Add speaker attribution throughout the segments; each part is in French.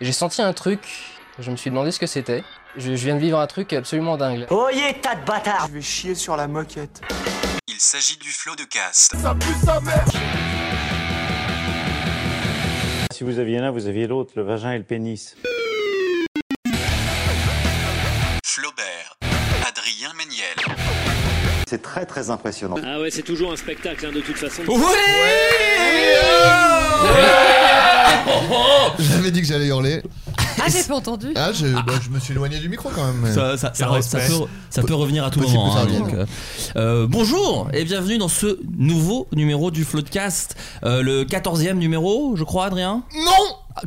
Speaker 1: J'ai senti un truc, je me suis demandé ce que c'était. Je, je viens de vivre un truc absolument dingue.
Speaker 2: Oyez, tas de bâtards
Speaker 3: Je vais chier sur la moquette.
Speaker 4: Il s'agit du flot de cast.
Speaker 5: Si vous aviez l'un, vous aviez l'autre, le vagin et le pénis.
Speaker 4: Flaubert. Adrien Méniel.
Speaker 6: C'est très très impressionnant.
Speaker 7: Ah ouais, c'est toujours un spectacle, hein, de toute façon.
Speaker 8: J'avais dit que j'allais hurler.
Speaker 9: Ah, j'ai pas entendu.
Speaker 8: Ah, je, bah, je me suis éloigné du micro quand même.
Speaker 10: Ça, ça- ça- ça peut, ça peut revenir à tout
Speaker 8: Possible
Speaker 10: moment.
Speaker 8: que ça
Speaker 10: hein,
Speaker 8: revienne.
Speaker 10: donc, euh, euh, bonjour et bienvenue dans ce nouveau numéro du Floodcast. Euh, le 14e numéro, je crois, Adrien
Speaker 8: Non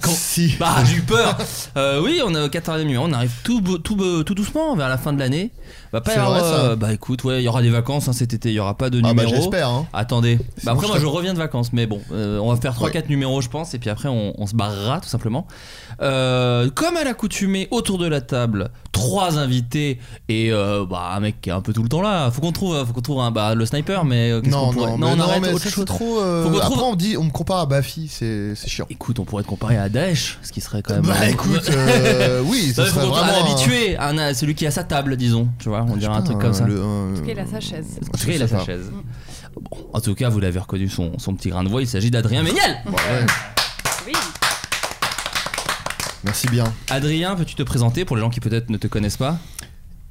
Speaker 10: quand-
Speaker 8: Si.
Speaker 10: Bah, j'ai eu peur Euh, Oui, on est au 14e numéro, on arrive tout, beau- tout, beau- tout doucement vers la fin de l'année. Bah, pas
Speaker 8: C'est
Speaker 10: y avoir,
Speaker 8: vrai, ça.
Speaker 10: euh, bah écoute, ouais, il y aura des vacances hein, cet été, il y aura pas de
Speaker 8: Ah bah
Speaker 10: numéro.
Speaker 8: j'espère. Hein.
Speaker 10: Attendez, bah après
Speaker 8: je
Speaker 10: moi je
Speaker 8: t'app-
Speaker 10: reviens de vacances, mais bon, euh, on va faire 3-4 numéros je pense, et puis après on, on se barrera tout simplement. Euh, comme à l'accoutumée, autour de la table, trois invités et euh, bah un mec qui est un peu tout le temps là. Faut qu'on trouve, faut qu'on trouve un bah, le sniper, mais euh, qu'est-ce qu'on
Speaker 8: Non,
Speaker 10: pourrait-
Speaker 8: non, mais
Speaker 10: on
Speaker 8: non,
Speaker 10: arrête
Speaker 8: mais
Speaker 10: autre
Speaker 8: ça, c'est
Speaker 10: chose.
Speaker 8: trop. euh,
Speaker 10: Faut qu'on
Speaker 8: Après,
Speaker 10: trouve-
Speaker 8: on me dit, on me compare à Bafi, c'est c'est chiant.
Speaker 10: Écoute, on pourrait être comparé à Daesh, ce qui serait quand même.
Speaker 8: Bah écoute, euh, oui,
Speaker 10: Non,
Speaker 8: ça
Speaker 10: mais faut
Speaker 8: serait
Speaker 10: qu'on trouve
Speaker 8: vraiment.
Speaker 10: un
Speaker 8: un-
Speaker 10: habitué, un, un- celui qui a sa table, disons. Tu vois, on dirait un truc comme ça.
Speaker 8: euh, le- un-
Speaker 9: Ok, il a sa chaise.
Speaker 10: En tout cas, il a
Speaker 8: je sais
Speaker 10: sa
Speaker 8: pas.
Speaker 10: chaise. Bon, en tout cas, vous l'avez reconnu, son, son petit grain de voix, il s'agit d'Adrien Méniel.
Speaker 8: bah, Ouais,
Speaker 9: Oui.
Speaker 8: merci bien.
Speaker 10: Adrien, peux-tu te présenter pour les gens qui peut-être ne te connaissent pas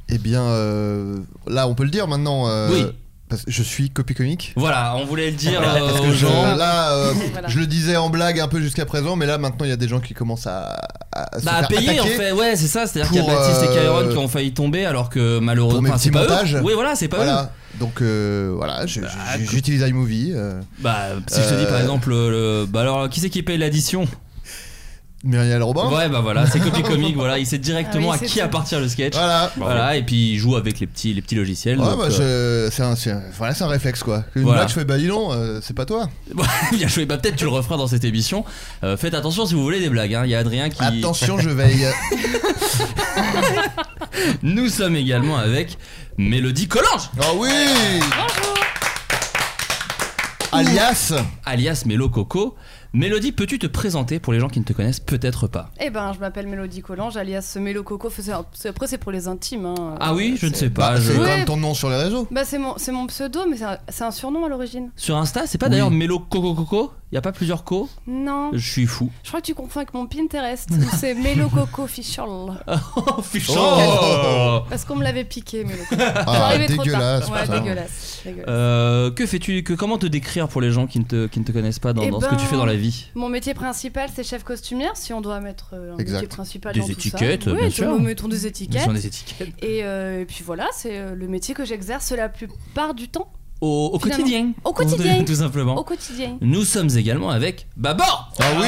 Speaker 8: Eh bien, euh, là, on peut le dire maintenant. euh,
Speaker 10: Oui.
Speaker 8: Parce que je suis copy comique.
Speaker 10: Voilà, on voulait le dire euh,
Speaker 8: Parce que
Speaker 10: aux
Speaker 8: je-
Speaker 10: gens.
Speaker 8: là, euh,
Speaker 9: Voilà.
Speaker 8: je le disais en blague un peu jusqu'à présent, mais là maintenant il y a des gens qui commencent à, à, à se
Speaker 10: Bah, à
Speaker 8: faire
Speaker 10: payer en
Speaker 8: attaquer.
Speaker 10: fait, ouais, c'est ça, c'est-à-dire qu'il y a
Speaker 8: Pour,
Speaker 10: Baptiste et
Speaker 8: euh,
Speaker 10: Kyron qui ont failli tomber alors que malheureusement.
Speaker 8: pour mes
Speaker 10: enfin, c'est
Speaker 8: petits
Speaker 10: pas eux.
Speaker 8: montages.
Speaker 10: Oui, voilà, c'est pas eux.
Speaker 8: Voilà. Donc euh, voilà, je- je- j'utilise iMovie. euh,
Speaker 10: Bah, si je te dis par
Speaker 8: Euh,
Speaker 10: exemple, le... bah alors, qui c'est qui paye l'addition
Speaker 8: Muriel Robin.
Speaker 10: Ouais, bah voilà, c'est copie comique, voilà, il sait directement
Speaker 9: Ah oui,
Speaker 10: à
Speaker 9: c'est
Speaker 10: qui
Speaker 9: tout.
Speaker 10: appartient le sketch.
Speaker 8: Voilà.
Speaker 10: Voilà, et puis il joue avec les petits, les petits logiciels.
Speaker 8: Ouais,
Speaker 10: donc,
Speaker 8: bah,
Speaker 10: euh,
Speaker 8: je- c'est un, c'est un- voilà, c'est un réflexe quoi. Une
Speaker 10: Voilà.
Speaker 8: blague, je fais bah dis donc, euh, c'est pas toi.
Speaker 10: Bien joué, bah peut-être tu le referas dans cette émission. Euh, faites attention si vous voulez des blagues, hein, il y a Adrien qui.
Speaker 8: Attention, je veille.
Speaker 10: Nous sommes également avec Mélodie Collange,
Speaker 8: Oh oui Alias
Speaker 10: alias Mélo Coco. Mélodie, peux-tu te présenter pour les gens qui ne te connaissent peut-être pas
Speaker 9: Eh ben, je m'appelle Mélodie Collange, alias Mélo Coco. Faut- c'est- Après, c'est pour les intimes. hein.
Speaker 10: Ah oui, je ne sais pas.
Speaker 8: Bah,
Speaker 10: je-
Speaker 8: C'est quand
Speaker 9: Ouais.
Speaker 8: même ton nom sur les réseaux.
Speaker 9: Bah, c'est mon, c'est mon pseudo, mais c'est un, c'est un surnom à l'origine.
Speaker 10: Sur Insta, c'est pas d'ailleurs Mélo Coco Coco Il y a pas plusieurs co
Speaker 9: Non.
Speaker 10: Je suis fou.
Speaker 9: Je crois que tu confonds avec mon Pinterest, où c'est Mélo Coco Official.
Speaker 10: Oh, fichant.
Speaker 8: Oh.
Speaker 9: Parce qu'on me l'avait piqué, Mélo Coco.
Speaker 8: Ah,
Speaker 9: J'arrivais trop
Speaker 8: dégueulasse.
Speaker 9: tard. Ouais,
Speaker 8: putain.
Speaker 9: dégueulasse. dégueulasse.
Speaker 10: Euh, que fais-tu que, Comment te décrire pour les gens qui ne te, qui ne te connaissent pas dans,
Speaker 9: Eh
Speaker 10: dans ce que tu
Speaker 9: ben,
Speaker 10: fais dans la vie
Speaker 9: Mon métier principal, c'est chef costumière, si on doit mettre euh, un
Speaker 8: Exact.
Speaker 9: métier principal
Speaker 10: Des
Speaker 9: dans
Speaker 10: étiquettes,
Speaker 9: tout ça.
Speaker 10: bien
Speaker 9: oui,
Speaker 10: sûr.
Speaker 9: nous mettons des étiquettes.
Speaker 10: Sur des étiquettes.
Speaker 9: Et, euh, et puis voilà, c'est euh, le métier que j'exerce la plupart du temps,
Speaker 10: Au, au
Speaker 9: Finalement.
Speaker 10: quotidien.
Speaker 9: Au quotidien.
Speaker 10: Tout simplement.
Speaker 9: au quotidien.
Speaker 10: Nous sommes également avec Babor
Speaker 8: Ah oui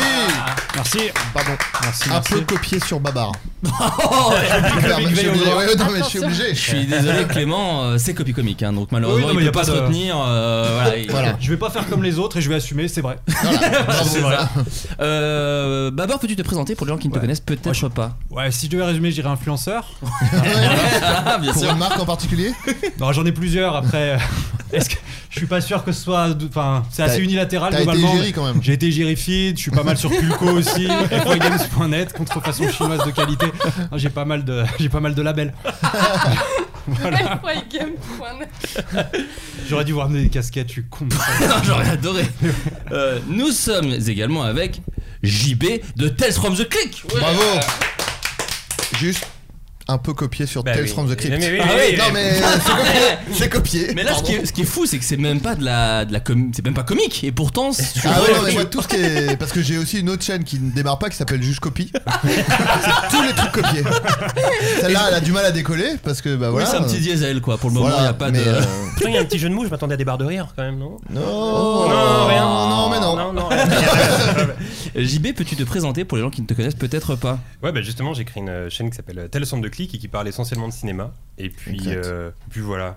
Speaker 7: Merci.
Speaker 8: Pardon.
Speaker 7: Merci,
Speaker 8: Un
Speaker 7: merci.
Speaker 8: peu copié sur Babar.
Speaker 10: Oh,
Speaker 8: Merde, je suis obligé. Ouais, non, mais je suis
Speaker 9: Attention.
Speaker 8: obligé.
Speaker 10: Je suis désolé Clément, euh, c'est copie comique hein, donc malheureusement
Speaker 7: Oui, non, mais
Speaker 10: il
Speaker 7: y
Speaker 10: peut
Speaker 7: a
Speaker 10: pas
Speaker 7: pas
Speaker 10: se
Speaker 7: de-
Speaker 10: retenir. euh, voilà, il-
Speaker 8: Voilà.
Speaker 7: Je vais pas faire comme les autres et je vais assumer, c'est vrai.
Speaker 10: C'est
Speaker 8: Bravo.
Speaker 10: ça. Euh, Babor, peux-tu te présenter pour les gens qui ne te
Speaker 7: Ouais.
Speaker 10: connaissent peut-être pas
Speaker 7: Ouais, si je devais résumer, je dirais influenceur.
Speaker 10: Ah, Bien
Speaker 8: Pour
Speaker 10: sûr.
Speaker 8: une marque en particulier
Speaker 7: Non, j'en ai plusieurs après. euh, Est-ce que je suis pas sûr que ce soit. Enfin, c'est assez
Speaker 8: T'as-
Speaker 7: unilatéral
Speaker 8: T'as été
Speaker 7: globalement.
Speaker 8: géré quand même.
Speaker 7: J'ai été gérifide, je suis pas mal sur Pulco aussi, FYGames.net, contrefaçon chinoise de qualité. Non, J'ai pas mal de, j'ai pas mal de labels.
Speaker 9: Voilà.
Speaker 7: J'aurais dû vous ramener des casquettes, je suis con.
Speaker 8: Ah
Speaker 10: Non, J'aurais adoré. Euh, nous sommes également avec JB de Tales from the Click. Ouais.
Speaker 8: Bravo Juste un peu copié sur Tales from the Crypt.
Speaker 10: Bah Ah oui,
Speaker 8: Non mais euh, c'est copié. C'est copié.
Speaker 10: Mais là, ce qui, est, ce qui est fou, c'est que c'est même pas de la, de la com- c'est même pas comique. Et pourtant, c'est-
Speaker 8: Ah ouais, non, mais moi, tout ce qui est. Parce que j'ai aussi une autre chaîne qui ne démarre pas qui s'appelle Juste Copie. C'est tous les trucs copiés. Celle-là, elle a du mal à décoller parce que, bah
Speaker 10: oui,
Speaker 8: voilà.
Speaker 10: c'est un petit diesel quoi. Pour le moment, il
Speaker 8: Voilà,
Speaker 10: n'y a pas de.
Speaker 8: mais, euh,
Speaker 11: Putain, il y a un petit jeu de mots, je m'attendais à des barres de rire quand même, non
Speaker 8: Non,
Speaker 10: Oh.
Speaker 11: non, rien.
Speaker 8: Oh, non, mais non.
Speaker 11: Non, non, rien.
Speaker 10: JB, peux-tu te présenter pour les gens qui ne te connaissent peut-être pas
Speaker 11: ouais, bah justement, j'ai créé une euh, chaîne qui s'appelle euh, Tel Centre de Clic et qui parle essentiellement de cinéma. Et puis,
Speaker 8: Exact.
Speaker 11: euh, puis voilà.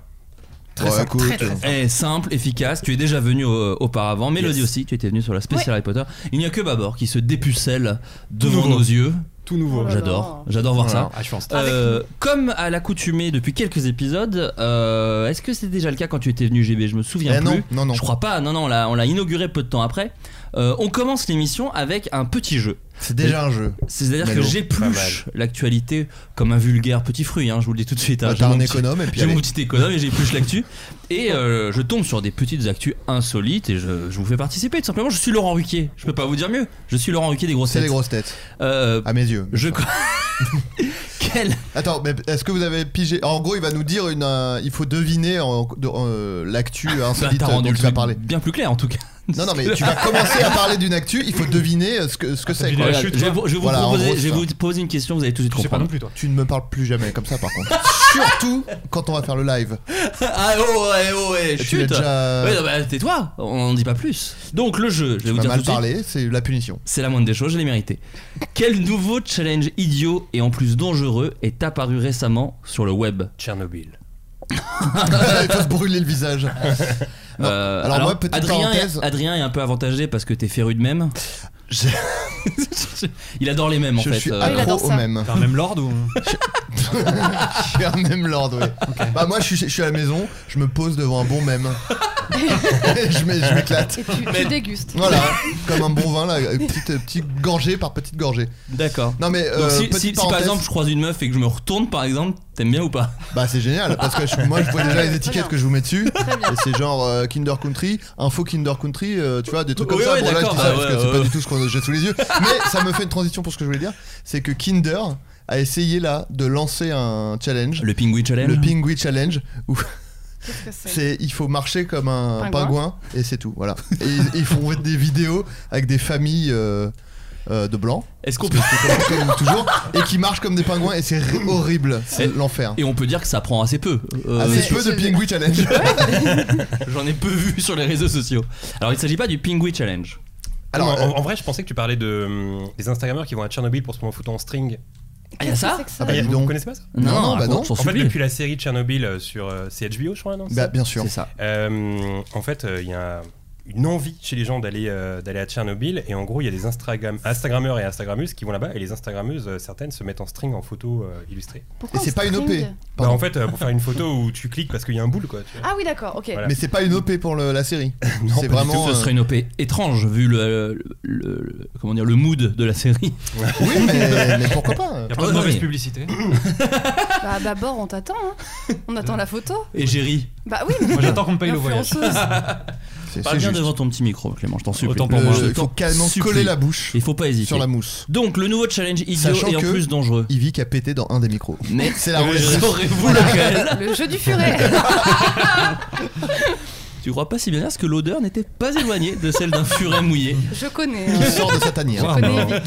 Speaker 8: Très simple, très, très
Speaker 10: Eh, simple, efficace. Tu es déjà venu euh, auparavant. Mélodie
Speaker 11: Yes.
Speaker 10: aussi, tu étais venue sur la spéciale Harry Potter. Il n'y a que Babor qui se dépucelle devant
Speaker 7: Nouveau.
Speaker 10: nos yeux.
Speaker 7: Tout nouveau.
Speaker 9: Oh là
Speaker 10: J'adore,
Speaker 9: là.
Speaker 10: j'adore voir ça.
Speaker 7: Ah, je suis en star.
Speaker 10: Euh, comme à l'accoutumée depuis quelques épisodes, euh, est-ce que c'était déjà le cas quand tu étais venu GB Je me souviens
Speaker 8: Eh
Speaker 10: plus.
Speaker 8: non, non, non.
Speaker 10: Je crois pas. Non, non, on l'a- on l'a inauguré peu de temps après. Euh, on commence l'émission avec un petit jeu.
Speaker 8: C'est déjà un jeu.
Speaker 10: C'est-à-dire que
Speaker 8: Melo.
Speaker 10: j'épluche l'actualité comme un vulgaire petit fruit, hein, je vous le dis tout de suite. hein.
Speaker 8: Bah,
Speaker 10: J'ai
Speaker 8: T'as
Speaker 10: mon
Speaker 8: un
Speaker 10: petit-
Speaker 8: économe et puis
Speaker 10: J'ai
Speaker 8: allez.
Speaker 10: mon petit économe et j'épluche l'actu. Et euh, je tombe sur des petites actus insolites et je, je vous fais participer tout simplement. Je suis Laurent Ruquier, je peux pas vous dire mieux. Je suis Laurent Ruquier des grosses
Speaker 8: C'est les
Speaker 10: têtes.
Speaker 8: grosses têtes,
Speaker 10: Euh,
Speaker 8: à mes yeux.
Speaker 10: je. Quel.
Speaker 8: Attends, mais est-ce que vous avez pigé En gros, il va nous dire une. euh, il faut deviner en- de- euh, l'actu
Speaker 10: Bah,
Speaker 8: insolite
Speaker 10: t'as rendu
Speaker 8: dont
Speaker 10: le
Speaker 8: euh, tu vas
Speaker 10: truc
Speaker 8: parler.
Speaker 10: bien plus clair en tout cas.
Speaker 8: Non, non, mais tu vas commencer à parler d'une actu. Il faut deviner euh, ce que ce que c'est.
Speaker 7: deviner
Speaker 8: quoi.
Speaker 7: la
Speaker 10: Voilà,
Speaker 7: chute,
Speaker 10: je vais
Speaker 7: quoi.
Speaker 10: vous, je vais vous
Speaker 8: Voilà, en
Speaker 10: proposer-
Speaker 8: gros,
Speaker 10: je vais
Speaker 8: ça.
Speaker 10: vous poser une question, vous allez tout de suite
Speaker 7: Tu sais pas non
Speaker 10: comprendre.
Speaker 7: plus, toi.
Speaker 8: Tu ne me parles plus jamais comme ça, par contre. Surtout quand on va faire le live.
Speaker 10: ah oh, eh, oh, eh,
Speaker 8: Tu l'as
Speaker 10: chute
Speaker 8: déjà- euh,
Speaker 10: Ouais, non, bah, tais-toi, on n'en dit pas plus. Donc le jeu, je vais
Speaker 8: Tu
Speaker 10: vous
Speaker 8: m'as
Speaker 10: dire tout
Speaker 8: mal
Speaker 10: de suite,
Speaker 8: parlé, c'est la punition.
Speaker 10: c'est la moindre des choses, je l'ai mérité. Quel nouveau challenge idiot et en plus dangereux est apparu récemment sur le web
Speaker 11: Tchernobyl.
Speaker 8: il faut se brûler le visage.
Speaker 10: Ah,
Speaker 8: Non.
Speaker 10: Euh,
Speaker 8: Alors, moi, petite
Speaker 10: Adrien,
Speaker 8: parenthèse.
Speaker 10: Est, Adrien est un peu avantagé parce que t'es féru de mèmes.
Speaker 8: Je-
Speaker 10: il adore les mêmes en
Speaker 8: je
Speaker 10: fait.
Speaker 8: suis
Speaker 10: Euh,
Speaker 9: Ah, il
Speaker 8: accro
Speaker 9: adore
Speaker 8: au
Speaker 9: ça.
Speaker 8: même.
Speaker 7: T'as un même lord ou
Speaker 8: Je suis un même lord, ouais. Bah, moi, je suis, je suis à la maison, je me pose devant un bon même. je m'é- je m'éclate.
Speaker 9: Et tu, tu dégustes.
Speaker 8: Voilà, comme un bon vin, là, euh, petite, euh, petite gorgée par petite gorgée.
Speaker 10: D'accord.
Speaker 8: Non, mais
Speaker 10: Donc
Speaker 8: euh,
Speaker 10: si,
Speaker 8: petite
Speaker 10: si- si par
Speaker 8: parenthèse,
Speaker 10: exemple je croise une meuf et que je me retourne par exemple, t'aimes bien ou pas
Speaker 8: bah c'est génial parce que je- moi je vois déjà les étiquettes que je vous mets dessus
Speaker 9: Très bien.
Speaker 8: et c'est genre euh, Kinder Country, info Kinder Country, euh, tu vois, des trucs comme
Speaker 10: Oui,
Speaker 8: ça.
Speaker 10: oui,
Speaker 8: bon, là je
Speaker 10: d'accord,
Speaker 8: dis ça
Speaker 10: bah,
Speaker 8: parce que
Speaker 10: ouais,
Speaker 8: c'est
Speaker 10: ouais.
Speaker 8: pas du tout ce qu'on j'ai sous les yeux, mais ça me fait une transition pour ce que je voulais dire c'est que Kinder a essayé là de lancer un challenge,
Speaker 10: Le Pingouin Challenge
Speaker 8: le Pingui Challenge, où
Speaker 9: Qu'est-ce que c'est
Speaker 8: C'est il faut marcher comme un
Speaker 9: Pingouin.
Speaker 8: pingouin, et c'est tout. Voilà. Et ils, ils font des vidéos avec des familles euh, euh, de blancs,
Speaker 10: Est-ce qu'on
Speaker 8: parce
Speaker 10: peut...
Speaker 8: que c'est comme, comme toujours, et qui marchent comme des pingouins et c'est ri- horrible, c'est
Speaker 10: Et-
Speaker 8: l'enfer.
Speaker 10: Et on peut dire que ça prend assez peu. Euh,
Speaker 8: Ah,
Speaker 9: mais-
Speaker 8: c'est peu de
Speaker 9: c'est-
Speaker 8: pingouin challenge.
Speaker 10: J'en ai peu vu sur les réseaux sociaux. Alors il s'agit pas du Pingouin Challenge.
Speaker 8: Alors,
Speaker 7: euh,
Speaker 11: en, en vrai, je pensais que tu parlais de, hum, des Instagrammeurs qui vont à Tchernobyl pour se prendre en photo en string.
Speaker 10: Ah, y a ça
Speaker 9: Qu'est-ce que c'est
Speaker 8: Ah
Speaker 9: que
Speaker 8: bah,
Speaker 9: ça
Speaker 11: Et
Speaker 8: dis
Speaker 11: vous
Speaker 8: donc.
Speaker 11: connaissez pas ça
Speaker 8: Non, non,
Speaker 10: raconte,
Speaker 8: bah non.
Speaker 10: j'en
Speaker 11: En
Speaker 10: suis
Speaker 11: fait,
Speaker 10: plus.
Speaker 11: depuis la série Tchernobyl euh, sur euh, c'est HBO, je crois, non
Speaker 8: bah, bien sûr.
Speaker 10: C'est ça.
Speaker 11: Euh, en fait, euh, il y a une envie chez les gens d'aller euh, d'aller à Tchernobyl et en gros il y a des Instagram Instagrammeurs et Instagrammeuses qui vont là-bas et les Instagrammeuses euh, certaines se mettent en string en photo euh, illustrée.
Speaker 8: Et
Speaker 9: Pourquoi
Speaker 8: c'est
Speaker 9: on
Speaker 8: pas une OP.
Speaker 9: string
Speaker 11: Bah,
Speaker 8: Pardon.
Speaker 11: en fait euh, pour faire une photo où tu cliques parce qu'il y a un boule quoi. tu vois.
Speaker 9: Ah oui, d'accord, ok.
Speaker 11: Voilà.
Speaker 8: Mais c'est pas une OP pour le- la série.
Speaker 11: Non,
Speaker 8: c'est
Speaker 11: pas du
Speaker 8: vraiment.
Speaker 10: Ce
Speaker 8: euh,
Speaker 10: serait une OP étrange vu le, le- le- comment dire, le mood de la série.
Speaker 8: euh, Oui, mais, mais pourquoi pas euh,
Speaker 7: Y'a pas
Speaker 10: Ouais,
Speaker 7: de mauvaise
Speaker 10: mais-
Speaker 7: publicité.
Speaker 9: Bah d'abord, on t'attend. hein. On attend la photo.
Speaker 10: Et j'ai ri.
Speaker 9: Bah oui, mais
Speaker 7: Moi j'attends qu'on me paye le voyage.
Speaker 9: influenceuse.
Speaker 8: C'est
Speaker 10: Parle
Speaker 8: c'est
Speaker 10: bien
Speaker 8: juste.
Speaker 10: devant ton petit micro, Clément, je t'en supplie.
Speaker 7: Autant pour
Speaker 8: Le-
Speaker 7: moi.
Speaker 8: il faut
Speaker 10: t'en
Speaker 8: carrément
Speaker 10: supplie.
Speaker 8: coller la bouche
Speaker 10: Il faut pas hésiter.
Speaker 8: sur la mousse.
Speaker 10: Donc le nouveau challenge idiot
Speaker 8: Sachant
Speaker 10: et en
Speaker 8: que-
Speaker 10: plus dangereux. Euh,
Speaker 8: Ivy qui a pété dans un des micros.
Speaker 10: Mais
Speaker 8: C'est la raison.
Speaker 10: saurez-vous lequel
Speaker 9: Le jeu du furet.
Speaker 10: Tu crois pas si bien dire parce que l'odeur n'était pas éloignée de celle d'un furet mouillé.
Speaker 9: Je connais.
Speaker 8: qui
Speaker 9: hein.
Speaker 8: sort de sa tanière.
Speaker 9: Je connais Evic.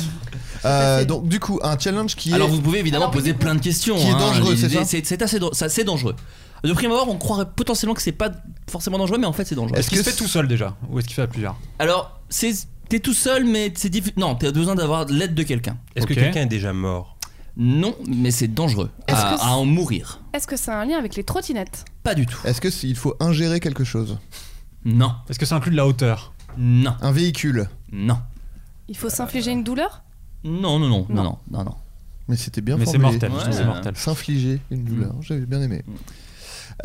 Speaker 8: Euh,
Speaker 9: fait.
Speaker 8: donc du coup, un challenge qui
Speaker 10: Alors
Speaker 8: est
Speaker 10: vous pouvez évidemment
Speaker 9: Alors,
Speaker 10: poser
Speaker 9: oui,
Speaker 10: plein de questions.
Speaker 8: Qui est
Speaker 10: hein.
Speaker 8: dangereux, c'est
Speaker 10: L'idée,
Speaker 8: ça
Speaker 10: C'est assez, dan- ça- c'est dangereux. De prime abord, on croirait potentiellement que c'est pas forcément dangereux, mais en fait c'est dangereux.
Speaker 7: Est-ce qu'il se
Speaker 8: que
Speaker 7: fait tout seul déjà Ou est-ce qu'il fait à plusieurs
Speaker 10: Alors, c'est t'es tout seul, mais c'est difficile. Non, t'as besoin d'avoir l'aide de quelqu'un.
Speaker 11: Est-ce
Speaker 7: Ok.
Speaker 11: que quelqu'un est déjà mort
Speaker 10: Non, mais c'est dangereux.
Speaker 9: Est-ce
Speaker 10: À,
Speaker 9: que c'est-
Speaker 10: à en mourir.
Speaker 9: Est-ce que ça a un lien avec les trottinettes
Speaker 10: Pas du tout.
Speaker 8: Est-ce que s'il faut ingérer quelque chose
Speaker 10: Non,
Speaker 7: Est-ce que ça inclut de la hauteur
Speaker 10: non,
Speaker 8: Un véhicule
Speaker 10: non,
Speaker 9: Il faut s'infliger une douleur
Speaker 10: non, non, non, non,
Speaker 9: Non.
Speaker 10: non, non. non.
Speaker 8: Mais c'était bien
Speaker 7: Mais c'est
Speaker 8: formulé.
Speaker 7: mortel,
Speaker 10: Ouais.
Speaker 7: Ah, c'est mortel.
Speaker 8: S'infliger une douleur,
Speaker 10: Mm.
Speaker 8: j'avais bien aimé.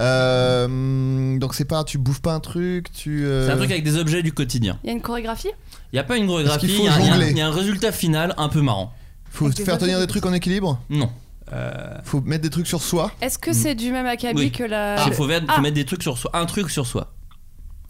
Speaker 8: Euh, donc c'est pas tu bouffes pas un truc, tu. euh,
Speaker 10: C'est un truc avec des objets du quotidien.
Speaker 9: Il y a une chorégraphie
Speaker 10: Il y a pas une
Speaker 8: Est-ce
Speaker 10: chorégraphie,
Speaker 8: qu'il
Speaker 10: il
Speaker 8: faut
Speaker 10: y, a- y a un-
Speaker 8: jongler
Speaker 10: y a un résultat final un peu marrant.
Speaker 8: Faut
Speaker 9: Avec des
Speaker 8: faire tenir
Speaker 9: objets.
Speaker 8: des trucs en équilibre.
Speaker 10: Non.
Speaker 8: Faut mettre des trucs sur soi.
Speaker 9: Est-ce
Speaker 7: Mm.
Speaker 9: que c'est du même acabit
Speaker 10: Oui.
Speaker 9: que la.
Speaker 10: Il faut, mettre- faut
Speaker 9: Ah.
Speaker 10: mettre des trucs sur soi, un truc sur soi.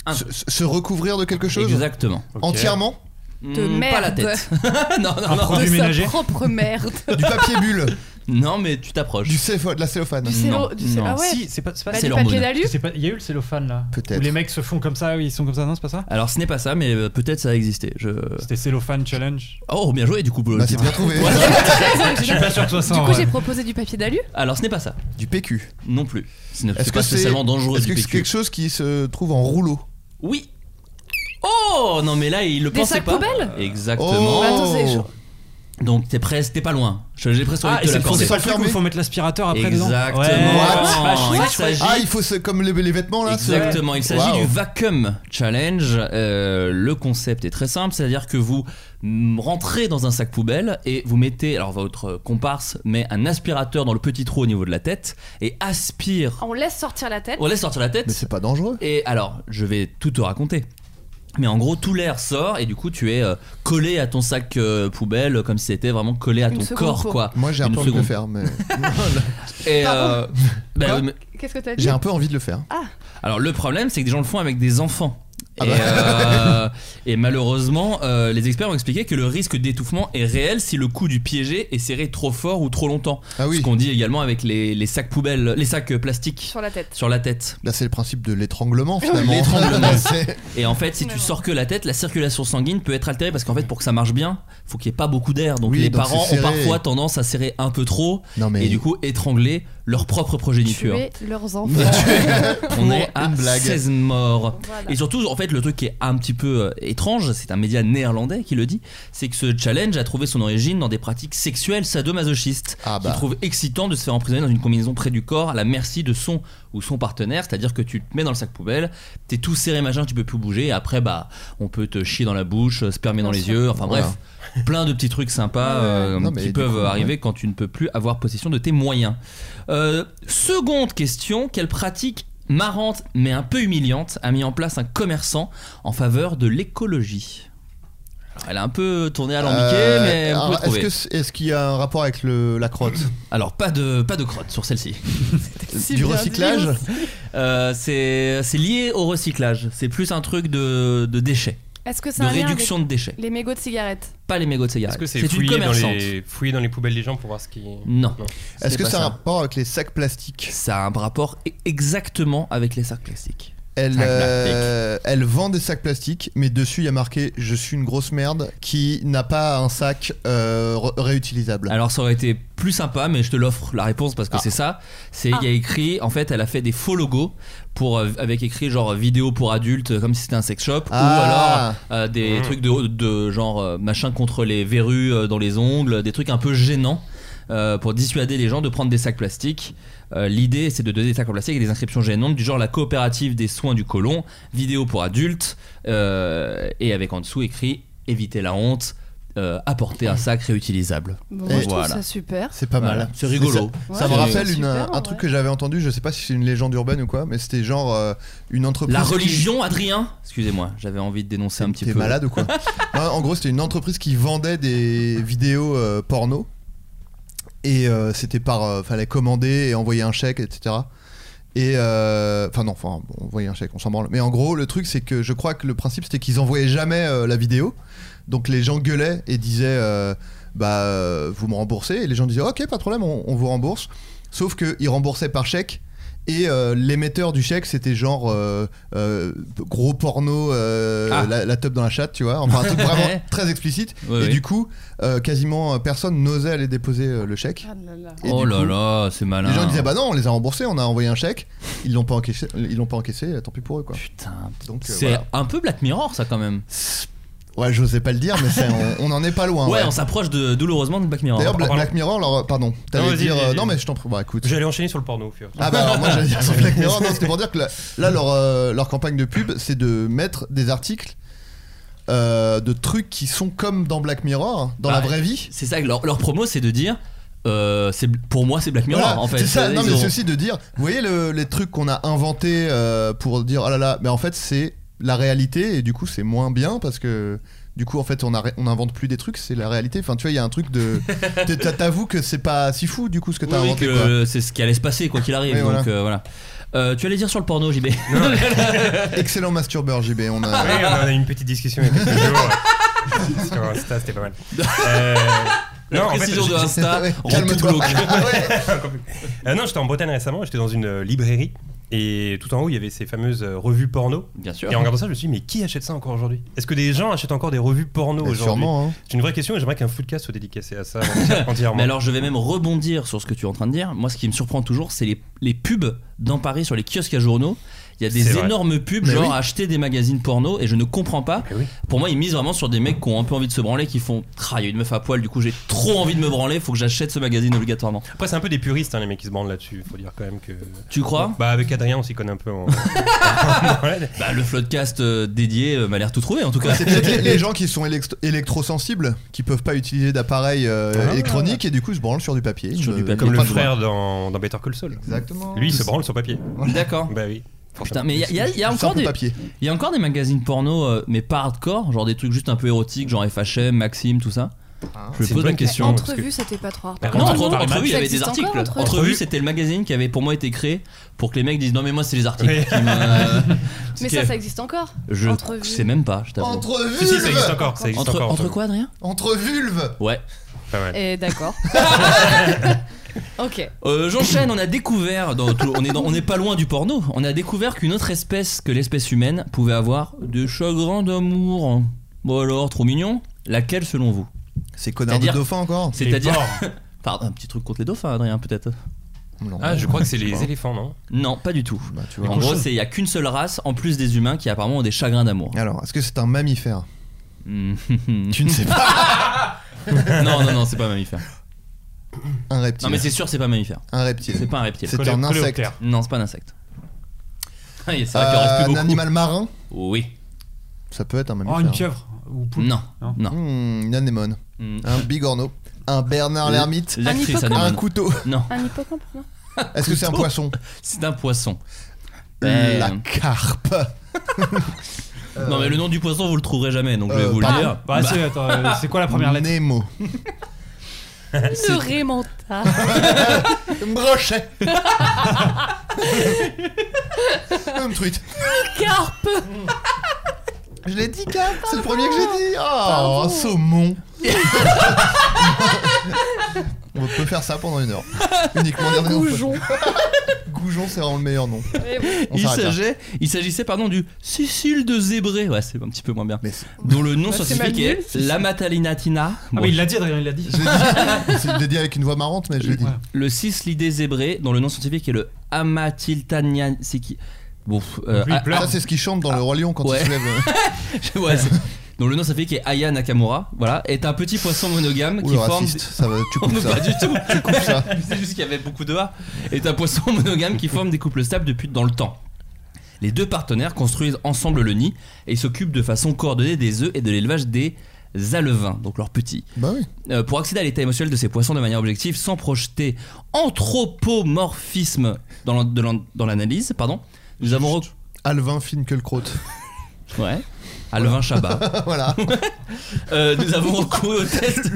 Speaker 10: Ah.
Speaker 8: Se, se recouvrir de quelque chose.
Speaker 10: Exactement.
Speaker 11: Ok.
Speaker 8: Entièrement.
Speaker 9: De
Speaker 10: Hmm,
Speaker 9: merde.
Speaker 10: Pas la tête. non, non, non.
Speaker 7: produit
Speaker 9: de
Speaker 7: ménager
Speaker 9: sa propre merde.
Speaker 8: Du papier bulle,
Speaker 10: Non, mais tu t'approches.
Speaker 8: du céphale, de la cellophane.
Speaker 9: Du cello.
Speaker 10: Non,
Speaker 9: Du cello.
Speaker 10: non.
Speaker 9: Ah ouais.
Speaker 7: Si, c'est pas, c'est pas,
Speaker 9: Bah,
Speaker 10: c'est
Speaker 9: du
Speaker 10: l'hormone.
Speaker 9: papier d'alu
Speaker 7: c'est pas- Il y a eu le cellophane là.
Speaker 8: Peut-être.
Speaker 7: Où les mecs se font comme ça, oui, ils sont comme ça, non, c'est pas ça
Speaker 10: Alors ce n'est pas ça, mais euh, peut-être ça a existé. Je...
Speaker 7: C'était cellophane challenge.
Speaker 10: Oh, bien joué du coup.
Speaker 8: Bah, c'est bien trouvé.
Speaker 7: Je suis pas sûr que ce soit ça.
Speaker 9: Du
Speaker 7: en
Speaker 9: coup,
Speaker 7: vrai.
Speaker 9: j'ai proposé du papier d'alu.
Speaker 10: Alors ce n'est pas ça,
Speaker 8: Du PQ.
Speaker 10: non plus. Ce n'est
Speaker 8: Est-ce
Speaker 10: c'est
Speaker 8: que
Speaker 10: pas
Speaker 8: c'est-
Speaker 10: spécialement dangereux
Speaker 8: Est-ce
Speaker 10: du
Speaker 8: que c'est
Speaker 10: PQ.
Speaker 8: quelque chose qui se trouve en rouleau
Speaker 10: Oui. Oh non mais là il le
Speaker 9: Des
Speaker 10: pensait
Speaker 9: sacs
Speaker 10: pas. Euh,
Speaker 9: poubelles Bah,
Speaker 8: Oh
Speaker 10: Exactement.
Speaker 9: Attends, c'est chaud.
Speaker 10: Donc t'es presque, t'es pas loin. Je- J'ai presque envie
Speaker 7: Ah,
Speaker 10: de
Speaker 7: et
Speaker 10: te
Speaker 7: c'est le-
Speaker 10: l'accorder.
Speaker 7: c'est pas le truc où
Speaker 8: Fermé.
Speaker 7: il faut mettre l'aspirateur après dedans Bah,
Speaker 10: Exactement.
Speaker 8: What
Speaker 7: Ouais,
Speaker 10: il
Speaker 7: ouais, ouais.
Speaker 10: s'agit.
Speaker 8: Ah, il faut se- comme les, les vêtements
Speaker 7: Ah,
Speaker 8: là. se-
Speaker 10: Exactement, il s'agit
Speaker 8: Wow.
Speaker 10: du Vacuum Challenge. Euh, le concept est très simple, c'est-à-dire que vous mm, rentrez dans un sac poubelle et vous mettez, alors votre comparse met un aspirateur dans le petit trou au niveau de la tête et aspire.
Speaker 9: On laisse sortir la tête.
Speaker 10: On laisse sortir la
Speaker 8: Mais
Speaker 10: tête.
Speaker 8: c'est pas dangereux.
Speaker 10: Et alors, je vais tout te raconter. Mais en gros, tout l'air sort et du coup, tu es euh, collé à ton sac euh, poubelle comme si c'était vraiment collé à
Speaker 9: Une
Speaker 10: ton
Speaker 9: seconde
Speaker 10: corps,
Speaker 9: peau.
Speaker 10: quoi.
Speaker 8: Moi j'ai un
Speaker 10: Une
Speaker 8: peu envie de le
Speaker 10: seconde.
Speaker 8: faire, mais
Speaker 10: Et, euh, bah,
Speaker 8: Quoi
Speaker 10: mais-
Speaker 9: Qu'est-ce que t'as dit
Speaker 8: j'ai un peu envie de le faire.
Speaker 10: alors, le problème, c'est que des gens le font avec des enfants.
Speaker 8: Ah
Speaker 10: et,
Speaker 8: bah.
Speaker 10: euh, et malheureusement, euh, les experts ont expliqué que le risque d'étouffement est réel si le coup du piégé est serré trop fort ou trop longtemps.
Speaker 8: Ah
Speaker 10: Ce
Speaker 8: oui,
Speaker 10: qu'on dit également avec les, les sacs poubelles, les sacs euh, plastiques
Speaker 9: Sur la tête.
Speaker 10: sur la tête.
Speaker 8: là c'est le principe de l'étranglement finalement.
Speaker 10: L'étranglement.
Speaker 8: C'est-
Speaker 10: Et en fait, si tu
Speaker 9: Finalement.
Speaker 10: sors que la tête, la circulation sanguine peut être altérée parce qu'en fait, pour que ça marche bien, faut qu'il n'y ait pas beaucoup d'air. Donc
Speaker 8: Oui,
Speaker 10: les
Speaker 8: donc
Speaker 10: parents
Speaker 8: c'est
Speaker 10: ont
Speaker 8: serré.
Speaker 10: parfois tendance à serrer un peu trop
Speaker 8: Non mais
Speaker 10: et du coup étrangler leur propre progéniture.
Speaker 9: Tuer leurs enfants.
Speaker 10: On est à
Speaker 8: une blague.
Speaker 10: 16 morts.
Speaker 9: Voilà.
Speaker 10: Et surtout, en fait, le truc qui est un petit peu euh, étrange, c'est un média néerlandais qui le dit, c'est que ce challenge a trouvé son origine dans des pratiques sexuelles sadomasochistes.
Speaker 8: ah
Speaker 10: qui
Speaker 8: bah
Speaker 10: trouve excitant de se faire emprisonner dans une combinaison près du corps à la merci de son ou son partenaire, c'est-à-dire que tu te mets dans le sac poubelle, t'es tout serré machin, tu peux plus bouger, et après bah on peut te chier dans la bouche, euh, spermer dans
Speaker 9: Bien
Speaker 10: les
Speaker 9: sûr.
Speaker 10: yeux, enfin
Speaker 8: Voilà.
Speaker 10: bref, plein de petits trucs sympas euh,
Speaker 8: Non, mais
Speaker 10: qui
Speaker 8: du
Speaker 10: peuvent
Speaker 8: coup,
Speaker 10: arriver quand tu ne peux plus avoir possession de tes moyens. Euh, seconde question, quelle pratique marrante mais un peu humiliante a mis en place un commerçant en faveur de l'écologie Alors, elle a un peu tourné à l'ambiquet,
Speaker 8: Euh,
Speaker 10: mais vous
Speaker 8: alors,
Speaker 10: pouvez
Speaker 8: est-ce
Speaker 10: trouver.
Speaker 8: que c'est- est-ce qu'il y a un rapport avec le, la crotte
Speaker 10: Alors pas de pas de crotte sur celle-ci.
Speaker 9: Si
Speaker 8: du
Speaker 9: bien
Speaker 8: recyclage
Speaker 9: dit.
Speaker 10: Euh, c'est c'est lié au recyclage. C'est plus un truc de, de déchets,
Speaker 9: Est-ce que c'est
Speaker 10: de
Speaker 9: un lien avec
Speaker 10: réduction de déchets,
Speaker 9: les mégots de cigarettes
Speaker 10: pas les mégots de
Speaker 11: Est-ce
Speaker 10: cigarettes.
Speaker 11: que c'est
Speaker 10: une
Speaker 11: fouiller dans,
Speaker 10: commerçante.
Speaker 11: les... fouiller dans les poubelles des gens pour voir ce qui.
Speaker 10: Non.
Speaker 8: Est-ce que
Speaker 10: pas
Speaker 8: c'est un
Speaker 10: ça.
Speaker 8: rapport avec les sacs plastiques
Speaker 10: Ça a un rapport e- exactement avec les sacs plastiques.
Speaker 8: elle,
Speaker 10: Sacs
Speaker 8: euh, elle vend des sacs plastiques, mais dessus il y a marqué Je suis une grosse merde qui n'a pas un sac euh, re- réutilisable.
Speaker 10: Alors ça aurait été plus sympa, mais je te l'offre la réponse parce que
Speaker 8: Ah.
Speaker 10: c'est ça. C'est il y
Speaker 9: Ah.
Speaker 10: a écrit en fait elle a fait des faux logos pour euh, avec écrit genre vidéo pour adultes euh, comme si c'était un sex shop ou alors
Speaker 8: Ah,
Speaker 10: Euh, des
Speaker 11: Mmh.
Speaker 10: trucs de, de genre euh, machin contre les verrues euh, dans les ongles, des trucs un peu gênants euh, pour dissuader les gens de prendre des sacs plastiques. Euh, L'idée, c'est de donner des sacs en plastique avec des inscriptions gênantes du genre la coopérative des soins du colon, vidéo pour adultes, euh, et avec en dessous écrit éviter la honte, euh, apporter un sac réutilisable.
Speaker 9: Bon,
Speaker 8: Et
Speaker 9: moi, je
Speaker 10: voilà.
Speaker 9: trouve ça super.
Speaker 8: c'est pas
Speaker 10: Voilà.
Speaker 8: mal.
Speaker 10: C'est rigolo.
Speaker 8: Mais
Speaker 9: Ouais,
Speaker 8: Ça, ça me
Speaker 10: c'est-
Speaker 8: rappelle
Speaker 9: c'est
Speaker 8: une-
Speaker 9: super,
Speaker 8: un,
Speaker 9: en
Speaker 8: truc
Speaker 9: vrai.
Speaker 8: que j'avais entendu, je sais pas si c'est une légende urbaine ou quoi, mais c'était genre euh, une entreprise.
Speaker 10: La
Speaker 8: qui-
Speaker 10: religion, Adrien Excusez-moi, j'avais envie de dénoncer un petit
Speaker 8: T'es
Speaker 10: peu.
Speaker 8: malade ou quoi Non, En gros, c'était une entreprise qui vendait des vidéos euh, porno. Et euh, c'était par. euh, fallait commander et envoyer un chèque, etc. Et. euh, Enfin, non, enfin, bon, envoyer un chèque, on s'en branle. Mais en gros, le truc, c'est que je crois que le principe, c'était qu'ils envoyaient jamais euh, la vidéo. Donc les gens gueulaient et disaient. euh, bah, euh, vous me remboursez. Et les gens disaient, ok, pas de problème, on, on vous rembourse. Sauf qu'ils remboursaient par chèque. Et euh, l'émetteur du chèque, c'était genre euh, euh, gros porno, euh,
Speaker 10: Ah.
Speaker 8: la, la teub dans la chatte, tu vois. Enfin, un truc vraiment très explicite.
Speaker 10: Ouais,
Speaker 8: et
Speaker 10: ouais.
Speaker 8: du coup, euh, quasiment euh, personne n'osait aller déposer euh, le chèque.
Speaker 9: Ah là là.
Speaker 8: Et
Speaker 10: Oh
Speaker 8: du
Speaker 10: là
Speaker 8: coup,
Speaker 10: là, c'est malin.
Speaker 8: Les gens disaient, bah non, on les a remboursés, on a envoyé un chèque. Ils l'ont pas encaissé, ils l'ont pas encaissé, euh, tant pis pour eux, quoi.
Speaker 10: Putain,
Speaker 8: Donc, euh,
Speaker 10: c'est
Speaker 8: voilà.
Speaker 10: un peu Black Mirror ça quand même.
Speaker 8: Ouais, j'osais pas le dire, mais c'est- on, on en est pas loin.
Speaker 10: ouais,
Speaker 8: ouais.
Speaker 10: on s'approche de, douloureusement de Black Mirror.
Speaker 8: D'ailleurs,
Speaker 11: En
Speaker 8: Bla-
Speaker 11: parlant-
Speaker 8: Black Mirror, leur... pardon, t'allais
Speaker 11: vas-y,
Speaker 8: dire.
Speaker 11: vas-y,
Speaker 8: euh,
Speaker 11: vas-y.
Speaker 8: non, mais je t'en prie, bah écoute.
Speaker 11: J'allais enchaîner sur le porno au fur et à mesure.
Speaker 8: Ah bah alors moi j'allais dire sur Black Mirror, non c'était pour dire que là, là, leur, euh, leur campagne de pub c'est de mettre des articles euh, de trucs qui sont comme dans Black Mirror, dans
Speaker 10: Bah,
Speaker 8: la vraie vie.
Speaker 10: c'est ça que leur, leur promo, c'est de dire. euh, c'est- pour moi, c'est Black Mirror
Speaker 8: Voilà,
Speaker 10: en fait.
Speaker 8: c'est ça,
Speaker 10: Ils
Speaker 8: non mais
Speaker 10: ont-
Speaker 8: c'est aussi de dire, vous voyez le- les trucs qu'on a inventés euh, pour dire oh là là, mais en fait c'est la réalité et du coup c'est moins bien parce que du coup en fait on, a- on invente plus des trucs, c'est la réalité. Enfin tu vois il y a un truc de... t'es- t'as- T'avoues que c'est pas si fou du coup ce que
Speaker 10: Oui,
Speaker 8: t'as
Speaker 10: oui,
Speaker 8: inventé.
Speaker 10: que
Speaker 8: quoi.
Speaker 10: c'est ce qui allait se passer quoi qu'il arrive.
Speaker 8: Oui,
Speaker 10: donc
Speaker 8: voilà.
Speaker 10: euh, voilà. Euh, tu allais dire sur le porno, JB.
Speaker 8: Excellent masturbeur JB, on a...
Speaker 11: Oui, on en a eu une petite discussion il y a quelques jours. sur Insta, c'était pas mal. Euh,
Speaker 10: La
Speaker 11: non, en fait,
Speaker 10: précision de Insta.
Speaker 8: Ouais,
Speaker 10: rend tout
Speaker 8: calme-toi.
Speaker 10: glauque.
Speaker 11: Euh, non, j'étais en Bretagne récemment, j'étais dans une euh, librairie et tout en haut il y avait ces fameuses euh, revues porno.
Speaker 10: Bien sûr.
Speaker 11: Et en regardant ça, je me suis dit, mais qui achète ça encore aujourd'hui Est-ce que des gens achètent encore des revues porno
Speaker 8: Bah,
Speaker 11: aujourd'hui
Speaker 8: sûrement, hein.
Speaker 11: C'est une vraie question et j'aimerais qu'un footcast soit dédicacé à ça entièrement.
Speaker 10: Mais alors, je vais même rebondir sur ce que tu es en train de dire. Moi, ce qui me surprend toujours, c'est les, les pubs dans Paris sur les kiosques à journaux. Il y a
Speaker 11: C'est
Speaker 10: des
Speaker 11: vrai.
Speaker 10: énormes pubs,
Speaker 8: Mais
Speaker 10: genre
Speaker 8: oui.
Speaker 10: acheter des magazines porno, et je ne comprends pas.
Speaker 11: Mais oui.
Speaker 10: Pour moi, ils misent vraiment sur des mecs qui ont un peu envie de se branler, qui font Ah, il y a une meuf à poil, du coup, j'ai trop envie de me branler, faut que j'achète ce magazine obligatoirement.
Speaker 11: Après, c'est un peu des puristes hein, les mecs qui se bandent là-dessus. Faut dire quand même que.
Speaker 10: Tu crois
Speaker 11: Bah, avec Adrien, on s'y connaît un peu en.
Speaker 10: Bah, le floodcast euh, dédié euh, m'a l'air tout trouvé en tout cas.
Speaker 8: C'est peut-être les, les gens qui sont élect- électrosensibles, qui peuvent pas utiliser d'appareil euh,
Speaker 11: Ah,
Speaker 8: électronique et du coup se branlent sur du papier.
Speaker 10: Sur
Speaker 8: Ils
Speaker 10: du
Speaker 8: me-
Speaker 10: papier.
Speaker 11: Comme
Speaker 8: Bah, Pas
Speaker 11: le
Speaker 8: de
Speaker 11: frère dans, dans Better Call Saul.
Speaker 8: Exactement.
Speaker 11: Lui, il se branle sur papier.
Speaker 10: D'accord.
Speaker 11: Bah oui.
Speaker 10: Putain, mais il y a- il y a- il y a
Speaker 8: C'est un
Speaker 10: encore
Speaker 8: peu
Speaker 10: des.
Speaker 8: papier.
Speaker 10: Il y a encore des magazines porno, euh, mais pas hardcore, genre des trucs juste un peu érotiques, genre FHM, Maxime, tout ça.
Speaker 8: Ah.
Speaker 10: Je me
Speaker 11: C'est une
Speaker 10: pose la
Speaker 11: bonne
Speaker 10: question.
Speaker 11: question. parce que-
Speaker 9: Entrevue, c'était pas trop.
Speaker 11: Par
Speaker 10: Non,
Speaker 11: contre,
Speaker 10: entre,
Speaker 11: Paris
Speaker 10: entrevue,
Speaker 11: Match,
Speaker 10: il y avait
Speaker 9: ça
Speaker 10: des
Speaker 9: existe
Speaker 10: articles.
Speaker 9: encore,
Speaker 10: Entrevue,
Speaker 9: Entrevue
Speaker 10: c'était le magazine qui avait pour moi été créé pour que les mecs disent non mais moi c'est les articles.
Speaker 11: Oui.
Speaker 10: qui me-
Speaker 9: Mais
Speaker 10: qui-
Speaker 9: ça, ça existe encore.
Speaker 10: je
Speaker 9: Entrevue.
Speaker 10: sais même pas. Je t'avoue.
Speaker 8: Entre
Speaker 11: Si, si, ça existe
Speaker 8: vulves
Speaker 11: encore. Ça existe
Speaker 10: Entre,
Speaker 11: encore,
Speaker 10: entre
Speaker 11: Entrevue.
Speaker 10: quoi, Adrien
Speaker 8: Entre vulves
Speaker 10: Ouais.
Speaker 11: Pas mal.
Speaker 9: Et Eh, d'accord. ok.
Speaker 10: Euh, J'enchaîne. On a découvert, dans tout- on est dans- on n'est pas loin du porno. On a découvert qu'une autre espèce que l'espèce humaine pouvait avoir de chagrins d'amour. Bon alors, trop mignon. Laquelle selon vous
Speaker 8: C'est connard de
Speaker 10: C'est-à-dire-
Speaker 8: dauphin encore
Speaker 10: C'est-à-dire, pardon, un petit truc contre les dauphins, Adrien, peut-être
Speaker 8: Non.
Speaker 11: Ah, je crois que c'est
Speaker 8: Je sais
Speaker 11: les
Speaker 8: pas.
Speaker 11: éléphants, non
Speaker 10: Non, pas du tout.
Speaker 8: Bah, tu vois.
Speaker 10: En gros, c'est il y a qu'une seule race, en plus des humains, qui apparemment ont des chagrins d'amour.
Speaker 8: Alors, est-ce que c'est un mammifère
Speaker 10: Hmm.
Speaker 8: Tu ne sais pas.
Speaker 10: non, non, non, c'est pas un mammifère.
Speaker 8: Un reptile.
Speaker 10: Non, mais c'est sûr, c'est pas un mammifère.
Speaker 8: Un
Speaker 10: C'est
Speaker 8: reptile.
Speaker 10: pas un reptile.
Speaker 8: C'est un insecte.
Speaker 11: coléoptère.
Speaker 10: Non, c'est pas un insecte. Ah, c'est vrai qu'il en reste
Speaker 8: Euh,
Speaker 10: plus
Speaker 8: Un
Speaker 10: beaucoup.
Speaker 8: animal marin
Speaker 10: Oui.
Speaker 8: Ça peut être un
Speaker 7: Oh, une
Speaker 8: mammifère.
Speaker 7: pieuvre ou poule.
Speaker 10: Non.
Speaker 7: Non.
Speaker 10: Non.
Speaker 8: Hmm, Une anémone.
Speaker 10: Hmm.
Speaker 8: Un bigorneau. Un Bernard
Speaker 10: Euh,
Speaker 8: l'ermite.
Speaker 10: L'actrice
Speaker 9: hippocampe.
Speaker 8: Un
Speaker 10: anémone.
Speaker 8: couteau.
Speaker 10: Non,
Speaker 9: Un hippocampe, non
Speaker 8: Est-ce que c'est un
Speaker 10: Couteau.
Speaker 8: poisson
Speaker 10: c'est un poisson. Euh,
Speaker 8: La carpe.
Speaker 10: Non, mais le nom du poisson, vous le trouverez jamais, donc je vais
Speaker 8: Euh,
Speaker 10: vous le
Speaker 11: Ah,
Speaker 8: pardon.
Speaker 10: dire.
Speaker 7: Bah, c'est, attends, euh, c'est quoi la première lettre
Speaker 8: Nemo.
Speaker 9: Le Rémanta.
Speaker 8: Brochet. Même truite.
Speaker 9: Carpe.
Speaker 8: Je l'ai dit, carpe. C'est le premier que j'ai dit. Oh, saumon. On peut faire ça pendant une heure. Uniquement dire des noms de
Speaker 9: Goujon. Eh
Speaker 8: poissons. Goujon, c'est vraiment le meilleur nom.
Speaker 9: Mais bon,
Speaker 8: On
Speaker 10: Il
Speaker 8: s'arrête là.
Speaker 10: s'agit- il s'agissait, pardon, du Cécile de Zébré. Ouais, c'est un petit peu moins bien.
Speaker 8: Mais c'est-
Speaker 10: Dont le nom
Speaker 9: Bah, c'est
Speaker 10: scientifique
Speaker 9: même
Speaker 10: est Lamatalinatina.
Speaker 7: Ah,
Speaker 10: Bon,
Speaker 7: mais il l'a dit, Adrien, il l'a dit.
Speaker 8: je l'ai dit. C'est- je l'ai dit avec une voix marrante, mais je l'ai dit.
Speaker 7: Ouais.
Speaker 10: Le Cislidé zébré, dont le nom scientifique est le Amatiltanian. C'est qui Bon, euh,
Speaker 7: Lui, il
Speaker 10: ah,
Speaker 7: pleure.
Speaker 8: Ça, c'est ce qui chante dans le Roi Lion quand
Speaker 10: Ouais.
Speaker 8: il se lève.
Speaker 10: ouais, c'est- dont le nom scientifique est Aya Nakamura. Voilà, est un petit poisson monogame
Speaker 8: Ou
Speaker 10: qui
Speaker 8: le
Speaker 10: forme.
Speaker 8: raciste. Ça va, tu
Speaker 10: Oh,
Speaker 8: coupes
Speaker 10: non,
Speaker 8: ça.
Speaker 10: pas du tout.
Speaker 8: Tu coupes ça.
Speaker 10: C'est juste qu'il y avait beaucoup de A. Est un poisson monogame qui forme des couples stables depuis dans le temps. Les deux partenaires construisent ensemble le nid et s'occupent de façon coordonnée des œufs et de l'élevage des alevins, donc leurs petits.
Speaker 8: Bah oui.
Speaker 10: Euh, pour accéder à l'état émotionnel de ces poissons de manière objective sans projeter anthropomorphisme dans l'an- de l'an- dans l'analyse, pardon. Nous avons rec-
Speaker 8: Alvin Finkielkraut.
Speaker 10: ouais. Alvin Chabat.
Speaker 8: voilà.
Speaker 10: Euh, nous avons recouru au test.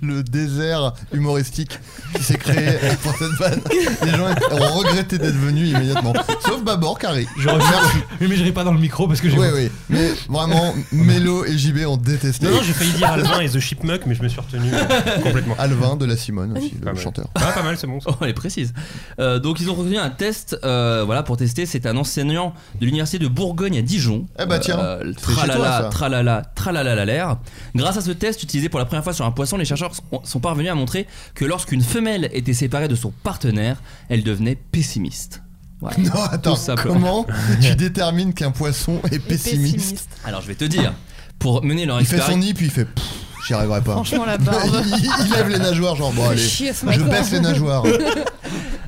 Speaker 8: le désert humoristique qui s'est créé pour cette vanne. Les gens ont regretté d'être venus immédiatement. Sauf Babor, Carré.
Speaker 7: Je refuse. Mais, mais je ris pas dans le micro parce que j'ai.
Speaker 8: Oui, oui. Mais vraiment, Mélo et JB ont détesté.
Speaker 11: Non, non, j'ai failli dire Alvin et The Chipmunk, mais je me suis retenu euh, complètement.
Speaker 8: Alvin de la Simone aussi,
Speaker 11: Pas
Speaker 8: le
Speaker 11: mal.
Speaker 8: chanteur.
Speaker 11: Ah, pas mal, c'est bon. ça.
Speaker 10: Oh, elle est précise. Euh, donc ils ont retenu un test, euh, voilà, pour tester. C'est un enseignant de l'université de Bourgogne à Dijon.
Speaker 8: Eh bah tiens,
Speaker 10: Euh,
Speaker 8: c'est chez toi,
Speaker 10: tralala,
Speaker 8: ça.
Speaker 10: tralala, tralala, la l'air. Grâce à ce test utilisé pour la première fois sur un poisson, les chercheurs sont- sont parvenus à montrer que lorsqu'une femelle était séparée de son partenaire, elle devenait pessimiste. Voilà.
Speaker 8: Non, attends,
Speaker 10: Tout simplement.
Speaker 8: comment tu détermines qu'un poisson est
Speaker 9: et
Speaker 8: pessimiste,
Speaker 10: Alors je vais te dire, pour mener leur
Speaker 8: Il fait son
Speaker 10: expérience.
Speaker 8: nid, puis il fait Pff, j'y arriverai pas.
Speaker 9: Franchement, la barbe.
Speaker 8: il, il lève les nageoires, genre bon,
Speaker 9: Fais
Speaker 8: allez.
Speaker 9: chier ce
Speaker 8: Je
Speaker 9: matin.
Speaker 8: baisse les nageoires.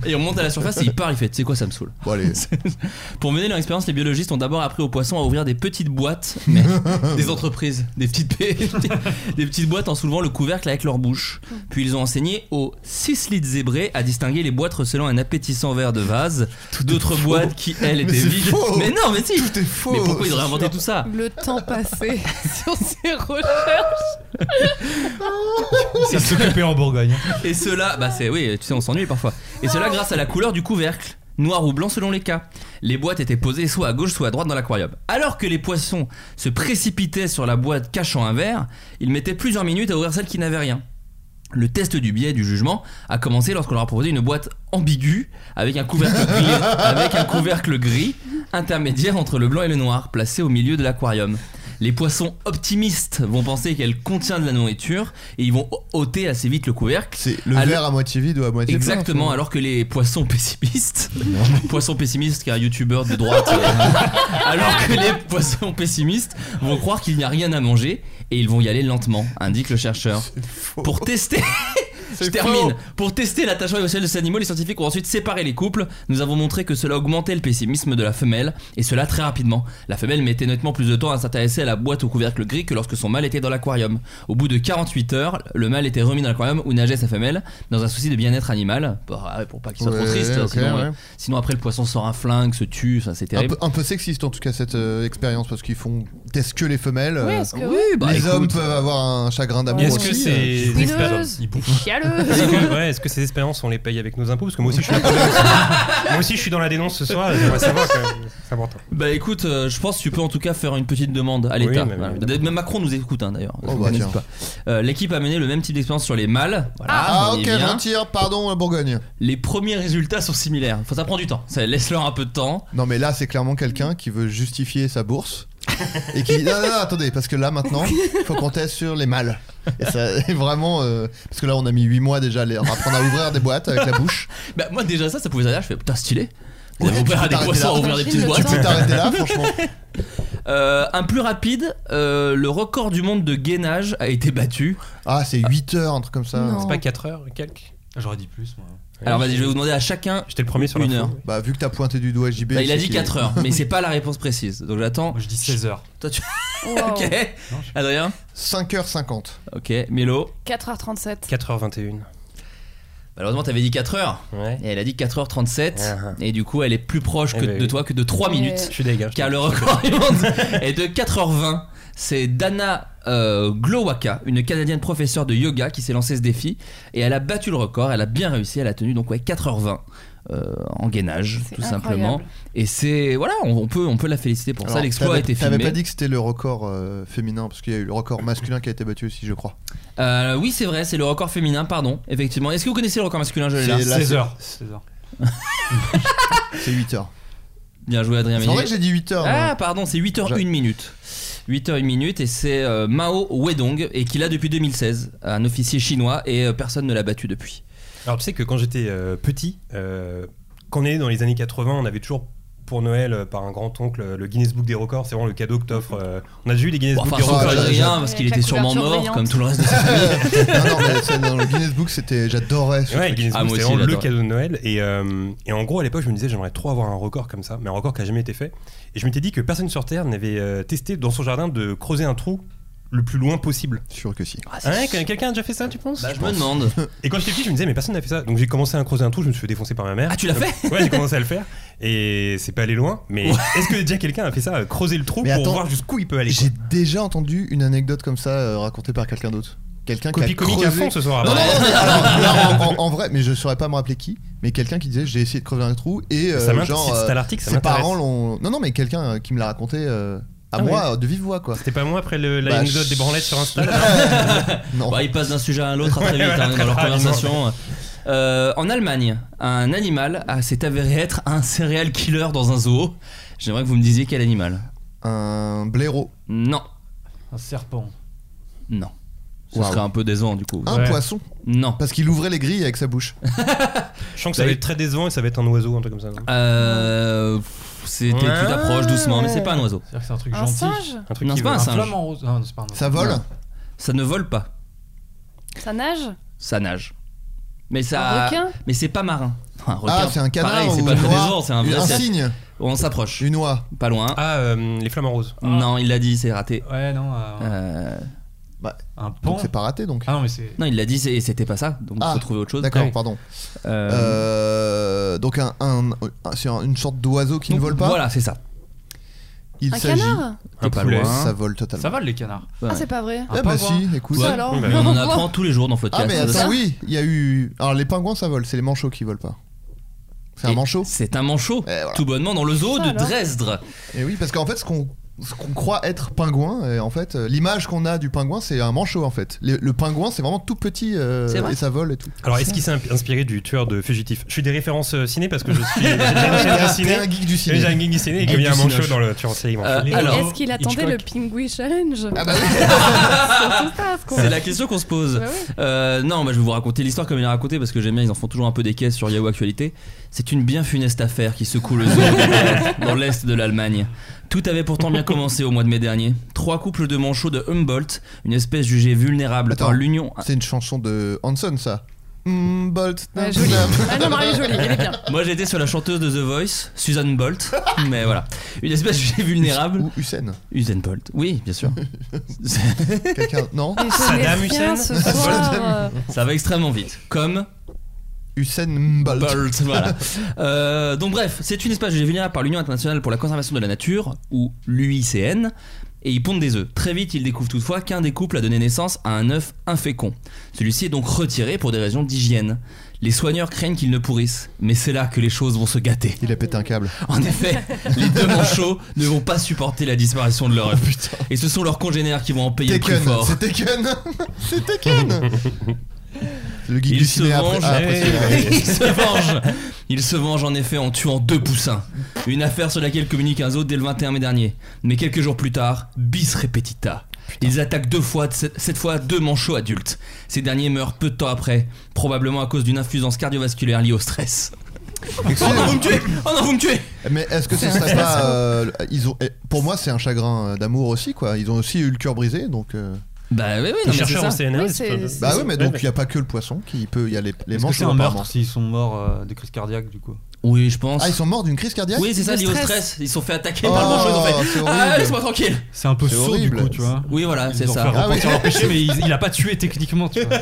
Speaker 10: Et on monte à la surface et il parle, il fait, tu sais quoi, ça me saoule.
Speaker 8: Bon, allez.
Speaker 10: Pour mener leur expérience, les biologistes ont d'abord appris aux poissons à ouvrir des petites boîtes, mais des entreprises, des petites, des petites boîtes en soulevant le couvercle avec leur bouche. Puis ils ont enseigné aux sislites zébrés à distinguer les boîtes recelant un appétissant verre de vase d'autres boîtes qui, elles, étaient
Speaker 8: Mais c'est
Speaker 10: vides.
Speaker 8: faux.
Speaker 10: Mais non, mais si
Speaker 8: Tout est faux.
Speaker 10: Mais pourquoi ils auraient
Speaker 8: c'est
Speaker 10: inventé
Speaker 8: sûr.
Speaker 10: tout ça
Speaker 9: Le temps passé sur ces recherches.
Speaker 7: Ça s'occupait en Bourgogne.
Speaker 10: Et cela, bah c'est oui, tu sais, on s'ennuie parfois. Et cela grâce à la couleur du couvercle, noir ou blanc selon les cas. Les boîtes étaient posées soit à gauche, soit à droite dans l'aquarium. Alors que les poissons se précipitaient sur la boîte cachant un verre, ils mettaient plusieurs minutes à ouvrir celle qui n'avait rien. Le test du biais du jugement a commencé lorsqu'on leur a proposé une boîte ambiguë avec un couvercle gris, avec un couvercle gris intermédiaire entre le blanc et le noir, placé au milieu de l'aquarium. Les poissons optimistes vont penser qu'elle contient de la nourriture et ils vont ôter assez vite le couvercle.
Speaker 8: C'est le
Speaker 10: Alors-
Speaker 8: verre à moitié vide ou à moitié plein,
Speaker 10: Exactement, alors que les poissons pessimistes, poissons pessimistes car youtubeur de droite, euh, alors que les poissons pessimistes vont croire qu'il n'y a rien à manger et ils vont y aller lentement, indique le chercheur. Pour tester Je termine. Pour tester l'attachement émotionnel de ces animaux, les scientifiques ont ensuite séparé les couples. Nous avons montré que cela augmentait le pessimisme de la femelle, et cela très rapidement. La femelle mettait nettement plus de temps à s'intéresser à la boîte au couvercle gris que lorsque son mâle était dans l'aquarium. Au bout de 48 heures, le mâle était remis dans l'aquarium où nageait sa femelle, dans un souci de bien-être animal. Bah, ouais, pour pas qu'il soit trop
Speaker 8: Ouais,
Speaker 10: triste,
Speaker 8: ok,
Speaker 10: sinon,
Speaker 8: ouais.
Speaker 10: euh, sinon après le poisson sort un flingue, se tue, ça, c'est
Speaker 8: Un
Speaker 10: terrible.
Speaker 8: peu, un peu sexiste en tout cas cette euh, expérience parce qu'ils font testent que les femelles. euh,
Speaker 9: Oui, est-ce que.
Speaker 10: Oui, bah,
Speaker 8: les
Speaker 10: écoute,
Speaker 8: hommes peuvent avoir un chagrin d'amour.
Speaker 11: Est-ce que
Speaker 8: aussi, euh.
Speaker 11: ces
Speaker 9: Frileuse.
Speaker 11: expériences, Ils bouffent.
Speaker 9: Chialeuse
Speaker 11: Est-ce que, ouais, est-ce que ces expériences, on les paye avec nos impôts Parce que moi aussi, je suis, moi aussi, je suis dans la dénonce ce soir. J'aimerais savoir quand même. C'est important.
Speaker 10: Bah écoute, euh, je pense que tu peux en tout cas faire une petite demande à
Speaker 11: Oui,
Speaker 10: l'État.
Speaker 11: mais-
Speaker 10: Voilà. D'ailleurs, Même Macron nous écoute hein, d'ailleurs.
Speaker 8: Oh,
Speaker 10: Je
Speaker 8: bah,
Speaker 10: ne
Speaker 8: tiens.
Speaker 10: sais pas. Euh, L'équipe a mené le même type d'expérience sur les mâles. Voilà,
Speaker 8: Ah,
Speaker 10: on y
Speaker 8: ok,
Speaker 10: vient.
Speaker 8: mentir, pardon, la Bourgogne.
Speaker 10: Les premiers résultats sont similaires. Faut ça prend du temps. Ça laisse leur un peu de temps.
Speaker 8: Non, mais là, c'est clairement quelqu'un qui veut justifier sa bourse et qui dit non, non, non, attendez, parce que là, maintenant, il faut qu'on teste sur les mâles. Et ça, et vraiment, euh, parce que là, on a mis 8 mois déjà à les- à apprendre à ouvrir des boîtes avec la bouche.
Speaker 10: Bah moi déjà ça, ça pouvait dire, je fais putain stylé. Vous
Speaker 8: Ouais,
Speaker 10: avez
Speaker 8: tu
Speaker 10: ouvert
Speaker 8: peux
Speaker 10: à des
Speaker 8: t'arrêter
Speaker 10: poissons,
Speaker 8: là.
Speaker 10: à ouvrir des petites
Speaker 9: Imagine
Speaker 8: Tu
Speaker 10: boîtes.
Speaker 8: peux t'arrêter là, franchement.
Speaker 10: Euh, un plus rapide, euh, le record du monde de gainage a été battu.
Speaker 8: Ah, c'est 8 heures, un truc comme ça.
Speaker 9: Non.
Speaker 11: C'est pas 4 heures et quelques
Speaker 7: Ah, J'aurais dit plus, moi.
Speaker 10: Alors vas-y, je vais vous demander à chacun.
Speaker 11: J'étais le premier sur
Speaker 10: Une
Speaker 11: l'info.
Speaker 10: heure.
Speaker 8: Bah, vu que t'as pointé du doigt JB.
Speaker 10: Bah, il a
Speaker 8: c'est
Speaker 10: dit
Speaker 8: qu'il-
Speaker 10: 4 heures, mais c'est pas la réponse précise. Donc j'attends.
Speaker 7: Moi, je dis 16 heures.
Speaker 10: Toi tu.
Speaker 9: Wow.
Speaker 10: Ok.
Speaker 7: Non, je-
Speaker 10: Adrien.
Speaker 8: 5h50.
Speaker 10: Ok. Mélo.
Speaker 9: 4h37.
Speaker 11: 4h21.
Speaker 10: Malheureusement t'avais dit 4 heures.
Speaker 11: Ouais.
Speaker 10: Et elle a dit 4h37.
Speaker 11: Ah,
Speaker 10: Et du coup, elle est plus proche
Speaker 11: Eh
Speaker 10: que
Speaker 11: ben
Speaker 10: de
Speaker 11: oui.
Speaker 10: toi que de 3
Speaker 9: Ouais.
Speaker 10: minutes.
Speaker 11: Je suis dégage.
Speaker 10: Car le record du monde est de 4h20. C'est Dana euh, Glowaka, une Canadienne professeure de yoga qui s'est lancée ce défi. Et elle a battu le record. Elle a bien réussi. Elle a tenu donc ouais, 4h20. euh, en gainage
Speaker 9: C'est
Speaker 10: tout simplement
Speaker 9: incroyable.
Speaker 10: et c'est voilà on, on peut on peut la féliciter pour ça
Speaker 8: Alors,
Speaker 10: l'exploit a
Speaker 8: t'avais-
Speaker 10: été
Speaker 8: T'avais
Speaker 10: filmé
Speaker 8: pas dit que c'était le record euh, féminin, parce qu'il y a eu le record masculin qui a été battu aussi, je crois.
Speaker 10: Euh, oui c'est vrai c'est le record féminin pardon effectivement est-ce que vous connaissez le record masculin je l'ai là
Speaker 8: C'est là,
Speaker 7: 16
Speaker 8: c'est-
Speaker 7: heures. 16 heures.
Speaker 8: C'est 8 heures.
Speaker 10: bien joué Adrien
Speaker 8: C'est vrai
Speaker 10: Méniel.
Speaker 8: que j'ai dit 8 heures.
Speaker 10: Ah
Speaker 8: moi.
Speaker 10: pardon, c'est 8 h
Speaker 8: Je-
Speaker 10: 1 minute. 8 h 1 minute et c'est euh, Mao Wedong et qu'il a depuis 2016, un officier chinois et euh, personne ne l'a battu depuis.
Speaker 11: Alors tu sais que quand j'étais euh, petit, euh, quand on est dans les années 80, on avait toujours pour Noël euh, par un grand oncle euh, le Guinness Book des records. C'est vraiment le cadeau que t'offres. euh, on a déjà eu les Guinness
Speaker 10: Bon,
Speaker 11: Book
Speaker 10: enfin,
Speaker 11: des
Speaker 10: sauf
Speaker 8: record,
Speaker 11: records.
Speaker 8: j'adore.
Speaker 10: Adrien parce qu'il
Speaker 9: Avec la
Speaker 10: était sûrement
Speaker 9: couverture
Speaker 10: mort
Speaker 9: brillante.
Speaker 10: comme tout le reste de sa vie.
Speaker 8: non, non, mais c'est dans le Guinness Book, c'était, j'adorais ce
Speaker 11: Ouais, le Guinness
Speaker 10: Ah,
Speaker 11: Book,
Speaker 10: moi
Speaker 11: c'était
Speaker 10: aussi,
Speaker 11: vraiment le
Speaker 10: j'adore.
Speaker 11: cadeau de Noël. Et, euh, et en gros, à l'époque, je me disais, j'aimerais trop avoir un record comme ça, mais un record qui a jamais été fait. Et je m'étais dit que personne sur Terre n'avait euh, testé dans son jardin de creuser un trou le plus loin possible.
Speaker 8: Je suis sûr que si.
Speaker 10: Ah, c'est-
Speaker 11: Hein, que- Quelqu'un a déjà fait ça, tu penses
Speaker 10: Bah, je me demande.
Speaker 11: Et quand j'étais petit, je me disais, mais personne n'a fait ça. Donc j'ai commencé à creuser un trou, je me suis fait défoncer par ma mère.
Speaker 10: Ah, tu l'as
Speaker 11: Donc, Ouais, j'ai commencé à le faire. Et c'est pas allé loin. Mais est-ce que déjà quelqu'un a fait ça, euh, creuser le trou
Speaker 8: Mais
Speaker 11: pour
Speaker 8: attends,
Speaker 11: voir jusqu'où il peut aller
Speaker 8: J'ai déjà entendu une anecdote comme ça euh, racontée par quelqu'un d'autre. Quelqu'un qui a
Speaker 11: Copie comique à
Speaker 8: creusé-
Speaker 11: fond ce soir.
Speaker 8: Non, non,
Speaker 11: après.
Speaker 7: euh,
Speaker 8: non, mais alors, là, en, en- en vrai, mais je saurais pas me rappeler qui, mais quelqu'un qui disait j'ai essayé de creuser un trou et euh,
Speaker 11: Ça m'intéresse.
Speaker 8: genre euh,
Speaker 11: C'est à l'article, ça
Speaker 8: ses parents
Speaker 11: m'intéresse.
Speaker 8: l'ont. Non, non, mais quelqu'un euh, qui me l'a raconté euh, à
Speaker 11: Ah
Speaker 8: moi euh, de vive voix quoi.
Speaker 11: C'était pas moi après le-
Speaker 8: Bah,
Speaker 11: l'anecdote
Speaker 8: je-
Speaker 11: des branlettes sur Insta là
Speaker 8: Non.
Speaker 10: Bah, ils passent d'un sujet à l'autre à très vite hein, dans leur
Speaker 11: très rapidement.
Speaker 10: conversation. Euh, en Allemagne, un animal ah, s'est avéré être un serial killer dans un zoo. J'aimerais que vous me disiez quel animal.
Speaker 8: Un blaireau.
Speaker 10: Non,
Speaker 7: Un serpent.
Speaker 10: non. Ce
Speaker 8: Waouh.
Speaker 10: serait un peu décevant du coup.
Speaker 8: Un
Speaker 11: Ouais.
Speaker 8: poisson.
Speaker 10: Non.
Speaker 8: Parce qu'il ouvrait les grilles avec sa bouche.
Speaker 11: Je sens que
Speaker 7: Bah,
Speaker 11: ça va être très décevant et ça va être un oiseau, un truc comme ça. non
Speaker 10: Euh, pff, C'était tu t'approches doucement, mais c'est pas un oiseau.
Speaker 7: C'est-à-dire que c'est un truc
Speaker 9: Un
Speaker 7: gentil.
Speaker 9: singe
Speaker 11: Un truc
Speaker 10: Non,
Speaker 11: qui
Speaker 10: c'est pas
Speaker 11: va-
Speaker 10: un
Speaker 7: Un
Speaker 10: singe.
Speaker 7: flamant rose. Ah, non, c'est pas un oiseau.
Speaker 8: Ça vole.
Speaker 10: Ouais. Ça ne vole pas.
Speaker 9: Ça nage
Speaker 10: ça nage. Mais
Speaker 9: Un
Speaker 10: ça.
Speaker 9: requin
Speaker 10: mais c'est pas marin. Un requin.
Speaker 8: Ah, c'est un canard
Speaker 10: Pareil, c'est
Speaker 8: ou
Speaker 10: pas
Speaker 8: une
Speaker 10: très
Speaker 8: oie,
Speaker 10: décevant, c'est un vrai cerf.
Speaker 8: cygne,
Speaker 10: On s'approche.
Speaker 8: une oie.
Speaker 10: Pas loin.
Speaker 11: Ah, euh, les flamants roses.
Speaker 10: Non, il l'a dit, c'est raté.
Speaker 7: Ouais, non. Un,
Speaker 10: Euh,
Speaker 7: un pan.
Speaker 8: Donc c'est pas raté donc.
Speaker 7: Ah non, mais c'est.
Speaker 10: non, il l'a dit, c'est- c'était pas ça. Donc il
Speaker 8: Ah,
Speaker 10: faut trouver autre chose.
Speaker 8: D'accord,
Speaker 10: Ouais.
Speaker 8: pardon.
Speaker 10: Euh,
Speaker 8: Euh, donc un, un- un- c'est un- une sorte d'oiseau qui
Speaker 10: donc,
Speaker 8: ne vole pas.
Speaker 10: Voilà, c'est ça.
Speaker 8: Il
Speaker 9: Un
Speaker 8: s'agit.
Speaker 9: canard
Speaker 10: T'es pas
Speaker 11: poulet.
Speaker 10: loin.
Speaker 8: Ça vole totalement.
Speaker 7: Ça vole les canards.
Speaker 9: Ah, c'est pas vrai.
Speaker 8: Ah
Speaker 7: Un
Speaker 8: bah
Speaker 7: pingouin.
Speaker 8: si, écoute.
Speaker 10: Ouais.
Speaker 9: Ça alors
Speaker 11: Ouais,
Speaker 10: Mais on en apprend tous les jours dans Floodcast.
Speaker 8: Ah mais
Speaker 10: Ça, ça-
Speaker 8: attends, oui, il y a eu. Alors les pingouins ça vole, c'est les manchots qui volent pas. C'est un
Speaker 10: Et
Speaker 8: manchot.
Speaker 10: C'est un manchot.
Speaker 8: Eh, voilà.
Speaker 10: Tout bonnement dans le zoo
Speaker 9: Ça,
Speaker 10: de
Speaker 9: alors
Speaker 10: Dresdre.
Speaker 8: Et oui, parce qu'en fait ce qu'on ce qu'on croit être pingouin, et en fait euh, l'image qu'on a du pingouin c'est un manchot en fait. Le, le pingouin c'est vraiment tout petit euh,
Speaker 10: C'est vrai.
Speaker 8: et ça vole et tout.
Speaker 11: Alors, est-ce qu'il s'est imp- inspiré du tueur de fugitif Je suis des références euh, ciné parce que je suis. J'ai j'ai une chaîne de
Speaker 8: T'es
Speaker 11: ciné.
Speaker 8: un geek du
Speaker 11: J'ai
Speaker 8: cinéma.
Speaker 11: un gang ciné et
Speaker 8: Et
Speaker 11: qu'il y a un
Speaker 8: du
Speaker 11: manchot
Speaker 8: cinoche.
Speaker 11: dans le tueur en série. manchot.
Speaker 10: Euh,
Speaker 9: Et
Speaker 10: alors,
Speaker 9: est-ce qu'il attendait le
Speaker 10: Hitchcock.
Speaker 9: Pingui Challenge
Speaker 8: Ah bah oui.
Speaker 9: Surtout ça, ce qu'on-
Speaker 10: C'est la question qu'on se pose.
Speaker 9: Bah oui.
Speaker 10: Euh, non, bah, je vais vous raconter l'histoire comme il a raconté parce que j'aime bien, ils en font toujours un peu des caisses sur Yahoo Actualité. C'est une bien funeste affaire qui secoue le zoo dans l'est de l'Allemagne. Tout avait pourtant bien commencé au mois de mai dernier. Trois couples de manchots de Humboldt, une espèce jugée vulnérable
Speaker 8: Attends.
Speaker 10: par l'Union.
Speaker 8: C'est une chanson de Hanson ça. Mm, Bolt.
Speaker 9: Ouais, jolie. Ah non, Marie est jolie, elle est bien.
Speaker 10: Moi j'étais sur la chanteuse de The Voice, Susan Bolt, mais voilà. Une espèce vulnérable.
Speaker 8: Ou Hussein.
Speaker 10: Susan Bolt, oui, bien sûr.
Speaker 8: Quelqu'un. Non
Speaker 9: Mais je
Speaker 11: Saddam
Speaker 9: n'ai rien
Speaker 11: Hussein
Speaker 9: ce soir. Oh, euh,
Speaker 10: Ça va extrêmement vite. Comme
Speaker 8: Hussein Bolt.
Speaker 10: Bolt, voilà. Euh, donc bref, c'est une espèce vulnérable par l'Union internationale pour la conservation de la nature, ou l'UICN, et ils pondent des œufs. Très vite, ils découvrent toutefois qu'un des couples a donné naissance à un œuf infécond. Celui-ci est donc retiré pour des raisons d'hygiène. Les soigneurs craignent qu'il ne pourrisse, mais c'est là que les choses vont se gâter.
Speaker 8: Il a pété un câble.
Speaker 10: En effet, les deux manchots ne vont pas supporter la disparition de leur œuf.
Speaker 8: Putain.
Speaker 10: Et ce sont leurs congénères qui vont en payer le
Speaker 8: Taken,
Speaker 10: plus fort.
Speaker 8: c'est Taken C'est Taken Le geek
Speaker 10: Ils
Speaker 8: du
Speaker 10: se Eh
Speaker 8: ciné après.
Speaker 10: vengent.
Speaker 8: ah, après, c'est-
Speaker 10: Ils se vengent. Ils se vengent en effet en tuant deux poussins. Une affaire sur laquelle communique un zoo dès le 21 mai dernier. Mais quelques jours plus tard, bis repetita. Ils attaquent deux fois, cette cette fois deux manchots adultes. Ces derniers meurent peu de temps après, probablement à cause d'une infusance cardiovasculaire liée au stress. Oh non, vous me tuez Oh non, vous me tuez
Speaker 8: Mais est-ce que ce serait pas. euh, ils ont, eh, pour moi, c'est un chagrin euh, d'amour aussi, quoi. Ils ont aussi eu le cœur brisé, donc. euh,
Speaker 10: Bah oui, oui, non,
Speaker 11: Les
Speaker 10: mais c'est
Speaker 11: chercheurs en E,
Speaker 10: ça.
Speaker 11: CNRS.
Speaker 9: Oui, c'est- c'est-
Speaker 8: Bah oui, mais donc il n'y a pas que le poisson qui peut. Il y a les, les
Speaker 2: Est-ce que
Speaker 8: manches.
Speaker 2: c'est un meurtre
Speaker 8: apparemment.
Speaker 2: s'ils sont morts euh, de crise cardiaque du coup
Speaker 10: Oui, je pense.
Speaker 8: Ah, ils sont morts d'une crise cardiaque
Speaker 10: Oui, c'est ça,
Speaker 9: Le
Speaker 10: lié au
Speaker 9: stress.
Speaker 10: stress. Ils sont fait attaquer
Speaker 8: Oh,
Speaker 10: par le manchot, ils ont fait.
Speaker 8: c'est
Speaker 10: Ah,
Speaker 8: horrible.
Speaker 10: laisse-moi tranquille
Speaker 2: C'est un peu
Speaker 8: C'est
Speaker 2: sourd du
Speaker 8: horrible.
Speaker 2: coup, tu vois.
Speaker 10: Oui, voilà, c'est
Speaker 2: Ils ont fait
Speaker 10: ça.
Speaker 8: Ah oui.
Speaker 2: repentir leur péché, mais il, il a pas tué techniquement, tu vois.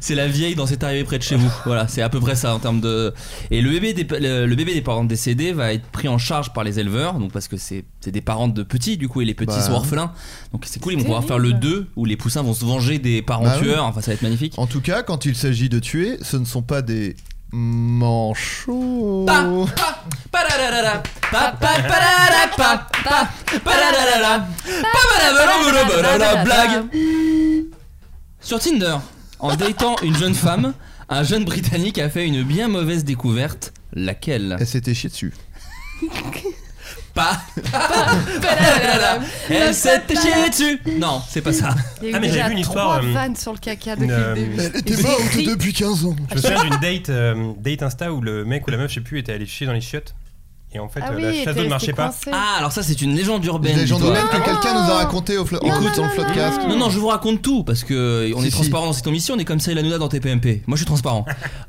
Speaker 10: C'est la vieille dans cette arrivée près de chez vous. Voilà, c'est à peu près ça en termes de. Et le bébé des, le, le bébé des parents décédés va être pris en charge par les éleveurs, donc parce que c'est c'est des parents de petits, du coup, et les petits
Speaker 8: Bah.
Speaker 10: sont orphelins. Donc c'est cool, ils vont pouvoir faire le
Speaker 9: Terrible.
Speaker 10: 2 où les poussins vont se venger des parents
Speaker 8: Bah oui.
Speaker 10: tueurs. Enfin, ça va être magnifique.
Speaker 8: En tout cas, quand il s'agit de tuer, ce ne sont pas des manchots.
Speaker 10: Pa, pa, pararara, pa, pa, parara, pa, pa, pararara, pa, parabara,
Speaker 11: hein,
Speaker 10: parabara, Blague Sur Tinder, en datant une jeune femme, un jeune Britannique a fait une bien mauvaise découverte. Laquelle
Speaker 8: Elle s'était chiée dessus.
Speaker 10: Pas. Elle s'est chiée dessus. Non, c'est pas ça.
Speaker 9: Il y a
Speaker 11: Ah,
Speaker 9: eu
Speaker 11: mais
Speaker 9: déjà
Speaker 11: j'avais vu une
Speaker 9: trois
Speaker 11: histoire, euh,
Speaker 9: vannes sur le caca depuis
Speaker 11: une,
Speaker 9: le
Speaker 11: euh,
Speaker 9: début.
Speaker 8: Elle
Speaker 9: Et
Speaker 8: était
Speaker 9: c'est
Speaker 8: morte
Speaker 9: écrit.
Speaker 8: depuis 15 ans.
Speaker 11: Je me souviens d'une date, euh, date Insta où le mec ou la meuf, je sais plus, était allé chier dans les chiottes. Et en fait,
Speaker 9: Ah
Speaker 11: euh,
Speaker 9: oui,
Speaker 11: la chasse
Speaker 9: t'es
Speaker 11: d'eau ne
Speaker 9: resté
Speaker 11: marchait pas.
Speaker 9: coincé.
Speaker 10: Ah, alors ça c'est une légende urbaine.
Speaker 8: Les gens
Speaker 10: dis-toi.
Speaker 8: que quelqu'un nous a raconté au flo- en
Speaker 9: Écoute.
Speaker 8: dans le podcast.
Speaker 10: Non, non, je vous raconte tout parce que euh, on
Speaker 8: Si,
Speaker 10: est
Speaker 8: si.
Speaker 10: transparent dans cette émission, on est comme ça Hanouna dans TPMP. Moi je suis transparent.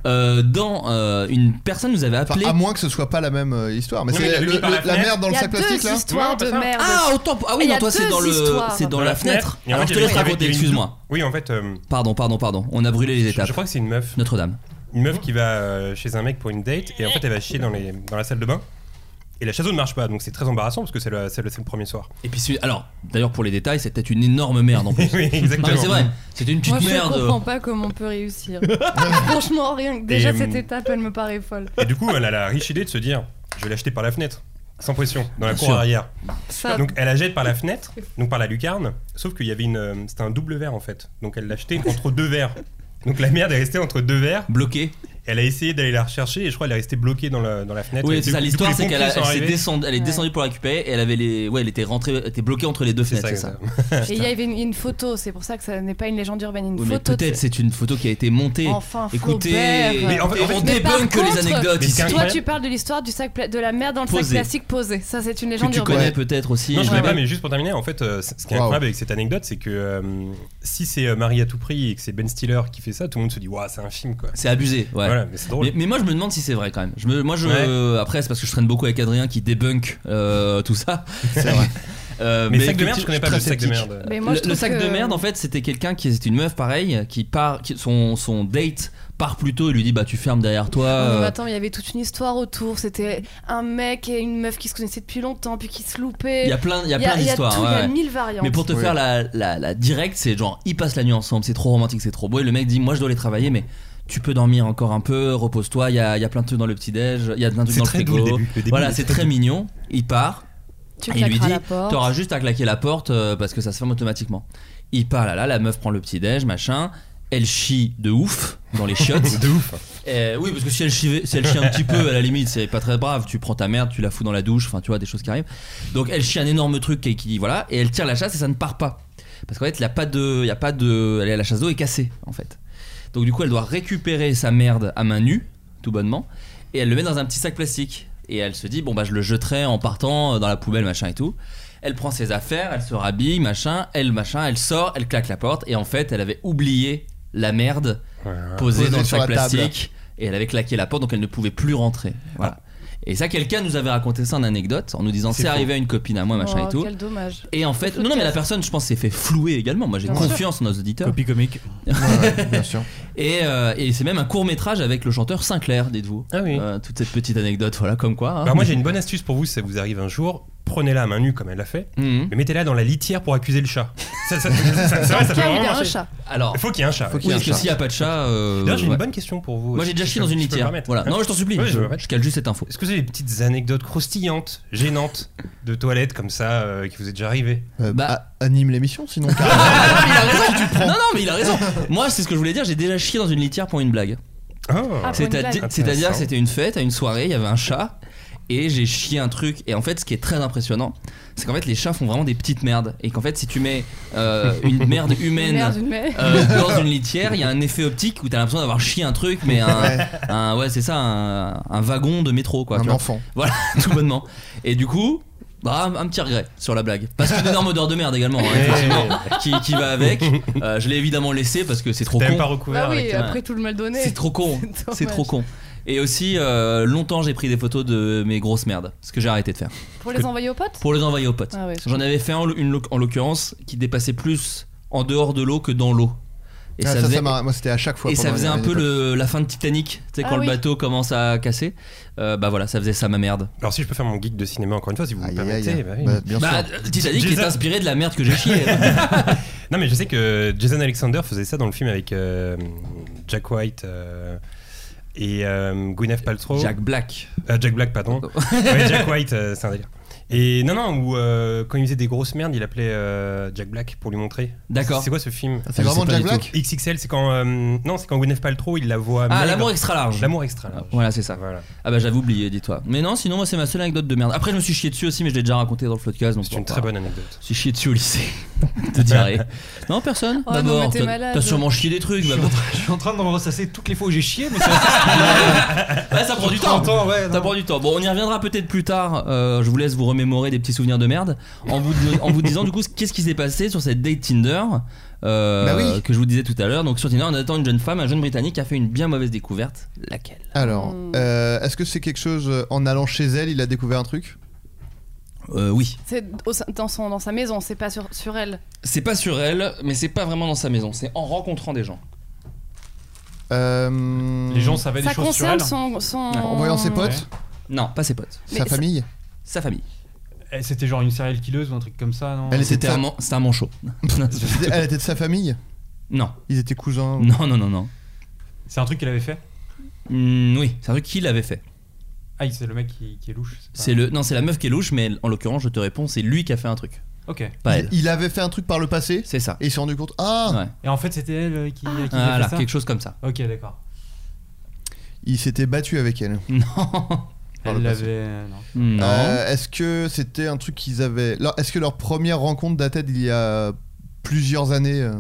Speaker 10: Euh, dans euh, une personne nous avait
Speaker 8: Enfin,
Speaker 10: appelé.
Speaker 8: à moins que ce soit pas la même euh, histoire. Mais
Speaker 11: Oui, mais
Speaker 8: c'est
Speaker 11: il a
Speaker 8: le-
Speaker 11: vu par
Speaker 8: le-
Speaker 11: la
Speaker 8: la
Speaker 11: fenêtre.
Speaker 8: merde dans
Speaker 9: Il
Speaker 8: le
Speaker 9: y a
Speaker 8: sac
Speaker 9: deux
Speaker 8: plastique là
Speaker 9: histoires
Speaker 11: Non,
Speaker 9: de
Speaker 11: pas ça. oh,
Speaker 9: merde.
Speaker 10: ah autant ah
Speaker 9: Il
Speaker 10: oui
Speaker 9: y
Speaker 10: non
Speaker 9: a
Speaker 10: toi c'est
Speaker 9: deux
Speaker 10: dans le
Speaker 9: histoires.
Speaker 10: c'est dans la fenêtre.
Speaker 11: Et en
Speaker 10: Alors
Speaker 11: fait,
Speaker 10: je
Speaker 11: il
Speaker 10: te
Speaker 11: y avait- il
Speaker 10: laisse
Speaker 11: y avait
Speaker 10: raconter
Speaker 11: une-
Speaker 10: excuse-moi.
Speaker 11: Oui, en fait, euh,
Speaker 10: Pardon pardon pardon. On a brûlé les
Speaker 11: je,
Speaker 10: étapes.
Speaker 11: je crois que c'est une meuf.
Speaker 10: Notre-Dame.
Speaker 11: Une meuf qui va euh, chez un mec pour une date et en fait, elle va chier dans, les, dans la salle de bain. Et la chasse d'eau ne marche pas, donc c'est très embarrassant parce que c'est le, c'est le, c'est le premier soir.
Speaker 10: Et puis c'est- alors d'ailleurs pour les détails c'est peut-être une énorme merde en plus.
Speaker 11: oui,
Speaker 10: Non
Speaker 11: exactement.
Speaker 10: mais c'est vrai. C'était une petite
Speaker 9: Moi, je
Speaker 10: merde.
Speaker 9: comprends pas comment on peut réussir. Franchement, rien que déjà
Speaker 11: Et,
Speaker 9: cette
Speaker 11: hum,
Speaker 9: étape, elle me paraît folle.
Speaker 11: Et du coup, elle a la riche idée de se dire je vais l'acheter par la fenêtre, sans pression, dans la
Speaker 10: Bien
Speaker 11: cour
Speaker 10: sûr.
Speaker 11: arrière.
Speaker 9: Ça,
Speaker 11: Donc elle la jette par la fenêtre, donc par la lucarne, sauf qu'il y avait une. euh, C'était un double verre en fait. Donc elle l'a jeté entre deux verres. Donc la merde est restée entre deux verres.
Speaker 10: euh, Bloquée.
Speaker 11: Elle a essayé d'aller la rechercher et je crois qu'elle est restée bloquée dans la, dans la fenêtre. Et
Speaker 10: Oui, c'est
Speaker 11: du
Speaker 10: ça.
Speaker 11: coup-
Speaker 10: L'histoire,
Speaker 11: du coup,
Speaker 10: c'est
Speaker 11: les
Speaker 10: qu'elle a-
Speaker 11: pompiers sont
Speaker 10: elle s'est
Speaker 11: arrivée.
Speaker 10: descendue, elle est
Speaker 9: Ouais.
Speaker 10: descendue pour la récupérer et elle avait les, ouais, elle était rentrée, elle était bloquée entre les deux fenêtres, c'est ça.
Speaker 9: et il y avait une, une photo, c'est pour ça que ça n'est pas une légende urbaine, une
Speaker 10: Oui, Oh, mais
Speaker 9: photo. de-
Speaker 10: peut-être c'est une photo qui a été montée.
Speaker 9: Enfin,
Speaker 10: Écoutez,
Speaker 9: Flaubert.
Speaker 11: Mais en fait-
Speaker 10: et on
Speaker 9: Mais
Speaker 10: débunk
Speaker 9: par
Speaker 10: les
Speaker 9: contre-
Speaker 10: anecdotes
Speaker 11: Mais c'est
Speaker 10: ici.
Speaker 11: un-
Speaker 10: Que
Speaker 9: Toi,
Speaker 11: Incroyable.
Speaker 9: tu parles de l'histoire du sac pla- de la merde dans le
Speaker 10: Posé.
Speaker 9: sac plastique posé. Ça, c'est une légende
Speaker 10: tu
Speaker 9: urbaine.
Speaker 10: connais peut-être aussi.
Speaker 11: Non, je ne
Speaker 9: Ouais.
Speaker 11: pas, mais juste pour terminer, en fait, euh, c- ce qui est
Speaker 8: Wow.
Speaker 11: incroyable avec cette anecdote, c'est que euh, si c'est euh, Marie à tout prix et que c'est Ben Stiller qui fait ça, tout le monde se dit, waouh, c'est un film quoi.
Speaker 10: C'est abusé, ouais.
Speaker 11: Voilà, mais c'est drôle.
Speaker 10: Mais, mais moi je me demande si c'est vrai quand même. Je me, moi je
Speaker 11: Ouais.
Speaker 10: après c'est parce que je traîne beaucoup avec Adrien qui débunk euh, tout ça.
Speaker 8: C'est vrai.
Speaker 10: Euh,
Speaker 11: Mais, sac de merde,
Speaker 10: effectivement-
Speaker 11: je connais pas le
Speaker 8: très
Speaker 11: sac de
Speaker 8: sceptique.
Speaker 11: merde.
Speaker 9: Mais moi,
Speaker 10: Le,
Speaker 9: je
Speaker 10: le
Speaker 9: trouve
Speaker 10: sac
Speaker 9: que-
Speaker 10: de merde, en fait, c'était quelqu'un qui c'était une meuf pareille qui part, qui- son, son date part plus tôt et lui dit bah tu fermes derrière toi.
Speaker 9: Non, mais
Speaker 10: euh,
Speaker 9: attends, il y avait toute une histoire autour. C'était un mec et une meuf qui se connaissaient depuis longtemps, puis qui se
Speaker 10: Il
Speaker 9: loupaient.
Speaker 10: y a plein, il y a
Speaker 9: Il y a-
Speaker 10: plein
Speaker 9: il y a
Speaker 10: d'histoires.
Speaker 9: tout, il y
Speaker 10: ouais,
Speaker 9: a
Speaker 10: ouais.
Speaker 9: mille variantes.
Speaker 10: Mais pour te
Speaker 8: Oui.
Speaker 10: faire la, la, la directe, c'est genre ils passent la nuit ensemble, c'est trop romantique, c'est trop beau. Et le mec dit Moi je dois aller travailler, mais tu peux dormir encore un peu, repose-toi. Il y a, il y a plein de trucs dans le petit-déj, il y a plein de trucs
Speaker 11: C'est
Speaker 10: dans le
Speaker 11: très doux
Speaker 10: frigo.
Speaker 11: le début. Le début,
Speaker 10: voilà,
Speaker 11: il est
Speaker 10: c'est très
Speaker 11: doux.
Speaker 10: mignon. Il part,
Speaker 9: tu
Speaker 10: il lui
Speaker 9: claqueras
Speaker 10: dit
Speaker 9: la porte.
Speaker 10: T'auras juste à claquer la porte euh, parce que ça se ferme automatiquement. Il part là, là, la meuf prend le petit-déj, machin. Elle chie de ouf dans les chiottes.
Speaker 11: De ouf.
Speaker 10: Euh, oui, parce que si elle, chie, si elle chie un petit peu, à la limite, c'est pas très brave. Tu prends ta merde, tu la fous dans la douche, enfin, tu vois, des choses qui arrivent. Donc, elle chie un énorme truc qui, qui- voilà, et elle tire la chasse et ça ne part pas. Parce qu'en fait, il y a pas de, il y a pas de, elle- la chasse d'eau est cassée, en fait. Donc, du coup, elle doit récupérer sa merde à main nue, tout bonnement, et elle le met dans un petit sac plastique. Et elle se dit, bon, bah, je le jetterai en partant euh, dans la poubelle, machin et tout. Elle prend ses affaires, elle se rhabille, machin, elle, machin, elle sort, elle claque la porte, et en fait, elle avait oublié la merde
Speaker 11: Ah.
Speaker 10: posée
Speaker 8: Posée
Speaker 10: dans le
Speaker 8: sur
Speaker 10: sac
Speaker 8: la table.
Speaker 10: plastique et elle avait claqué la porte donc elle ne pouvait plus rentrer. Voilà. Et ça, quelqu'un nous avait raconté ça en anecdote en nous disant c'est arrivé à une copine à moi, machin
Speaker 9: Oh,
Speaker 10: et tout.
Speaker 9: Quel dommage.
Speaker 10: Et en fait, non, non, mais la personne, je pense, s'est fait flouer également. Moi, j'ai
Speaker 9: Bien
Speaker 10: confiance en nos auditeurs.
Speaker 2: Copie comique.
Speaker 8: bien sûr.
Speaker 10: Et, euh, et c'est même un court métrage avec le chanteur Sinclair, dites-vous.
Speaker 11: Ah oui.
Speaker 10: Euh, toute cette petite anecdote, voilà, comme quoi. hein.
Speaker 11: Alors Bah, moi j'ai une bonne astuce pour vous si ça vous arrive un jour, prenez-la à main nue comme elle l'a fait,
Speaker 10: Mhm.
Speaker 11: mais mettez-la dans la litière pour accuser le chat. Ça, ça, ça, ça, ça, ça, ça peut
Speaker 9: Car il
Speaker 11: vraiment
Speaker 9: a un
Speaker 11: marcher.
Speaker 9: chat.
Speaker 10: Alors,
Speaker 11: Il faut qu'il y ait un chat.
Speaker 8: Faut qu'il
Speaker 10: oui,
Speaker 8: y ait un
Speaker 10: parce que
Speaker 8: chat.
Speaker 10: s'il n'y a pas de chat. euh,
Speaker 11: D'ailleurs j'ai une
Speaker 10: ouais.
Speaker 11: bonne question pour vous.
Speaker 10: Moi, j'ai déjà
Speaker 11: Si
Speaker 10: chié
Speaker 11: je
Speaker 10: dans
Speaker 11: peux-
Speaker 10: une
Speaker 11: si je peux me
Speaker 10: litière.
Speaker 11: permettre.
Speaker 10: Voilà. Non, je t'en supplie.
Speaker 11: Oui, je
Speaker 10: je,
Speaker 11: me
Speaker 10: je
Speaker 11: permets.
Speaker 10: cale juste cette info.
Speaker 11: Est-ce que vous avez des petites anecdotes croustillantes, gênantes, de toilettes comme ça euh, qui vous est déjà arrivé
Speaker 8: Euh,
Speaker 10: Bah-
Speaker 8: a- anime l'émission sinon.
Speaker 10: Ah, mais il a raison. Non, non, mais il a raison. Moi, c'est ce que je voulais dire. J'ai déjà chié dans une litière pour une blague.
Speaker 9: Ah, pour une
Speaker 10: C'est-à-
Speaker 9: blague.
Speaker 10: C'est-à-dire que
Speaker 11: Intéressant.
Speaker 10: c'était une fête, à une soirée, il y avait un chat. Et j'ai chié un truc. Et en fait, ce qui est très impressionnant, c'est qu'en fait, les chats font vraiment des petites merdes. Et qu'en fait, si tu mets euh, une merde humaine.
Speaker 9: Merde, une merde.
Speaker 10: euh, dans une litière, il y a un effet optique où t'as l'impression d'avoir chié un truc, mais un,
Speaker 8: Ouais.
Speaker 10: un- ouais, c'est ça, un, un wagon de métro, quoi. tu
Speaker 8: un
Speaker 10: vois.
Speaker 8: enfant.
Speaker 10: Voilà, tout bonnement. Et du coup, bah, un, un petit regret sur la blague. Parce qu'une énorme odeur de merde également, hein,
Speaker 8: Eh.
Speaker 10: effectivement, qui, qui va avec. Euh, je l'ai évidemment laissé parce que c'est trop
Speaker 11: T'as même pas
Speaker 10: con.
Speaker 11: recouvert
Speaker 9: Bah oui,
Speaker 11: avec-
Speaker 9: après tout le mal donné.
Speaker 10: C'est trop con.
Speaker 9: C'est
Speaker 10: C'est trop con.
Speaker 9: dommage.
Speaker 10: Et aussi, euh, longtemps j'ai pris des photos de mes grosses merdes, ce que j'ai arrêté de faire,
Speaker 9: Pour les envoyer aux potes
Speaker 10: pour les envoyer aux potes.
Speaker 9: Ah ouais, je
Speaker 10: J'en avais fait un, une lo- en l'occurrence qui dépassait plus en dehors de l'eau que dans l'eau. Et
Speaker 8: Ah, ça, ça
Speaker 10: faisait-
Speaker 8: m'a- moi c'était à chaque fois.
Speaker 10: et ça
Speaker 8: pendant
Speaker 10: faisait
Speaker 8: une-
Speaker 10: un
Speaker 8: une
Speaker 10: peu
Speaker 8: époque.
Speaker 10: le, la fin de Titanic, tu sais,
Speaker 9: Ah
Speaker 10: quand
Speaker 9: oui.
Speaker 10: le bateau commence à casser. Euh, bah voilà, ça faisait ça ma merde.
Speaker 11: Alors si je peux faire mon geek de cinéma encore une fois, si vous me
Speaker 8: Aïe, aïe, aïe.
Speaker 11: permettez. bah oui.
Speaker 8: Bah, bien
Speaker 10: Bah,
Speaker 8: sûr.
Speaker 10: Titanic est
Speaker 11: Jason-
Speaker 10: inspiré de la merde que j'ai chié.
Speaker 11: Non mais je sais que Jason Alexander faisait ça dans le film avec euh, Jack White euh, et euh, Gwyneth Paltrow.
Speaker 10: Jack Black. Ah,
Speaker 11: Euh, Jack Black, pardon. Ouais, Jack White, euh, c'est un délire. Et non, non, où euh, quand il faisait des grosses merdes, il appelait euh, Jack Black pour lui montrer.
Speaker 10: D'accord. Ah,
Speaker 11: C'est quoi ce film
Speaker 8: C'est vraiment
Speaker 10: pas
Speaker 8: Jack
Speaker 10: du
Speaker 8: Black
Speaker 11: XXL, c'est quand. euh, non, c'est quand Gwyneth Paltrow, il la voit.
Speaker 10: Ah,
Speaker 11: maigre.
Speaker 10: l'amour extra large.
Speaker 11: L'amour extra. large.
Speaker 10: Voilà, c'est ça.
Speaker 11: Voilà.
Speaker 10: Ah bah j'avais oublié, dis-toi. Mais non, sinon moi c'est ma seule anecdote de merde. Après je me suis chié dessus aussi, mais je l'ai déjà raconté dans le podcast. donc
Speaker 11: C'est
Speaker 10: bon,
Speaker 11: une
Speaker 10: bah,
Speaker 11: très bonne anecdote.
Speaker 10: Je suis chié dessus au lycée. Te dirais. Non, personne.
Speaker 9: Oh, non,
Speaker 10: D'abord,
Speaker 9: mais t'es
Speaker 10: t'as
Speaker 9: malade.
Speaker 10: t'as sûrement chié des trucs.
Speaker 7: Je suis, en
Speaker 10: bah,
Speaker 7: train, je suis en train de me ressasser toutes les fois où j'ai chié, mais ça,
Speaker 10: ouais, ça prend du temps.
Speaker 7: ouais.
Speaker 10: Ça prend du temps. Bon, on y reviendra peut-être plus tard. Euh, je vous laisse vous remémorer des petits souvenirs de merde en vous, en vous disant du coup qu'est-ce qui s'est passé sur cette date Tinder euh,
Speaker 8: Bah oui.
Speaker 10: que je vous disais tout à l'heure. Donc sur Tinder, on attend une jeune femme, un jeune Britannique, a fait une bien mauvaise découverte. Laquelle
Speaker 8: Alors,
Speaker 9: Hmm.
Speaker 8: euh, est-ce que c'est quelque chose euh, en allant chez elle, il a découvert un truc
Speaker 10: euh, Oui.
Speaker 9: C'est au sein- dans, son, dans sa maison, c'est pas sur, sur elle.
Speaker 10: C'est pas sur elle, mais c'est pas vraiment dans sa maison. C'est en rencontrant des gens.
Speaker 8: Euh,
Speaker 7: Les gens savaient
Speaker 9: ça
Speaker 7: des choses sur elle.
Speaker 9: concerne son, son.
Speaker 8: En voyant ses potes,
Speaker 10: Non, pas ses potes.
Speaker 9: Hmm. Mais
Speaker 8: sa
Speaker 9: ça-
Speaker 8: famille.
Speaker 10: Sa famille.
Speaker 7: Eh, C'était genre une serial killeuse ou un truc comme ça, non
Speaker 8: Elle était
Speaker 10: C'était
Speaker 8: de
Speaker 10: un,
Speaker 8: sa-
Speaker 10: man- c'était un manchot.
Speaker 8: Elle était de sa famille.
Speaker 10: non.
Speaker 8: Ils étaient cousins.
Speaker 10: Non, non, non, non.
Speaker 7: C'est un truc qu'elle avait fait
Speaker 10: Hmm, oui, c'est un truc qu'il avait fait.
Speaker 7: Ah, il- c'est le mec qui, qui est louche. pas-
Speaker 10: C'est le, non, c'est la meuf qui est louche, mais en l'occurrence, je te réponds, c'est lui qui a fait un truc,
Speaker 7: Ok.
Speaker 10: pas
Speaker 8: Il,
Speaker 10: elle.
Speaker 8: il avait fait un truc par le passé
Speaker 10: C'est ça.
Speaker 8: et il s'est rendu compte. Ah,
Speaker 10: Ouais. Ah,
Speaker 7: Et en fait, c'était elle euh, qui, qui avait fait
Speaker 10: Voilà,
Speaker 7: ça
Speaker 10: quelque chose comme ça.
Speaker 7: Ok, d'accord.
Speaker 8: il s'était battu avec elle.
Speaker 10: Non.
Speaker 8: Par
Speaker 7: Elle
Speaker 8: le passé.
Speaker 7: l'avait. non.
Speaker 10: non.
Speaker 8: Euh, est-ce que c'était un truc qu'ils avaient. leur- Est-ce que leur première rencontre datait d'il y a plusieurs années euh,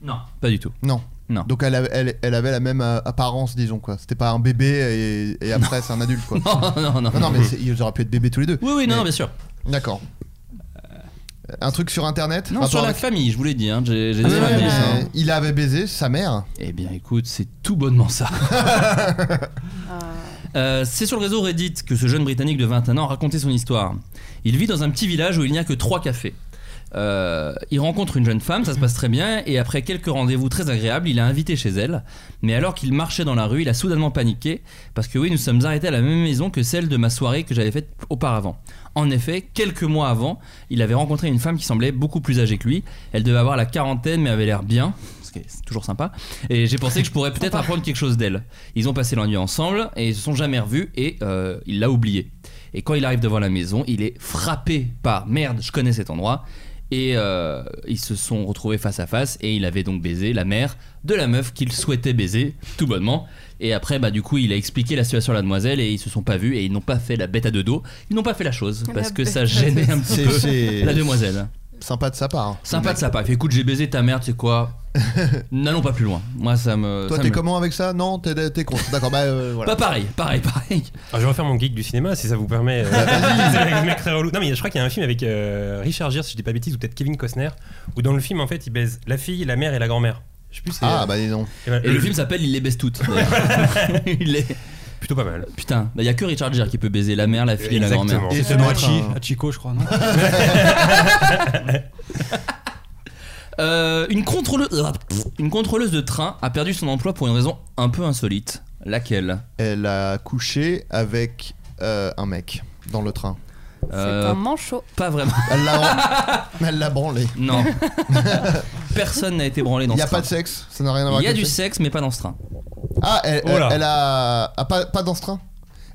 Speaker 10: Non. Pas du tout.
Speaker 8: Non.
Speaker 10: Non.
Speaker 8: Donc elle, a- elle, elle avait la même euh, apparence, disons quoi. C'était pas un bébé et, et après c'est un adulte quoi.
Speaker 10: Non, non, non.
Speaker 8: Non, non, mais c'est- ils auraient pu être bébés tous les deux.
Speaker 10: Oui, oui, non,
Speaker 8: Mais-
Speaker 10: non, bien sûr.
Speaker 8: D'accord. Euh, Un truc sur internet
Speaker 10: Non,
Speaker 8: Rapport
Speaker 10: sur la
Speaker 8: avec-
Speaker 10: famille, je vous l'ai dit, hein, j'ai j'ai
Speaker 8: Ah,
Speaker 10: des
Speaker 8: ouais,
Speaker 10: amis,
Speaker 8: mais
Speaker 10: hein.
Speaker 8: Il avait baisé sa mère.
Speaker 10: Eh bien, écoute, c'est tout bonnement ça.
Speaker 9: Ah.
Speaker 10: Euh, c'est sur le réseau Reddit que ce jeune Britannique de 21 ans racontait son histoire. Il vit dans un petit village où il n'y a que trois cafés. Euh, il rencontre une jeune femme, ça se passe très bien, et après quelques rendez-vous très agréables, il l'a invitée chez elle. Mais alors qu'il marchait dans la rue, il a soudainement paniqué, parce que oui, nous sommes arrêtés à la même maison que celle de ma soirée que j'avais faite auparavant. En effet, quelques mois avant, il avait rencontré une femme qui semblait beaucoup plus âgée que lui. Elle devait avoir la quarantaine, mais avait l'air bien, ce qui est c'est toujours sympa. Et j'ai pensé que je pourrais peut-être apprendre quelque chose d'elle. Ils ont passé la nuit ensemble et ils se sont jamais revus et euh, il l'a oublié. Et quand il arrive devant la maison, il est frappé par merde, je connais cet endroit. Et euh, ils se sont retrouvés face à face et il avait donc baisé la mère de la meuf qu'il souhaitait baiser, tout bonnement. Et après, bah du coup, il a expliqué la situation à la demoiselle et ils se sont pas vus et ils n'ont pas fait la bête à deux dos. Ils n'ont pas fait la chose
Speaker 9: La
Speaker 10: parce que
Speaker 9: bête
Speaker 10: ça
Speaker 9: à
Speaker 10: gênait un petit
Speaker 8: C'est-
Speaker 10: peu
Speaker 8: c'est-
Speaker 10: la demoiselle.
Speaker 8: Sympa de sa part.
Speaker 10: Sympa de sa part. Il fait, écoute, j'ai baisé ta mère, tu sais quoi N'allons pas plus loin. Moi, ça me.
Speaker 8: Toi,
Speaker 10: ça
Speaker 8: t'es
Speaker 10: me-
Speaker 8: comment avec ça Non, t'es t'es contre. D'accord, bah euh, voilà.
Speaker 10: Pas pareil, pareil, pareil.
Speaker 11: Alors, je vais refaire mon geek du cinéma si ça vous permet. euh, avec le mec très relou. Non, mais il y a- je crois qu'il y a un film avec euh, Richard Gere, si je dis pas bêtise, ou peut-être Kevin Costner, où dans le film, en fait, il baise la fille, la mère et la grand-mère. Je sais plus, c'est-
Speaker 8: Ah bah dis donc.
Speaker 11: et voilà,
Speaker 10: Et le film s'appelle Il les baisse toutes. d'ailleurs. Il est-
Speaker 11: plutôt pas mal.
Speaker 10: Putain, bah, il y a que Richard Gere qui peut baiser la mère, la fille et la
Speaker 11: Exactement.
Speaker 10: grand-mère.
Speaker 8: Et
Speaker 7: C'est
Speaker 8: ça
Speaker 7: dans
Speaker 8: doit être
Speaker 7: Hachi-
Speaker 8: un-
Speaker 7: Hachiko, je crois, non
Speaker 10: Euh, une, contrôle- une contrôleuse de train a perdu son emploi pour une raison un peu insolite. Laquelle
Speaker 8: Elle a couché avec euh, un mec dans le train.
Speaker 10: Euh,
Speaker 9: C'est un manchot.
Speaker 10: Pas vraiment.
Speaker 8: Elle l'a, elle l'a branlé.
Speaker 10: Non. Personne n'a été branlé
Speaker 8: Il
Speaker 10: dans
Speaker 8: n'y
Speaker 10: ce
Speaker 8: a pas
Speaker 10: train.
Speaker 8: de sexe, ça n'a rien à voir
Speaker 10: Il y a
Speaker 8: avec
Speaker 10: du
Speaker 8: le
Speaker 10: sexe, mais pas dans ce train.
Speaker 8: Ah, elle,
Speaker 7: Oh là.
Speaker 8: elle- elle a. ah, pas, pas dans ce train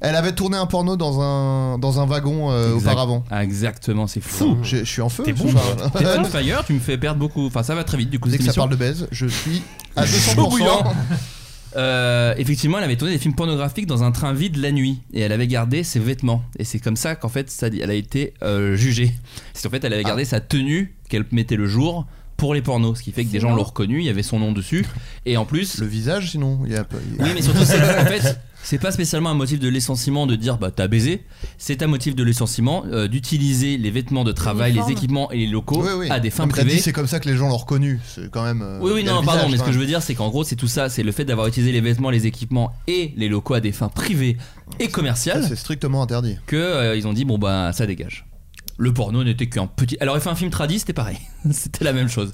Speaker 8: Elle avait tourné un porno dans un, dans un wagon euh,
Speaker 10: Exact.
Speaker 8: auparavant.
Speaker 10: Ah, exactement, c'est fou.
Speaker 8: Fou, je, je suis en feu.
Speaker 11: T'es
Speaker 8: ce
Speaker 11: bon,
Speaker 8: soir.
Speaker 10: T'es on fire, tu me fais perdre beaucoup. Enfin, ça va très vite du coup.
Speaker 8: Dès
Speaker 10: cette
Speaker 8: que
Speaker 10: émission.
Speaker 8: ça parle de baise, je suis à
Speaker 10: Chaud bouillant.
Speaker 8: 200%.
Speaker 10: Euh, effectivement, elle avait tourné des films pornographiques dans un train vide la nuit et elle avait gardé ses vêtements. Et c'est comme ça qu'en fait, ça, elle a été euh, jugée. C'est en fait, elle avait
Speaker 8: Ah.
Speaker 10: gardé sa tenue qu'elle mettait le jour pour les pornos, ce qui fait que des gens l'ont reconnue. Il y avait son nom dessus. Et en plus,
Speaker 8: Le visage, sinon, il y a pas. il y a-
Speaker 10: oui, mais surtout, c'est en fait. C'est pas spécialement un motif de licenciement de dire bah t'as baisé, c'est un motif de licenciement euh, d'utiliser les vêtements de travail, les
Speaker 9: Uniforme.
Speaker 10: équipements et les locaux
Speaker 8: Oui, oui.
Speaker 10: à des fins
Speaker 8: Comme t'as dit,
Speaker 10: privées.
Speaker 8: C'est comme ça que les gens l'ont reconnu. C'est quand même. euh,
Speaker 10: Oui, oui,
Speaker 8: il y a
Speaker 10: non,
Speaker 8: le
Speaker 10: pardon,
Speaker 8: visage,
Speaker 10: mais ce
Speaker 8: quand
Speaker 10: que je
Speaker 8: même.
Speaker 10: veux dire, c'est qu'en gros, c'est tout ça, c'est le fait d'avoir utilisé les vêtements, les équipements et les locaux à des fins privées et
Speaker 8: Ça,
Speaker 10: commerciales
Speaker 8: C'est strictement interdit.
Speaker 10: que euh, ils ont dit bon bah ça dégage. Le porno n'était qu'un petit. Alors, il fait un film tradit, c'était pareil, c'était la même chose.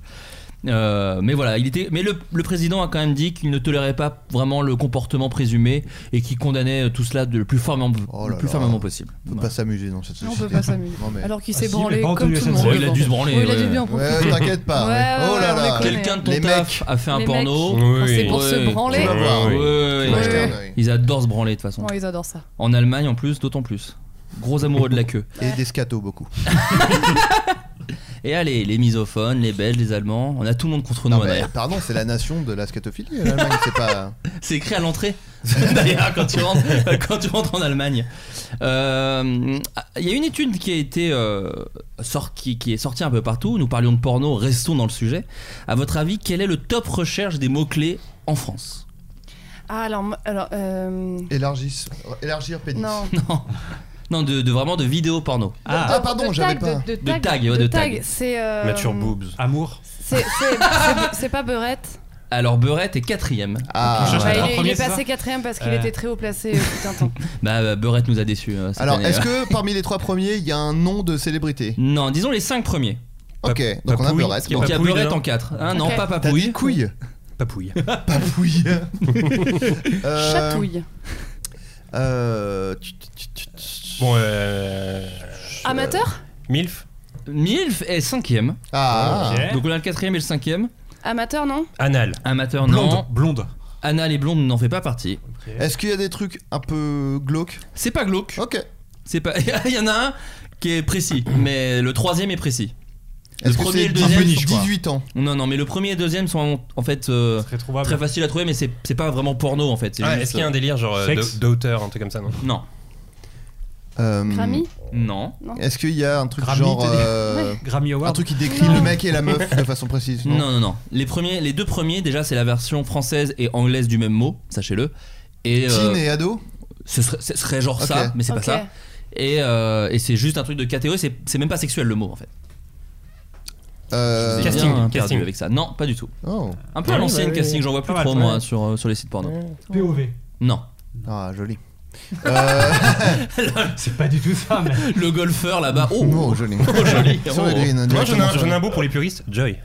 Speaker 10: Euh, mais voilà, il était. Mais le, le président a quand même dit qu'il ne tolérait pas vraiment le comportement présumé et qu'il condamnait tout cela de le plus fermement,
Speaker 8: Oh là
Speaker 10: le plus
Speaker 8: là.
Speaker 10: fermement possible.
Speaker 8: On peut pas s'amuser dans cette
Speaker 9: Non, on
Speaker 8: société.
Speaker 9: peut pas s'amuser.
Speaker 8: Non, mais-
Speaker 9: Alors qu'il
Speaker 7: Ah,
Speaker 9: s'est
Speaker 7: si,
Speaker 9: branlé
Speaker 7: j'ai pas
Speaker 9: comme tout
Speaker 7: entendu la
Speaker 9: le monde.
Speaker 7: scène.
Speaker 10: Ouais, Oh, il a dû se branler.
Speaker 9: Oui, il a dû
Speaker 10: ouais.
Speaker 9: bien
Speaker 8: Ouais,
Speaker 9: profiter.
Speaker 8: t'inquiète pas.
Speaker 9: Ouais,
Speaker 8: ouais.
Speaker 9: ouais,
Speaker 8: Oh là
Speaker 9: ouais, on
Speaker 8: là.
Speaker 9: est con-
Speaker 10: Quelqu'un de ton
Speaker 8: Les
Speaker 10: taf a fait un
Speaker 9: Les
Speaker 10: porno.
Speaker 11: mecs. Oh, Oui,
Speaker 9: Ah, C'est pour
Speaker 10: oui.
Speaker 9: se branler.
Speaker 8: Tu vas voir.
Speaker 11: Oui.
Speaker 10: Ouais,
Speaker 8: Tu vas
Speaker 10: ouais.
Speaker 8: jeter un œil.
Speaker 10: Ils adorent se branler de toute façon.
Speaker 9: Ouais, ils adorent ça.
Speaker 10: En Allemagne en plus, d'autant plus. Gros amoureux de la queue.
Speaker 8: Et des scatos beaucoup.
Speaker 10: Et allez, les misophones, les Belges, les Allemands, on a tout le monde contre nous
Speaker 8: Non, mais
Speaker 10: d'ailleurs.
Speaker 8: pardon, c'est la nation de la scatophilie. euh, l'Allemagne, c'est pas.
Speaker 10: C'est écrit à l'entrée. d'ailleurs, quand tu rentres, quand tu rentres en Allemagne, Euh, il y a une étude qui a été euh, sort- qui, qui est sortie un peu partout. Nous parlions de porno, restons dans le sujet. À votre avis, quel est le top recherche des mots clés en France
Speaker 9: Ah, alors, moi- alors euh,
Speaker 8: Élargisse- Élargir pénis.
Speaker 9: non.
Speaker 10: Non, non, de, de vraiment de vidéos porno.
Speaker 8: Ah, pardon,
Speaker 9: de
Speaker 8: j'avais
Speaker 9: tag,
Speaker 8: pas.
Speaker 9: De, de
Speaker 10: De
Speaker 9: tag,
Speaker 10: tag, ouais, de tag.
Speaker 9: C'est. euh,
Speaker 11: Mature boobs.
Speaker 7: Amour.
Speaker 9: c'est- c'est- c'est- C'est pas Beurette.
Speaker 10: Alors Beurette est quatrième.
Speaker 8: Ah,
Speaker 7: Je cherche
Speaker 9: Bah,
Speaker 7: la
Speaker 9: il,
Speaker 7: en
Speaker 9: est, il
Speaker 7: premier,
Speaker 9: est
Speaker 7: c'est
Speaker 9: passé
Speaker 7: ça
Speaker 9: quatrième parce qu'il
Speaker 7: Euh.
Speaker 9: était très haut placé euh, tout un temps.
Speaker 10: Bah, bah, Beurette nous a déçus. euh, cette
Speaker 8: Alors,
Speaker 10: année,
Speaker 8: est-ce
Speaker 10: ouais.
Speaker 8: que parmi les trois premiers, il y a un nom de célébrité
Speaker 10: non, disons les cinq premiers.
Speaker 8: Ok, donc on a
Speaker 11: Papouille,
Speaker 8: Beurette.
Speaker 11: qui est
Speaker 8: Bon.
Speaker 10: Donc il y a
Speaker 11: Papouille
Speaker 10: Beurette
Speaker 11: dedans
Speaker 10: en 4. Non,
Speaker 9: Ok.
Speaker 10: pas
Speaker 8: T'as
Speaker 10: Papouille.
Speaker 8: dit couille
Speaker 11: Papouille.
Speaker 8: Papouille Euh,
Speaker 9: Chatouille.
Speaker 8: euh, tch, tch, tch, tch.
Speaker 11: Bon, euh.
Speaker 9: Amateur
Speaker 11: Milf
Speaker 10: Milf est cinquième.
Speaker 8: Ah
Speaker 11: Eh.
Speaker 7: Ok.
Speaker 10: Donc on a le quatrième et le cinquième.
Speaker 9: Amateur, non
Speaker 11: Anal.
Speaker 10: Amateur, non.
Speaker 7: Blonde. Blonde.
Speaker 10: Anna les blondes n'en fait pas partie.
Speaker 8: Est-ce qu'il y a des trucs un peu glauques
Speaker 10: C'est pas glauque.
Speaker 8: Ok.
Speaker 10: C'est pas. Il y en a un qui est précis, mais le troisième est précis. Le
Speaker 8: Est-ce que
Speaker 10: premier et
Speaker 8: c'est
Speaker 10: le deuxième,
Speaker 8: 18
Speaker 10: je crois.
Speaker 8: 18 ans
Speaker 10: Non, non, mais le premier et le deuxième sont en fait euh,
Speaker 7: Très trouvable.
Speaker 10: très faciles à trouver, mais c'est c'est pas vraiment porno en fait. c'est
Speaker 11: Ah,
Speaker 10: juste-
Speaker 11: Est-ce qu'il y a un délire genre euh,
Speaker 7: Sexe.
Speaker 11: d'au- d'auteur, un truc comme ça, non
Speaker 10: Non,
Speaker 8: Euh,
Speaker 10: Hmm.
Speaker 9: Grammy
Speaker 10: non.
Speaker 8: Est-ce qu'il y a un truc
Speaker 7: Grammy,
Speaker 8: genre.
Speaker 7: t'as dit.
Speaker 8: euh,
Speaker 7: Grammy
Speaker 8: Un
Speaker 7: Award.
Speaker 8: truc qui décrit
Speaker 9: Non.
Speaker 8: le mec et la meuf de façon précise
Speaker 10: Non, non, non. Les, premiers, les deux premiers, déjà, c'est la version française et anglaise du même mot, sachez-le. Et
Speaker 8: Teen
Speaker 10: euh,
Speaker 8: et ado
Speaker 10: ce, serait, ce serait genre
Speaker 8: Ok.
Speaker 10: ça, mais c'est
Speaker 9: Ok.
Speaker 10: pas ça. Et, euh, et c'est juste un truc de catégorie, c'est c'est même pas sexuel le mot en fait.
Speaker 8: Euh,
Speaker 10: J'ai
Speaker 11: Casting,
Speaker 8: hein,
Speaker 10: bien perdu
Speaker 11: casting.
Speaker 10: avec ça. Non, pas du tout.
Speaker 8: Oh,
Speaker 10: Un peu à
Speaker 11: Ouais,
Speaker 10: l'ancienne
Speaker 11: ouais,
Speaker 10: casting, j'en vois plus
Speaker 7: Pas mal,
Speaker 10: trop
Speaker 7: pas
Speaker 10: moi
Speaker 7: mal.
Speaker 10: sur, euh, sur les sites porno.
Speaker 7: POV.
Speaker 10: Non.
Speaker 8: ah, joli. Euh,
Speaker 7: C'est pas du tout ça, mais.
Speaker 10: Le golfeur là-bas. Oh,
Speaker 8: oh, joli.
Speaker 10: oh, joli.
Speaker 8: Sur
Speaker 10: Oh.
Speaker 8: les green,
Speaker 11: Moi j'en ai,
Speaker 8: directement
Speaker 11: un-
Speaker 8: sur
Speaker 11: j'en ai
Speaker 8: les-
Speaker 11: un beau pour les puristes. Joy.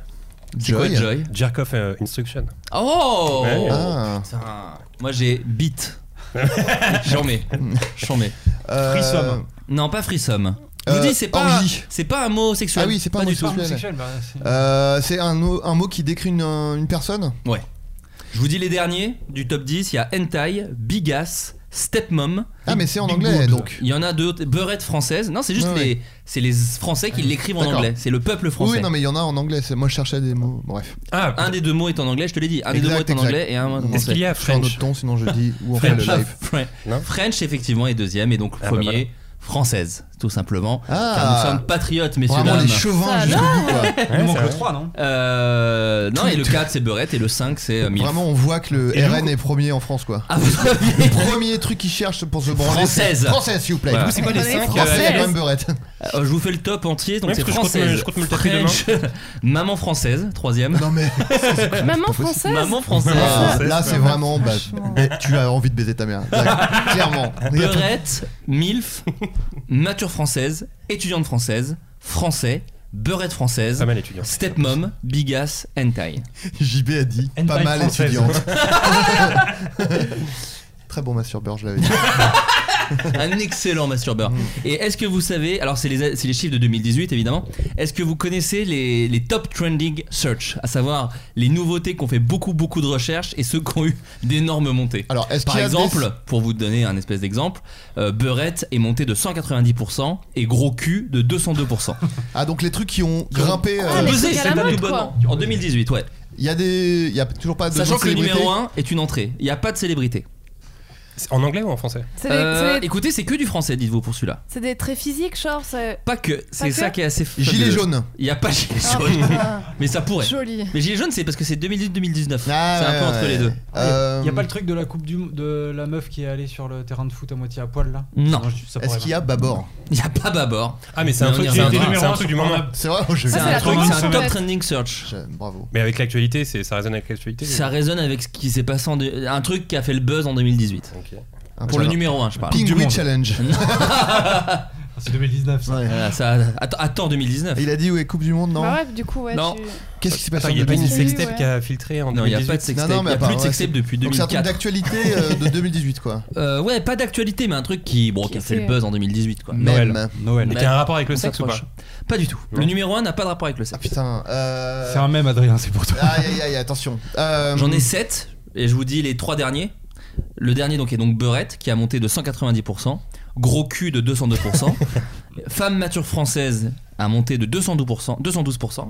Speaker 10: C'est quoi
Speaker 8: Joy.
Speaker 10: Joy
Speaker 11: Jerkoff euh, Instruction.
Speaker 10: Oh
Speaker 11: Ouais.
Speaker 8: Ah.
Speaker 10: Putain. Moi j'ai beat. J'en mets. J'en mets.
Speaker 8: Euh,
Speaker 7: Threesome.
Speaker 10: Non, pas frissom. Je
Speaker 8: Euh,
Speaker 10: vous dis, c'est pas,
Speaker 8: orgie.
Speaker 10: c'est pas un mot sexuel.
Speaker 8: Ah oui, c'est pas un mot
Speaker 10: du tout.
Speaker 8: sexuel.
Speaker 7: bah, c'est-
Speaker 8: Euh, c'est un, mot- un mot qui décrit une, une personne
Speaker 10: Je vous dis les derniers du top 10. Il y a hentai, bigas, stepmom.
Speaker 8: Ah, mais c'est en
Speaker 7: Big
Speaker 8: anglais
Speaker 7: boobs.
Speaker 8: donc.
Speaker 10: Il y en a deux. autres. Beurette française. Non, c'est juste
Speaker 8: Ouais,
Speaker 10: les,
Speaker 8: ouais. Ah,
Speaker 10: c'est les Français qui l'écrivent en
Speaker 8: D'accord.
Speaker 10: anglais. C'est le peuple français.
Speaker 8: Oui, non, mais il y en a en anglais. c'est- Moi, je cherchais des mots. Bref.
Speaker 11: Ah,
Speaker 10: Un des deux mots est en anglais. Je te l'ai dit. Un des deux mots
Speaker 8: Exact,
Speaker 10: est en
Speaker 8: exact.
Speaker 10: anglais et un mot est en
Speaker 11: est-ce qu'il
Speaker 10: français.
Speaker 11: y a
Speaker 8: Je fais un
Speaker 11: French
Speaker 8: autre ton, sinon je dis où on fait le
Speaker 10: French,
Speaker 8: live.
Speaker 10: French.
Speaker 11: Non
Speaker 10: French, effectivement est deuxième et donc
Speaker 11: bah
Speaker 10: premier
Speaker 11: voilà.
Speaker 10: française. tout simplement.
Speaker 8: Ah.
Speaker 10: car nous sommes patriotes, messieurs
Speaker 8: Vraiment les
Speaker 10: dames.
Speaker 8: chauvins
Speaker 9: Ça,
Speaker 8: jusqu'au bout, quoi.
Speaker 2: Il manque
Speaker 11: c'est
Speaker 2: le
Speaker 11: vrai.
Speaker 2: 3, non
Speaker 10: Euh, non, et le 4 c'est Beurette et le 5 c'est euh, Milf.
Speaker 8: Vraiment, on voit que le
Speaker 10: Et
Speaker 8: RN
Speaker 10: donc-
Speaker 8: est premier en France, quoi.
Speaker 10: Ah, vous
Speaker 8: Le
Speaker 10: aviez-
Speaker 8: premier truc qu'ils cherchent pour se branler.
Speaker 10: Française.
Speaker 8: c'est- Française, s'il vous plaît.
Speaker 10: Voilà.
Speaker 8: Du coup, c'est pas les
Speaker 9: Française.
Speaker 8: cinq, Française, il y a quand même Beurette.
Speaker 10: Euh, je vous fais le top entier, donc
Speaker 11: Ouais,
Speaker 10: c'est
Speaker 11: parce que je compte me-
Speaker 10: française.
Speaker 11: je compte me le taper demain.
Speaker 10: French, maman française, troisième.
Speaker 8: Non, mais.
Speaker 9: Maman française
Speaker 10: Maman française.
Speaker 8: Ah,
Speaker 11: Française,
Speaker 8: là,
Speaker 11: c'est
Speaker 8: c'est
Speaker 11: vrai.
Speaker 8: vraiment. bah,
Speaker 9: Franchement.
Speaker 8: mais tu as envie de baiser ta mère. D'accord. Clairement. Il y a pas-
Speaker 10: Beurette, MILF, mature française, étudiante française, français, beurette française,
Speaker 11: Pas mal étudiant.
Speaker 10: stepmom, bigas, hentai.
Speaker 8: JB a dit
Speaker 7: Hentai
Speaker 8: pas mal
Speaker 7: française.
Speaker 8: étudiante. Très bon masturbeur, je l'avais dit.
Speaker 10: Un excellent masturbeur. Et est-ce que vous savez, alors c'est les, c'est les chiffres de 2018 évidemment, est-ce que vous connaissez les, les top trending search, à savoir les nouveautés qu'on fait beaucoup beaucoup de recherches et ceux qui ont eu d'énormes montées
Speaker 8: Alors, est-ce
Speaker 10: Par
Speaker 8: qu'il y a des-
Speaker 10: exemple, pour vous donner un espèce d'exemple, euh, beurette est montée de 190% et gros cul de 202%.
Speaker 8: Ah, donc les trucs qui ont grimpé. euh,
Speaker 9: Ah, les
Speaker 10: Pesé,
Speaker 9: trucs à la
Speaker 10: c'est
Speaker 9: mode,
Speaker 10: tout
Speaker 9: quoi.
Speaker 10: bonnement. En 2018, ouais.
Speaker 8: Il y a des. Il y a toujours pas de.
Speaker 10: Sachant
Speaker 8: gens
Speaker 10: que le
Speaker 8: célébrités
Speaker 10: numéro 1 est une entrée. Il n'y a pas de célébrité.
Speaker 11: C'est En anglais ou en français
Speaker 9: C'est des-
Speaker 10: Euh,
Speaker 9: c'est des-
Speaker 10: écoutez, c'est que du français, dites-vous, pour celui-là.
Speaker 9: c'est des traits physiques, genre. c'est-
Speaker 10: Pas que. C'est
Speaker 9: que
Speaker 10: ça qui est assez fabuleux.
Speaker 8: Gilet jaune.
Speaker 10: Il n'y a pas gilet
Speaker 9: Ah,
Speaker 10: jaune.
Speaker 9: putain,
Speaker 10: Mais ça pourrait.
Speaker 9: Joli.
Speaker 10: Mais gilet jaune, c'est parce que c'est 2018-2019.
Speaker 8: Ah,
Speaker 10: c'est un
Speaker 8: ouais,
Speaker 10: peu
Speaker 8: ouais,
Speaker 10: entre les deux.
Speaker 8: Euh,
Speaker 7: Il y a pas le truc de la coupe du m- de la meuf qui est allée sur le terrain de foot à moitié à poil là
Speaker 10: Non.
Speaker 7: je- ça
Speaker 8: Est-ce
Speaker 7: pourrait
Speaker 8: qu'il y a Babor
Speaker 10: Il n'y a pas bâbord.
Speaker 11: Ah, mais c'est
Speaker 10: Mais
Speaker 11: un
Speaker 10: on
Speaker 11: truc
Speaker 10: y
Speaker 11: du-
Speaker 10: reviendra.
Speaker 11: c'est
Speaker 10: Numéro
Speaker 11: un
Speaker 7: un
Speaker 11: truc du
Speaker 7: sur
Speaker 11: moment.
Speaker 7: Pornhub.
Speaker 8: C'est vrai, au jeu.
Speaker 10: C'est
Speaker 9: Ah, c'est
Speaker 10: un,
Speaker 9: la
Speaker 10: truc-
Speaker 9: tendance
Speaker 10: c'est un top
Speaker 9: internet.
Speaker 10: trending search.
Speaker 8: Je- Bravo.
Speaker 11: Mais avec l'actualité, c'est- ça résonne avec l'actualité.
Speaker 10: Ça résonne avec ce qui s'est passé en. deux- Un truc qui a fait le buzz en 2018.
Speaker 11: Ok.
Speaker 8: Un
Speaker 10: Pour Ah, le numéro 1, je parle.
Speaker 7: du
Speaker 8: Pingouin
Speaker 7: monde.
Speaker 8: Challenge.
Speaker 7: Ah, C'est 2019 ça.
Speaker 8: Ouais.
Speaker 10: Voilà, Ah, ça, attends, attends 2019.
Speaker 8: Ah, Il a dit, ouais, Coupe du Monde, non
Speaker 7: Ah
Speaker 9: Bah ouais, du coup, ouais.
Speaker 10: Non.
Speaker 9: tu-
Speaker 8: Qu'est-ce qui s'est passé
Speaker 11: Attends, il
Speaker 8: en
Speaker 11: n'y a pas une
Speaker 8: 2018
Speaker 11: sextape
Speaker 9: ouais.
Speaker 11: qui a filtré en
Speaker 10: Non, il n'y a pas
Speaker 11: 2018
Speaker 10: de sextape.
Speaker 8: Non, non,
Speaker 10: Il
Speaker 8: mais
Speaker 10: n'y a
Speaker 8: à part,
Speaker 10: plus de
Speaker 8: ouais,
Speaker 10: sextape depuis
Speaker 8: Donc c'est un truc
Speaker 10: 2004.
Speaker 8: d'actualité euh, de 2018, quoi.
Speaker 10: Euh, ouais, pas d'actualité, mais un truc qui, bon, qui a
Speaker 9: Qui
Speaker 10: fait le
Speaker 9: fait-
Speaker 10: buzz en 2018, quoi.
Speaker 8: Même.
Speaker 7: Noël.
Speaker 11: Et qui a un rapport avec le
Speaker 10: On
Speaker 11: sexe ou pas
Speaker 10: s'approche. Pas du tout. Le
Speaker 11: Non.
Speaker 10: numéro 1 n'a pas de rapport avec le
Speaker 8: Ah
Speaker 10: sexe.
Speaker 8: putain. Euh...
Speaker 7: C'est un même Adrien, c'est pour toi.
Speaker 8: Aïe aïe aïe, attention. Euh,
Speaker 10: J'en ai 7 et je vous dis les 3 derniers. Le dernier donc est donc Beurette qui a monté de 190%, gros cul de 202%, femme mature française a monté de 212%, 212%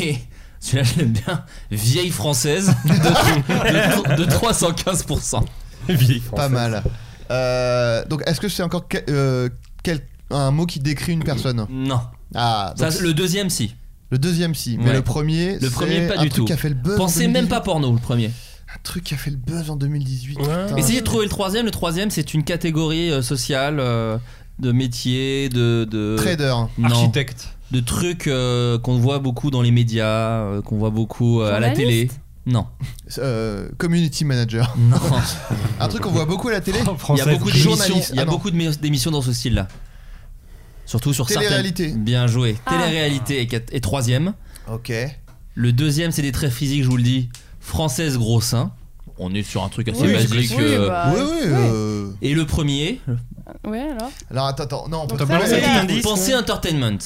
Speaker 10: et celui-là je l'aime bien, vieille française de, de- de 315%.
Speaker 11: Vieille
Speaker 8: Pas
Speaker 11: française.
Speaker 8: mal. Euh, donc est-ce que c'est encore que- euh, quel- un mot qui décrit une personne
Speaker 10: Non,
Speaker 8: Ah,
Speaker 10: Ça,
Speaker 8: donc
Speaker 10: le deuxième si.
Speaker 8: le deuxième si, mais
Speaker 10: Ouais.
Speaker 8: le premier,
Speaker 10: Le premier,
Speaker 8: c'est
Speaker 10: pas
Speaker 8: un
Speaker 10: du
Speaker 8: truc
Speaker 10: tout.
Speaker 8: qui a fait le buzz. en
Speaker 10: Pensez même
Speaker 8: 2018.
Speaker 10: pas porno le premier.
Speaker 8: Un truc qui a fait le buzz en 2018.
Speaker 11: Ouais.
Speaker 8: putain.
Speaker 10: Essayez de trouver le troisième. Le troisième, c'est une catégorie euh, sociale euh, de métier, de. de...
Speaker 8: Trader. hein.
Speaker 10: Non.
Speaker 7: Architecte.
Speaker 10: De trucs euh, qu'on voit beaucoup dans les médias, euh, qu'on voit beaucoup euh, à la télé.
Speaker 9: Journaliste
Speaker 10: Non.
Speaker 8: Euh, community manager.
Speaker 10: Non.
Speaker 8: Un truc qu'on voit beaucoup à la télé.
Speaker 10: Il y a beaucoup d'émissions.
Speaker 8: Journaliste.
Speaker 10: Il y a
Speaker 8: Ah, non.
Speaker 10: beaucoup de mé- d'émissions dans ce style-là. Surtout sur
Speaker 8: Télé-réalité.
Speaker 10: certaines. Bien joué.
Speaker 9: Ah.
Speaker 10: Télé-réalité est quat- est troisième.
Speaker 8: Ok.
Speaker 9: Euh,
Speaker 10: Le deuxième, c'est des traits physiques, je vous le dis. Française gros sein. On est sur un truc assez
Speaker 9: Oui,
Speaker 10: basique.
Speaker 9: oui,
Speaker 10: euh,
Speaker 9: bah,
Speaker 8: oui, oui. euh,
Speaker 10: Et le premier,
Speaker 9: Ouais, alors.
Speaker 8: Alors attends, attends. Non, on peut
Speaker 9: Donc,
Speaker 8: pas
Speaker 9: ça,
Speaker 8: le
Speaker 9: c'est
Speaker 8: dire.
Speaker 9: la-
Speaker 10: pensez entertainment.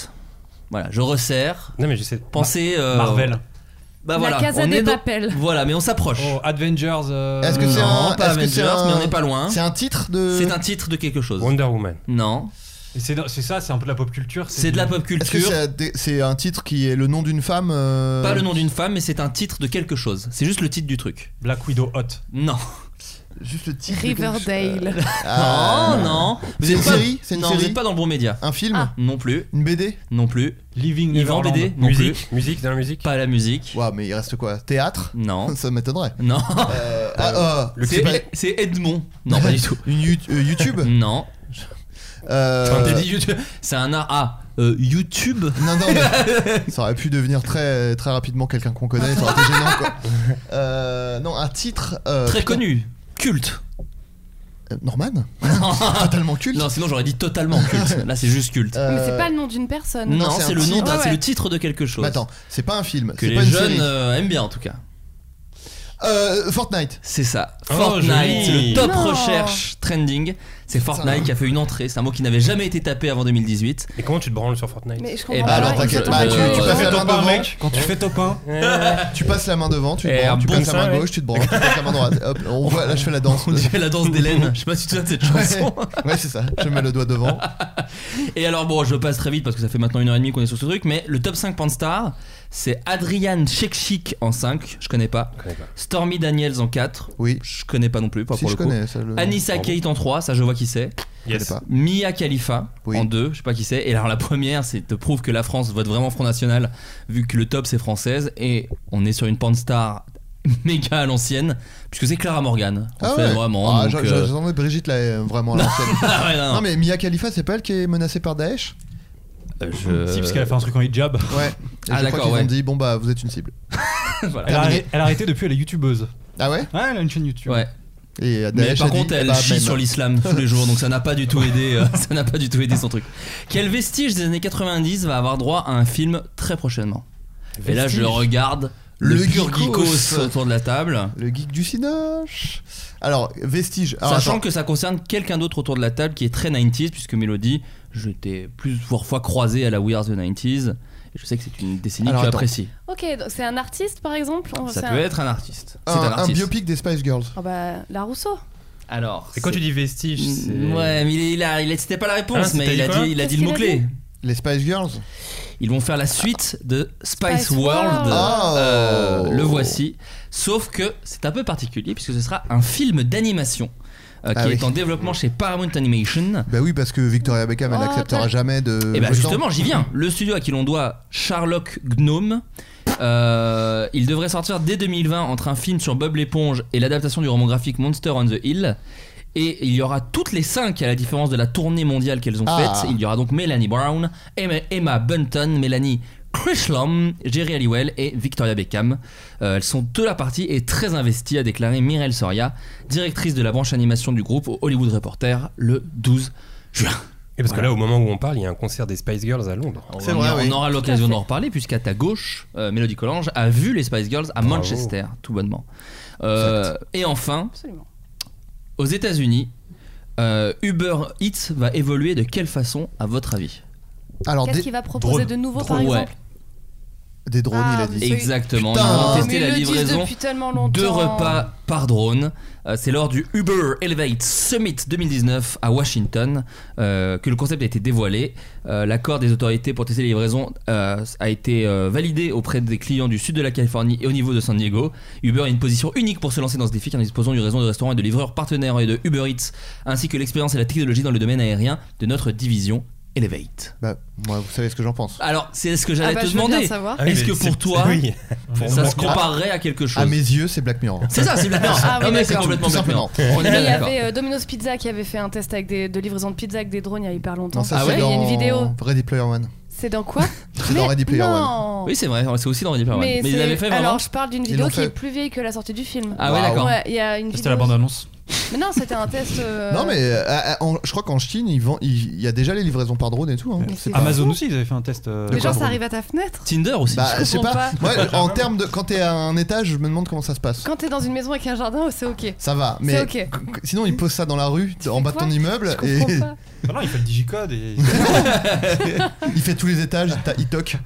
Speaker 10: Voilà, je resserre.
Speaker 11: Non, mais je sais.
Speaker 10: Pensez euh,
Speaker 7: Marvel.
Speaker 10: Bah
Speaker 9: La
Speaker 10: voilà,
Speaker 9: Casa
Speaker 10: on
Speaker 9: des
Speaker 10: est dans-
Speaker 9: Papel.
Speaker 10: Voilà, mais on s'approche.
Speaker 7: Oh, Avengers. euh,
Speaker 8: Est-ce que c'est
Speaker 10: non,
Speaker 8: un-
Speaker 10: pas
Speaker 8: est-ce que c'est
Speaker 10: Avengers,
Speaker 8: un-
Speaker 10: mais on n'est pas loin.
Speaker 8: C'est un titre de.
Speaker 10: C'est un titre de quelque chose.
Speaker 11: Wonder Woman.
Speaker 10: Non,
Speaker 7: et c'est dans- c'est ça, c'est un peu de la pop culture.
Speaker 10: c'est de la pop
Speaker 8: Est-ce que
Speaker 10: culture.
Speaker 8: c'est un- c'est un titre qui est le nom d'une femme euh,
Speaker 10: Pas le nom d'une femme, mais c'est un titre de quelque chose. C'est juste le titre du truc.
Speaker 7: Black Widow Hot.
Speaker 10: Non.
Speaker 8: Juste le titre. de quelque chose.
Speaker 9: Riverdale.
Speaker 8: Ah,
Speaker 10: Oh, non, non. Vous
Speaker 8: C'est
Speaker 10: êtes
Speaker 8: une
Speaker 10: pas-
Speaker 8: série C'est une
Speaker 10: non, vous
Speaker 8: série
Speaker 10: êtes pas dans le bon média.
Speaker 8: Un film
Speaker 9: Ah.
Speaker 10: Non plus,
Speaker 8: Une BD
Speaker 10: non plus.
Speaker 7: Living
Speaker 10: Yvan
Speaker 7: Neverland.
Speaker 10: BD Non plus.
Speaker 11: Musique Musique Dans la musique
Speaker 10: Pas la musique.
Speaker 8: Waouh, mais il reste quoi Théâtre
Speaker 10: Non.
Speaker 8: Ça m'étonnerait.
Speaker 10: Non. Bah,
Speaker 8: Euh, ah, euh,
Speaker 10: C'est
Speaker 8: c'est pas-
Speaker 10: c'est Edmond. Non, pas du tout.
Speaker 8: Une Yout- euh, YouTube
Speaker 10: Non.
Speaker 8: Euh,
Speaker 10: Enfin, t'as dit YouTube. C'est un art. Ah, euh, YouTube
Speaker 8: Non, non, mais ça aurait pu devenir très, très rapidement quelqu'un qu'on connaît, ça aurait été gênant quoi. Euh, non, un titre. euh,
Speaker 10: Très
Speaker 8: putain,
Speaker 10: connu. Culte.
Speaker 8: euh, Norman Ah, Totalement culte
Speaker 10: Non, sinon j'aurais dit totalement culte. Là, c'est juste culte.
Speaker 8: Euh,
Speaker 9: Mais c'est pas le nom d'une personne.
Speaker 10: non,
Speaker 8: c'est
Speaker 10: c'est
Speaker 8: un
Speaker 10: le nom
Speaker 8: titre.
Speaker 10: d'un,
Speaker 9: Ouais,
Speaker 10: c'est le
Speaker 9: ouais.
Speaker 10: titre de quelque chose.
Speaker 8: mais Attends, c'est pas un film,
Speaker 10: que
Speaker 8: c'est
Speaker 10: les
Speaker 8: pas une
Speaker 10: jeunes
Speaker 8: série.
Speaker 10: euh, aiment bien en tout cas.
Speaker 8: Euh, Fortnite.
Speaker 10: C'est ça.
Speaker 11: Oh,
Speaker 10: Fortnite,
Speaker 11: joli.
Speaker 10: le top
Speaker 9: Non.
Speaker 10: recherche trending. C'est Fortnite qui a fait une entrée. C'est un mot qui n'avait jamais été tapé avant 2018.
Speaker 11: Et comment tu te branles sur Fortnite
Speaker 9: Mais je
Speaker 10: Eh
Speaker 9: comprends
Speaker 10: ben,
Speaker 9: pas.
Speaker 8: alors
Speaker 9: Ils
Speaker 8: t'inquiète
Speaker 9: sont
Speaker 8: pas,
Speaker 9: pas
Speaker 8: tu,
Speaker 7: Euh,
Speaker 9: doués.
Speaker 8: tu passes la main devant,
Speaker 7: Quand tu fais top 1,
Speaker 8: tu passes la main devant, tu, te
Speaker 10: Ah. Et
Speaker 8: branles,
Speaker 10: un
Speaker 8: tu
Speaker 10: bon
Speaker 8: passes la
Speaker 11: ça,
Speaker 8: main
Speaker 11: ouais.
Speaker 8: gauche, tu te branles, tu passes la main droite. Hop, on voit, là je fais la danse.
Speaker 10: On dirait la danse d'Hélène. Je sais pas si tu te souviens de cette chanson.
Speaker 8: Ouais, c'est ça, je mets le doigt devant.
Speaker 10: Et alors bon, je passe très vite parce que ça fait maintenant une heure et demie qu'on est sur ce truc. Mais le top 5 Pan Star, C'est Adrian Chekchik en 5, je connais pas.
Speaker 11: Je connais pas.
Speaker 10: Stormy Daniels en 4,
Speaker 8: Oui.
Speaker 10: je connais pas non plus, pas
Speaker 8: si
Speaker 10: pour
Speaker 8: je
Speaker 10: le coup.
Speaker 8: connais ça. Le...
Speaker 10: Anissa
Speaker 11: Pardon.
Speaker 10: Kate en 3, ça je vois qui c'est.
Speaker 11: Yes.
Speaker 8: pas.
Speaker 10: Mia Khalifa
Speaker 8: Oui.
Speaker 10: en 2, je sais pas qui c'est. Et alors la première, c'est te prouve que la France vote vraiment Front National, vu que le top c'est française. Et on est sur une porn star méga à l'ancienne, puisque c'est Clara Morgan. On
Speaker 8: Ah
Speaker 10: fait
Speaker 8: ouais.
Speaker 10: vraiment.
Speaker 8: Ah,
Speaker 10: donc,
Speaker 8: j'a-
Speaker 10: euh,
Speaker 8: J'attendais Brigitte là euh, vraiment à l'ancienne.
Speaker 10: ah ouais, non, non.
Speaker 8: non mais Mia Khalifa, c'est pas elle qui est menacée par Daesh
Speaker 10: Euh, je-
Speaker 7: Si, parce qu'elle a fait un truc en hijab.
Speaker 8: Ouais. Et
Speaker 10: Ah,
Speaker 8: je crois
Speaker 10: d'accord,
Speaker 8: qu'ils
Speaker 10: ouais.
Speaker 8: ont dit bon bah vous êtes une cible.
Speaker 10: Voilà.
Speaker 7: Elle a,
Speaker 8: Terminé.
Speaker 7: elle a arrêté depuis, elle est youtubeuse.
Speaker 8: Ah ouais
Speaker 7: Ouais, elle a une chaîne YouTube.
Speaker 10: Ouais.
Speaker 8: Et Daesh
Speaker 10: Mais par
Speaker 8: a dit,
Speaker 10: contre, elle
Speaker 8: bah,
Speaker 10: chie
Speaker 8: même.
Speaker 10: sur l'islam tous les jours, donc ça n'a pas du tout aidé. euh, ça n'a pas du tout aidé son truc. Quel vestige des années 90 va avoir droit à un film très prochainement Et là, je regarde le,
Speaker 8: Le
Speaker 10: pur
Speaker 8: geekos.
Speaker 10: geekos autour de la table,
Speaker 8: Le geek du Cinoche. Alors, vestige. Alors,
Speaker 10: sachant
Speaker 8: Ah, attends.
Speaker 10: que ça concerne quelqu'un d'autre autour de la table qui est très 90s, puisque Mélodie, je t'ai plusieurs fois croisé à la We Are the 90s. et Je sais que c'est une décennie
Speaker 8: Alors,
Speaker 10: que tu
Speaker 8: attends.
Speaker 10: apprécies.
Speaker 9: Ok, donc c'est un artiste par exemple On-
Speaker 10: Ça
Speaker 9: c'est
Speaker 10: peut
Speaker 9: un-
Speaker 10: être un artiste. C'est
Speaker 8: un,
Speaker 10: un
Speaker 8: un
Speaker 10: artiste.
Speaker 8: biopic des Spice Girls.
Speaker 9: Ah bah, la Rousseau.
Speaker 10: Alors.
Speaker 11: Et quand tu dis vestige, c'est.
Speaker 10: Mm, Ouais, mais il a, il a- c'était pas la réponse,
Speaker 11: Ah, c'était
Speaker 10: mais il a
Speaker 11: quoi
Speaker 10: dit, il a dit
Speaker 9: Qu'est-ce
Speaker 10: le
Speaker 9: qu'il a
Speaker 10: mot-clé.
Speaker 9: dit
Speaker 8: Les Spice Girls
Speaker 10: Ils vont faire la suite de Spice,
Speaker 9: Spice
Speaker 10: World.
Speaker 9: World.
Speaker 8: Oh.
Speaker 10: Euh, le voici. Sauf que c'est un peu particulier puisque ce sera un film d'animation euh, qui
Speaker 8: Ah oui.
Speaker 10: est en développement chez Paramount Animation.
Speaker 8: Bah oui, parce que Victoria Beckham, elle
Speaker 9: Oh,
Speaker 8: n'acceptera
Speaker 9: t'as-
Speaker 8: jamais de.
Speaker 10: Et bah
Speaker 8: de
Speaker 10: justement,
Speaker 8: temps.
Speaker 10: j'y viens. Le studio à qui l'on doit Sherlock Gnome. euh, il devrait sortir dès 2020 entre un film sur Bob l'éponge et l'adaptation du roman graphique Monster on the Hill. Et il y aura toutes les cinq, à la différence de la tournée mondiale qu'elles ont
Speaker 8: Ah.
Speaker 10: faite. Il y aura donc Melanie Brown, Emma, Emma Bunton, Melanie Krishlom, Jerry Halliwell et Victoria Beckham. Euh, elles sont de la partie et très investies, a déclaré Mireille Soria, directrice de la branche animation du groupe au Hollywood Reporter le 12 juin.
Speaker 11: Et parce que là, au moment où on parle, il y a un concert des Spice Girls à Londres.
Speaker 10: On,
Speaker 8: C'est
Speaker 10: en-
Speaker 8: vrai,
Speaker 10: on
Speaker 8: oui.
Speaker 10: aura l'occasion d'en reparler puisqu'à ta gauche, euh, Mélodie Collange a vu les Spice Girls à
Speaker 11: Bravo.
Speaker 10: Manchester, tout bonnement. Euh, et enfin,
Speaker 9: Absolument.
Speaker 10: aux États-Unis, euh, Uber Eats va évoluer de quelle façon, à votre avis
Speaker 8: Alors,
Speaker 9: Qu'est-ce
Speaker 8: des,
Speaker 9: qu'il va proposer
Speaker 11: drôle.
Speaker 9: de nouveau par
Speaker 10: Ouais,
Speaker 9: exemple
Speaker 8: des drones,
Speaker 9: Ah,
Speaker 8: il a
Speaker 9: mais
Speaker 8: dit.
Speaker 9: c'est-
Speaker 10: exactement.
Speaker 8: Putain.
Speaker 10: Ils vont
Speaker 8: Ah,
Speaker 10: tester
Speaker 9: mais
Speaker 10: la
Speaker 9: ils le disent
Speaker 10: livraison
Speaker 9: depuis tellement longtemps. Ah
Speaker 10: deux repas par drone. Euh, c'est lors du Uber Elevate Summit 2019 à Washington euh, que le concept a été dévoilé. Euh, L'accord des autorités pour tester les livraisons euh, a été euh, validé auprès des clients du sud de la Californie et au niveau de San Diego. Uber a une position unique pour se lancer dans ce défi car nous disposons du réseau de restaurants et de livreurs partenaires et de Uber Eats ainsi que l'expérience et la technologie dans le domaine aérien de notre division Elevate.
Speaker 8: Bah, moi, vous savez ce que j'en pense.
Speaker 10: Alors, c'est ce que
Speaker 9: Ah
Speaker 10: j'allais
Speaker 9: bah,
Speaker 10: te
Speaker 9: je veux bien
Speaker 10: demander.
Speaker 9: savoir.
Speaker 11: Ah oui,
Speaker 10: Est-ce
Speaker 11: mais
Speaker 10: que
Speaker 11: c'est-
Speaker 10: pour toi,
Speaker 11: Oui.
Speaker 10: Ça se comparerait à quelque chose.
Speaker 8: À mes yeux, c'est Black Mirror.
Speaker 10: C'est ça, c'est Black Mirror.
Speaker 9: Ah oui,
Speaker 10: Non, mais c'est
Speaker 9: d'accord.
Speaker 10: complètement
Speaker 8: Tout
Speaker 10: Black Mirror. On est
Speaker 9: Mais
Speaker 10: bien
Speaker 9: il y
Speaker 10: d'accord.
Speaker 9: avait euh, Domino's Pizza qui avait fait un test avec des, de livraison de pizza avec des drones il y a hyper longtemps.
Speaker 8: Non, ça,
Speaker 10: Ah
Speaker 8: c'est
Speaker 10: ouais,
Speaker 9: il y a une
Speaker 8: dans
Speaker 9: vidéo.
Speaker 8: Ready Player One.
Speaker 9: C'est dans quoi
Speaker 8: C'est dans
Speaker 9: Mais
Speaker 8: Ready Player One.
Speaker 9: non.
Speaker 10: Oui, c'est vrai, c'est aussi dans Ready Player One. Mais, ils
Speaker 9: c'est-
Speaker 10: l'avaient fait vraiment.
Speaker 9: Alors je parle d'une vidéo
Speaker 8: l'ont
Speaker 9: qui
Speaker 8: fait.
Speaker 9: est plus vieille que la sortie du film.
Speaker 10: ah ouais,
Speaker 8: Waouh.
Speaker 10: d'accord.
Speaker 9: Ouais, il y a une
Speaker 7: C'était
Speaker 9: vidéo.
Speaker 7: la bande-annonce.
Speaker 9: Mais non, c'était un test. euh,
Speaker 8: Non, mais euh, à- à- en- je crois qu'en Chine, ils vendent- il il y a déjà les livraisons par drone et tout. hein.
Speaker 9: Mais c'est
Speaker 7: Amazon aussi, ils avaient fait un test. euh,
Speaker 9: Mais
Speaker 7: de quoi,
Speaker 9: genre, ça
Speaker 7: drone.
Speaker 9: arrive à ta fenêtre
Speaker 10: Tinder aussi.
Speaker 8: Bah, je sais
Speaker 9: comprends
Speaker 8: pas.
Speaker 9: pas.
Speaker 8: Moi, en termes de. Quand t'es à un étage, je me demande comment ça se passe.
Speaker 9: Quand t'es dans une maison avec un jardin, oh, c'est ok.
Speaker 8: Ça va,
Speaker 9: C'est
Speaker 8: mais
Speaker 9: ok.
Speaker 8: c- c- sinon ils posent ça dans la rue, en bas de ton
Speaker 9: quoi Je
Speaker 8: immeuble, et
Speaker 9: comprends pas.
Speaker 7: Ah non, il fait le digicode et.
Speaker 11: Bah,
Speaker 8: il fait tous les étages, t'as- il toque.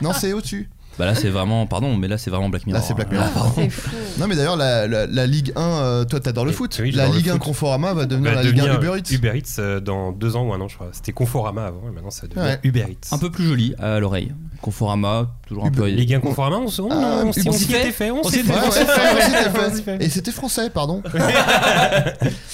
Speaker 8: non, c'est au-dessus.
Speaker 10: Bah là, c'est vraiment, pardon, mais là, c'est vraiment Black Mirror.
Speaker 8: Là, c'est Black Mirror.
Speaker 10: Ah, pardon.
Speaker 9: C'est fou.
Speaker 8: Non, mais d'ailleurs, la, la- la Ligue 1, euh, toi t'adores le
Speaker 11: Oui,
Speaker 8: foot.
Speaker 11: oui,
Speaker 8: la
Speaker 11: j'adore le
Speaker 8: Ligue 1
Speaker 11: foot.
Speaker 8: Conforama va devenir
Speaker 11: Bah,
Speaker 8: la Ligue
Speaker 11: devenir
Speaker 8: 1 Uber Eats.
Speaker 11: Uber Eats euh, dans deux ans ou un an, je crois. C'était Conforama avant, et maintenant ça devient
Speaker 8: Ouais.
Speaker 11: Uber Eats.
Speaker 10: Un peu plus joli à l'oreille. Conforama, toujours un peu.
Speaker 11: Les gains Conforama, on s'y on,
Speaker 8: Ah,
Speaker 11: on, s'y-
Speaker 8: on
Speaker 11: on
Speaker 10: s'y
Speaker 11: s'y
Speaker 10: fait.
Speaker 11: était fait, on s'y
Speaker 10: s'y
Speaker 11: était
Speaker 8: Ouais,
Speaker 11: fait.
Speaker 8: ouais, ouais, ouais,
Speaker 11: On s'y fait.
Speaker 8: Et c'était français, pardon. Hein,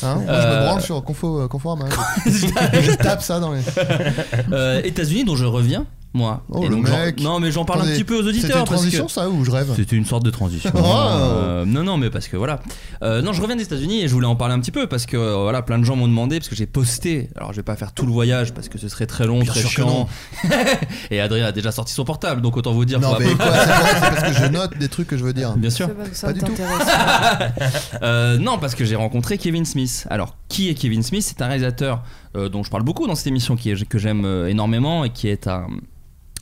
Speaker 8: moi, je me
Speaker 10: Euh,
Speaker 8: branle sur Confo, euh, Conforama. je tape ça dans les.
Speaker 10: Euh, États-Unis, dont je reviens, moi.
Speaker 8: Oh,
Speaker 10: Et
Speaker 8: le
Speaker 10: donc, j'en-
Speaker 8: mec.
Speaker 10: Non, mais j'en parle un
Speaker 8: Attendez,
Speaker 10: petit peu aux
Speaker 8: C'était une
Speaker 10: auditeurs. parce que-
Speaker 8: transition ça ou je rêve
Speaker 10: C'était une sorte de transition.
Speaker 8: Oh.
Speaker 10: Euh, non, non, mais parce que voilà. Euh, non, je reviens des États-Unis et je voulais en parler un petit peu parce que euh, voilà, plein de gens m'ont demandé parce que j'ai posté. Alors, je vais pas faire tout le voyage parce que ce serait très long, très
Speaker 8: sûr que
Speaker 10: chiant.
Speaker 8: non.
Speaker 10: et Adrien a déjà sorti son portable, donc autant vous dire. qu'on
Speaker 8: Non,
Speaker 10: va
Speaker 8: mais quoi, c'est pas- c'est parce que je note des trucs que je veux dire.
Speaker 10: pas- Bien sûr.
Speaker 9: C'est pas que ça
Speaker 8: Pas du tout.
Speaker 9: t'intéresse.
Speaker 10: Euh, non, parce que j'ai rencontré Kevin Smith. Alors, qui est Kevin Smith C'est un réalisateur euh, dont je parle beaucoup dans cette émission, qui est- que j'aime euh, énormément et qui est un.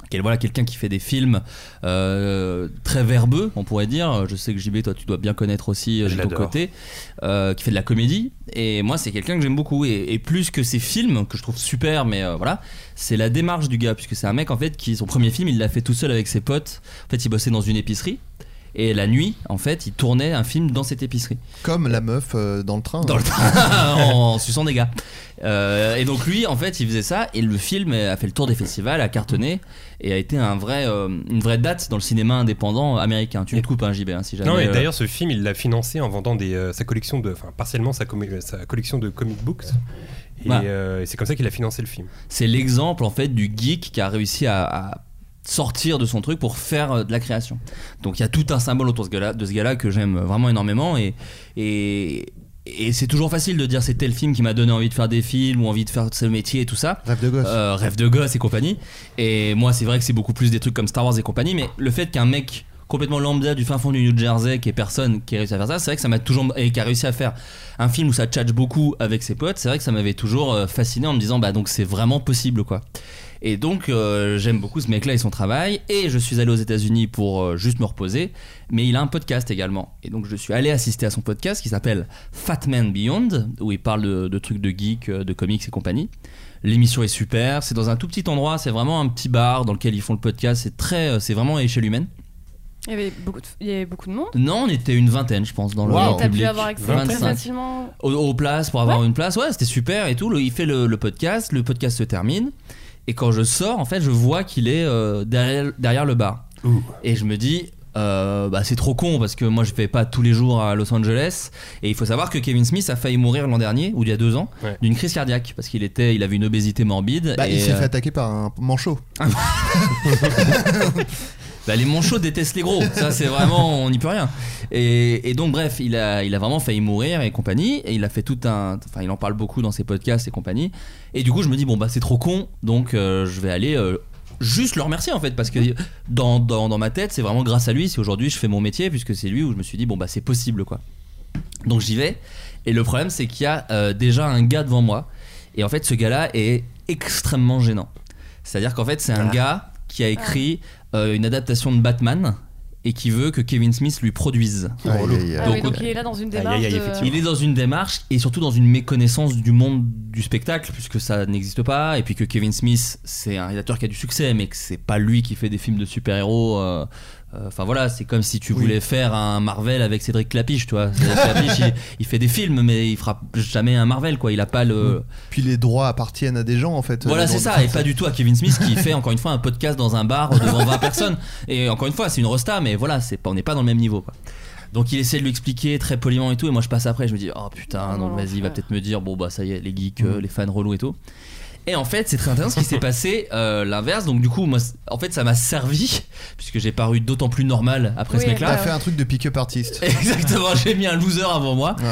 Speaker 10: quel- Voilà quelqu'un qui fait des films euh, très verbeux, on pourrait dire. Je sais que JB, toi, tu dois bien connaître aussi euh,
Speaker 11: Je
Speaker 10: de ton
Speaker 11: l'adore.
Speaker 10: côté, euh, qui fait de la comédie. Et moi, c'est quelqu'un que j'aime beaucoup. Et, et plus que ses films, que je trouve super, mais euh, voilà, c'est la démarche du gars, puisque c'est un mec en fait qui son premier film, il l'a fait tout seul avec ses potes. En fait, il bossait dans une épicerie. Et la nuit, en fait, ils tournaient un film dans cette épicerie.
Speaker 8: Comme la meuf euh, dans le train.
Speaker 10: Dans le train, en suçant des gars. Euh, et donc lui, en fait, il faisait ça, et le film a fait le tour des festivals, a cartonné, et a été un vrai, euh, une vraie date dans le cinéma indépendant américain. Tu me coupes, un JB, hein, si jamais...
Speaker 11: Non, et
Speaker 10: euh,
Speaker 11: d'ailleurs, ce film, il l'a financé en vendant des, euh, sa collection de. Enfin, partiellement sa, commu- sa collection de comic books. Et
Speaker 10: Bah.
Speaker 11: euh, c'est comme ça qu'il a financé le film.
Speaker 10: C'est l'exemple en fait du geek qui a réussi à, à sortir de son truc pour faire euh, de la création. Donc il y a tout un symbole autour de ce gars-là, de ce gars-là que j'aime vraiment énormément et et et c'est toujours facile de dire c'était le film qui m'a donné envie de faire des films ou envie de faire ce métier et tout ça.
Speaker 8: Rêve de gosse.
Speaker 10: Euh, rêve de gosse et compagnie. Et moi, c'est vrai que c'est beaucoup plus des trucs comme Star Wars et compagnie, mais le fait qu'un mec complètement lambda du fin fond du New Jersey, qui est personne, qui a réussi à faire ça, c'est vrai que ça m'a toujours. et qui a réussi à faire un film où ça tchatche beaucoup avec ses potes, c'est vrai que ça m'avait toujours euh, fasciné en me disant, bah donc c'est vraiment possible quoi. Et donc, euh, j'aime beaucoup ce mec-là et son travail. Et je suis allé aux États-Unis pour euh, juste me reposer. Mais il a un podcast également. Et donc, je suis allé assister à son podcast qui s'appelle Fat Man Beyond, où il parle de, de trucs de geek, euh, de comics et compagnie. L'émission est super. C'est dans un tout petit endroit. C'est vraiment un petit bar dans lequel ils font le podcast. C'est très, euh, c'est vraiment à échelle humaine.
Speaker 9: Il y avait beaucoup de, il y avait beaucoup de monde.
Speaker 10: Non, on était une vingtaine, je pense, dans le
Speaker 8: Wow.
Speaker 9: Et T'as
Speaker 10: public.
Speaker 9: pu avoir accès très
Speaker 10: 25
Speaker 9: facilement.
Speaker 10: aux, aux places pour avoir une place. Ouais, c'était super et tout. Le- il fait le, le podcast, le podcast se termine. Et quand je sors, en fait, je vois qu'il est euh, derrière, derrière le bar. Et je me dis. euh, bah, c'est trop con parce que moi je vais pas tous les jours à Los Angeles et il faut savoir que Kevin Smith a failli mourir l'an dernier ou il y a deux ans
Speaker 11: Ouais.
Speaker 10: d'une crise cardiaque parce qu'il était il avait une obésité morbide
Speaker 8: Bah,
Speaker 10: et,
Speaker 8: il s'est
Speaker 10: euh,
Speaker 8: fait attaquer par un manchot.
Speaker 10: Bah, les manchots détestent les gros, ça c'est vraiment, on n'y peut rien. Et, et donc bref, il a, il a vraiment failli mourir et compagnie, et il a fait tout un, enfin il en parle beaucoup dans ses podcasts et compagnie. Et du coup je me dis bon bah c'est trop con, donc euh, je vais aller euh, juste le remercier en fait, parce que dans, dans, dans ma tête c'est vraiment grâce à lui si aujourd'hui je fais mon métier, puisque c'est lui où je me suis dit bon bah c'est possible quoi. Donc j'y vais, et le problème c'est qu'il y a euh, déjà un gars devant moi, et en fait ce gars-là est extrêmement gênant. C'est-à-dire qu'en fait c'est un gars qui a écrit euh, une adaptation de Batman et qui veut que Kevin Smith lui produise.
Speaker 8: Aïe, aïe,
Speaker 10: euh,
Speaker 9: Ah
Speaker 8: aïe.
Speaker 9: oui, donc il est là dans une démarche.
Speaker 11: aïe, aïe,
Speaker 9: de-
Speaker 11: effectivement.
Speaker 10: Il est dans une démarche et surtout dans une méconnaissance du monde du spectacle puisque ça n'existe pas et puis que Kevin Smith c'est un réalisateur qui a du succès mais que c'est pas lui qui fait des films de super-héros. euh, euh, Enfin voilà, c'est comme si tu voulais faire un Marvel avec Cédric Clapiche, tu vois. Cédric Clapiche, il, il fait des films, mais il fera jamais un Marvel, quoi. Il a pas le,
Speaker 8: Euh, Puis les droits appartiennent à des gens en fait.
Speaker 10: Mm. Voilà,
Speaker 8: Euh,
Speaker 10: c'est
Speaker 8: dans-
Speaker 10: ça, et pas du tout à Kevin Smith qui fait encore une fois un podcast dans un bar devant 20 personnes. Et encore une fois, c'est une rosta, mais voilà, c'est pas, on n'est pas dans le même niveau. quoi. Donc il essaie de lui expliquer très poliment et tout, et moi je passe après, je me dis, oh putain, non,
Speaker 9: Oh,
Speaker 10: vas-y, il va
Speaker 9: l'enfer.
Speaker 10: peut-être me dire, bon bah ça y est, les geeks, euh, les fans relous et tout. Et en fait, c'est très intéressant ce qui s'est passé euh, l'inverse. Donc du coup, moi, c- en fait, ça m'a servi puisque j'ai paru d'autant plus normal après ce
Speaker 9: Oui,
Speaker 10: mec-là.
Speaker 8: T'as fait un truc de pick-up artiste.
Speaker 10: Exactement, j'ai mis un loser avant moi.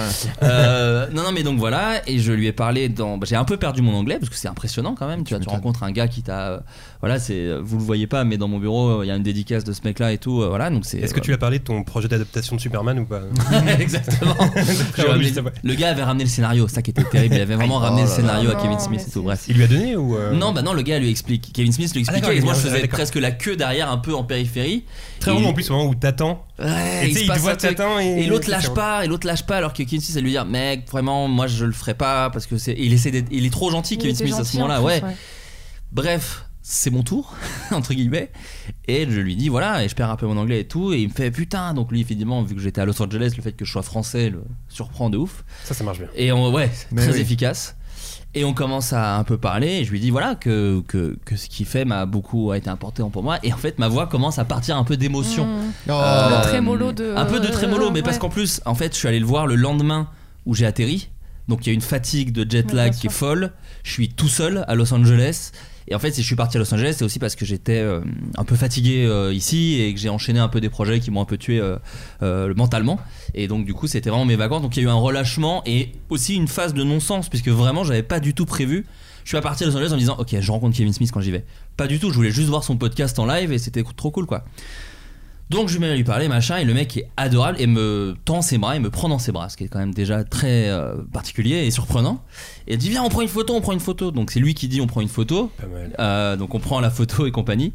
Speaker 8: Ouais.
Speaker 10: Euh, non, non, mais donc voilà, et je lui ai parlé dans. bah, j'ai un peu perdu mon anglais parce que c'est impressionnant quand même. Tu, vois, tu
Speaker 8: m'étonnes.
Speaker 10: rencontres un gars qui t'a. euh, voilà, c'est. Vous le voyez pas, mais dans mon bureau, euh, il y a une dédicace de ce mec-là et tout. euh, voilà, donc c'est.
Speaker 11: Est-ce que tu as parlé de ton projet d'adaptation de Superman ou pas
Speaker 10: Exactement. J'ai
Speaker 11: Ah oui,
Speaker 10: ramené-
Speaker 11: juste après.
Speaker 10: le gars avait ramené le scénario, ça qui était terrible. Il avait vraiment ramené
Speaker 8: Oh
Speaker 10: le
Speaker 8: là
Speaker 10: scénario
Speaker 9: là.
Speaker 10: à Kevin
Speaker 9: Non,
Speaker 10: Smith et
Speaker 9: mais
Speaker 10: tout.
Speaker 9: c'est-
Speaker 10: Bref.
Speaker 11: Il lui a donné ou euh,
Speaker 10: Non, bah non, le gars lui explique. Kevin Smith lui
Speaker 11: Ah,
Speaker 10: expliquait.
Speaker 11: d'accord,
Speaker 10: et moi,
Speaker 11: il
Speaker 10: je
Speaker 11: est-
Speaker 10: faisais
Speaker 11: d'accord.
Speaker 10: presque la queue derrière, un peu en périphérie.
Speaker 11: Très
Speaker 10: Et-
Speaker 11: long en plus au moment où t'attends.
Speaker 10: Ouais,
Speaker 11: Et tu
Speaker 10: il se
Speaker 11: sais, il te
Speaker 10: passe
Speaker 11: voit
Speaker 10: un truc.
Speaker 11: t'attends et.
Speaker 10: Et l'autre
Speaker 11: c'est-
Speaker 10: lâche pas, et l'autre lâche pas, alors que Kevin Smith, elle lui dire, mec, vraiment, moi je le ferai pas, parce que c'est. Il essaie d'être- Il est trop gentil,
Speaker 9: Il
Speaker 10: Kevin
Speaker 9: était
Speaker 10: Smith, à ce
Speaker 9: gentil,
Speaker 10: moment-là,
Speaker 9: en
Speaker 10: ouais.
Speaker 9: plus,
Speaker 10: Bref, c'est mon tour, entre guillemets. Et je lui dis, voilà, et je perds un peu mon anglais et tout. Et il me fait, putain, donc lui, évidemment, vu que j'étais à Los Angeles, le fait que je sois français le surprend de ouf.
Speaker 11: Ça, ça marche bien.
Speaker 10: Et on, ouais,
Speaker 8: Mais
Speaker 10: très
Speaker 8: oui.
Speaker 10: efficace. Et on commence à un peu parler, et je lui dis, voilà, que, que, que ce qu'il fait m'a beaucoup a été important pour moi. Et en fait, ma voix commence à partir un peu d'émotion.
Speaker 9: Mmh.
Speaker 8: Oh.
Speaker 11: Ah bah
Speaker 10: Euh,
Speaker 9: Le trémolo de- euh,
Speaker 10: Un peu de trémolo, mais
Speaker 9: ouais.
Speaker 10: parce qu'en plus, en fait, je suis allé le voir le lendemain où j'ai atterri. Donc il y a une fatigue de jet
Speaker 9: Ouais,
Speaker 10: lag
Speaker 9: bien
Speaker 10: qui est
Speaker 9: sûr.
Speaker 10: folle. Je suis tout seul à Los Angeles. Et en fait, si je suis parti à Los Angeles, c'est aussi parce que j'étais euh, un peu fatigué euh, ici et que j'ai enchaîné un peu des projets qui m'ont un peu tué euh, euh, mentalement. Et donc, du coup, c'était vraiment mes vacances. Donc, il y a eu un relâchement et aussi une phase de non-sens, puisque vraiment, j'avais pas du tout prévu. Je suis parti à Los Angeles en me disant, ok, je rencontre Kevin Smith quand j'y vais. Pas du tout, je voulais juste voir son podcast en live et c'était trop cool, quoi. Donc je me mets à lui parler, machin, et le mec est adorable et me tend ses bras et me prend dans ses bras, ce qui est quand même déjà très euh, particulier et surprenant. Et il dit viens, on prend une photo, on prend une photo. Donc c'est lui qui dit on prend une photo,
Speaker 11: Pas mal.
Speaker 10: euh, donc on prend la photo et compagnie,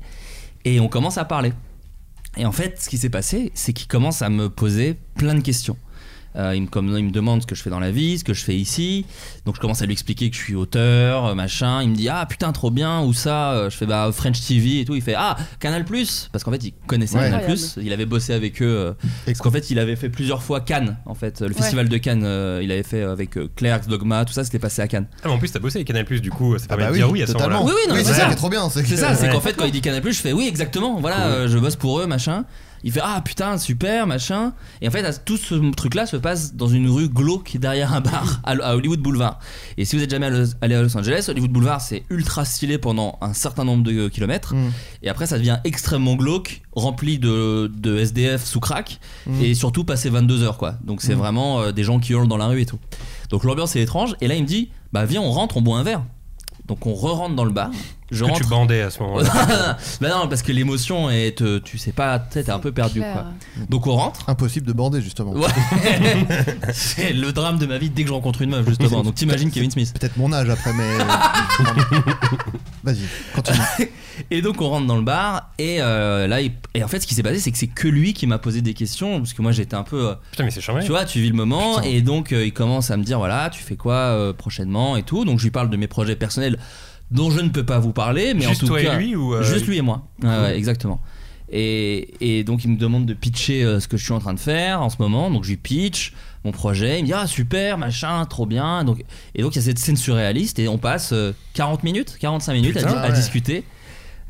Speaker 10: et on commence à parler. Et en fait, ce qui s'est passé, c'est qu'il commence à me poser plein de questions. Euh, il, me, comme, il me demande ce que je fais dans la vie, ce que je fais ici. Donc je commence à lui expliquer que je suis auteur, euh, machin. Il me dit ah putain trop bien ou ça. Euh, Je fais bah French TV et tout. Il fait ah Canal Plus parce qu'en fait il connaissait
Speaker 8: Ouais.
Speaker 10: Canal Plus. Il avait bossé avec eux. euh, parce qu'en fait il avait fait plusieurs fois Cannes en fait le festival de Cannes. euh, il avait fait avec euh, Clerks, Dogma, tout ça c'était passé à Cannes.
Speaker 11: Ah, mais en plus, t'as bossé avec Canal Plus, du coup, ça
Speaker 8: Ah
Speaker 11: permet
Speaker 8: bah
Speaker 11: de
Speaker 8: oui,
Speaker 11: dire oui à ce
Speaker 8: totalement.
Speaker 11: moment-là.
Speaker 10: Oui, oui, non, mais
Speaker 8: c'est
Speaker 10: c'est
Speaker 8: ça
Speaker 10: ça.
Speaker 8: qui est trop bien.
Speaker 10: C'est
Speaker 8: que-
Speaker 10: ça, c'est
Speaker 11: Ouais.
Speaker 10: qu'en fait, quand il dit Canal je fais oui, exactement, voilà, euh, je bosse pour eux, machin. Il fait ah putain, super, machin. Et en fait, à- tout ce truc-là se passe dans une rue glauque derrière un bar à, à Hollywood Boulevard. Et si vous êtes jamais allé- allé à Los Angeles, Hollywood Boulevard, c'est ultra stylé pendant un certain nombre de euh, kilomètres.
Speaker 8: Mm.
Speaker 10: Et après, ça devient extrêmement glauque, rempli de, de SDF sous crack.
Speaker 8: Mm.
Speaker 11: Mm.
Speaker 10: Et surtout, passé 22h, quoi. Donc, c'est vraiment euh, des gens qui hurlent dans la rue et tout. Donc, l'ambiance est étrange. Et là, il me dit bah, viens, on rentre, on boit un verre. Donc, on re-rentre dans le bar. Je
Speaker 11: Que
Speaker 10: rentre.
Speaker 11: tu bandais à ce moment-là.
Speaker 10: Bah non, parce que l'émotion est, te- tu sais pas, t'es t'es un peu perdu
Speaker 9: Claire.
Speaker 10: quoi. Donc on rentre.
Speaker 8: Impossible de bander, justement.
Speaker 10: Ouais. c'est le drame de ma vie dès que je rencontre une meuf justement. Donc t'imagines Kevin Smith.
Speaker 8: Peut-être mon âge après, mais. euh, Vas-y, continue.
Speaker 10: Et donc on rentre dans le bar et euh, là il- et en fait ce qui s'est passé c'est que c'est que lui qui m'a posé des questions parce que moi j'étais un peu euh,
Speaker 11: Putain, mais c'est charmé.
Speaker 10: tu vois tu vis le moment
Speaker 8: Putain.
Speaker 10: et donc euh, il commence à me dire voilà tu fais quoi euh, prochainement et tout donc je lui parle de mes projets personnels dont je ne peux pas vous parler mais
Speaker 11: Juste
Speaker 10: en tout
Speaker 11: toi
Speaker 10: cas
Speaker 11: et lui ou. euh,
Speaker 10: Juste lui et moi. Ouais, ouais, exactement. Et, et donc il me demande de pitcher euh, ce que je suis en train de faire en ce moment. Donc je lui pitch mon projet. Il me dit ah super machin trop bien. Donc et donc il y a cette scène surréaliste et on passe euh, 40 minutes, 45 minutes à
Speaker 8: Putain,
Speaker 10: di- à,
Speaker 8: ouais.
Speaker 10: discuter.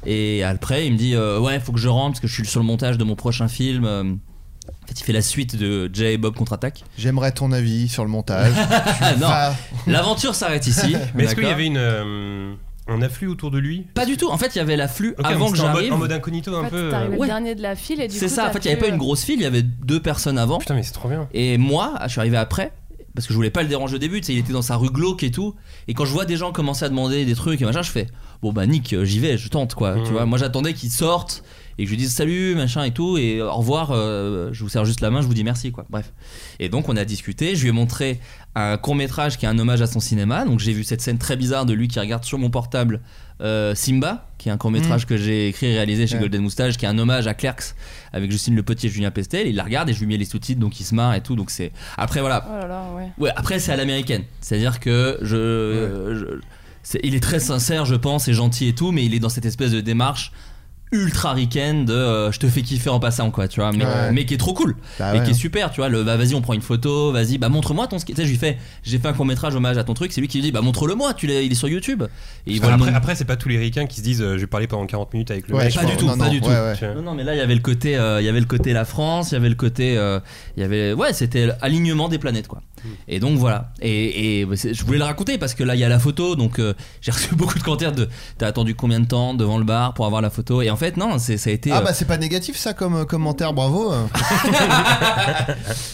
Speaker 10: Et après il me dit euh, ouais faut que je rentre parce que je suis sur le montage de mon prochain film. Euh, En fait il fait la suite de Jay et Bob contre-attaque.
Speaker 8: J'aimerais ton avis sur le montage.
Speaker 10: Ah, non
Speaker 8: Va-
Speaker 10: l'aventure s'arrête ici.
Speaker 11: Mais est-ce qu'il y
Speaker 10: D'accord.
Speaker 11: avait une. euh, Un afflux autour de lui
Speaker 10: pas du tout. En fait il y avait l'afflux
Speaker 11: Ok,
Speaker 10: avant
Speaker 11: donc
Speaker 10: que
Speaker 11: c'était en mode-
Speaker 10: j'arrive.
Speaker 11: En mode incognito,
Speaker 9: En
Speaker 11: un
Speaker 9: fait,
Speaker 11: peu.
Speaker 9: t'arrives
Speaker 11: euh,
Speaker 10: ouais.
Speaker 9: le dernier de la file et du
Speaker 10: C'est
Speaker 9: coup,
Speaker 10: ça. En
Speaker 9: t'as
Speaker 10: fait il y avait
Speaker 9: pu,
Speaker 10: pas une
Speaker 9: euh,
Speaker 10: grosse file. Il y avait deux personnes avant.
Speaker 11: Putain, mais c'est trop bien.
Speaker 10: Et moi, je suis arrivé après parce que je voulais pas le déranger au début, tu sais, il était dans sa rue glauque et tout. Et quand je vois des gens commencer à demander des trucs et machin, je fais bon bah Nick, euh, j'y vais, je tente quoi. Tu
Speaker 11: Mhm.
Speaker 10: vois, moi j'attendais qu'il sorte et que je lui dise salut machin et tout et au revoir, euh, je vous serre juste la main, je vous dis merci quoi. Bref. Et donc on a discuté, je lui ai montré un court métrage qui est un hommage à son cinéma. Donc j'ai vu cette scène très bizarre de lui qui regarde sur mon portable euh, Simba, qui est un court métrage que j'ai écrit et réalisé chez
Speaker 8: Mm. Ouais.
Speaker 10: Golden Moustache, qui est un hommage à Clerks avec Justine Le Petit et Julien Pestel. Il la regarde et je lui mets les sous-titres, donc il se marre et tout. Donc c'est après voilà.
Speaker 9: Oh là là, ouais.
Speaker 10: Ouais, après c'est à l'américaine, c'est-à-dire que je, je- c'est- il est très sincère, je pense, et gentil et tout, mais il est dans cette espèce de démarche ultra ricaine de euh, je te fais kiffer en passant quoi tu vois mais,
Speaker 8: Ouais.
Speaker 10: mais qui est trop cool
Speaker 8: Bah
Speaker 10: et
Speaker 8: ouais,
Speaker 10: qui est super, tu vois, le bah, vas-y, on prend une photo, vas-y, bah montre-moi ton ski. Tu sais, je lui fais, j'ai fait un court métrage hommage à ton truc, c'est lui qui lui dit, bah montre-le moi, tu l'as- il est sur YouTube. Et il voit le
Speaker 11: Après,
Speaker 10: nom-
Speaker 11: après, c'est pas tous les ricains qui se disent euh, je vais parler pendant 40 minutes avec le
Speaker 8: Ouais,
Speaker 11: mec.
Speaker 8: je
Speaker 10: pas du
Speaker 8: pense-
Speaker 10: tout,
Speaker 8: non,
Speaker 10: pas
Speaker 8: non,
Speaker 10: du tout.
Speaker 8: ouais, ouais.
Speaker 11: Tu vois.
Speaker 10: Non, non, mais là, il y avait le côté, euh, il y avait le côté la France, il y avait le côté, euh, il y avait, ouais, c'était l'alignement des planètes, quoi. Et donc voilà. Et, et, bah, c'est- je voulais le raconter parce que là, il y a la photo, donc euh, j'ai reçu beaucoup de commentaires de, t'as attendu combien de temps devant le bar pour avoir la photo Et en fait, non, c'est- ça a été.
Speaker 8: Ah
Speaker 10: euh,
Speaker 8: bah c'est pas négatif ça comme euh, commentaire, bravo. euh.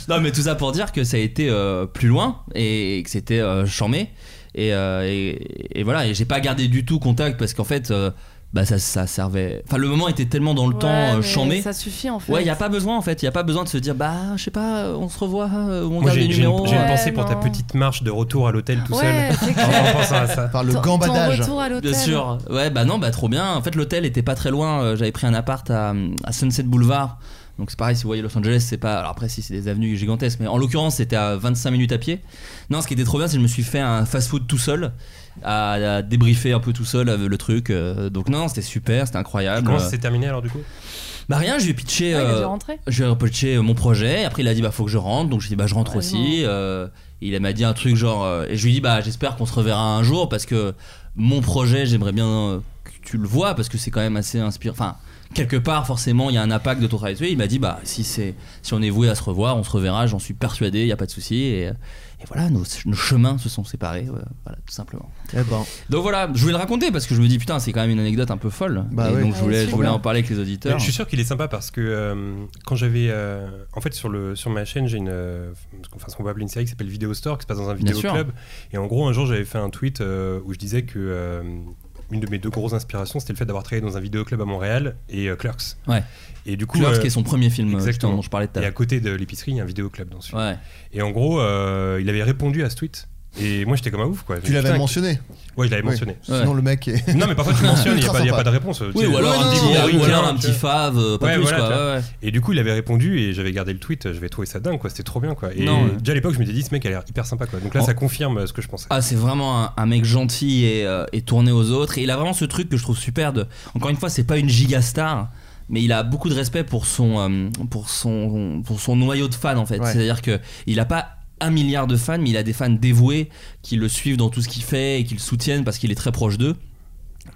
Speaker 10: Non, mais tout ça pour dire que ça a été euh, plus loin et, que c'était euh, chambé. Et, euh, et, et voilà, et j'ai pas gardé du tout contact parce qu'en fait, euh, bah ça, ça servait. Enfin, le moment était tellement dans le temps
Speaker 9: Ouais,
Speaker 10: euh,
Speaker 9: mais
Speaker 10: chambé.
Speaker 9: Ça suffit en fait.
Speaker 10: Ouais, y a pas besoin en fait, y a pas besoin de se dire bah je sais pas, on se revoit, euh, on
Speaker 11: Moi,
Speaker 10: garde
Speaker 11: j'ai
Speaker 10: les
Speaker 11: j'ai une,
Speaker 10: numéros.
Speaker 11: j'ai une
Speaker 9: Ouais,
Speaker 11: pensée pour ta
Speaker 9: non.
Speaker 11: petite marche de retour à l'hôtel tout
Speaker 9: ouais, c'est
Speaker 11: seul.
Speaker 9: clair.
Speaker 11: En pensant à ça.
Speaker 8: Par le
Speaker 9: Ton-
Speaker 8: gambadage.
Speaker 9: Ton retour à l'hôtel.
Speaker 10: Bien sûr, ouais, bah non, bah trop bien. En fait, l'hôtel était pas très loin. Euh, J'avais pris un appart à, à Sunset Boulevard. Donc c'est pareil, si vous voyez Los Angeles, c'est pas. Alors après, si c'est des avenues gigantesques, mais en l'occurrence, c'était à 25 minutes à pied. Non, ce qui était trop bien, c'est que je me suis fait un fast-food tout seul, à, à débriefer un peu tout seul euh, le truc. Euh, Donc non, c'était super, c'était incroyable.
Speaker 11: Comment ça s'est terminé alors du coup
Speaker 10: Bah rien, je lui ai pitché.
Speaker 9: Ouais, Ah, il a dû
Speaker 10: euh,
Speaker 9: rentrer.
Speaker 10: j'ai repitché euh, mon projet. Après, il a dit bah faut que je rentre, donc j'ai dit bah je rentre
Speaker 9: Ouais,
Speaker 10: aussi. Euh, il m'a dit un truc genre euh, et je lui dis bah j'espère qu'on se reverra un jour parce que mon projet j'aimerais bien euh, que tu le vois parce que c'est quand même assez inspirant. Enfin quelque part forcément il y a un impact de ton travail. dessus. Il m'a dit bah si c'est si on est voué à se revoir, on se reverra. J'en suis persuadé, il y a pas de souci. Et, euh, et voilà nos, nos chemins se sont séparés, euh, voilà tout simplement.
Speaker 8: Eh ben,
Speaker 10: Donc voilà, je voulais le raconter parce que je me dis putain c'est quand même une anecdote un peu folle.
Speaker 8: Bah
Speaker 10: et
Speaker 8: oui.
Speaker 10: donc je voulais,
Speaker 9: Ouais,
Speaker 10: je voulais
Speaker 8: c'est
Speaker 10: en parler avec les auditeurs.
Speaker 11: Je suis sûr qu'il est sympa parce que euh, quand j'avais. euh, en fait, sur, le, sur ma chaîne, j'ai une. euh, enfin, ce qu'on peut appeler une série qui s'appelle Vidéo Store, qui se passe dans un
Speaker 10: Bien
Speaker 11: vidéo
Speaker 10: sûr.
Speaker 11: club. Et en gros, un jour, j'avais fait un tweet euh, où je disais que. euh, une de mes deux grosses inspirations, c'était le fait d'avoir travaillé dans un vidéoclub à Montréal et euh, Clerks.
Speaker 10: Ouais.
Speaker 11: Et du coup,
Speaker 10: Clerks,
Speaker 11: euh,
Speaker 10: qui est son premier film
Speaker 11: exactement.
Speaker 10: justement, dont je parlais tout à
Speaker 11: et à
Speaker 10: l'heure.
Speaker 11: côté de l'épicerie, il y a un vidéoclub dans ce film.
Speaker 10: Ouais.
Speaker 11: Et en gros, euh, il avait répondu à ce tweet Et moi, j'étais comme un ouf, quoi.
Speaker 8: Tu l'avais
Speaker 11: Putain,
Speaker 8: mentionné.
Speaker 11: Ouais, je l'avais
Speaker 8: Oui.
Speaker 11: mentionné.
Speaker 8: Sinon, le mec est.
Speaker 11: Non, mais parfois, tu le mentionnes, il n'y a,
Speaker 8: Ultra
Speaker 11: pas- y a
Speaker 8: sympa.
Speaker 11: pas de réponse. oh,
Speaker 10: Oui, ou alors
Speaker 8: Ouais,
Speaker 10: un
Speaker 8: non,
Speaker 10: petit,
Speaker 8: non,
Speaker 10: ou
Speaker 8: non,
Speaker 10: alors un
Speaker 11: tu
Speaker 10: petit
Speaker 11: vois.
Speaker 10: fave, euh, pas
Speaker 11: Ouais,
Speaker 10: plus
Speaker 11: voilà,
Speaker 10: quoi.
Speaker 11: tu vois.
Speaker 10: ouais, ouais.
Speaker 11: Et du coup, il avait répondu et j'avais gardé le tweet. Je vais trouver ça dingue, quoi. C'était trop bien, quoi. Et
Speaker 10: Non, ouais.
Speaker 11: déjà à l'époque, je m'étais dit, ce mec a l'air hyper sympa, quoi. Donc là,
Speaker 10: Oh.
Speaker 11: ça confirme euh, ce que je pensais.
Speaker 10: Ah, c'est vraiment un, un mec gentil et, euh, et tourné aux autres. Et il a vraiment ce truc que je trouve super. De, encore une fois, c'est pas une gigastar, mais il a beaucoup de respect pour son, euh, pour son, pour son noyau de fans en fait.
Speaker 8: Ouais.
Speaker 10: C'est-à-dire que il a pas un milliard de fans, mais il a des fans dévoués qui le suivent dans tout ce qu'il fait et qui le soutiennent parce qu'il est très proche d'eux.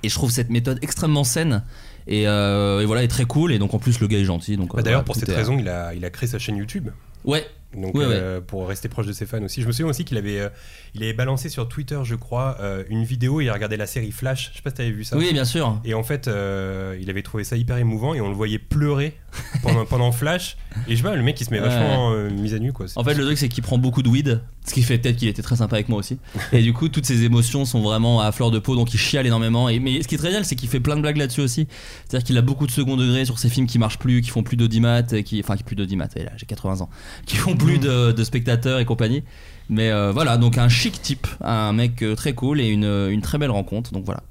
Speaker 10: Et je trouve cette méthode extrêmement saine. Et, euh, et voilà, et très cool. Et donc en plus, le gars est gentil. Donc
Speaker 11: Bah, D'ailleurs,
Speaker 10: voilà,
Speaker 11: pour
Speaker 10: tout
Speaker 11: cette
Speaker 10: est-
Speaker 11: raison, il a, il a créé sa chaîne YouTube.
Speaker 10: Ouais,
Speaker 11: Donc,
Speaker 10: hein. Ouais,
Speaker 11: euh, pour rester proche de ses fans aussi. Je me souviens aussi qu'il avait, euh, il avait balancé sur Twitter, je crois, euh, une vidéo. Il regardait la série Flash. Je sais pas si t'avais vu ça.
Speaker 10: oui, bien sûr.
Speaker 11: Et en fait, euh, il avait trouvé ça hyper émouvant et on le voyait pleurer pendant, pendant Flash. Et je vois, le mec, il se met
Speaker 10: Ouais.
Speaker 11: vachement euh, mis à nu, quoi.
Speaker 10: En fait, le truc, c'est qu'il prend beaucoup de weed, ce qui fait peut-être qu'il était très sympa avec moi aussi. Et du coup, toutes ses émotions sont vraiment à fleur de peau, donc il chiale énormément. Et, mais ce qui est très génial, c'est qu'il fait plein de blagues là-dessus aussi. C'est-à-dire qu'il a beaucoup de second degré sur ses films qui marchent plus, qui font plus d'audimat, et qui, enfin, qui plus d'audimat, et là, j'ai 80 ans, qui font plus de, de spectateurs et compagnie. Mais euh, voilà, donc un chic type, un mec euh, très cool et une, une très belle rencontre, donc voilà.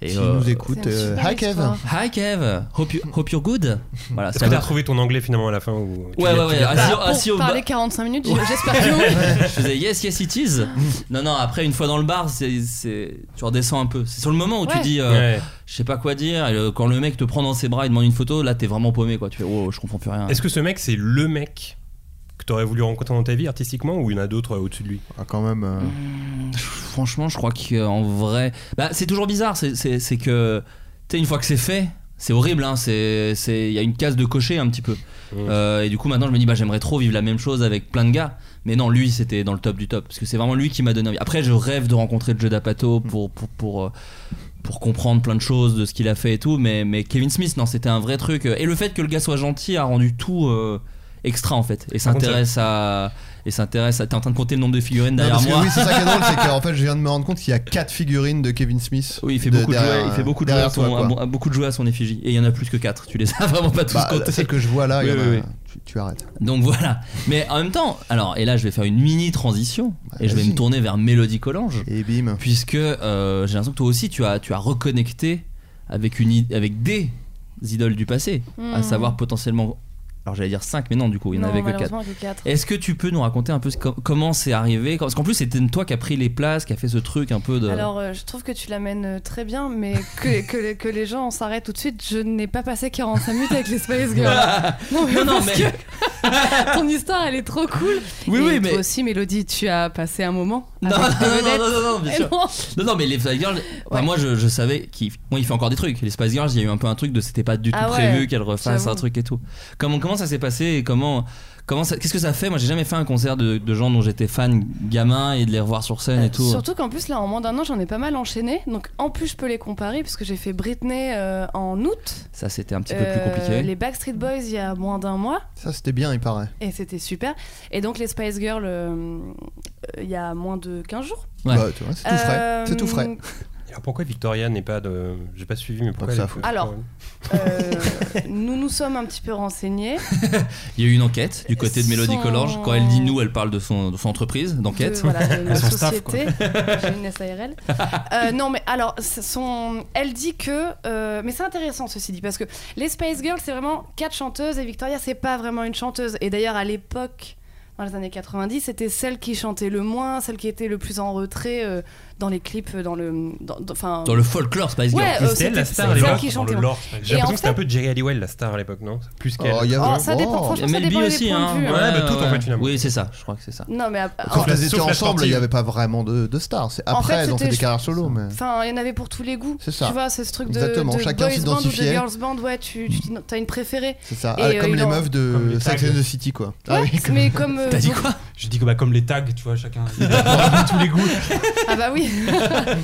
Speaker 10: Et,
Speaker 8: S'il
Speaker 10: euh,
Speaker 8: nous écoute,
Speaker 9: C'est une
Speaker 8: euh,
Speaker 9: super
Speaker 8: hi Kev.
Speaker 9: histoire.
Speaker 10: Hi Kev, hope, you- hope you're good. Voilà,
Speaker 11: Est-ce que t'as trouvé ton anglais finalement à la fin ou tu
Speaker 10: Ouais,
Speaker 11: l'as-
Speaker 10: ouais,
Speaker 11: tu
Speaker 10: ouais,
Speaker 11: l'as-
Speaker 10: assis,
Speaker 9: Pour
Speaker 10: assis ah, au
Speaker 9: parler
Speaker 10: ba-
Speaker 9: 45 minutes, j- j'espère que non.
Speaker 10: je faisais yes, yes, it is. Non, non, après, une fois dans le bar, c'est, c'est- tu redescends un peu. C'est sur le moment où tu
Speaker 9: Ouais.
Speaker 10: dis, euh,
Speaker 11: Ouais.
Speaker 10: je sais pas quoi dire, et le- quand le mec te prend dans ses bras et demande une photo, là, t'es vraiment paumé, quoi. Tu fais, oh, je comprends plus rien.
Speaker 11: Est-ce que ce mec, c'est le mec que t'aurais voulu rencontrer dans ta vie artistiquement ou il y en a d'autres euh, au-dessus de lui
Speaker 8: Ah, quand même.
Speaker 10: Mm.
Speaker 8: euh,
Speaker 10: Franchement, je crois qu'en vrai. Bah, c'est toujours bizarre, c'est, c'est, c'est que, tu sais, une fois que c'est fait. C'est horrible, hein, c'est, c'est, il y a une case de cocher un petit peu.
Speaker 8: Mmh.
Speaker 10: Euh, et du coup, maintenant, je me dis, bah, j'aimerais trop vivre la même chose avec plein de gars. Mais non, lui, c'était dans le top du top. Parce que c'est vraiment lui qui m'a donné envie. Après, je rêve de rencontrer Joe D'Apato
Speaker 8: Mmh.
Speaker 10: pour, pour, pour, euh, pour comprendre plein de choses de ce qu'il a fait et tout. Mais, mais Kevin Smith, non, c'était un vrai truc. Et le fait que le gars soit gentil a rendu tout euh, extra, en fait. Et
Speaker 11: Par contre,
Speaker 10: s'intéresse à. Et s'intéresse à. T'es en train de compter le nombre de figurines
Speaker 8: Non,
Speaker 10: derrière
Speaker 8: parce que
Speaker 10: moi.
Speaker 8: oui, c'est ça qui est drôle, c'est qu'en fait, je viens de me rendre compte qu'il y a 4 figurines de Kevin Smith.
Speaker 10: Oui, il fait
Speaker 8: de-
Speaker 10: beaucoup de
Speaker 8: derrière- euh,
Speaker 10: jouets, il fait beaucoup de jouets à
Speaker 8: derrière
Speaker 10: son-
Speaker 8: toi,
Speaker 10: à
Speaker 8: quoi.
Speaker 10: bon- à beaucoup de jouets à son effigie. Et il y en a plus que 4. Tu les as vraiment pas tous
Speaker 8: Bah,
Speaker 10: comptés.
Speaker 8: celle que je vois là, il y
Speaker 10: Oui,
Speaker 8: en a-
Speaker 10: oui,
Speaker 8: tu, tu arrêtes.
Speaker 10: Donc voilà. Mais en même temps, alors, et là, je vais faire une mini transition et je vais
Speaker 8: Bah, vas-y.
Speaker 10: me tourner vers Mélodie Collange,
Speaker 8: Et bim.
Speaker 10: puisque euh, j'ai l'impression que toi aussi, tu as, tu as reconnecté avec, une, i- avec des idoles du passé, à
Speaker 9: Hmm.
Speaker 10: savoir potentiellement. Alors, j'allais dire 5, mais non, du coup, il n'y en
Speaker 9: Non,
Speaker 10: avait que 4.
Speaker 9: malheureusement, que quatre.
Speaker 10: Est-ce que tu peux nous raconter un peu ce- com- comment c'est arrivé Parce qu'en plus, c'était toi qui as pris les places, qui a fait ce truc un peu de.
Speaker 9: Alors, euh, je trouve que tu l'amènes euh, très bien, mais que, que, que les gens s'arrêtent tout de suite. Je n'ai pas passé 45 minutes avec les Space Girls. Non, mais
Speaker 10: non, non,
Speaker 9: parce
Speaker 10: mais.
Speaker 9: que ton histoire, elle est trop cool.
Speaker 10: Oui,
Speaker 9: Et
Speaker 10: oui, mais.
Speaker 9: Toi aussi, Mélodie, tu as passé un moment.
Speaker 10: Non, non,
Speaker 9: avec la
Speaker 10: non,
Speaker 9: vedette.
Speaker 10: non, non, non, bien
Speaker 9: Eh
Speaker 10: sûr.
Speaker 9: non.
Speaker 10: Non, non, mais les Spice Girls, enfin,
Speaker 9: Ouais.
Speaker 10: moi je, je savais qu'il moi, il fait encore des trucs. Les Spice Girls, il y a eu un peu un truc de c'était pas du tout
Speaker 9: Ah ouais,
Speaker 10: prévu qu'elle refasse
Speaker 9: j'avoue.
Speaker 10: un truc et tout. Comment, comment ça s'est passé et comment, comment ça- qu'est-ce que ça fait Moi j'ai jamais fait un concert de, de gens dont j'étais fan gamin et de les revoir sur scène et tout.
Speaker 9: Euh,
Speaker 10: hein.
Speaker 9: Surtout qu'en plus, là, en moins d'un an, j'en ai pas mal enchaîné. Donc, en plus, je peux les comparer parce que j'ai fait Britney euh, en août.
Speaker 10: Ça c'était un petit peu
Speaker 9: Euh,
Speaker 10: plus compliqué.
Speaker 9: les Backstreet Boys il y a moins d'un mois
Speaker 8: Ça, c'était bien, il paraît.
Speaker 9: et c'était super. Et donc les Spice Girls euh, euh, il y a moins de 15 jours.
Speaker 10: Ouais.
Speaker 8: Bah, tu vois, c'est tout frais.
Speaker 9: Euh,
Speaker 8: C'est tout frais.
Speaker 11: Alors pourquoi Victoria n'est pas de. J'ai pas suivi, mais pourquoi.
Speaker 8: Donc ça
Speaker 11: elle-
Speaker 8: fout.
Speaker 9: Alors, euh, nous nous sommes un petit peu renseignés.
Speaker 10: Il y a eu une enquête
Speaker 9: Euh,
Speaker 10: du côté de Mélodie
Speaker 9: Son-
Speaker 10: Collange. Quand elle dit nous, elle parle de son, de son entreprise d'enquête.
Speaker 9: De, voilà, de la
Speaker 7: Son staff,
Speaker 9: société. J'ai une SARL. Euh, non, mais alors, ce sont- elle dit que. euh, mais c'est intéressant ceci dit, parce que les Space Girls, c'est vraiment quatre chanteuses et Victoria, c'est pas vraiment une chanteuse. Et d'ailleurs, à l'époque. Dans les années 90, c'était celle qui chantait le moins, celle qui était le plus en retrait euh, dans les clips, dans le, dans, dans- enfin,
Speaker 10: Dans le folklore Spice Girl.
Speaker 9: Ouais, euh,
Speaker 11: Mais c'était elle, la
Speaker 9: c'était-
Speaker 11: star à
Speaker 9: c'est elle
Speaker 11: l'époque.
Speaker 9: qui
Speaker 11: dans
Speaker 9: chantait,
Speaker 11: le
Speaker 9: ouais.
Speaker 11: lore. J'ai
Speaker 9: Et
Speaker 11: l'impression
Speaker 9: en
Speaker 11: que c'était un
Speaker 9: fait-
Speaker 11: peu Jerry Halliwell la star à l'époque, non Plus qu'elle.
Speaker 8: Oh, il y avait-
Speaker 9: Oh, ça dépend,
Speaker 8: wow.
Speaker 9: franchement.
Speaker 10: Il y a
Speaker 9: ça
Speaker 10: Mel B
Speaker 9: dépend des
Speaker 10: aussi,
Speaker 9: points de
Speaker 10: hein.
Speaker 9: vue,
Speaker 10: Ouais,
Speaker 9: euh.
Speaker 11: Ouais, bah, tout, en fait, finalement.
Speaker 10: Oui, c'est ça, je crois que c'est ça.
Speaker 9: Non, mais à-
Speaker 8: Quand
Speaker 11: la-
Speaker 8: elles étaient
Speaker 11: sauf la
Speaker 8: ensemble, il
Speaker 11: sportive.
Speaker 8: n'y avait pas vraiment de, de stars. C'est
Speaker 9: En fait,
Speaker 8: après, elles ont fait
Speaker 9: c'était-
Speaker 8: des carrières solo. Mais...
Speaker 9: Enfin, il y en avait pour tous les goûts.
Speaker 8: C'est ça.
Speaker 9: Tu vois, c'est ce truc de,
Speaker 8: Exactement,
Speaker 9: de
Speaker 8: chacun
Speaker 9: boys band ou de
Speaker 8: s'identifiait.
Speaker 9: girls band. Ouais, tu, tu as une préférée.
Speaker 8: C'est ça.
Speaker 9: Et,
Speaker 8: Ah,
Speaker 9: euh,
Speaker 8: comme
Speaker 9: ils
Speaker 8: les
Speaker 9: ont-
Speaker 8: meufs
Speaker 11: Comme
Speaker 8: de
Speaker 11: les
Speaker 8: Sex
Speaker 11: tags.
Speaker 8: and the City, quoi.
Speaker 9: Ouais,
Speaker 8: Ah oui, comme-
Speaker 9: mais comme. euh,
Speaker 10: T'as dit
Speaker 9: donc-
Speaker 10: quoi
Speaker 7: Je dis que bah, comme les tags, tu vois, chacun. tous les goûts.
Speaker 9: Ah bah oui.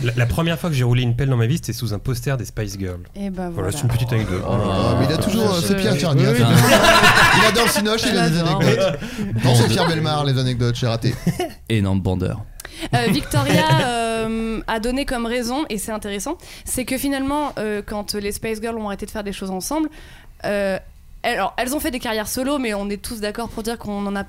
Speaker 11: La, la première fois que j'ai roulé une pelle dans ma vie, c'était sous un poster des Spice Girls.
Speaker 9: Et bah
Speaker 11: Voilà,
Speaker 9: voilà.
Speaker 11: c'est une petite anecdote.
Speaker 8: Ah, mais il a toujours
Speaker 9: Je-
Speaker 8: euh, ses pieds à faire dire.
Speaker 10: oui, oui.
Speaker 8: Il adore le Cinoche, il a des
Speaker 9: J'adore.
Speaker 8: anecdotes. Non, c'est Pierre Belmar, les anecdotes, j'ai raté.
Speaker 10: Énorme bandeur.
Speaker 9: Euh, Victoria euh, a donné comme raison, et c'est intéressant, c'est que finalement, euh, quand les Space Girls ont arrêté de faire des choses ensemble, euh, alors elles ont fait des carrières solo, mais on est tous d'accord pour dire qu'on en a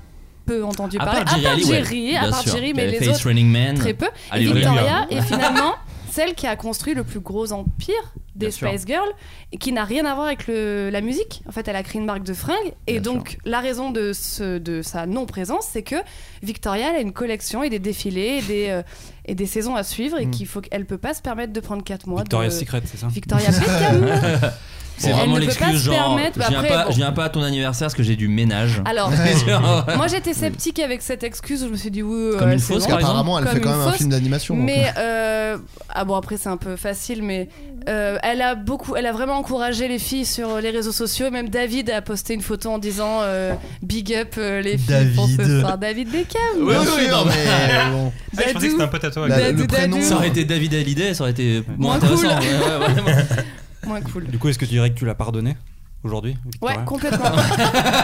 Speaker 9: peu entendu
Speaker 10: À
Speaker 9: parler.
Speaker 10: part Jerry
Speaker 9: à part
Speaker 10: Halliwell,
Speaker 9: Jerry, à
Speaker 10: bien
Speaker 9: part
Speaker 10: sûr,
Speaker 9: Jerry,
Speaker 10: qui
Speaker 9: mais
Speaker 10: avait
Speaker 9: les
Speaker 10: fait It's
Speaker 9: autres,
Speaker 10: Raining Man.
Speaker 9: très peu. Et
Speaker 10: Alléluia.
Speaker 9: Victoria est finalement celle qui a construit le plus gros empire des
Speaker 10: Bien sûr.
Speaker 9: Spice Girls et qui n'a rien à voir avec le- la musique. En fait, elle a créé une marque de fringues et
Speaker 10: Bien
Speaker 9: donc la raison de, ce- de sa non-présence, c'est que Victoria elle a une collection et des défilés et des, euh, et des saisons à suivre
Speaker 10: Hmm.
Speaker 9: et
Speaker 8: Mm.
Speaker 9: qu'il faut qu'elle peut pas se permettre de prendre 4 mois.
Speaker 7: Victoria's
Speaker 9: de...
Speaker 7: Secret,
Speaker 10: hein.
Speaker 7: c'est ça
Speaker 9: Victoria Beckham.
Speaker 10: C'est
Speaker 9: Elle
Speaker 10: vraiment
Speaker 9: ne peut pas
Speaker 10: l'excuse,
Speaker 9: se
Speaker 10: genre,
Speaker 9: permettre,
Speaker 10: je
Speaker 9: mais
Speaker 10: viens
Speaker 9: après,
Speaker 10: pas-
Speaker 9: bon.
Speaker 10: je viens pas à ton anniversaire parce que j'ai du ménage.
Speaker 9: Alors,
Speaker 10: Genre,
Speaker 9: moi j'étais sceptique avec cette excuse où je me suis dit oui,
Speaker 10: Comme
Speaker 9: euh,
Speaker 10: une
Speaker 9: c'est
Speaker 10: fausse,
Speaker 9: bon.
Speaker 8: Parce qu'apparemment, elle
Speaker 9: Comme
Speaker 8: fait quand
Speaker 9: une
Speaker 8: même un
Speaker 9: fausse,
Speaker 8: film d'animation. donc,
Speaker 9: Mais euh, ah bon après c'est un peu facile mais euh, elle a beaucoup elle a vraiment encouragé les filles sur les réseaux sociaux même David a posté une photo en disant euh, big up euh, les filles pour ce
Speaker 8: David.
Speaker 9: soir David Beckham
Speaker 10: Oui,
Speaker 8: Bien
Speaker 10: oui,
Speaker 8: sûr,
Speaker 10: non,
Speaker 8: mais bon.
Speaker 11: Ah, je pensais que
Speaker 9: Dadou.
Speaker 11: c'était un pote à toi.
Speaker 8: La-
Speaker 9: Dadou,
Speaker 8: le prénom.
Speaker 9: dadou.
Speaker 10: ça aurait été David Hallyday, ça aurait été moins
Speaker 9: Moins cool.
Speaker 10: intéressant. Ouais, ouais, vraiment.
Speaker 9: moins cool
Speaker 7: Du coup, est-ce que tu dirais que tu l'as pardonné aujourd'hui
Speaker 9: ouais
Speaker 7: Victoria
Speaker 9: complètement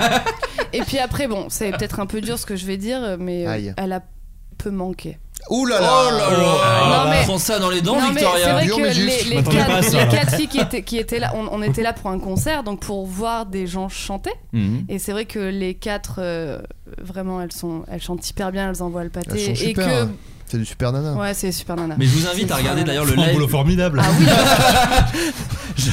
Speaker 9: et puis après bon c'est peut-être un peu dur ce que je vais dire mais euh,
Speaker 8: Aïe.
Speaker 9: elle a peu manqué
Speaker 8: Ouh là
Speaker 10: Oh là
Speaker 8: là
Speaker 10: là
Speaker 9: Non, mais-
Speaker 10: Prends ça dans les dents,
Speaker 9: non
Speaker 10: Victoria.
Speaker 9: mais c'est
Speaker 8: Yo,
Speaker 9: vrai
Speaker 8: mais
Speaker 9: que
Speaker 8: j'ai-
Speaker 9: les,
Speaker 8: je
Speaker 9: les
Speaker 7: m'attendais pas à
Speaker 9: quatre,
Speaker 7: ça,
Speaker 9: les
Speaker 7: là.
Speaker 9: quatre filles qui étaient, qui étaient là on- on était là pour un concert donc pour voir des gens chanter
Speaker 10: Mhm.
Speaker 9: Et c'est vrai que les quatre, euh, vraiment, elles, sont, elles chantent hyper bien, elles envoient le pâté.
Speaker 8: Elles sont
Speaker 9: et
Speaker 8: super, hein.
Speaker 9: que.
Speaker 8: ouais. C'est du super nana.
Speaker 9: Ouais, c'est super nana.
Speaker 10: Mais je vous invite à regarder d'ailleurs le
Speaker 7: C'est un boulot
Speaker 10: live.
Speaker 7: formidable.
Speaker 9: Ah oui,
Speaker 10: Je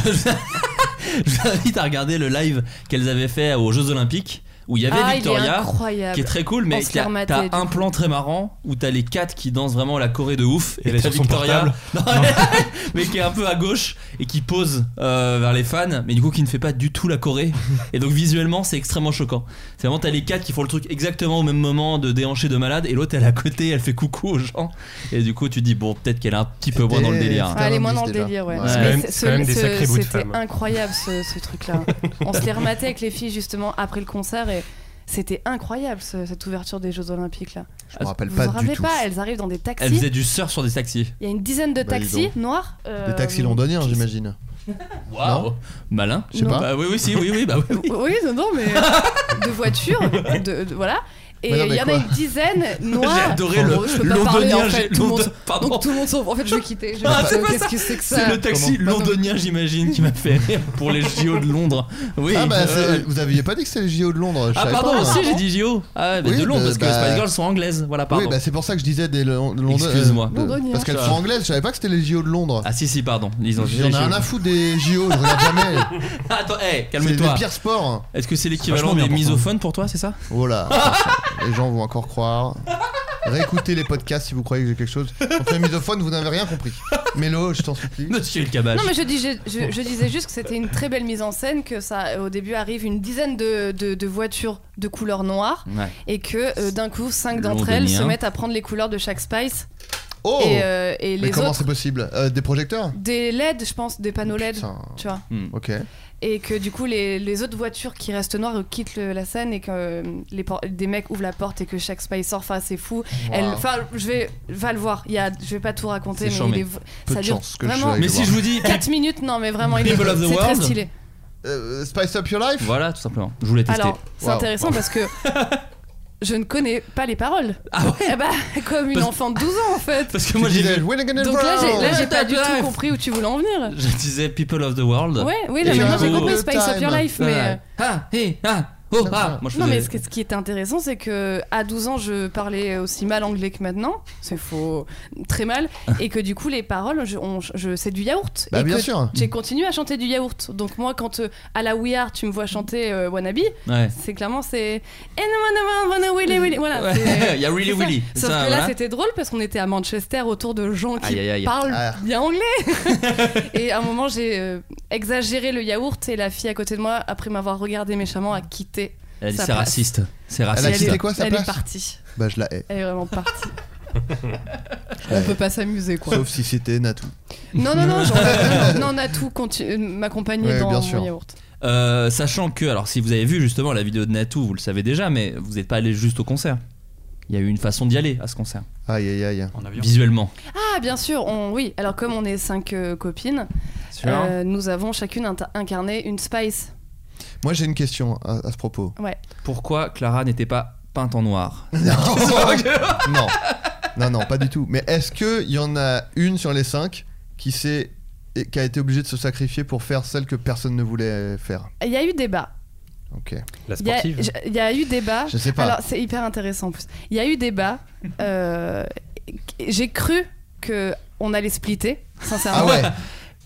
Speaker 10: je vous invite à regarder le live qu'elles avaient fait aux Jeux Olympiques où il y avait
Speaker 9: ah, il est
Speaker 10: Victoria.
Speaker 9: incroyable.
Speaker 10: qui est très cool, mais
Speaker 9: se
Speaker 10: t'as
Speaker 9: fait remater,
Speaker 10: t'as
Speaker 9: du
Speaker 10: un
Speaker 9: coup.
Speaker 10: plan très marrant où t'as les quatre qui dansent vraiment la Corée de ouf
Speaker 7: Et elle est
Speaker 10: t'as
Speaker 7: sur son
Speaker 10: Victoria, Non, mais qui est un peu à gauche et qui pose euh, vers les fans, mais du coup qui ne fait pas du tout la Corée. Et donc visuellement c'est extrêmement choquant. C'est vraiment t'as les quatre qui font le truc exactement au même moment de déhancher de malade et l'autre elle est à côté, elle fait coucou aux gens et du coup tu dis bon peut-être qu'elle est un petit peu moins dans le délire.
Speaker 9: Ah, elle est moins
Speaker 8: Indice,
Speaker 9: dans le
Speaker 8: déjà.
Speaker 9: délire, ouais.
Speaker 8: Ouais.
Speaker 9: Mais
Speaker 10: C'est quand
Speaker 11: même-
Speaker 9: ce-
Speaker 11: c'est quand même des
Speaker 9: ce-
Speaker 11: sacrés bouts de
Speaker 9: C'était
Speaker 11: femmes.
Speaker 9: incroyable ce, ce truc-là. On se les rematait avec les filles justement après le concert et c'était incroyable ce- cette ouverture des Jeux Olympiques là.
Speaker 8: Je me rappelle
Speaker 9: Vous
Speaker 8: pas
Speaker 9: vous
Speaker 8: du
Speaker 9: rappelez
Speaker 8: tout.
Speaker 9: pas, elles arrivent dans des
Speaker 10: Elle
Speaker 9: taxis.
Speaker 10: faisait du surf sur des taxis.
Speaker 9: Il y a une dizaine de
Speaker 8: Bah, dis
Speaker 9: taxis
Speaker 8: donc.
Speaker 9: noirs. euh,
Speaker 8: Des taxis londoniens, j'imagine.
Speaker 10: Waouh, malin.
Speaker 8: Je sais
Speaker 9: Non.
Speaker 8: pas.
Speaker 10: Bah oui oui si oui oui bah oui.
Speaker 9: Oui, non, non, mais euh, de voitures, de, de- voilà. Et
Speaker 8: Mais non,
Speaker 9: il
Speaker 8: mais
Speaker 9: y en a
Speaker 8: quoi
Speaker 9: une dizaine noires.
Speaker 10: J'ai adoré
Speaker 9: Bon, je
Speaker 10: le
Speaker 9: peux pas parler, en
Speaker 10: londonien.
Speaker 9: fait,
Speaker 10: j'ai-
Speaker 9: tout le monde-
Speaker 10: London- pardon.
Speaker 9: Donc tout le monde s'en- En fait, je vais quitter. Je vais
Speaker 10: Ah,
Speaker 9: pas-
Speaker 10: c'est pas
Speaker 9: Qu'est-ce que c'est que ça
Speaker 10: C'est le taxi londonien, j'imagine, qui m'a fait rire pour les JO de Londres. Oui.
Speaker 8: Ah bah,
Speaker 10: euh,
Speaker 8: c'est- vous aviez pas dit que c'était les JO de Londres. je
Speaker 10: ah
Speaker 8: savais
Speaker 10: pardon,
Speaker 8: pas.
Speaker 10: aussi j'ai dit JO. Ah, bah,
Speaker 8: Oui,
Speaker 10: de Londres,
Speaker 8: bah,
Speaker 10: parce que les
Speaker 8: bah,
Speaker 10: Spice Girls sont anglaises. Voilà, pardon.
Speaker 8: Oui, bah c'est pour ça que je disais des Lon- Londres.
Speaker 10: Excuse-moi.
Speaker 8: euh, de-
Speaker 9: Londoniens.
Speaker 8: Parce qu'elles
Speaker 10: Ça-
Speaker 8: sont anglaises, je savais pas que c'était les JO de Londres.
Speaker 10: ah si, si, pardon. Ils ont
Speaker 8: J'en ai rien à foutre des JO, je regarde jamais.
Speaker 10: Attends, hey,
Speaker 8: C'est
Speaker 10: calme-toi.
Speaker 8: le pire sport.
Speaker 10: Est-ce que c'est
Speaker 7: vachement
Speaker 10: l'équivalent
Speaker 7: bien
Speaker 10: des
Speaker 7: pour toi.
Speaker 10: misophones pour toi, c'est ça
Speaker 8: Voilà, les gens vont encore croire. Réécoutez les podcasts si vous croyez que j'ai quelque chose. Contre les misophones, vous n'avez rien compris. Mélo, je t'en supplie.
Speaker 9: euh,
Speaker 10: Monsieur le cabage.
Speaker 9: Non, mais je, dis- je- je- je disais juste que c'était une très belle mise en scène, que ça, au début, arrive une dizaine de, de- de voitures de couleur noire,
Speaker 10: Ouais.
Speaker 9: et que euh, d'un coup, cinq d'entre elles se
Speaker 10: Londonien.
Speaker 9: mettent à prendre les couleurs de chaque Spice,
Speaker 8: Oh
Speaker 9: et, euh, et
Speaker 8: Mais
Speaker 9: les
Speaker 8: comment
Speaker 9: autres,
Speaker 8: c'est possible Euh, Des projecteurs
Speaker 9: des LED, je pense, des panneaux LED,
Speaker 8: Putain,
Speaker 9: tu vois.
Speaker 8: ok.
Speaker 9: et que du coup les, les autres voitures qui restent noires euh, quittent le- la scène et que euh, les por- des mecs ouvrent la porte et que chaque spy sort enfin c'est fou Elle-
Speaker 8: Wow.
Speaker 9: enfin je vais va le voir il y a je vais pas tout
Speaker 10: C'est
Speaker 9: raconter mais
Speaker 10: chiant,
Speaker 9: il
Speaker 10: mais
Speaker 9: est v-
Speaker 8: Peu
Speaker 9: ça
Speaker 8: de
Speaker 9: dure
Speaker 8: chance que je
Speaker 9: vraiment
Speaker 8: sois avec
Speaker 10: Mais si je vous dis.
Speaker 9: 4 minutes non mais vraiment il est,
Speaker 10: People of the
Speaker 9: c'est très
Speaker 10: world.
Speaker 9: stylé
Speaker 8: Euh, Spice Up Your Life
Speaker 10: Voilà, tout simplement. Je voulais tester.
Speaker 9: alors c'est
Speaker 8: Wow.
Speaker 9: intéressant parce que je ne connais pas les paroles
Speaker 10: Ah ouais
Speaker 9: Eh bah, comme une
Speaker 10: Parce-
Speaker 9: enfant de 12 ans en fait
Speaker 10: Parce que
Speaker 8: Tu
Speaker 10: moi j'ai
Speaker 8: disais,
Speaker 10: vu.
Speaker 8: When I gonna
Speaker 9: donc là j'ai
Speaker 8: drown
Speaker 9: là, j'ai pas
Speaker 10: Time
Speaker 9: du tout
Speaker 10: Life.
Speaker 9: compris où tu voulais en venir
Speaker 10: Je disais People of the World.
Speaker 9: ouais oui
Speaker 10: Et
Speaker 9: là, maintenant
Speaker 10: du
Speaker 9: j'ai
Speaker 10: coup-
Speaker 9: compris Spice Up Your Life mais euh,
Speaker 10: Ouais. Ah, hé, ah, oh, ah. Moi je
Speaker 9: Non mais
Speaker 10: faisais.
Speaker 9: ce, que- ce qui est intéressant c'est que à 12 ans je parlais aussi mal anglais que maintenant, c'est faux, très mal, et que du coup les paroles je, on- je- c'est du yaourt.
Speaker 8: Bah
Speaker 9: et
Speaker 8: bien
Speaker 9: que
Speaker 8: sûr
Speaker 9: J'ai continué à chanter du yaourt. Donc moi quand euh, à la We Are tu me vois chanter euh, Wannabe,
Speaker 10: Ouais.
Speaker 9: c'est clairement c'est Eh, non, non, non, non, willy, willy. voilà.
Speaker 10: Ouais,
Speaker 9: c'est-
Speaker 10: Il y a Really
Speaker 9: c'est ça.
Speaker 10: Willy.
Speaker 9: Sauf
Speaker 10: Ça,
Speaker 9: que là
Speaker 10: voilà.
Speaker 9: c'était drôle parce qu'on était à Manchester autour de gens qui
Speaker 10: Aïe, aïe, aïe.
Speaker 9: parlent
Speaker 8: Ah.
Speaker 9: bien anglais. et à un moment j'ai euh, exagéré le yaourt et la fille à côté de moi après m'avoir regardé méchamment a quitté
Speaker 10: Elle a dit
Speaker 9: Ça
Speaker 10: c'est
Speaker 9: passe.
Speaker 10: raciste. C'est
Speaker 8: Elle a
Speaker 10: raciste.
Speaker 8: quitté quoi sa
Speaker 9: elle est
Speaker 8: place
Speaker 9: partie.
Speaker 8: Bah je la hais.
Speaker 9: Elle est vraiment partie.
Speaker 8: Ouais.
Speaker 9: On peut pas s'amuser quoi.
Speaker 8: Sauf si c'était Natou.
Speaker 9: Non non non, genre, euh, non, non, non, Natou continue- m'accompagnait
Speaker 8: Ouais,
Speaker 9: euh, dans
Speaker 8: bien
Speaker 9: mon
Speaker 8: sûr.
Speaker 9: yaourt.
Speaker 10: Euh, sachant que, alors si vous avez vu justement la vidéo de Natou, vous le savez déjà, mais vous n'êtes pas allé juste au concert. Il y a eu une façon d'y aller à ce concert,
Speaker 8: Aïe aïe aïe.
Speaker 7: En avion.
Speaker 10: visuellement.
Speaker 9: Ah bien sûr, on, oui. Alors comme on est cinq euh, copines,
Speaker 8: hein.
Speaker 9: euh, nous avons chacune inter- incarné une Spice.
Speaker 8: Moi j'ai une question à, à ce propos.
Speaker 10: Pourquoi Clara n'était pas peinte en noir
Speaker 8: Non. non, non, non, pas du tout. Mais est-ce qu'il y en a une sur les cinq qui s'est et qui a été obligée de se sacrifier pour faire celle que personne ne voulait faire
Speaker 9: Il y a eu débat.
Speaker 8: Ok.
Speaker 11: La
Speaker 9: Il y, a,
Speaker 11: sportive.
Speaker 9: je- il y a eu débat.
Speaker 8: Je sais pas.
Speaker 9: Alors, c'est hyper intéressant en plus. Il y a eu débat. euh, J'ai cru que on allait splitter, sincèrement.
Speaker 8: Ah ouais.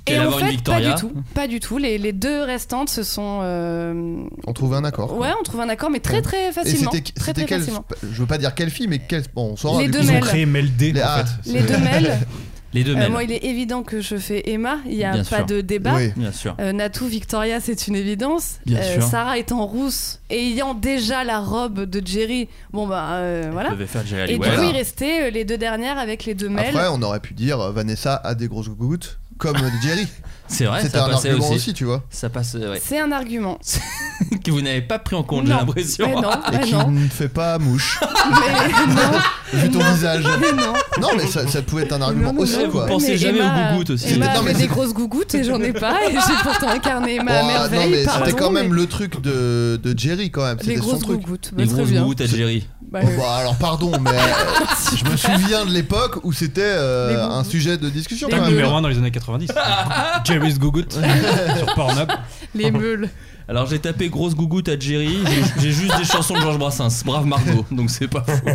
Speaker 10: Qu'elle
Speaker 9: Et en
Speaker 10: avoir une
Speaker 9: fait, pas
Speaker 10: Victoria.
Speaker 9: du tout. Pas du tout. Les, les deux restantes se sont. euh,
Speaker 8: On trouve un accord. quoi.
Speaker 9: Ouais, on trouve un accord, mais très très
Speaker 8: Et
Speaker 9: facilement.
Speaker 8: c'était
Speaker 9: Très,
Speaker 8: c'était
Speaker 9: très
Speaker 8: quelle
Speaker 9: facilement.
Speaker 8: Je veux pas dire quelle fille, mais quelle. Bon, on saura.
Speaker 9: Les
Speaker 8: du
Speaker 9: deux
Speaker 8: coup.
Speaker 7: Ils ont
Speaker 9: mêles.
Speaker 7: créé MLD,
Speaker 8: Les-
Speaker 7: en
Speaker 8: ah.
Speaker 7: fait.
Speaker 9: Les deux mails.
Speaker 10: Les deux
Speaker 9: euh,
Speaker 10: mêmes.
Speaker 9: moi, il est évident que je fais Emma. Il n'y a
Speaker 10: Bien
Speaker 9: pas
Speaker 10: sûr.
Speaker 9: de débat.
Speaker 8: Oui.
Speaker 10: Bien sûr.
Speaker 9: Euh, Natou Victoria, c'est une évidence. Euh,
Speaker 10: Bien sûr.
Speaker 9: Sarah étant rousse, ayant déjà la robe de Jerry. Bon, bah euh, voilà.
Speaker 10: Je vais faire Jerry
Speaker 9: Et
Speaker 10: Halliwell.
Speaker 9: du coup,
Speaker 8: Voilà.
Speaker 9: il restait euh, les deux dernières avec les deux mêles.
Speaker 8: Après, on aurait pu dire euh, Vanessa a des grosses gouttes comme euh, Jerry.
Speaker 10: C'est vrai,
Speaker 8: C'était
Speaker 10: ça
Speaker 8: un
Speaker 10: passait
Speaker 8: argument
Speaker 10: aussi.
Speaker 8: aussi. tu vois.
Speaker 10: Ça passe, euh, ouais.
Speaker 9: C'est un argument.
Speaker 10: que vous n'avez pas pris en compte, j'ai
Speaker 9: Non.
Speaker 10: l'impression.
Speaker 9: Mais non,
Speaker 8: Et
Speaker 9: mais
Speaker 8: qui
Speaker 9: non,
Speaker 8: ne fait pas mouche
Speaker 9: mais non,
Speaker 8: vu ton visage.
Speaker 9: mais non.
Speaker 8: Non, mais ça, ça pouvait être un argument
Speaker 9: Non, non,
Speaker 8: aussi
Speaker 9: non,
Speaker 8: quoi.
Speaker 10: Vous pensez
Speaker 9: mais
Speaker 10: jamais
Speaker 9: Emma-
Speaker 10: aux gougouttes aussi.
Speaker 9: Emma
Speaker 8: C'était- non, mais
Speaker 9: avait des
Speaker 8: c'est-
Speaker 9: grosses gougouttes et j'en ai pas. Et j'ai pourtant incarné Emma à
Speaker 8: Bon, ah,
Speaker 9: merveille.
Speaker 8: non, mais
Speaker 9: pardon,
Speaker 8: c'était quand même
Speaker 9: mais
Speaker 8: le truc de, de Jerry quand même.
Speaker 9: les
Speaker 8: C'était son
Speaker 9: grosses
Speaker 8: truc.
Speaker 9: gougouttes. Bah,
Speaker 10: Les
Speaker 9: très
Speaker 10: grosses
Speaker 9: bien.
Speaker 10: gouttes à Jerry.
Speaker 9: Bah,
Speaker 8: Bon,
Speaker 9: euh,
Speaker 8: bah, alors pardon, mais euh, je me souviens de l'époque où c'était euh,
Speaker 9: Les gougous.
Speaker 8: un sujet de discussion
Speaker 9: Les
Speaker 8: quand
Speaker 7: Putain,
Speaker 8: même.
Speaker 7: numéro 1 dans les années 90. Jerry's Googout sur Pornhub.
Speaker 9: les meules.
Speaker 10: Alors j'ai tapé grosse gougoute à Jerry, j'ai- j'ai juste des chansons de Georges Brassens, brave Margot, donc c'est pas faux.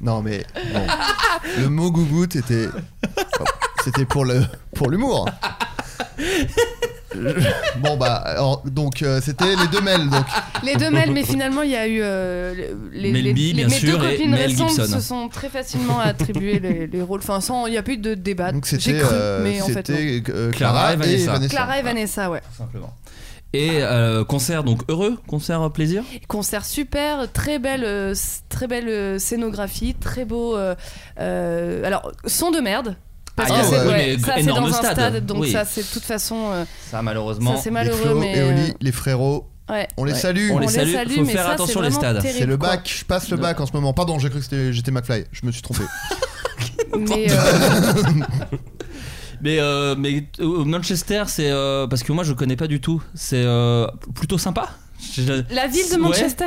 Speaker 8: Non mais bon. le mot gougoute était c'était pour le pour l'humour. Je- Bon bah alors, donc euh, c'était les deux mails donc
Speaker 9: Les deux mêles, mais finalement, il y a eu. euh, les, les,
Speaker 10: Mel B,
Speaker 9: les-
Speaker 10: bien
Speaker 9: mes
Speaker 10: sûr,
Speaker 9: deux
Speaker 10: et
Speaker 9: copines
Speaker 10: Mel
Speaker 9: récentes
Speaker 10: Gibson.
Speaker 9: se sont très facilement attribuées les, les rôles. Enfin, sans, il n'y a plus de débat.
Speaker 8: donc
Speaker 9: Ah, J'ai
Speaker 8: c'était
Speaker 9: cru,
Speaker 8: euh,
Speaker 9: mais en fait. non.
Speaker 8: c'était euh,
Speaker 10: Clara
Speaker 8: Clara
Speaker 10: et
Speaker 8: et
Speaker 10: Vanessa.
Speaker 8: Vanessa.
Speaker 9: Clara et Vanessa, ouais.
Speaker 10: Tout simplement. Et euh, concert donc heureux, concert euh, plaisir.
Speaker 9: Concert super, très belle, euh, s- très belle euh, scénographie, très beau. euh, euh, alors, son de merde. Parce
Speaker 10: Ah,
Speaker 9: que
Speaker 8: ouais,
Speaker 9: c'est
Speaker 8: ouais,
Speaker 10: mais
Speaker 9: ça, c'est
Speaker 10: énorme
Speaker 9: dans un
Speaker 10: stade.
Speaker 9: stade, donc
Speaker 10: Oui.
Speaker 9: ça, c'est de toute façon, euh,
Speaker 10: Ça
Speaker 9: ça
Speaker 10: malheureusement.
Speaker 8: Les
Speaker 9: c'est malheureux,
Speaker 8: frérots
Speaker 9: mais
Speaker 8: et Oli,
Speaker 9: euh,
Speaker 8: les frérots,
Speaker 9: ouais.
Speaker 8: on les
Speaker 10: Ouais.
Speaker 8: salue.
Speaker 10: On
Speaker 9: On
Speaker 10: les
Speaker 9: les
Speaker 10: salue,
Speaker 9: salue,
Speaker 10: faut
Speaker 9: mais
Speaker 10: faire
Speaker 9: ça,
Speaker 10: attention
Speaker 9: c'est
Speaker 10: les
Speaker 9: vraiment
Speaker 10: stades.
Speaker 9: terrible.
Speaker 8: C'est le
Speaker 9: quoi.
Speaker 8: bac, je passe le bac en ce moment. Pardon, j'ai cru que c'était- j'étais McFly, je me suis trompé.
Speaker 9: Mais, euh,
Speaker 10: Mais euh, mais euh, Manchester c'est euh, parce que moi je connais pas du tout, c'est euh, plutôt sympa. Je-
Speaker 9: la ville de
Speaker 10: Ouais.
Speaker 9: Manchester.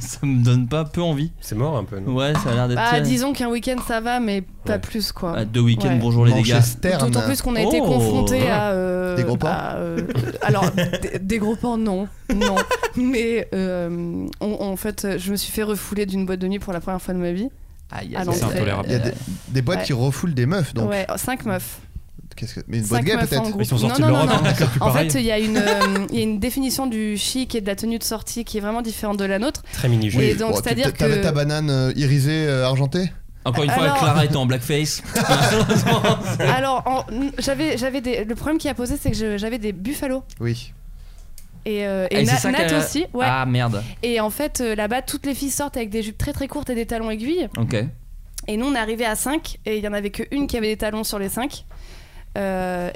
Speaker 10: ça me donne pas peu envie.
Speaker 11: C'est mort un peu, non
Speaker 10: Ouais, ça a l'air d'être
Speaker 9: Bah,
Speaker 10: euh,
Speaker 9: disons qu'un week-end ça va, mais pas
Speaker 11: Ouais.
Speaker 9: plus quoi.
Speaker 10: à deux week-ends
Speaker 9: Ouais.
Speaker 10: bonjour les dégâts.
Speaker 8: Manchester,
Speaker 9: D'autant
Speaker 8: hein.
Speaker 9: plus qu'on a été
Speaker 10: Oh.
Speaker 9: confronté à euh,
Speaker 8: Des gros porcs
Speaker 9: à, euh, alors des, des gros porcs non, non. Mais euh, on- on- en fait, je me suis fait refouler d'une boîte de nuit pour la première fois de ma vie.
Speaker 10: Aïe,
Speaker 9: à
Speaker 10: aïe,
Speaker 9: l'entrée.
Speaker 10: aïe.
Speaker 7: C'est intolérable.
Speaker 8: il y a des, des boîtes
Speaker 9: euh, Ouais.
Speaker 8: qui refoulent des meufs donc.
Speaker 9: Ouais, cinq meufs.
Speaker 8: Qu'est-ce que- Mais une boîte
Speaker 9: Cinq
Speaker 8: gay
Speaker 9: meufs en
Speaker 8: peut-être.
Speaker 9: groupe.
Speaker 7: Ils sont
Speaker 9: Non,
Speaker 7: sortis
Speaker 9: non,
Speaker 7: de
Speaker 9: non,
Speaker 7: l'Europe,
Speaker 9: non.
Speaker 7: hein, c'est plus
Speaker 9: En
Speaker 7: pareil.
Speaker 9: fait, il y, a une, euh, il y a une définition du chic et de la tenue de sortie qui est vraiment différente de la nôtre.
Speaker 11: Très mini jeu.
Speaker 9: Et donc,
Speaker 8: Bon, tu-
Speaker 9: c'est-à-dire
Speaker 8: T'avais
Speaker 9: que-
Speaker 8: ta banane euh, irisée, euh, argentée
Speaker 10: Encore une fois,
Speaker 9: Alors-
Speaker 10: Clara était en blackface. Malheureusement,
Speaker 9: Alors, en- j'avais, j'avais des, le problème qui a posé, c'est que je- j'avais des buffalos.
Speaker 8: Oui.
Speaker 9: Et, euh,
Speaker 10: Ah,
Speaker 9: et
Speaker 10: et c'est
Speaker 9: Na-
Speaker 10: ça
Speaker 9: Nat
Speaker 10: qu'elle-
Speaker 9: aussi, ouais.
Speaker 10: Ah merde.
Speaker 9: Et en fait, euh, là-bas, toutes les filles sortent avec des jupes très très courtes et des talons aiguilles.
Speaker 10: Ok.
Speaker 9: Et nous, on est arrivé à 5, et il y en avait qu'une qui avait des talons sur les 5.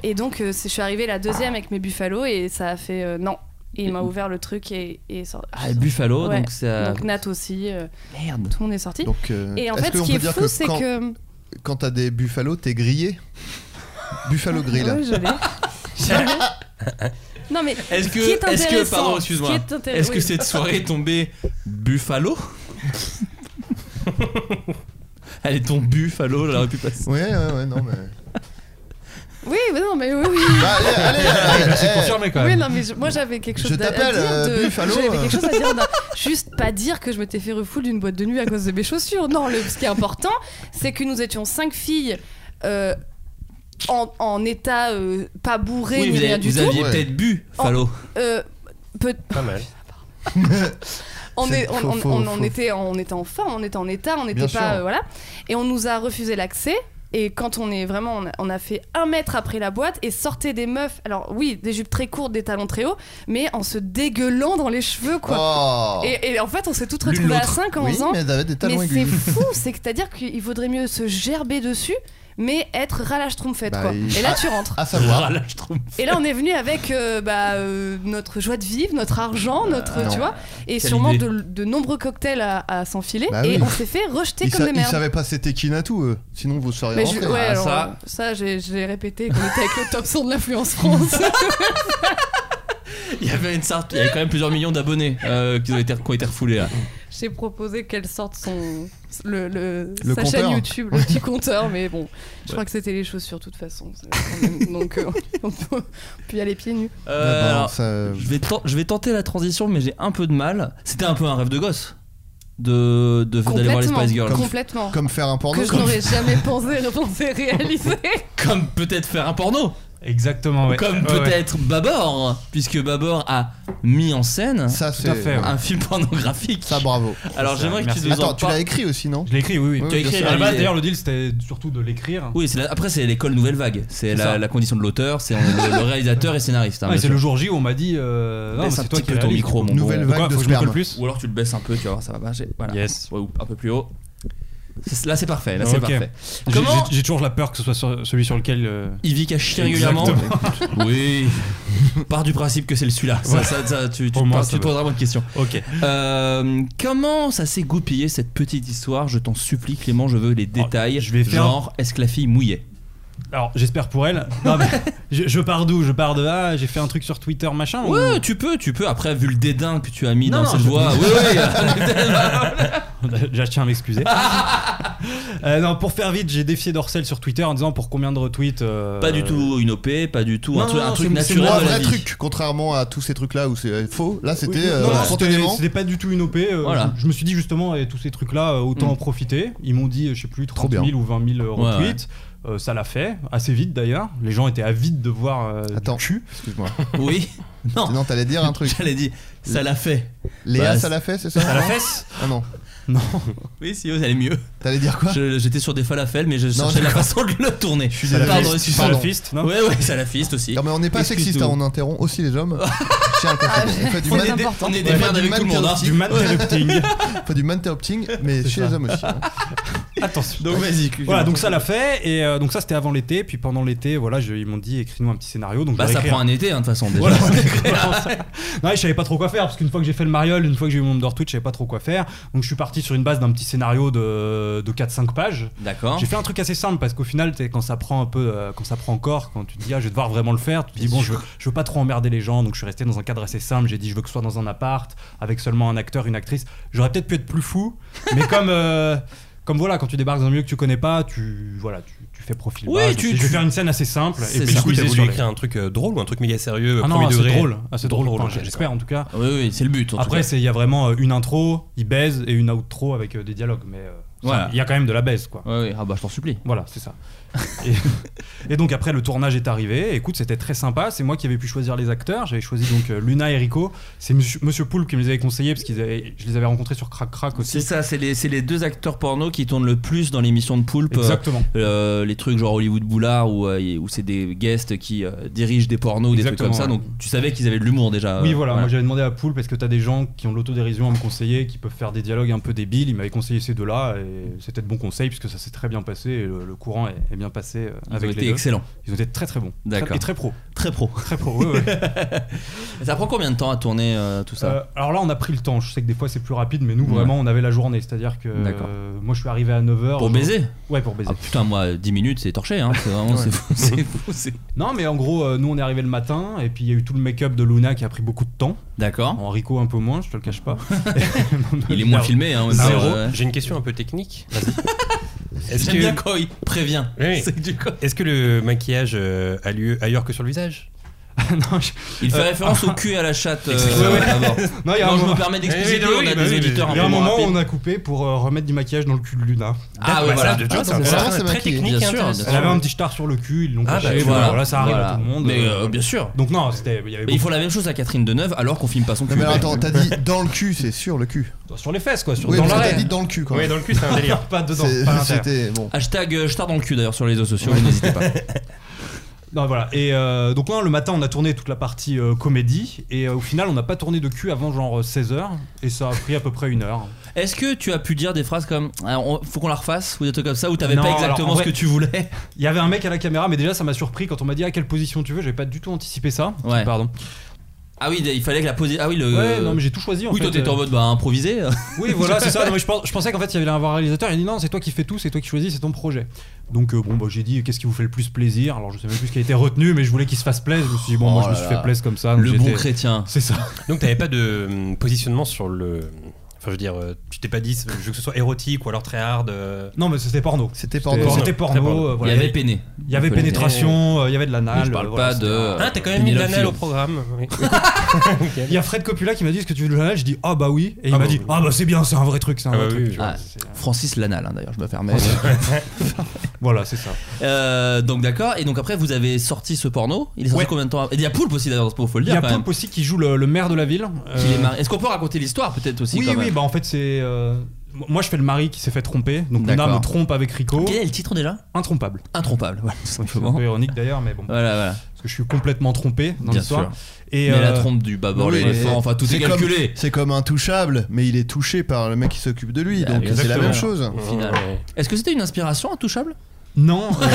Speaker 9: et donc, euh, c'est- je suis arrivée la deuxième avec mes buffalos, et ça a fait euh, non. Et il m'a ouvert le truc et, et sort-
Speaker 10: Ah, Buffalo,
Speaker 9: Ouais.
Speaker 10: donc ça.
Speaker 9: Donc Nat aussi, euh,
Speaker 10: Merde.
Speaker 9: tout le monde est sorti.
Speaker 8: Donc, euh,
Speaker 9: et en
Speaker 8: est-ce
Speaker 9: fait, ce
Speaker 8: qu'on
Speaker 9: qui
Speaker 8: peut
Speaker 9: est
Speaker 8: dire
Speaker 9: fou, c'est
Speaker 8: quand,
Speaker 9: que.
Speaker 8: quand t'as des buffalo, t'es grillé Buffalo
Speaker 9: Ah Ouais,
Speaker 8: grill. hein.
Speaker 9: je l'ai. Je l'ai. non, mais.
Speaker 10: Est-ce
Speaker 9: ce qui
Speaker 10: que,
Speaker 9: est
Speaker 10: est-ce que,
Speaker 9: intéressant-
Speaker 10: pardon,
Speaker 9: ce
Speaker 10: excuse-moi.
Speaker 9: qui est intér-
Speaker 10: Est-ce que
Speaker 9: oui.
Speaker 10: cette soirée est tombée Buffalo Elle est tombée Buffalo, elle aurait pu passer.
Speaker 8: Ouais, ouais, ouais, non, mais.
Speaker 9: Oui, mais non, mais oui, oui.
Speaker 8: Bah, allez, allez, allez, eh,
Speaker 7: Confirmé quand
Speaker 9: Oui,
Speaker 7: même.
Speaker 9: non, mais je- moi j'avais quelque chose
Speaker 8: Je
Speaker 9: à- à
Speaker 8: t'appelle,
Speaker 9: dire
Speaker 8: euh,
Speaker 9: de-
Speaker 8: Buffalo,
Speaker 9: J'avais
Speaker 8: euh.
Speaker 9: quelque chose à dire. d'un- Juste pas dire que je m'étais fait refouler d'une boîte de nuit à cause de mes chaussures. Non, le, ce qui est important, c'est que nous étions cinq filles. euh, en, en état euh, pas bourré
Speaker 10: Oui,
Speaker 9: ni
Speaker 10: vous,
Speaker 9: rien
Speaker 10: avez-
Speaker 9: du
Speaker 10: vous
Speaker 9: tout.
Speaker 10: aviez
Speaker 8: Ouais.
Speaker 10: peut-être bu, Fallot.
Speaker 9: Euh, peut-
Speaker 11: Pas mal.
Speaker 9: on,
Speaker 8: C'est
Speaker 9: est- on-
Speaker 8: faux,
Speaker 9: on-
Speaker 8: faux,
Speaker 9: on- on
Speaker 8: faux.
Speaker 9: était, en- on était en forme, on était en état, on n'était
Speaker 8: Bien
Speaker 9: pas.
Speaker 8: sûr.
Speaker 9: euh, voilà. Et on nous a refusé l'accès. Et quand on est vraiment. On a, on a fait un mètre après la boîte et sortaient des meufs. Alors oui, des jupes très courtes, des talons très hauts, mais en se dégueulant dans les cheveux, quoi.
Speaker 8: oh.
Speaker 9: Et, et en fait, on s'est toutes
Speaker 10: L'une
Speaker 9: retrouvées à
Speaker 10: l'autre.
Speaker 9: 5 en
Speaker 8: Oui,
Speaker 9: faisant.
Speaker 8: mais elles avaient des talons
Speaker 9: Mais c'est
Speaker 8: aiguilles.
Speaker 9: fou, c'est que à dire qu'il vaudrait mieux se gerber dessus, mais être ralage trompette
Speaker 8: Bah,
Speaker 9: quoi.
Speaker 8: il-
Speaker 9: Et là, tu rentres.
Speaker 8: À savoir.
Speaker 10: Voilà, je trouve.
Speaker 9: Et là, on est venu avec euh, bah, euh, notre joie de vivre, notre argent, notre
Speaker 8: Bah, non.
Speaker 9: tu vois, et
Speaker 10: Quelle
Speaker 9: sûrement
Speaker 10: idée.
Speaker 9: de, de nombreux cocktails à, à s'enfiler.
Speaker 8: Bah
Speaker 9: et
Speaker 8: oui.
Speaker 9: on s'est fait rejeter
Speaker 8: Ils,
Speaker 9: comme
Speaker 8: sa-
Speaker 9: des
Speaker 8: ils
Speaker 9: merdes.
Speaker 8: savaient pas c'était qui Natou, eux. Sinon, vous seriez
Speaker 9: Mais je-
Speaker 8: rentrés.
Speaker 9: ouais,
Speaker 10: Ah,
Speaker 9: alors, euh,
Speaker 10: ça.
Speaker 9: ça, j'ai- je l'ai répété quand on était avec le top son de l'influence France.
Speaker 10: Il y avait une sorte, il y avait quand même plusieurs millions d'abonnés euh, qui, ont été- qui ont été refoulés là.
Speaker 9: J'ai proposé qu'elle sorte son le, le-
Speaker 8: Le
Speaker 9: sa
Speaker 8: compteur.
Speaker 9: chaîne YouTube, le petit compteur, mais bon, je crois que c'était les chaussures de toute façon. c'est quand même- Donc euh, on peut on peut y aller pieds nus.
Speaker 10: Euh,
Speaker 8: Bah,
Speaker 10: alors,
Speaker 8: ça-
Speaker 10: je, vais ten- je vais tenter la transition, mais j'ai un peu de mal. C'était un peu un rêve de gosse de de- d'aller voir les
Speaker 9: Complètement.
Speaker 10: Spice Girls.
Speaker 9: Complètement.
Speaker 8: Comme faire un porno.
Speaker 9: que je
Speaker 8: quoi.
Speaker 9: n'aurais jamais pensé, pensé réaliser.
Speaker 10: Comme peut-être faire un porno.
Speaker 12: Exactement, ouais.
Speaker 10: Comme
Speaker 12: Ouais, ouais.
Speaker 10: peut-être Babor, puisque Babor a mis en scène
Speaker 8: Ça,
Speaker 12: Tout
Speaker 8: c'est.
Speaker 12: à fait, ouais.
Speaker 10: un film pornographique.
Speaker 8: Ça, bravo.
Speaker 10: Alors j'aimerais que tu
Speaker 12: Merci.
Speaker 10: nous en
Speaker 8: Attends, tu l'as
Speaker 10: parles.
Speaker 8: écrit aussi, non
Speaker 12: Je l'ai écrit, oui, oui.
Speaker 8: Oui,
Speaker 10: Tu as écrit
Speaker 8: bien
Speaker 10: la
Speaker 8: sûr.
Speaker 11: À la base,
Speaker 10: idée.
Speaker 11: d'ailleurs, le deal, c'était surtout de l'écrire.
Speaker 10: Oui, c'est la- après c'est l'école nouvelle vague. C'est
Speaker 11: C'est
Speaker 10: la,
Speaker 11: ça.
Speaker 10: la condition de l'auteur, c'est on est le, le réalisateur et scénariste. hein,
Speaker 11: Ouais,
Speaker 10: bien
Speaker 11: c'est
Speaker 10: sûr.
Speaker 11: le jour J où on m'a dit. euh, non, mais
Speaker 10: Baisse un
Speaker 11: c'est toi
Speaker 10: petit
Speaker 11: qui
Speaker 10: peu ton
Speaker 11: réalise.
Speaker 10: micro, mon
Speaker 8: Nouvelle
Speaker 10: bon.
Speaker 8: vague
Speaker 11: Pourquoi
Speaker 8: de
Speaker 11: faut que je me colle
Speaker 8: sperme.
Speaker 11: plus
Speaker 10: Ou alors tu le baisses un peu, tu vas voir, ça va pas. j'ai- Voilà.
Speaker 11: Yes.
Speaker 10: Ouais, ou un peu plus haut. C'est- Là c'est parfait, là
Speaker 11: Ok.
Speaker 10: c'est parfait.
Speaker 11: J'ai-
Speaker 10: Comment
Speaker 11: j'ai- J'ai toujours la peur que ce soit sur- celui sur lequel. euh,
Speaker 10: Ivy cache chier régulièrement Oui. Part du principe que c'est le celui-là. Ça,
Speaker 11: Ouais.
Speaker 10: ça, ça, tu, tu,
Speaker 11: Au moins,
Speaker 10: pars-
Speaker 11: ça
Speaker 10: tu te
Speaker 11: va.
Speaker 10: poseras moins de questions.
Speaker 11: Ok.
Speaker 10: Euh, comment ça s'est goupillé cette petite histoire Je t'en supplie, Clément, je veux les détails.
Speaker 11: Oh, je vais faire-
Speaker 10: Genre, est-ce que la fille mouillait
Speaker 11: Alors, j'espère pour elle. Non, mais je, je pars d'où Je pars de. Ah, j'ai fait un truc sur Twitter, machin. ou-
Speaker 10: Ouais, tu peux, tu peux. Après, vu le dédain que tu as mis
Speaker 11: Non,
Speaker 10: dans
Speaker 11: non,
Speaker 10: cette
Speaker 11: je-
Speaker 10: voix, oui, oui.
Speaker 11: Déjà, je tiens à m'excuser. Euh, non, pour faire vite, j'ai défié Dorcel sur Twitter en disant pour combien de retweets. euh,
Speaker 10: Pas du tout une OP, pas du tout un
Speaker 11: Non,
Speaker 10: truc,
Speaker 11: non,
Speaker 10: un
Speaker 11: non,
Speaker 10: truc
Speaker 11: c'est- c'est
Speaker 10: naturel
Speaker 8: Moi,
Speaker 10: de la
Speaker 8: vrai
Speaker 10: vie.
Speaker 8: truc, contrairement à tous ces trucs-là où c'est euh, faux, là
Speaker 11: Oui,
Speaker 8: c'était
Speaker 11: non,
Speaker 8: euh,
Speaker 11: non, c'était-
Speaker 8: spontanément.
Speaker 11: C'était pas du tout une OP. euh,
Speaker 10: Voilà. Mm.
Speaker 11: je, je me suis dit justement, et tous ces trucs-là, euh, autant en profiter. Ils m'ont dit, euh, je sais plus, 30
Speaker 8: bien.
Speaker 11: 000 ou 20 000
Speaker 10: Ouais,
Speaker 11: retweets. Euh, ça l'a fait, assez vite d'ailleurs. Les gens étaient avides de voir euh, du
Speaker 8: Attends.
Speaker 11: cul.
Speaker 8: Excuse-moi.
Speaker 10: Oui. Non,
Speaker 8: Non, t'allais dire un truc.
Speaker 10: j'allais dire, ça l'a fait.
Speaker 8: Léa,
Speaker 10: Bah,
Speaker 8: ça l'a fait, c'est ça
Speaker 11: À la fesse
Speaker 8: Ah non.
Speaker 11: Non.
Speaker 10: Oui, si vous allez mieux.
Speaker 8: T'allais dire quoi
Speaker 10: Je- J'étais sur des falafels, mais je cherchais la façon de le tourner. Je suis Pardon,
Speaker 8: désolé.
Speaker 10: excusez-moi.
Speaker 11: Salafiste, non
Speaker 10: Ouais, ouais, salafiste aussi.
Speaker 8: Non, mais on n'est pas
Speaker 10: Excuse-nous.
Speaker 8: sexiste, hein, on interrompt aussi les hommes. Je tiens à le confirmer. on fait du,
Speaker 10: On
Speaker 8: man-
Speaker 10: est des,
Speaker 9: important.
Speaker 10: on est des
Speaker 8: Ouais.
Speaker 10: merdes avec tout le monde. hein.
Speaker 11: Du interrupting.
Speaker 8: on fait du man-interrupting, mais chez les hommes aussi. hein.
Speaker 11: Attention.
Speaker 10: Donc vas-y.
Speaker 11: Voilà, donc ça l'a fait, et euh, donc ça c'était avant l'été, puis pendant l'été, voilà, je- ils m'ont dit écris-nous un petit scénario, donc
Speaker 10: Bah
Speaker 11: j'ai
Speaker 10: ça
Speaker 11: écrit
Speaker 10: prend un été hein, de toute façon déjà.
Speaker 11: Voilà, non, et je savais pas trop quoi faire parce qu'une fois que j'ai fait le mariole, une fois que j'ai eu mon Undertwitch, je savais pas trop quoi faire. Donc je suis parti sur une base d'un petit scénario de, de 4-5 pages.
Speaker 10: D'accord.
Speaker 11: J'ai fait un truc assez simple parce qu'au final, t'es- quand ça prend un peu, euh, quand ça prend corps, quand tu te dis ah, je vais devoir vraiment le faire, tu te dis bon, je veux, je veux pas trop emmerder les gens, donc je suis resté dans un cadre assez simple. J'ai dit je veux que ce soit dans un appart avec seulement un acteur, une actrice. J'aurais peut-être pu être plus fou, mais comme. euh, comme voilà, quand tu débarques dans un milieu que tu connais pas, tu voilà, tu, tu fais profil
Speaker 10: Oui,
Speaker 11: bas. Je me
Speaker 10: tu-
Speaker 11: suis dit,
Speaker 10: tu-
Speaker 11: je vais faire une scène assez simple.
Speaker 10: C'est
Speaker 11: Et
Speaker 10: ça.
Speaker 11: puis
Speaker 1: Mais du coup,
Speaker 11: je
Speaker 1: t'as
Speaker 11: misais
Speaker 1: voulu
Speaker 11: sur les-
Speaker 1: écrire un truc euh, drôle ou un truc méga sérieux,
Speaker 11: Ah non,
Speaker 1: premier
Speaker 11: assez
Speaker 1: degré
Speaker 11: drôle, assez drôle.
Speaker 1: Drôle,
Speaker 11: Enfin,
Speaker 1: ok,
Speaker 11: J'espère en tout cas.
Speaker 10: Oui oui, c'est le but. en tout
Speaker 11: Après,
Speaker 10: cas.
Speaker 11: c'est- il y a vraiment euh, une intro, il baise et une outro avec euh, des dialogues, mais euh, ça,
Speaker 10: Voilà.
Speaker 11: il y a quand même de la baise, quoi.
Speaker 10: Ouais, ouais, ah bah je t'en supplie.
Speaker 11: Voilà, c'est ça. Et, et donc après, le tournage est arrivé. Écoute, c'était très sympa. C'est moi qui avais pu choisir les acteurs. J'avais choisi donc euh, Luna et Rico. C'est monsieur, monsieur Poulpe qui me les avait conseillés parce que je les avais rencontrés sur Crac Crac
Speaker 10: C'est
Speaker 11: aussi.
Speaker 10: ça, c'est les, c'est les deux acteurs porno qui tournent le plus dans l'émission de Poulpe. euh,
Speaker 11: Exactement.
Speaker 10: euh, les trucs genre Hollywood Boulard où, euh, y- où c'est des guests qui euh, dirigent des pornos, des trucs
Speaker 11: Exactement,
Speaker 10: comme ça.
Speaker 11: ouais.
Speaker 10: Donc tu savais qu'ils avaient de l'humour déjà. euh,
Speaker 11: Oui, voilà, moi j'avais demandé à Poulpe parce que t'as des gens qui ont l'autodérision à me conseiller, qui peuvent faire des dialogues un peu débiles. Il m'avait conseillé ces deux-là et c'était de bons conseils puisque ça s'est très bien passé et le, le courant est, est bien passé euh,
Speaker 10: Ils
Speaker 11: avec
Speaker 10: ont
Speaker 11: les
Speaker 10: été
Speaker 11: deux.
Speaker 10: excellents.
Speaker 11: Ils ont été très très bons.
Speaker 10: D'accord.
Speaker 11: Très- Et très pro.
Speaker 10: Très pro.
Speaker 11: Très pro, ouais, ouais.
Speaker 10: ça prend combien de temps à tourner euh, tout ça
Speaker 11: Euh, alors là, on a pris le temps. Je sais que des fois c'est plus rapide, mais nous
Speaker 10: Ouais.
Speaker 11: vraiment on avait la journée. C'est-à-dire que
Speaker 10: D'accord.
Speaker 11: euh, moi je suis arrivé à 9h.
Speaker 10: Pour baiser
Speaker 11: Ouais, pour baiser.
Speaker 10: Ah putain, moi 10 minutes c'est torché. Hein. C'est vraiment c'est fou. c'est fou, c'est-
Speaker 11: Non, mais en gros, euh, nous on est arrivé le matin et puis il y a eu tout le make-up de Luna qui a pris beaucoup de temps.
Speaker 10: D'accord.
Speaker 11: Enrico un peu moins, je te le cache pas.
Speaker 10: Il est moins filmé. Hein,
Speaker 1: Ah,
Speaker 10: mais,
Speaker 1: Zéro.
Speaker 10: euh,
Speaker 1: J'ai une question un peu technique. Est-ce
Speaker 10: J'aime bien
Speaker 1: que,
Speaker 10: quand il prévient.
Speaker 1: Oui, oui.
Speaker 10: C'est du coup-
Speaker 1: est-ce que le maquillage euh, a lieu ailleurs que sur le visage
Speaker 11: non, je-
Speaker 10: Il fait
Speaker 11: Euh,
Speaker 10: référence au cul et à la chatte. euh,
Speaker 1: Excusez-moi.
Speaker 10: d'abord.
Speaker 11: non, il y a un
Speaker 10: Non, je
Speaker 11: moment-
Speaker 10: me permets d'expliquer.
Speaker 1: Oui, oui,
Speaker 10: on a
Speaker 1: oui, bah
Speaker 10: des
Speaker 1: oui,
Speaker 10: auditeurs
Speaker 1: mais
Speaker 11: Il y a un
Speaker 10: peu moins
Speaker 11: moment où on
Speaker 10: rapides.
Speaker 11: a coupé pour euh, remettre du maquillage dans le cul de Luna.
Speaker 10: Ah ouais,
Speaker 1: Bah,
Speaker 10: voilà.
Speaker 1: ça, de- tu vois,
Speaker 8: Ah,
Speaker 1: c'est
Speaker 8: c'est
Speaker 1: un-
Speaker 8: vraiment, c'est
Speaker 1: très
Speaker 8: maquillé.
Speaker 1: technique
Speaker 10: Bien
Speaker 1: et
Speaker 10: sûr,
Speaker 1: intéressant.
Speaker 10: bien
Speaker 11: Elle avait un petit star sur le cul, ils l'ont
Speaker 1: Ah,
Speaker 11: caché.
Speaker 1: bah,
Speaker 11: bon,
Speaker 1: voilà.
Speaker 11: voilà, ça arrive
Speaker 10: Voilà.
Speaker 11: à tout le monde.
Speaker 10: Mais
Speaker 11: Euh,
Speaker 10: euh, bien sûr.
Speaker 11: Donc non, c'était. Il y avait
Speaker 10: Mais ils
Speaker 11: beaucoup-
Speaker 10: font la même chose à Catherine Deneuve alors qu'on filme pas son cul.
Speaker 8: Non, mais alors, attends, t'as dit dans le cul, c'est sur le cul.
Speaker 11: sur les fesses quoi, sur
Speaker 8: Oui,
Speaker 11: dans
Speaker 8: parce que
Speaker 11: l'arrêt.
Speaker 8: t'as dit dans le cul quand
Speaker 1: Ouais,
Speaker 8: même.
Speaker 1: dans le cul, c'est un délire.
Speaker 11: Pas dedans,
Speaker 8: C'est-
Speaker 11: pas à l'intérieur.
Speaker 8: C'était bon.
Speaker 10: Hashtag euh, je tarde dans le cul d'ailleurs sur les réseaux sociaux, n'hésitez pas.
Speaker 11: Non, voilà. Et euh, donc, là, le matin, on a tourné toute la partie euh, comédie. Et euh, au final, on n'a pas tourné de cul avant genre 16h. Et ça a pris à peu près une heure.
Speaker 10: Est-ce que tu as pu dire des phrases comme alors, on- faut qu'on la refasse ou des trucs comme ça où t'avais
Speaker 11: Non,
Speaker 10: pas
Speaker 11: alors,
Speaker 10: exactement
Speaker 11: en
Speaker 10: ce que
Speaker 11: vrai-
Speaker 10: tu voulais
Speaker 11: Il y avait un mec à la caméra, mais déjà, ça m'a surpris quand on m'a dit à quelle position tu veux. J'avais pas du tout anticipé ça.
Speaker 10: Ouais.
Speaker 11: Pardon.
Speaker 10: Ah oui, il fallait que la pose. Ah oui,
Speaker 1: Euh,
Speaker 10: le.
Speaker 11: Ouais, non, mais j'ai tout choisi en
Speaker 10: oui,
Speaker 11: fait.
Speaker 10: toi t'étais en
Speaker 11: Euh,
Speaker 10: mode bah improvisé.
Speaker 11: Oui, voilà, c'est ça. Non, mais je, pense- je pensais qu'en fait, il y avait un réalisateur. Il a dit non, c'est toi qui fais tout, c'est toi qui choisis, c'est ton projet. Donc, euh, bon, bah, j'ai dit qu'est-ce qui vous fait le plus plaisir. Alors, je sais même plus ce qui a été retenu, mais je voulais qu'il se fasse plaisir. Je me suis dit, bon,
Speaker 10: Oh
Speaker 11: moi, je me
Speaker 10: là
Speaker 11: suis
Speaker 10: là.
Speaker 11: fait plaisir comme ça. donc
Speaker 10: Le bon
Speaker 11: j'étais-
Speaker 10: chrétien.
Speaker 11: C'est ça.
Speaker 1: Donc, t'avais pas de hum, positionnement sur le
Speaker 11: Enfin, je veux dire, euh, tu t'es pas dit je veux que ce soit érotique ou alors très hard. euh,
Speaker 7: Non, mais c'était porno.
Speaker 8: C'était pas
Speaker 7: C'était porno.
Speaker 11: porno. Très porno.
Speaker 7: euh,
Speaker 10: Il y
Speaker 7: voilà.
Speaker 10: avait peiné.
Speaker 7: il y avait
Speaker 10: On peut le dire.
Speaker 7: pénétration, euh, il y avait de
Speaker 10: Mais
Speaker 7: l'anal.
Speaker 10: je parle
Speaker 7: euh, voilà,
Speaker 10: pas
Speaker 7: c'était-
Speaker 10: de.
Speaker 11: Ah, t'as quand même mis de
Speaker 10: Milo
Speaker 11: l'anal au
Speaker 10: Phil.
Speaker 11: programme. oui.
Speaker 7: Il y a Fred Copula qui m'a dit Est-ce que tu veux de l'anal Je dis Ah bah oui. Et il
Speaker 11: Ah
Speaker 7: m'a
Speaker 11: bah
Speaker 7: dit
Speaker 11: oui.
Speaker 7: Ah bah c'est bien, c'est un vrai truc. C'est un
Speaker 11: Ah
Speaker 7: vrai
Speaker 11: bah
Speaker 7: truc.
Speaker 11: oui,
Speaker 7: tu vois,
Speaker 10: ouais.
Speaker 7: c'est-
Speaker 10: Francis Lanal, hein, d'ailleurs, je me permets.
Speaker 7: Voilà, c'est ça.
Speaker 10: Euh, donc d'accord, et donc après vous avez sorti ce porno. Il est sorti
Speaker 7: Ouais.
Speaker 10: combien de temps après Il y a Poulpe aussi d'ailleurs, dans ce porno, faut le
Speaker 7: Il y
Speaker 10: dire
Speaker 7: a
Speaker 10: quand même.
Speaker 7: Poulpe aussi qui joue le, le maire de la ville.
Speaker 10: Qu'il
Speaker 7: euh,
Speaker 10: est marié. Est-ce qu'on peut raconter l'histoire peut-être aussi
Speaker 7: Oui,
Speaker 10: quand
Speaker 7: oui,
Speaker 10: même
Speaker 7: bah en fait, c'est. euh, Moi, je fais le mari qui s'est fait tromper. Donc, Luna
Speaker 10: D'accord.
Speaker 7: me trompe avec
Speaker 11: bah,
Speaker 7: Rico.
Speaker 10: Quel est le titre déjà
Speaker 7: Intrompable.
Speaker 10: Intrompable, voilà, tout
Speaker 7: C'est
Speaker 10: simplement.
Speaker 7: un peu ironique d'ailleurs, mais bon.
Speaker 10: Voilà, voilà.
Speaker 7: Parce que je suis complètement trompé dans
Speaker 10: Euh. Bien
Speaker 7: l'histoire.
Speaker 10: sûr.
Speaker 7: Et
Speaker 10: Mais la
Speaker 7: euh,
Speaker 10: trompe du babord,
Speaker 8: oui,
Speaker 10: l'éléphant,
Speaker 8: mais-
Speaker 10: enfin tout est,
Speaker 8: comme-
Speaker 10: calculé.
Speaker 8: C'est comme intouchable, mais il est touché par le mec qui s'occupe de lui,
Speaker 10: Ah,
Speaker 8: donc c'est la
Speaker 10: exactement.
Speaker 8: même chose.
Speaker 10: Au final. Est-ce que c'était une inspiration intouchable
Speaker 7: Non. euh,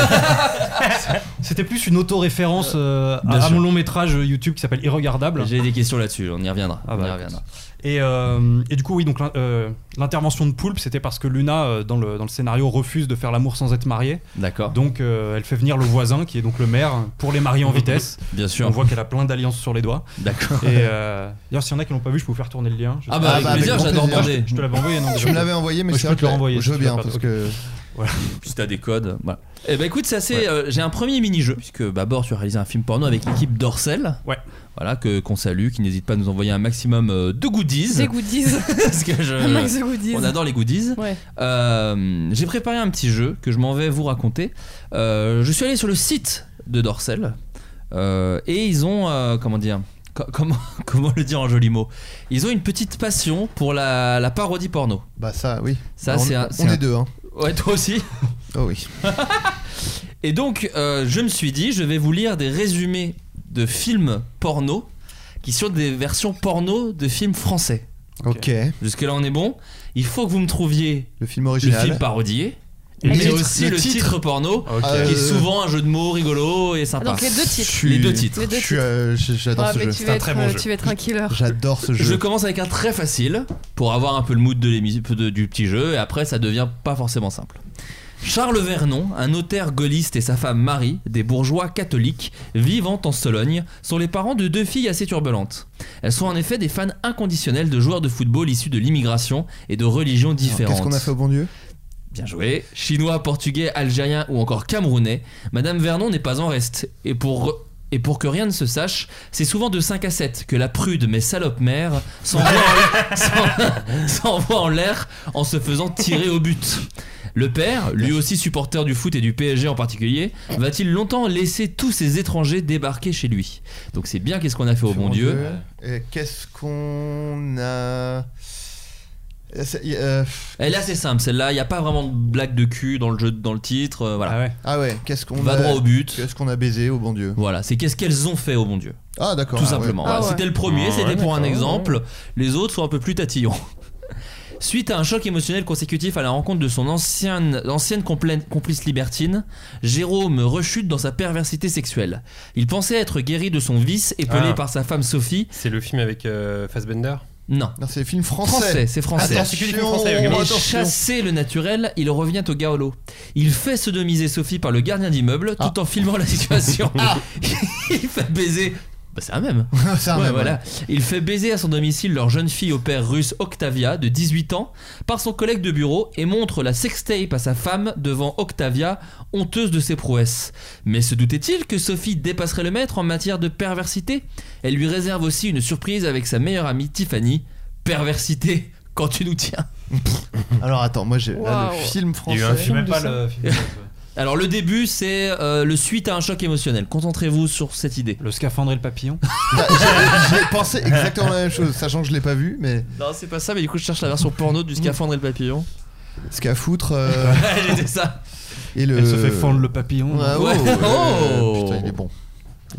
Speaker 7: C'était plus une autoréférence euh,
Speaker 10: Bien
Speaker 7: à, à
Speaker 10: sûr.
Speaker 7: mon long métrage YouTube qui s'appelle Irregardable.
Speaker 10: J'ai des questions là-dessus, on y reviendra.
Speaker 7: Ah
Speaker 10: on
Speaker 7: bah,
Speaker 10: y reviendra.
Speaker 7: Et, euh, et du coup, oui, donc l'in- euh, l'intervention de Poulpe, c'était parce que Luna, euh, dans, le, dans le scénario, refuse de faire l'amour sans être mariée.
Speaker 10: D'accord,
Speaker 7: Donc, euh, elle fait venir le voisin, qui est donc le maire, pour les marier en vitesse.
Speaker 10: bien
Speaker 7: On
Speaker 10: sûr.
Speaker 7: voit qu'elle a plein d'alliances sur les doigts.
Speaker 10: D'accord.
Speaker 7: Et euh, d'ailleurs, s'il y en a qui l'ont pas vu, je peux vous faire tourner le lien. Je
Speaker 10: Ah
Speaker 7: sais
Speaker 10: bah
Speaker 7: pas.
Speaker 10: avec
Speaker 8: bah, avec
Speaker 10: plaisir,
Speaker 8: grand
Speaker 10: j'adore
Speaker 8: plaisir.
Speaker 10: regarder.
Speaker 7: je te l'avais envoyé, non
Speaker 8: Je me l'avais envoyé, mais
Speaker 7: Moi, je
Speaker 8: c'est
Speaker 7: peux
Speaker 8: vrai
Speaker 7: te le
Speaker 8: que
Speaker 7: renvoyer
Speaker 8: Je
Speaker 7: si
Speaker 8: veux
Speaker 7: tu
Speaker 8: bien,
Speaker 7: l'as pas.
Speaker 8: parce que
Speaker 10: Si t'as des codes, voilà. Eh ben écoute, c'est assez. euh, J'ai un premier mini-jeu, puisque Babord, tu as réalisé un film porno avec l'équipe d'Orcel.
Speaker 7: Ouais.
Speaker 10: Voilà, que qu'on salue, qui n'hésite pas à nous envoyer un maximum euh, de goodies.
Speaker 9: Des goodies.
Speaker 10: parce que je-
Speaker 9: Max de goodies.
Speaker 10: Euh, On adore Ah, les goodies.
Speaker 9: Ouais.
Speaker 10: Euh, J'ai préparé un petit jeu que je m'en vais vous raconter. Euh, je suis allé sur le site de Dorcel euh, et ils ont, euh, comment dire, co- comment, comment le dire en joli mot Ils ont une petite passion pour la, la parodie porno.
Speaker 8: bah ça, oui.
Speaker 10: Ça,
Speaker 8: Bah, on
Speaker 10: c'est un- c'est
Speaker 8: on
Speaker 10: un-
Speaker 8: est deux, hein.
Speaker 10: Ouais, toi aussi
Speaker 8: Oh oui.
Speaker 10: Et donc, euh, je me suis dit, je vais vous lire des résumés de films porno qui sont des versions porno de films français.
Speaker 8: Ok.
Speaker 10: Jusque-là, on est bon. Il faut que vous me trouviez
Speaker 8: Le film
Speaker 10: le
Speaker 8: original.
Speaker 10: film parodié,
Speaker 8: Et
Speaker 10: mais
Speaker 8: le titre,
Speaker 10: aussi
Speaker 8: le
Speaker 10: le titre,
Speaker 8: titre.
Speaker 10: porno,
Speaker 7: Ah
Speaker 11: Ok.
Speaker 8: Euh,
Speaker 10: qui est souvent un jeu de mots rigolo et sympa.
Speaker 9: Ah, Donc les deux titres.
Speaker 10: bah, Les deux titres.
Speaker 9: Les deux
Speaker 8: Je suis,
Speaker 9: titres.
Speaker 8: euh, j- J'adore
Speaker 9: Ouais,
Speaker 8: ce
Speaker 9: mais
Speaker 8: jeu.
Speaker 9: tu
Speaker 11: C'est
Speaker 9: vas
Speaker 11: un
Speaker 9: être,
Speaker 11: très bon
Speaker 9: euh,
Speaker 11: jeu.
Speaker 9: tu vas être un killer.
Speaker 8: J'adore ce
Speaker 10: Je
Speaker 8: jeu.
Speaker 10: commence avec un très facile pour avoir un peu le mood de l'émission de- du petit jeu et après ça devient pas forcément simple. Charles Vernon, un notaire gaulliste et sa femme Marie, des bourgeois catholiques vivant en Sologne, sont les parents de deux filles assez turbulentes. Elles sont en effet des fans inconditionnels de joueurs de football issus de l'immigration et de religions
Speaker 8: Alors,
Speaker 10: différentes.
Speaker 8: Qu'est-ce qu'on a fait au bon Dieu
Speaker 10: Bien joué. Chinois, portugais, algérien ou encore camerounais, Madame Vernon n'est pas en reste. Et pour, et pour que rien ne se sache, c'est souvent de 5 à 7 que la prude mais salope mère s'envoie en- s'en- s'envoie en l'air en se faisant tirer au but. Le père, lui aussi supporter du foot et du PSG en particulier, va-t-il longtemps laisser tous ces étrangers débarquer chez lui Donc c'est bien qu'est-ce qu'on a fait au bon Dieu.
Speaker 8: Euh, Qu'est-ce qu'on a. C'est- y- euh,
Speaker 10: Elle est assez simple celle-là, il n'y a pas vraiment de blague de cul dans le jeu, dans le titre, euh, voilà.
Speaker 7: Ah ouais.
Speaker 8: Ah ouais, qu'est-ce qu'on
Speaker 10: Va
Speaker 8: a.
Speaker 10: droit au but.
Speaker 8: Qu'est-ce qu'on a baisé au bon Dieu
Speaker 10: Voilà, c'est qu'est-ce qu'elles ont fait au bon Dieu.
Speaker 8: Ah d'accord.
Speaker 10: Tout
Speaker 8: ah ouais.
Speaker 10: simplement.
Speaker 9: Ah
Speaker 10: Voilà,
Speaker 9: ouais.
Speaker 10: C'était le premier, c'était
Speaker 11: Ouais,
Speaker 10: pour un
Speaker 11: d'accord.
Speaker 10: exemple. Les autres sont un peu plus tatillons. Suite à un choc émotionnel consécutif à la rencontre de son ancienne, ancienne compla- complice libertine, Jérôme rechute dans sa perversité sexuelle. Il pensait être guéri de son vice, épelé
Speaker 11: Ah.
Speaker 10: par sa femme Sophie.
Speaker 11: C'est le film avec euh, Fassbender
Speaker 10: Non.
Speaker 8: Non, c'est film français.
Speaker 10: Français, c'est français.
Speaker 11: Attention, c'est que des films français, ok.
Speaker 10: Et
Speaker 8: Attention.
Speaker 10: chassé le naturel, il revient au gaolo. Il fait sodomiser Sophie par le gardien d'immeuble
Speaker 11: Ah.
Speaker 10: tout en filmant la situation. il fait baiser. Bah, c'est un même.
Speaker 8: C'est un
Speaker 10: Ouais,
Speaker 8: même,
Speaker 10: voilà. Il fait baiser à son domicile leur jeune fille au père russe Octavia, de 18 ans, par son collègue de bureau et montre la sextape à sa femme devant Octavia, honteuse de ses prouesses. Mais se doutait-il que Sophie dépasserait le maître en matière de perversité Elle lui réserve aussi une surprise avec sa meilleure amie Tiffany. Perversité quand tu nous tiens.
Speaker 8: hein. Alors attends, moi j'ai là, le
Speaker 9: Waouh.
Speaker 8: film français.
Speaker 11: Il y a eu un
Speaker 7: J'ai
Speaker 11: film.
Speaker 7: même pas le film.
Speaker 10: Alors le début c'est euh, le suite à un choc émotionnel. Concentrez-vous sur cette idée.
Speaker 7: Le scaphandre et le papillon.
Speaker 8: Ah, j'ai- J'ai pensé exactement la même chose, sachant que je l'ai pas vu, mais
Speaker 10: Non c'est pas ça mais du coup je cherche la version porno du scaphandre et le papillon.
Speaker 8: ce qu'à foutre. euh,
Speaker 10: J'étais ça.
Speaker 8: et le...
Speaker 7: Elle se fait fendre le papillon.
Speaker 8: Ah, oh,
Speaker 10: Ouais.
Speaker 8: euh,
Speaker 10: Oh.
Speaker 8: Putain, il est bon.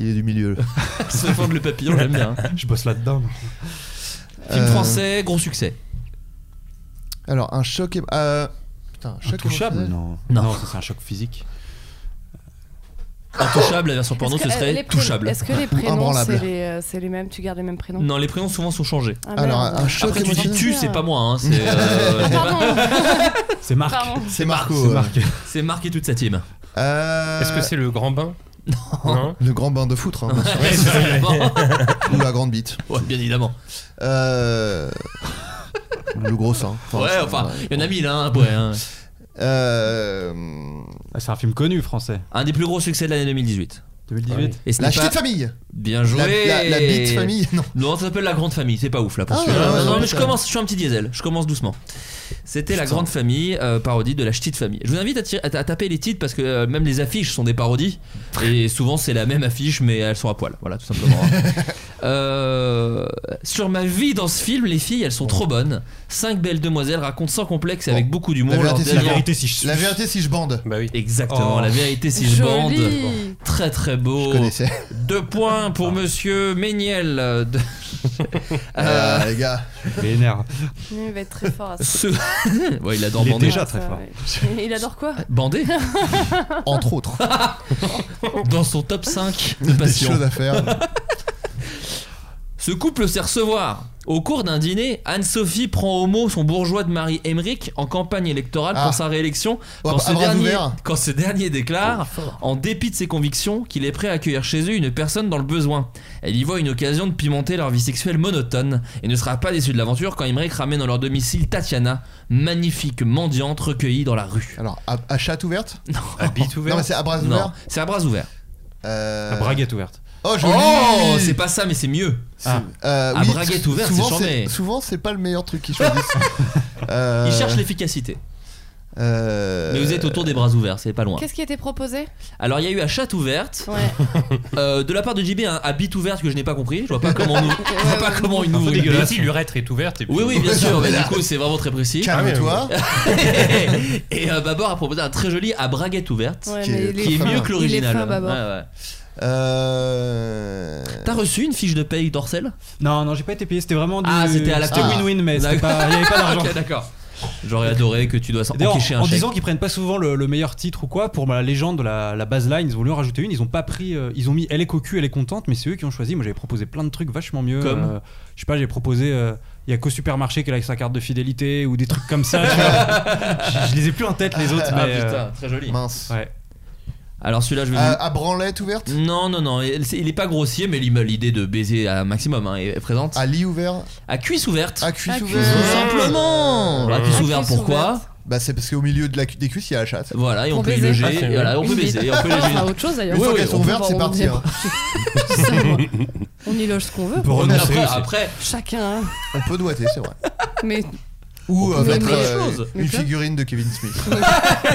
Speaker 8: Il est du milieu. là.
Speaker 10: Scaphandre le papillon j'aime bien.
Speaker 7: Je bosse là-dedans.
Speaker 10: Film
Speaker 8: Euh,
Speaker 10: français, gros succès.
Speaker 8: Alors un choc. é- euh, Putain, un choc.
Speaker 7: Touchable
Speaker 8: émotionnel.
Speaker 7: Non.
Speaker 10: Non.
Speaker 7: Non, ça, c'est un choc physique.
Speaker 10: Intouchable, la version porno,
Speaker 9: Est-ce
Speaker 10: ce
Speaker 9: que, euh,
Speaker 10: serait
Speaker 9: les prénoms-
Speaker 10: touchable.
Speaker 9: Est-ce que les prénoms,
Speaker 8: Imbranlable.
Speaker 9: c'est les, euh, c'est les mêmes Tu gardes les mêmes prénoms
Speaker 10: Non, les prénoms souvent sont changés.
Speaker 9: Ah,
Speaker 8: Alors
Speaker 9: merde.
Speaker 8: un choc
Speaker 10: Après, tu dis
Speaker 8: émotionnel.
Speaker 10: tu, c'est pas moi, hein, c'est euh,
Speaker 9: Pardon,
Speaker 7: C'est Marc. euh.
Speaker 9: pardon.
Speaker 8: C'est Marco.
Speaker 7: C'est
Speaker 8: ouais.
Speaker 7: Marc.
Speaker 10: c'est Marc et toute sa team.
Speaker 8: Euh,
Speaker 11: Est-ce que c'est le grand bain Non.
Speaker 8: le grand bain de foutre hein, bien sûr.
Speaker 10: Ouais, c'est vraiment-
Speaker 8: ou la grande bite
Speaker 10: Ouais, bien évidemment.
Speaker 8: Euh, le gros sein.
Speaker 10: Ouais,
Speaker 8: c'est-
Speaker 10: enfin, il y en a mille, hein, après. hein.
Speaker 8: Euh,
Speaker 7: Ah, C'est un film connu français.
Speaker 10: Un des plus gros succès de l'année 2018.
Speaker 7: 2018.
Speaker 10: Et ce
Speaker 8: la
Speaker 10: n'est
Speaker 8: chute
Speaker 10: pas...
Speaker 8: de famille
Speaker 10: Bien
Speaker 8: la,
Speaker 10: joué
Speaker 8: la, la bite famille Non.
Speaker 10: Non, ça s'appelle La Grande Famille, c'est pas ouf là pour
Speaker 8: Ah,
Speaker 10: celui-là.
Speaker 8: ouais,
Speaker 10: Non, non,
Speaker 8: ouais,
Speaker 10: mais je
Speaker 8: ouais.
Speaker 10: commence, je suis un petit diesel, je commence doucement. C'était La Grande Famille, euh, parodie de La Ch'tite Famille. Je vous invite à, tirer- à- à taper les titres parce que euh, même les affiches sont des parodies. Et souvent c'est la même affiche mais elles sont à poil, voilà tout simplement. hein. Euh, sur ma vie dans ce film, les filles elles sont trop bonnes. Cinq belles demoiselles racontent sans complexe et avec
Speaker 8: Bon.
Speaker 10: beaucoup d'humour
Speaker 8: Oh. La
Speaker 10: leur
Speaker 8: vérité, c'est
Speaker 10: dernière-
Speaker 8: la vérité.
Speaker 7: si je
Speaker 8: La vérité si je bande.
Speaker 11: Bah oui.
Speaker 10: Exactement,
Speaker 11: Oh.
Speaker 10: la vérité si je bande.
Speaker 9: Joli.
Speaker 10: Très très beau.
Speaker 8: Je connaissais. Ah.
Speaker 10: Deux points pour Monsieur Méniel. euh, de- Euh,
Speaker 8: Euh, les gars,
Speaker 7: Vénère.
Speaker 9: Il va être très fort à ça.
Speaker 10: ce- ouais, il adore
Speaker 7: Il est
Speaker 10: bander.
Speaker 7: déjà
Speaker 9: Ah,
Speaker 7: très
Speaker 9: ça,
Speaker 7: fort.
Speaker 9: ouais. Il adore quoi
Speaker 10: Bander
Speaker 8: entre autres,
Speaker 10: dans son top 5 de
Speaker 8: des
Speaker 10: passion.
Speaker 8: choses à faire.
Speaker 10: Ce couple sait recevoir. Au cours d'un dîner, Anne-Sophie prend au mot son bourgeois de Marie Emmerich en campagne électorale
Speaker 8: Ah.
Speaker 10: pour sa réélection.
Speaker 8: Oh,
Speaker 10: Quand ce,
Speaker 8: à bras
Speaker 10: dernier,
Speaker 8: ouverts. Oh,
Speaker 10: quand ce dernier déclare, en dépit de ses convictions, qu'il est prêt à accueillir chez eux une personne dans le besoin. Elle y voit une occasion de pimenter leur vie sexuelle monotone et ne sera pas déçue de l'aventure quand Emmerich ramène dans leur domicile Tatiana, magnifique mendiante recueillie dans la rue.
Speaker 8: Alors, à, à chatte ouverte
Speaker 11: À bite
Speaker 8: Non,
Speaker 11: ouverte.
Speaker 8: mais c'est à bras
Speaker 10: Non,
Speaker 8: ouverts
Speaker 10: c'est à bras ouverts.
Speaker 8: Euh,
Speaker 7: La braguette ouverte.
Speaker 8: Oh, joli
Speaker 10: Oh, c'est pas ça, mais c'est mieux.
Speaker 7: Ah.
Speaker 8: Euh,
Speaker 10: À
Speaker 8: oui,
Speaker 10: braguette
Speaker 8: sou-
Speaker 10: ouverte,
Speaker 8: souvent,
Speaker 10: c'est charmé.
Speaker 8: Souvent, c'est pas le meilleur truc qu'ils choisissent. euh,
Speaker 10: Il cherche l'efficacité.
Speaker 8: euh,
Speaker 10: Mais vous êtes autour des bras ouverts, c'est pas loin.
Speaker 9: Qu'est-ce qui a été proposé
Speaker 10: Alors il y a eu à chatte ouverte,
Speaker 9: Ouais.
Speaker 10: euh, de la part de JB un à bite ouverte que je n'ai pas compris, je vois pas comment, nous, je vois pas comment il nous
Speaker 11: Faut
Speaker 10: rigole.
Speaker 11: dégueulasse. Si
Speaker 7: hein.
Speaker 11: l'urètre est ouverte et puis.
Speaker 10: Oui oui bien sûr,
Speaker 8: Non, mais
Speaker 10: mais du
Speaker 8: là-
Speaker 10: coup c'est vraiment très précis.
Speaker 8: Calme-toi.
Speaker 10: Et euh, Babor a proposé un très joli à braguette ouverte,
Speaker 9: Ouais,
Speaker 8: Qui
Speaker 9: mais
Speaker 8: est-
Speaker 9: il est
Speaker 10: qui est
Speaker 8: fin.
Speaker 10: mieux
Speaker 8: Il
Speaker 10: que
Speaker 8: est
Speaker 10: l'original.
Speaker 9: fin, Babor.
Speaker 10: Ouais, ouais.
Speaker 8: Euh...
Speaker 10: T'as reçu une fiche de paye d'Orcel
Speaker 7: Non, non, j'ai pas été payé. C'était vraiment du.
Speaker 10: Ah, c'était à la
Speaker 8: con.
Speaker 7: win-win, mais Eh, c'était
Speaker 10: D'accord.
Speaker 7: pas- il n'y avait pas d'argent.
Speaker 10: Ok d'accord. J'aurais adoré que tu dois
Speaker 7: D'ailleurs,
Speaker 10: encaisser un
Speaker 7: en
Speaker 10: chèque.
Speaker 7: disant qu'ils prennent pas souvent le, le meilleur titre ou quoi, pour la légende de la, la baseline, ils ont voulu en rajouter une. Ils ont pas pris, euh, ils ont mis Elle est cocu, elle est contente, mais c'est eux qui ont choisi. Moi j'avais proposé plein de trucs vachement mieux.
Speaker 10: Comme
Speaker 7: euh, je sais pas, j'ai proposé. euh, il y a qu'au supermarché qu'elle a sa carte de fidélité ou des trucs comme ça. tu vois. je, je les ai plus en tête les autres.
Speaker 10: Ah
Speaker 7: mais,
Speaker 10: putain,
Speaker 7: euh,
Speaker 10: très joli.
Speaker 8: Mince.
Speaker 7: ouais.
Speaker 10: Alors celui-là je vais vous
Speaker 8: À, à branlette ouverte
Speaker 10: Non, non, non, il c'est- il est pas grossier, mais l'im- l'idée de baiser à un maximum hein, est est présente.
Speaker 8: À lit ouvert
Speaker 10: À cuisse ouverte.
Speaker 8: À cuisse
Speaker 9: À cuisse
Speaker 10: Tout
Speaker 8: ouverte
Speaker 10: simplement. À cuisse
Speaker 9: À
Speaker 10: ouverte,
Speaker 9: cuisse
Speaker 10: pourquoi
Speaker 9: ouverte.
Speaker 8: Bah, c'est parce qu'au milieu de la, cu- des cuisses, il y a la chatte.
Speaker 10: Voilà, et on
Speaker 9: Pour
Speaker 10: peut y
Speaker 9: baiser.
Speaker 10: loger.
Speaker 11: Ah, c'est
Speaker 10: et voilà, on peut
Speaker 9: Une baiser.
Speaker 10: baiser, et on peut
Speaker 9: Ah,
Speaker 10: loger.
Speaker 9: autre chose
Speaker 8: Une
Speaker 9: d'ailleurs.
Speaker 8: fois
Speaker 10: oui,
Speaker 8: qu'elles
Speaker 10: on
Speaker 8: sont
Speaker 10: peut
Speaker 8: ouvertes,
Speaker 9: voir
Speaker 8: c'est hein.
Speaker 9: où on
Speaker 8: parti.
Speaker 9: est.
Speaker 8: hein.
Speaker 9: Ça, moi. On y loge ce qu'on veut.
Speaker 10: Après,
Speaker 7: renoncer aussi.
Speaker 10: après,
Speaker 9: Chacun. hein.
Speaker 8: On peut doigter, c'est vrai.
Speaker 9: Mais
Speaker 8: Ou euh,
Speaker 9: peut
Speaker 8: mettre
Speaker 9: doigter.
Speaker 8: euh,
Speaker 10: Chose.
Speaker 8: une figurine de Kevin Smith.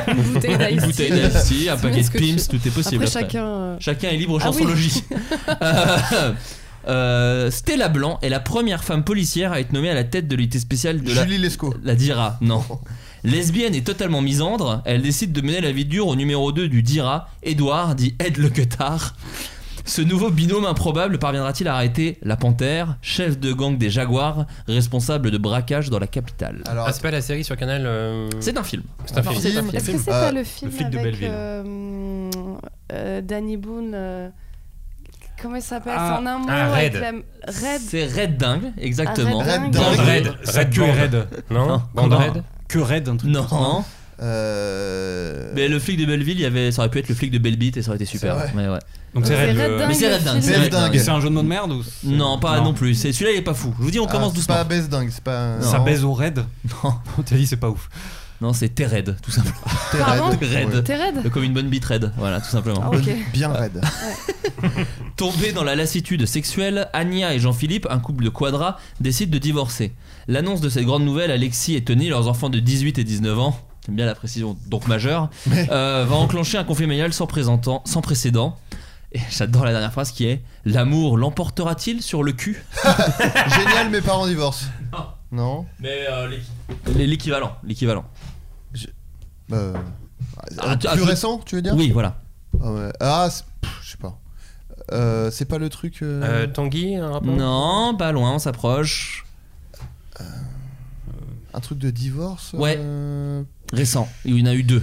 Speaker 9: une bouteille
Speaker 10: une
Speaker 9: d'ice
Speaker 10: bouteille
Speaker 9: tea.
Speaker 10: d'Ice-Tea, un
Speaker 9: C'est
Speaker 10: paquet de
Speaker 9: ce que
Speaker 10: Pimps,
Speaker 9: tu-
Speaker 10: tout est possible.
Speaker 9: Après
Speaker 10: après.
Speaker 9: chacun. euh,
Speaker 10: Chacun est libre aux
Speaker 9: Ah oui.
Speaker 10: chansologies. Euh, euh, Stella Blanc est la première femme policière à être nommée à la tête de l'unité spéciale de la
Speaker 8: Julie Lescaut.
Speaker 10: La Dira, non. Lesbienne et totalement misandre, elle décide de mener la vie dure au numéro 2 du Dira, Edouard, dit Ed le Cutard. Ce nouveau binôme improbable parviendra-t-il à arrêter la panthère, chef de gang des Jaguars, responsable de braquage dans la capitale
Speaker 8: Alors,
Speaker 11: Ah, c'est pas la série sur Canal. euh,
Speaker 10: C'est un film.
Speaker 11: C'est un film.
Speaker 8: c'est un
Speaker 9: Est-ce
Speaker 8: film.
Speaker 9: que c'est
Speaker 8: Euh,
Speaker 9: pas le film
Speaker 7: le flic de
Speaker 9: avec
Speaker 10: hein.
Speaker 7: Belleville.
Speaker 9: euh, euh, Danny Boone euh, Comment il s'appelle
Speaker 7: Ah,
Speaker 9: C'est en un mot.
Speaker 11: ah,
Speaker 9: avec
Speaker 11: Red.
Speaker 9: la- Red.
Speaker 10: C'est Red Dingue, exactement.
Speaker 9: Ah, Red
Speaker 8: Dingue.
Speaker 10: Dans-
Speaker 8: Red
Speaker 11: Raid.
Speaker 7: Sa
Speaker 11: Raid
Speaker 7: queue est
Speaker 11: Band.
Speaker 7: raide.
Speaker 11: Non
Speaker 10: Non.
Speaker 11: Bande
Speaker 7: Non.
Speaker 11: raide
Speaker 7: Que raide, un truc.
Speaker 10: Non,
Speaker 8: euh,
Speaker 10: mais le flic de Belleville, il y avait, ça aurait pu être le flic de Belleville et ça aurait été super.
Speaker 8: C'est
Speaker 10: Ouais, ouais.
Speaker 7: Donc c'est raide. le-
Speaker 9: Euh,
Speaker 10: Mais
Speaker 9: Red Dingue,
Speaker 10: c'est Red
Speaker 9: le
Speaker 10: Dingue.
Speaker 9: film.
Speaker 10: c'est Red
Speaker 8: Dingue.
Speaker 7: Et
Speaker 10: Dingue.
Speaker 7: c'est un jeu de mots de merde ou c'est-
Speaker 10: Non, pas non, plus. C'est- Celui-là, il est pas fou. Je vous dis, on
Speaker 8: ah,
Speaker 10: commence
Speaker 8: c'est
Speaker 10: doucement.
Speaker 8: pas baisse dingue, c'est pas.
Speaker 7: Ça baise au raid.
Speaker 10: Non,
Speaker 7: On t'a dit c'est pas ouf.
Speaker 10: non c'est T-Red, tout simplement.
Speaker 8: T'es
Speaker 9: Pardon
Speaker 8: raide.
Speaker 10: Raide.
Speaker 8: Ouais.
Speaker 9: T'es Red
Speaker 10: Comme une bonne bite raide, voilà, tout simplement.
Speaker 9: Ah, ok.
Speaker 8: Bien raide.
Speaker 10: Tombés dans la lassitude sexuelle, Anya et Jean-Philippe, un couple de quadras, décident de divorcer. L'annonce de cette grande nouvelle, Alexis et Tony, leurs enfants de 18 et 19 ans, j'aime bien la précision donc majeure, euh, va enclencher un conflit familial sans, présentant- sans précédent. Et j'adore la dernière phrase qui est L'amour l'emportera-t-il sur le cul
Speaker 8: Génial, mes parents divorcent.
Speaker 10: Non.
Speaker 8: Non
Speaker 10: Mais l'équivalent, l'équivalent.
Speaker 8: Euh,
Speaker 10: Ah, tu- ah,
Speaker 8: Plus
Speaker 10: tu-
Speaker 8: récent, tu veux dire
Speaker 10: Oui, voilà.
Speaker 8: Ah, ouais. Ah, c'est- pff, je sais pas. Euh, c'est pas le truc. euh,
Speaker 11: Euh, Tanguy, un rapport
Speaker 10: Non, pas loin, on s'approche.
Speaker 8: Un truc de divorce
Speaker 10: Ouais.
Speaker 8: euh,
Speaker 10: Récent, il y en a eu deux.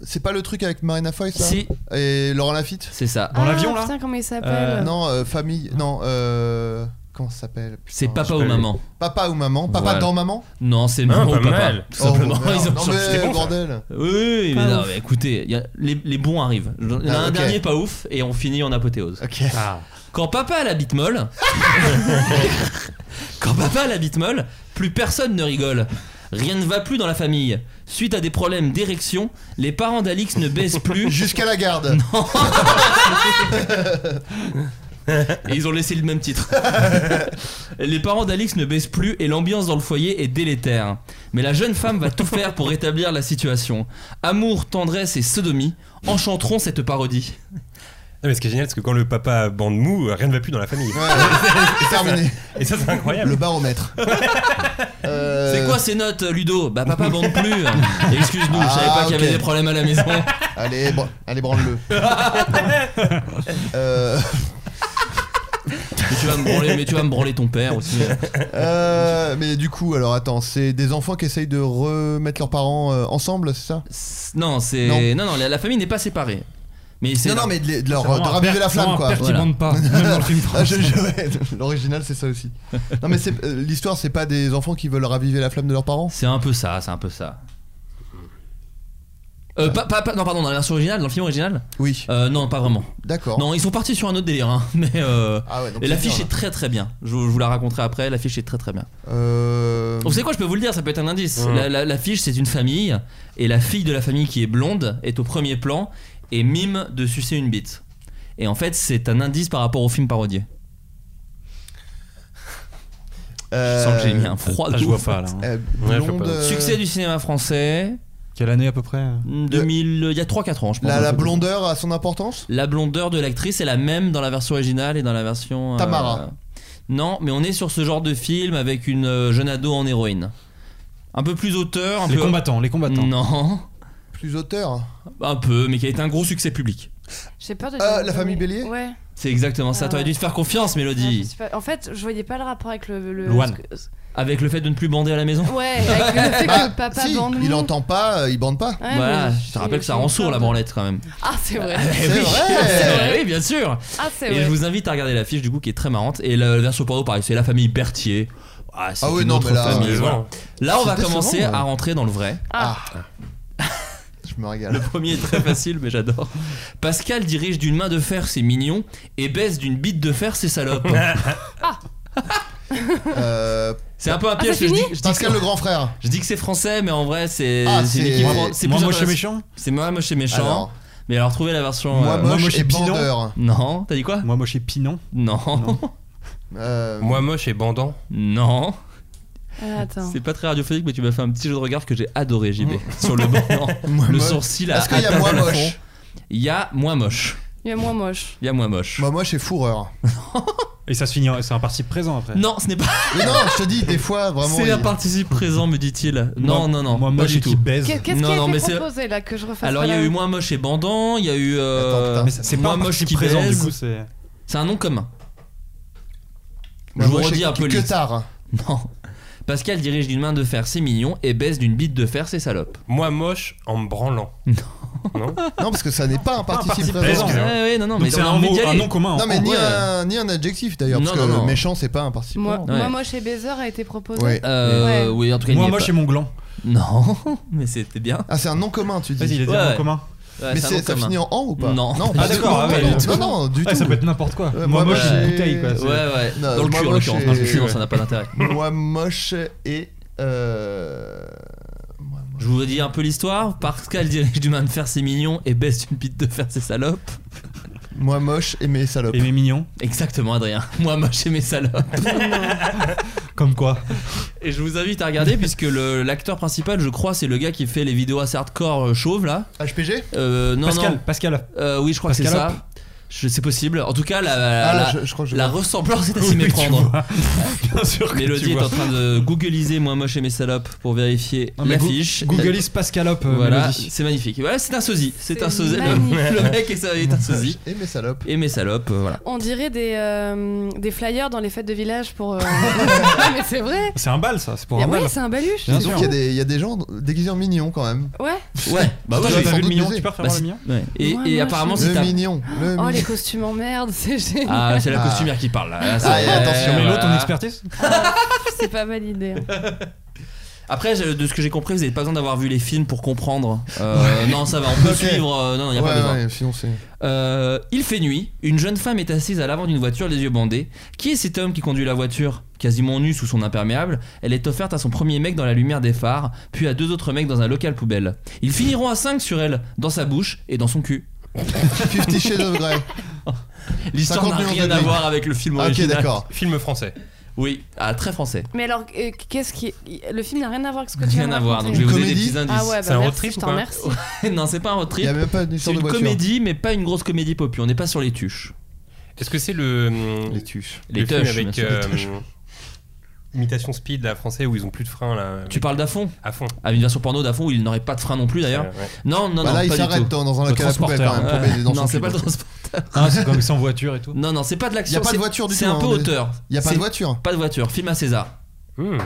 Speaker 8: C'est pas le truc avec Marina Foy, ça
Speaker 10: Si,
Speaker 8: Et Laurent Lafitte
Speaker 10: c'est ça.
Speaker 7: Dans
Speaker 9: Ah,
Speaker 7: l'avion, là
Speaker 9: Putain, comment il
Speaker 7: Euh,
Speaker 9: s'appelle
Speaker 8: Non, euh, famille. Non, euh. Comment ça s'appelle Putain,
Speaker 10: C'est papa ou
Speaker 8: je-
Speaker 10: maman
Speaker 8: Papa ou maman Papa
Speaker 10: Voilà.
Speaker 8: dans maman
Speaker 10: Non, c'est
Speaker 11: Hein,
Speaker 10: maman
Speaker 11: pas
Speaker 10: ou papa.
Speaker 11: mal.
Speaker 10: Tout simplement,
Speaker 8: Oh, merde.
Speaker 10: ils ont
Speaker 8: non,
Speaker 10: changé.
Speaker 8: mais, bordel.
Speaker 10: Oui, oui, mais
Speaker 8: Pas
Speaker 10: non,
Speaker 8: ouf.
Speaker 10: mais écoutez, il y a- les, les bons arrivent. Il y en a
Speaker 8: Ah,
Speaker 10: un
Speaker 8: ok.
Speaker 10: dernier pas ouf et on finit en apothéose.
Speaker 8: Ok.
Speaker 11: Ah.
Speaker 10: Quand papa a la bite molle, quand papa a la bite molle, plus personne ne rigole. Rien ne va plus dans la famille. Suite à des problèmes d'érection, les parents d'Alix ne baissent plus.
Speaker 8: Jusqu'à la garde.
Speaker 10: et ils ont laissé le même titre. les parents d'Alix ne baissent plus et l'ambiance dans le foyer est délétère. Mais la jeune femme va tout faire pour rétablir la situation. Amour, tendresse et sodomie enchanteront cette parodie.
Speaker 11: Non, mais ce qui est génial, c'est que quand le papa bande mou, rien ne va plus dans la famille.
Speaker 8: Ouais, terminé.
Speaker 11: Et ça, c'est incroyable.
Speaker 8: Le baromètre. Euh,
Speaker 10: C'est quoi ces notes, Ludo Bah papa bande plus. Excuse-nous, je savais
Speaker 8: Ah,
Speaker 10: pas qu'il y
Speaker 8: ok.
Speaker 10: avait des problèmes à la maison.
Speaker 8: Allez, br- allez branle-le. Euh,
Speaker 10: Mais tu vas me branler, mais tu vas me branler ton père aussi.
Speaker 8: euh, mais du coup, alors attends, c'est des enfants qui essayent de remettre leurs parents euh, ensemble, c'est ça
Speaker 10: S- Non, c'est non non, la, la famille n'est pas séparée. Mais c'est
Speaker 8: Non, non, mais de, les- de leur,
Speaker 7: C'est vraiment
Speaker 8: de
Speaker 7: un
Speaker 8: raviver
Speaker 7: père- euh,
Speaker 8: la flamme,
Speaker 7: vraiment un
Speaker 8: quoi.
Speaker 7: père qui
Speaker 10: Voilà.
Speaker 7: bande pas, même dans le film
Speaker 8: Ah,
Speaker 7: français.
Speaker 8: je- je- ouais, L'original, c'est ça aussi. Non, mais c'est- euh, l'histoire, c'est pas des enfants qui veulent raviver la flamme de leurs parents
Speaker 10: c'est un peu ça, c'est un peu ça. Euh, pas, pas- pas- non pardon dans la version originale dans le film original
Speaker 8: Oui,
Speaker 10: euh, non pas vraiment
Speaker 8: d'accord.
Speaker 10: non ils sont partis sur un autre délire hein, mais euh,
Speaker 8: Ah ouais, donc
Speaker 10: et
Speaker 8: c'est Mmh.
Speaker 10: l'affiche
Speaker 8: bien,
Speaker 10: est très très bien je, je vous la raconterai après l'affiche est très très bien
Speaker 8: là. Euh,
Speaker 10: vous savez quoi je peux vous le dire ça peut être un indice
Speaker 8: Mmh.
Speaker 11: Mhm.
Speaker 10: La- la- l'affiche c'est une famille et la fille de la famille qui est blonde est au premier plan et mime de sucer une bite et en fait c'est un indice par rapport au film parodié je sens que j'ai mis un froid de
Speaker 7: Ah, je
Speaker 10: ouf.
Speaker 7: vois pas là.
Speaker 8: euh,
Speaker 11: Ouais, je sais
Speaker 8: blonde,
Speaker 11: pas.
Speaker 8: euh,
Speaker 10: Succès du cinéma français,
Speaker 7: Quelle année à peu près euh
Speaker 10: 2000, il y a 3-4 ans, je pense.
Speaker 8: La,
Speaker 10: un
Speaker 8: la
Speaker 10: truc comme ça.
Speaker 8: blondeur a son importance
Speaker 10: La blondeur de l'actrice est la même dans la version originale et dans la version. euh,
Speaker 8: Tamara.
Speaker 10: Non, mais on est sur ce genre de film avec une euh, jeune ado en héroïne. Un peu plus auteur, un
Speaker 7: Les
Speaker 10: peu.
Speaker 7: combattants, les combattants.
Speaker 10: Non,
Speaker 8: Plus auteur
Speaker 10: un peu, mais qui a été un gros succès public.
Speaker 9: J'ai peur de.
Speaker 8: Euh, la famille Bélier
Speaker 9: Ouais.
Speaker 10: C'est exactement ça.
Speaker 9: Ah.
Speaker 10: T'aurais dû te faire confiance,
Speaker 9: Non, je
Speaker 10: Mélodie.
Speaker 9: sais pas. En fait, je voyais pas le rapport avec le. le-
Speaker 7: Loane.
Speaker 9: ce que-
Speaker 10: Avec le fait de ne plus bander à la maison.
Speaker 9: Ouais, avec le fait
Speaker 8: Bah,
Speaker 9: que papa
Speaker 8: si,
Speaker 9: bande
Speaker 8: il
Speaker 9: mou.
Speaker 8: entend pas, euh, il bande pas.
Speaker 9: Ouais,
Speaker 10: voilà,
Speaker 9: mais
Speaker 10: je te
Speaker 9: j'ai-
Speaker 10: rappelle que ça
Speaker 9: j'ai
Speaker 10: rend
Speaker 9: eu
Speaker 10: sourd
Speaker 9: peur
Speaker 10: la
Speaker 9: de-
Speaker 10: branlette quand même.
Speaker 9: Ah, c'est vrai.
Speaker 10: Eh
Speaker 8: C'est
Speaker 10: oui.
Speaker 8: vrai.
Speaker 10: Eh oui, bien sûr.
Speaker 9: Ah, c'est
Speaker 10: Et
Speaker 9: vrai.
Speaker 10: je vous invite à regarder l'affiche du coup qui est très marrante. Et la version porno pareil, c'est la famille Berthier. Ah, c'est
Speaker 8: Ah oui,
Speaker 10: une
Speaker 8: non,
Speaker 10: autre
Speaker 8: mais là,
Speaker 10: famille.
Speaker 8: euh,
Speaker 10: voilà. Là, on
Speaker 8: C'est
Speaker 10: va
Speaker 8: décevant,
Speaker 10: commencer
Speaker 8: ouais.
Speaker 10: à rentrer dans le vrai.
Speaker 9: Ah.
Speaker 8: Je me
Speaker 10: Le
Speaker 8: régale.
Speaker 10: premier est très facile, mais j'adore. Pascal dirige d'une main de fer ses mignons et baisse d'une bite de fer ses salopes.
Speaker 8: Euh,
Speaker 10: C'est un peu un
Speaker 9: Ah,
Speaker 10: piège.
Speaker 9: c'est
Speaker 10: je, dis,
Speaker 9: fini
Speaker 10: je dis que
Speaker 8: Pascal le grand frère.
Speaker 10: je dis que c'est français, mais en vrai, c'est
Speaker 8: Ah,
Speaker 10: c'est une
Speaker 8: c'est-
Speaker 10: équipe fran- c'est
Speaker 7: Moi,
Speaker 10: plus
Speaker 7: moi, je suis
Speaker 10: intéressant.
Speaker 7: méchant.
Speaker 10: C'est moi moche et méchant.
Speaker 8: Alors,
Speaker 10: Mais alors, trouvez la version.
Speaker 8: moi
Speaker 10: euh,
Speaker 8: moche,
Speaker 7: moche
Speaker 8: et
Speaker 7: et pilon.
Speaker 8: bandeur.
Speaker 10: Non, t'as dit quoi
Speaker 7: Moi, moi, je suis Pinon.
Speaker 10: Non, non,
Speaker 8: Euh,
Speaker 11: Moi moche et bandant.
Speaker 9: Ah, Attends.
Speaker 10: C'est pas très radiophonique, mais tu m'as fait un petit jeu de regard que j'ai adoré, JB. Sur le banc,
Speaker 8: moi
Speaker 10: le
Speaker 8: moche.
Speaker 10: sourcil à
Speaker 8: Est-ce qu'il y a
Speaker 10: atteint
Speaker 8: moi
Speaker 10: le plafond.
Speaker 8: moche
Speaker 10: Il y a moins moche.
Speaker 9: Il est moins moche.
Speaker 10: Il y a moins moche.
Speaker 8: Moi moche et fourreur.
Speaker 7: Et ça se finit, en- c'est un participe présent après.
Speaker 10: Non, ce n'est pas.
Speaker 8: Mais Euh, non, je te dis, des fois, vraiment.
Speaker 10: C'est un
Speaker 8: il-
Speaker 10: participe présent, me dit-il. Non, non, non.
Speaker 7: Moi,
Speaker 10: pas
Speaker 7: moi,
Speaker 10: du
Speaker 7: je
Speaker 10: tout.
Speaker 7: qui baise.
Speaker 9: Qu'est- Qu'est-ce
Speaker 10: Non,
Speaker 9: qui
Speaker 10: non,
Speaker 9: a
Speaker 10: mais
Speaker 9: été
Speaker 10: c'est-
Speaker 9: proposé là que je refasse
Speaker 10: Alors, il y
Speaker 9: pas
Speaker 10: a
Speaker 9: la-
Speaker 10: eu moins moche et bandant. Il y a eu. euh,
Speaker 8: Attends, putain.
Speaker 7: Mais ça- c'est pas
Speaker 10: Moins
Speaker 7: un
Speaker 10: moche
Speaker 7: participe
Speaker 10: qui
Speaker 7: présent
Speaker 10: baise.
Speaker 7: du coup, c'est.
Speaker 10: C'est un nom commun.
Speaker 8: Moi
Speaker 10: je vous
Speaker 8: moche et
Speaker 10: redis un peu
Speaker 8: Que
Speaker 10: les-
Speaker 8: tard.
Speaker 10: Non. Pascal dirige d'une main de fer ses mignons et baisse d'une bite de fer ses salopes.
Speaker 11: Moi moche en me branlant. Non.
Speaker 8: Non, parce que ça n'est pas un participe
Speaker 7: participe
Speaker 8: présent.
Speaker 7: présent.
Speaker 10: Ouais, ouais, non, non, mais
Speaker 7: Donc, c'est
Speaker 10: on a
Speaker 7: un
Speaker 10: envie
Speaker 7: mot,
Speaker 10: d'y
Speaker 7: un
Speaker 10: aller.
Speaker 7: nom commun. hein.
Speaker 8: Non, mais ni,
Speaker 10: Ouais.
Speaker 8: un, ni un adjectif d'ailleurs,
Speaker 10: Non,
Speaker 8: parce que
Speaker 10: non, non.
Speaker 8: méchant, c'est pas un participe
Speaker 9: Moi,
Speaker 8: présent.
Speaker 9: moi
Speaker 10: Ouais.
Speaker 9: moche et baiser a été proposé.
Speaker 8: Ouais.
Speaker 10: Euh,
Speaker 9: Ouais.
Speaker 10: Oui, en tout cas, il
Speaker 7: Moi,
Speaker 10: n'y est
Speaker 7: moi,
Speaker 10: pas.
Speaker 7: chez mon gland.
Speaker 10: Non, mais c'était bien.
Speaker 8: Ah, c'est un nom commun, tu dis.
Speaker 7: Vas-y, il a dit
Speaker 10: Ouais,
Speaker 7: un
Speaker 10: ouais.
Speaker 7: nom commun.
Speaker 10: Ouais,
Speaker 8: mais
Speaker 10: c'est un
Speaker 8: c'est-
Speaker 10: nom
Speaker 8: ça
Speaker 10: commun.
Speaker 8: finit en an ou pas
Speaker 10: Non.
Speaker 8: pas
Speaker 7: Ah,
Speaker 8: du
Speaker 7: d'accord,
Speaker 8: tout.
Speaker 7: ah ouais,
Speaker 8: Non,
Speaker 7: du tout.
Speaker 8: non, du
Speaker 10: Ah,
Speaker 7: Ouais,
Speaker 8: tout.
Speaker 7: Ah, ça peut être n'importe quoi.
Speaker 10: Euh,
Speaker 8: Ouais,
Speaker 7: moi,
Speaker 8: moi,
Speaker 7: moi, je suis
Speaker 10: bah,
Speaker 8: j'ai-
Speaker 7: une bouteille quoi.
Speaker 10: Ouais,
Speaker 7: c'est-
Speaker 10: ouais.
Speaker 8: Non,
Speaker 10: Dans le
Speaker 8: moi,
Speaker 10: cul, en
Speaker 8: moi,
Speaker 10: l'occurrence.
Speaker 8: j'ai-
Speaker 10: Dans le cul, ouais, ça n'a pas d'intérêt.
Speaker 8: Moi moche et. Euh... moi moche.
Speaker 10: Je vous dis un peu l'histoire. Pascal dirige d'une main de fer ses mignons et baisse d'une bite de fer ses salopes.
Speaker 8: Moi moche et mes salopes.
Speaker 7: Et mes mignons.
Speaker 10: Exactement, Adrien. Moi, moche et mes salopes.
Speaker 7: Comme quoi.
Speaker 10: Et je vous invite à regarder puisque le- l'acteur principal, je crois, c'est le gars qui fait les vidéos assez hardcore euh, chauve là.
Speaker 8: HPG
Speaker 10: Euh, non,
Speaker 7: Pascal,
Speaker 10: non.
Speaker 7: Pascal.
Speaker 10: Euh, oui, je crois que c'est
Speaker 7: Pascal
Speaker 10: ça. Je- C'est possible. En tout cas, la,
Speaker 8: Ah
Speaker 10: la-
Speaker 8: là, je, je crois que je.
Speaker 10: la
Speaker 8: vois.
Speaker 10: ressemblance est à
Speaker 7: Oui,
Speaker 10: s'y
Speaker 7: tu
Speaker 10: méprendre.
Speaker 7: vois. Bien sûr que
Speaker 10: Mélodie
Speaker 7: tu
Speaker 10: est
Speaker 7: vois.
Speaker 10: en train de googliser Moi, moche et mes salopes pour vérifier
Speaker 7: Non, mais go-
Speaker 10: l'affiche.
Speaker 7: Googleise Pascalope, euh,
Speaker 10: Voilà,
Speaker 7: Mélodie.
Speaker 10: c'est magnifique. Voilà, c'est un sosie. C'est
Speaker 9: C'est
Speaker 10: un sosie. Le,
Speaker 9: magnifique.
Speaker 10: le mec est, est un sosie.
Speaker 8: Et mes salopes.
Speaker 10: Et mes salopes, euh, voilà.
Speaker 9: On dirait des, euh, des flyers dans les fêtes de village pour. euh, mais c'est vrai
Speaker 7: C'est un bal ça, c'est
Speaker 10: Ah
Speaker 7: pour
Speaker 9: Mais
Speaker 7: un bal.
Speaker 9: Ouais, c'est un baluche
Speaker 7: Bien
Speaker 10: Hein
Speaker 9: c'est
Speaker 7: sûr.
Speaker 8: Donc il y, a des- il y a des gens déguisés en mignons quand même.
Speaker 9: Ouais
Speaker 10: Ouais, bah
Speaker 8: Toi,
Speaker 10: ouais.
Speaker 8: t'as
Speaker 7: Ah T'as vu
Speaker 8: sans
Speaker 7: le
Speaker 8: doute
Speaker 7: mignon
Speaker 8: baisé.
Speaker 7: Tu peux refaire
Speaker 10: Bah,
Speaker 7: voir
Speaker 10: c'est-
Speaker 7: le mignon
Speaker 10: ouais. Et,
Speaker 9: Moi,
Speaker 10: et
Speaker 9: moi,
Speaker 10: apparemment,
Speaker 9: je-
Speaker 10: si
Speaker 8: Le
Speaker 10: t'as
Speaker 8: mignon. Le
Speaker 9: Oh,
Speaker 8: mignon.
Speaker 9: les les costumes en merde, c'est génial.
Speaker 10: Ah, c'est la
Speaker 8: Ah.
Speaker 10: costumière qui parle. là. Là, c'est-
Speaker 8: Ah, et attention,
Speaker 7: Mais l'autre,
Speaker 10: voilà.
Speaker 7: ton expertise
Speaker 9: C'est pas mal idée. hein.
Speaker 10: Après, je- de ce que j'ai compris, vous n'avez pas besoin d'avoir vu les films pour comprendre. Euh, Non, ça va, on peut
Speaker 8: Ok.
Speaker 10: suivre. euh, non, il n'y a
Speaker 8: ouais,
Speaker 10: pas besoin.
Speaker 8: ouais, sinon c'est.
Speaker 10: Euh, il fait nuit. Une jeune femme est assise à l'avant d'une voiture, les yeux bandés. Qui est cet homme qui conduit la voiture Quasiment nu sous son imperméable, elle est offerte à son premier mec dans la lumière des phares, puis à deux autres mecs dans un local poubelle. Ils finiront à 5 sur elle, dans sa bouche et dans son cul.
Speaker 8: 50 Shades of Grey. Ah,
Speaker 10: L'histoire
Speaker 8: 50
Speaker 10: n'a
Speaker 8: millions de
Speaker 10: rien à
Speaker 8: degrés.
Speaker 10: voir avec le film
Speaker 8: Ah, ok,
Speaker 10: original.
Speaker 8: d'accord.
Speaker 11: Film français.
Speaker 10: Oui, ah, très français.
Speaker 9: Mais alors, euh, qu'est-ce qui. Le film n'a rien à voir avec ce que tu viens
Speaker 10: Rien
Speaker 9: de
Speaker 10: à voir, donc je
Speaker 9: raconter.
Speaker 10: vais vous donner
Speaker 8: comédie
Speaker 10: des petits indices.
Speaker 9: Ah ouais, bah
Speaker 11: C'est un road
Speaker 9: merci,
Speaker 11: trip
Speaker 9: je
Speaker 11: ou
Speaker 9: t'en
Speaker 11: pas
Speaker 9: remercie.
Speaker 10: non, c'est pas un road
Speaker 8: Il y a
Speaker 10: trip.
Speaker 8: même pas une
Speaker 10: C'est
Speaker 8: histoire de
Speaker 10: une
Speaker 8: voiture.
Speaker 10: comédie, mais pas une grosse comédie popu. On n'est pas sur les tuches.
Speaker 11: Est-ce que c'est le, hum,
Speaker 8: Les tuches.
Speaker 10: Les
Speaker 11: le film
Speaker 10: tuches, bien
Speaker 11: avec
Speaker 10: sûr, les
Speaker 11: euh,
Speaker 10: tuches.
Speaker 11: hum, imitation speed là français où ils ont plus de frein là
Speaker 10: Tu parles d'Afon
Speaker 11: à fond.
Speaker 10: À une version porno d'Afon où il n'aurait pas de frein non plus
Speaker 5: Euh,
Speaker 10: d'ailleurs.
Speaker 11: Ouais.
Speaker 10: Non, non,
Speaker 8: Bah
Speaker 10: non,
Speaker 8: là, il
Speaker 10: pas du
Speaker 8: s'arrête
Speaker 10: tout.
Speaker 8: dans, dans un
Speaker 7: Le
Speaker 8: local à poubelle quand même pour baiser dans
Speaker 10: non,
Speaker 8: son
Speaker 10: c'est
Speaker 8: cul.
Speaker 10: pas le transport.
Speaker 7: Ah, c'est comme sans voiture et tout.
Speaker 10: Non, non, c'est pas de l'action.
Speaker 8: Y a pas de
Speaker 10: c'est-
Speaker 8: voiture du
Speaker 10: C'est
Speaker 8: tout,
Speaker 10: un
Speaker 8: hein,
Speaker 10: peu
Speaker 8: mais-
Speaker 10: auteur.
Speaker 8: Il y a pas
Speaker 10: C'est-
Speaker 8: de voiture.
Speaker 10: Pas de voiture. Film à César.
Speaker 11: Hum.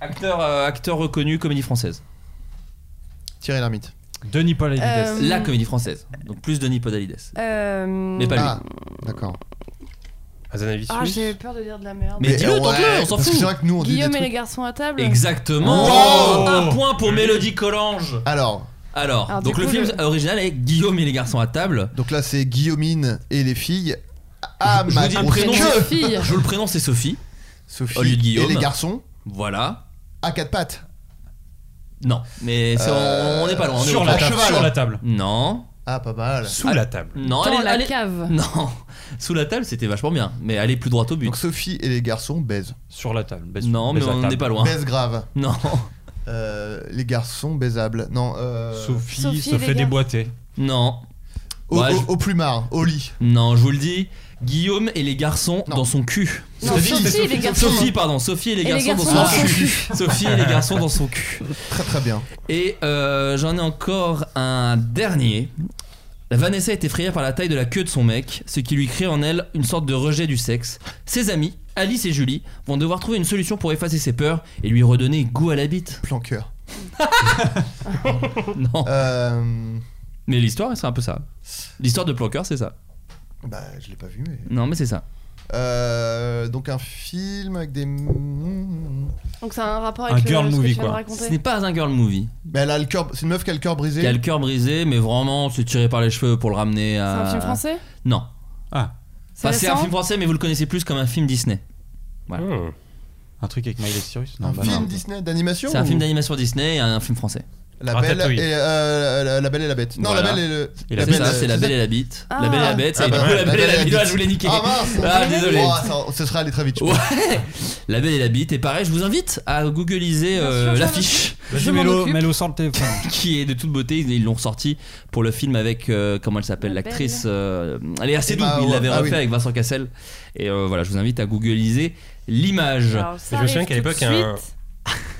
Speaker 10: Acteur, euh, acteur reconnu, comédie française.
Speaker 8: Thierry Lhermitte.
Speaker 7: Denis Paul et Vides.
Speaker 9: Euh,
Speaker 10: La comédie française. Donc plus Denis Podalides.
Speaker 9: euh,
Speaker 10: Mais pas lui.
Speaker 8: Ah, d'accord.
Speaker 11: Azanavicius.
Speaker 9: Ah, j'ai peur de dire de la merde.
Speaker 10: Mais dis-le,
Speaker 8: ouais,
Speaker 10: tente-le, on s'en
Speaker 8: parce que
Speaker 10: fout.
Speaker 8: C'est vrai que nous on dit.
Speaker 9: Guillaume
Speaker 8: des
Speaker 9: et les
Speaker 8: trucs-
Speaker 9: garçons à table
Speaker 10: Exactement.
Speaker 8: Wow.
Speaker 10: Un point pour Mélodie Collange.
Speaker 8: Alors,
Speaker 10: Alors,
Speaker 9: Alors, du
Speaker 10: donc le
Speaker 9: coup,
Speaker 10: film
Speaker 9: le-
Speaker 10: original est Guillaume et les garçons à table.
Speaker 8: donc là c'est Guillaumine et les filles. Ah,
Speaker 10: Je- je vous
Speaker 8: ma
Speaker 10: dis le
Speaker 8: grosse
Speaker 10: prénom.
Speaker 8: queue.
Speaker 9: Une fille.
Speaker 10: Je vous le prénom c'est Sophie.
Speaker 8: Sophie
Speaker 10: Au lieu de Guillaume.
Speaker 8: et les garçons
Speaker 10: Voilà.
Speaker 8: à quatre pattes.
Speaker 10: Non, mais c'est-
Speaker 8: Euh,
Speaker 10: on n'est pas loin. on est
Speaker 7: Sur
Speaker 10: au-
Speaker 7: la
Speaker 8: à
Speaker 7: table.
Speaker 8: cheval.
Speaker 7: Sur la table.
Speaker 10: Non,
Speaker 8: Ah, pas mal.
Speaker 11: Sous
Speaker 10: Ah.
Speaker 11: la table.
Speaker 10: non,
Speaker 9: Dans
Speaker 10: allez,
Speaker 9: la
Speaker 10: allez-
Speaker 9: cave.
Speaker 10: Non, sous la table c'était vachement bien, mais allez plus droit au but.
Speaker 8: Donc Sophie et les garçons baisent.
Speaker 7: Sur la table. Baisse-
Speaker 10: non, mais
Speaker 7: baisse la
Speaker 10: on
Speaker 7: table.
Speaker 10: n'est pas loin.
Speaker 8: Baise grave.
Speaker 10: Non,
Speaker 8: Euh, les garçons baisables. Non. Euh...
Speaker 7: Sophie,
Speaker 9: Sophie
Speaker 7: se
Speaker 9: et les
Speaker 7: fait
Speaker 9: gars.
Speaker 7: déboîter.
Speaker 10: non,
Speaker 8: Au,
Speaker 10: Ouais,
Speaker 8: au-
Speaker 10: je-
Speaker 8: au plumard, au lit.
Speaker 10: non, je vous le dis. Guillaume et les garçons
Speaker 8: Non.
Speaker 10: dans son cul.
Speaker 9: Non,
Speaker 10: Sophie,
Speaker 9: Sophie et les garçons.
Speaker 10: Sophie, pardon, Sophie et les
Speaker 9: Et les
Speaker 10: garçons
Speaker 9: garçons
Speaker 10: dans
Speaker 9: dans
Speaker 10: son
Speaker 9: son
Speaker 10: cul. Sophie et les garçons dans son cul.
Speaker 8: Très très bien.
Speaker 10: Et euh, j'en ai encore un dernier. La Vanessa est effrayée par la taille de la queue de son mec, ce qui lui crée en elle une sorte de rejet du sexe. Ses amis, Alice et Julie, vont devoir trouver une solution pour effacer ses peurs et lui redonner goût à la bite.
Speaker 8: Planqueur.
Speaker 10: Non.
Speaker 8: Euh,
Speaker 10: Mais l'histoire, c'est un peu ça. L'histoire de Planqueur, c'est ça.
Speaker 8: bah, je l'ai pas vu, mais.
Speaker 10: Non, mais c'est ça.
Speaker 8: Euh, donc un film avec des. Mais
Speaker 9: Donc ça a un rapport
Speaker 7: Un
Speaker 9: avec le-
Speaker 7: girl
Speaker 9: ce que
Speaker 7: movie,
Speaker 9: tu viens de
Speaker 7: quoi.
Speaker 10: Ce
Speaker 9: raconter.
Speaker 10: n'est pas un girl movie.
Speaker 8: elle a le cœur. C'est une meuf qui a le cœur brisé.
Speaker 10: Il a le cœur brisé, mais vraiment, c'est tiré par les cheveux pour le ramener
Speaker 9: C'est
Speaker 10: à.
Speaker 9: un film français
Speaker 10: Non.
Speaker 9: C'est
Speaker 10: Enfin, Bah, c'est un
Speaker 9: récent
Speaker 10: film français, mais vous le connaissez plus comme un film Disney.
Speaker 11: Hum.
Speaker 7: Un truc avec Miley Cyrus
Speaker 8: Hmm. Un
Speaker 7: bah
Speaker 8: film Disney d'animation
Speaker 10: C'est un
Speaker 8: ou-
Speaker 10: film d'animation Disney et un film français.
Speaker 8: La belle,
Speaker 11: Ratatouille.
Speaker 8: et, euh, la, la Belle et la Bête. Non,
Speaker 10: Voilà.
Speaker 8: la Belle et le.
Speaker 7: Et
Speaker 10: C'est
Speaker 7: belle,
Speaker 10: ça,
Speaker 8: euh,
Speaker 10: c'est la
Speaker 8: c'est
Speaker 10: belle
Speaker 8: ça
Speaker 10: et la bite. La
Speaker 9: Ah. bah
Speaker 10: belle et la bête,
Speaker 8: Ah
Speaker 10: et
Speaker 8: bah
Speaker 10: du coup,
Speaker 8: ouais,
Speaker 10: la belle et la bite, Ah, je voulais niquer.
Speaker 8: Ah mince
Speaker 10: Ah, désolé.
Speaker 8: Oh, ça, Ce serait allé très vite. je
Speaker 10: Ouais.
Speaker 8: pense.
Speaker 10: La belle et la bite, et pareil, je vous invite à googliser euh,
Speaker 9: Bien sûr,
Speaker 10: l'affiche
Speaker 9: Je
Speaker 7: Vas-y,
Speaker 9: m'en
Speaker 7: Mélo,
Speaker 9: occupe.
Speaker 7: Mélo, sors le téléphone.
Speaker 10: qui est de toute beauté. Ils ils l'ont sorti pour le film avec, euh, comment elle s'appelle,
Speaker 9: La
Speaker 10: l'actrice
Speaker 9: belle. Eh bah
Speaker 10: euh, Léa Seydoux.
Speaker 8: Emma
Speaker 10: Il
Speaker 8: Rowe.
Speaker 10: l'avait
Speaker 8: Ah
Speaker 10: refait
Speaker 8: oui.
Speaker 10: avec Vincent Cassel. Et euh, voilà, je vous invite à googliser l'image.
Speaker 9: Alors, ça
Speaker 11: Mais je me souviens
Speaker 9: arrive
Speaker 11: qu'à
Speaker 9: tout de
Speaker 11: l'époque, il y a un-
Speaker 9: suite.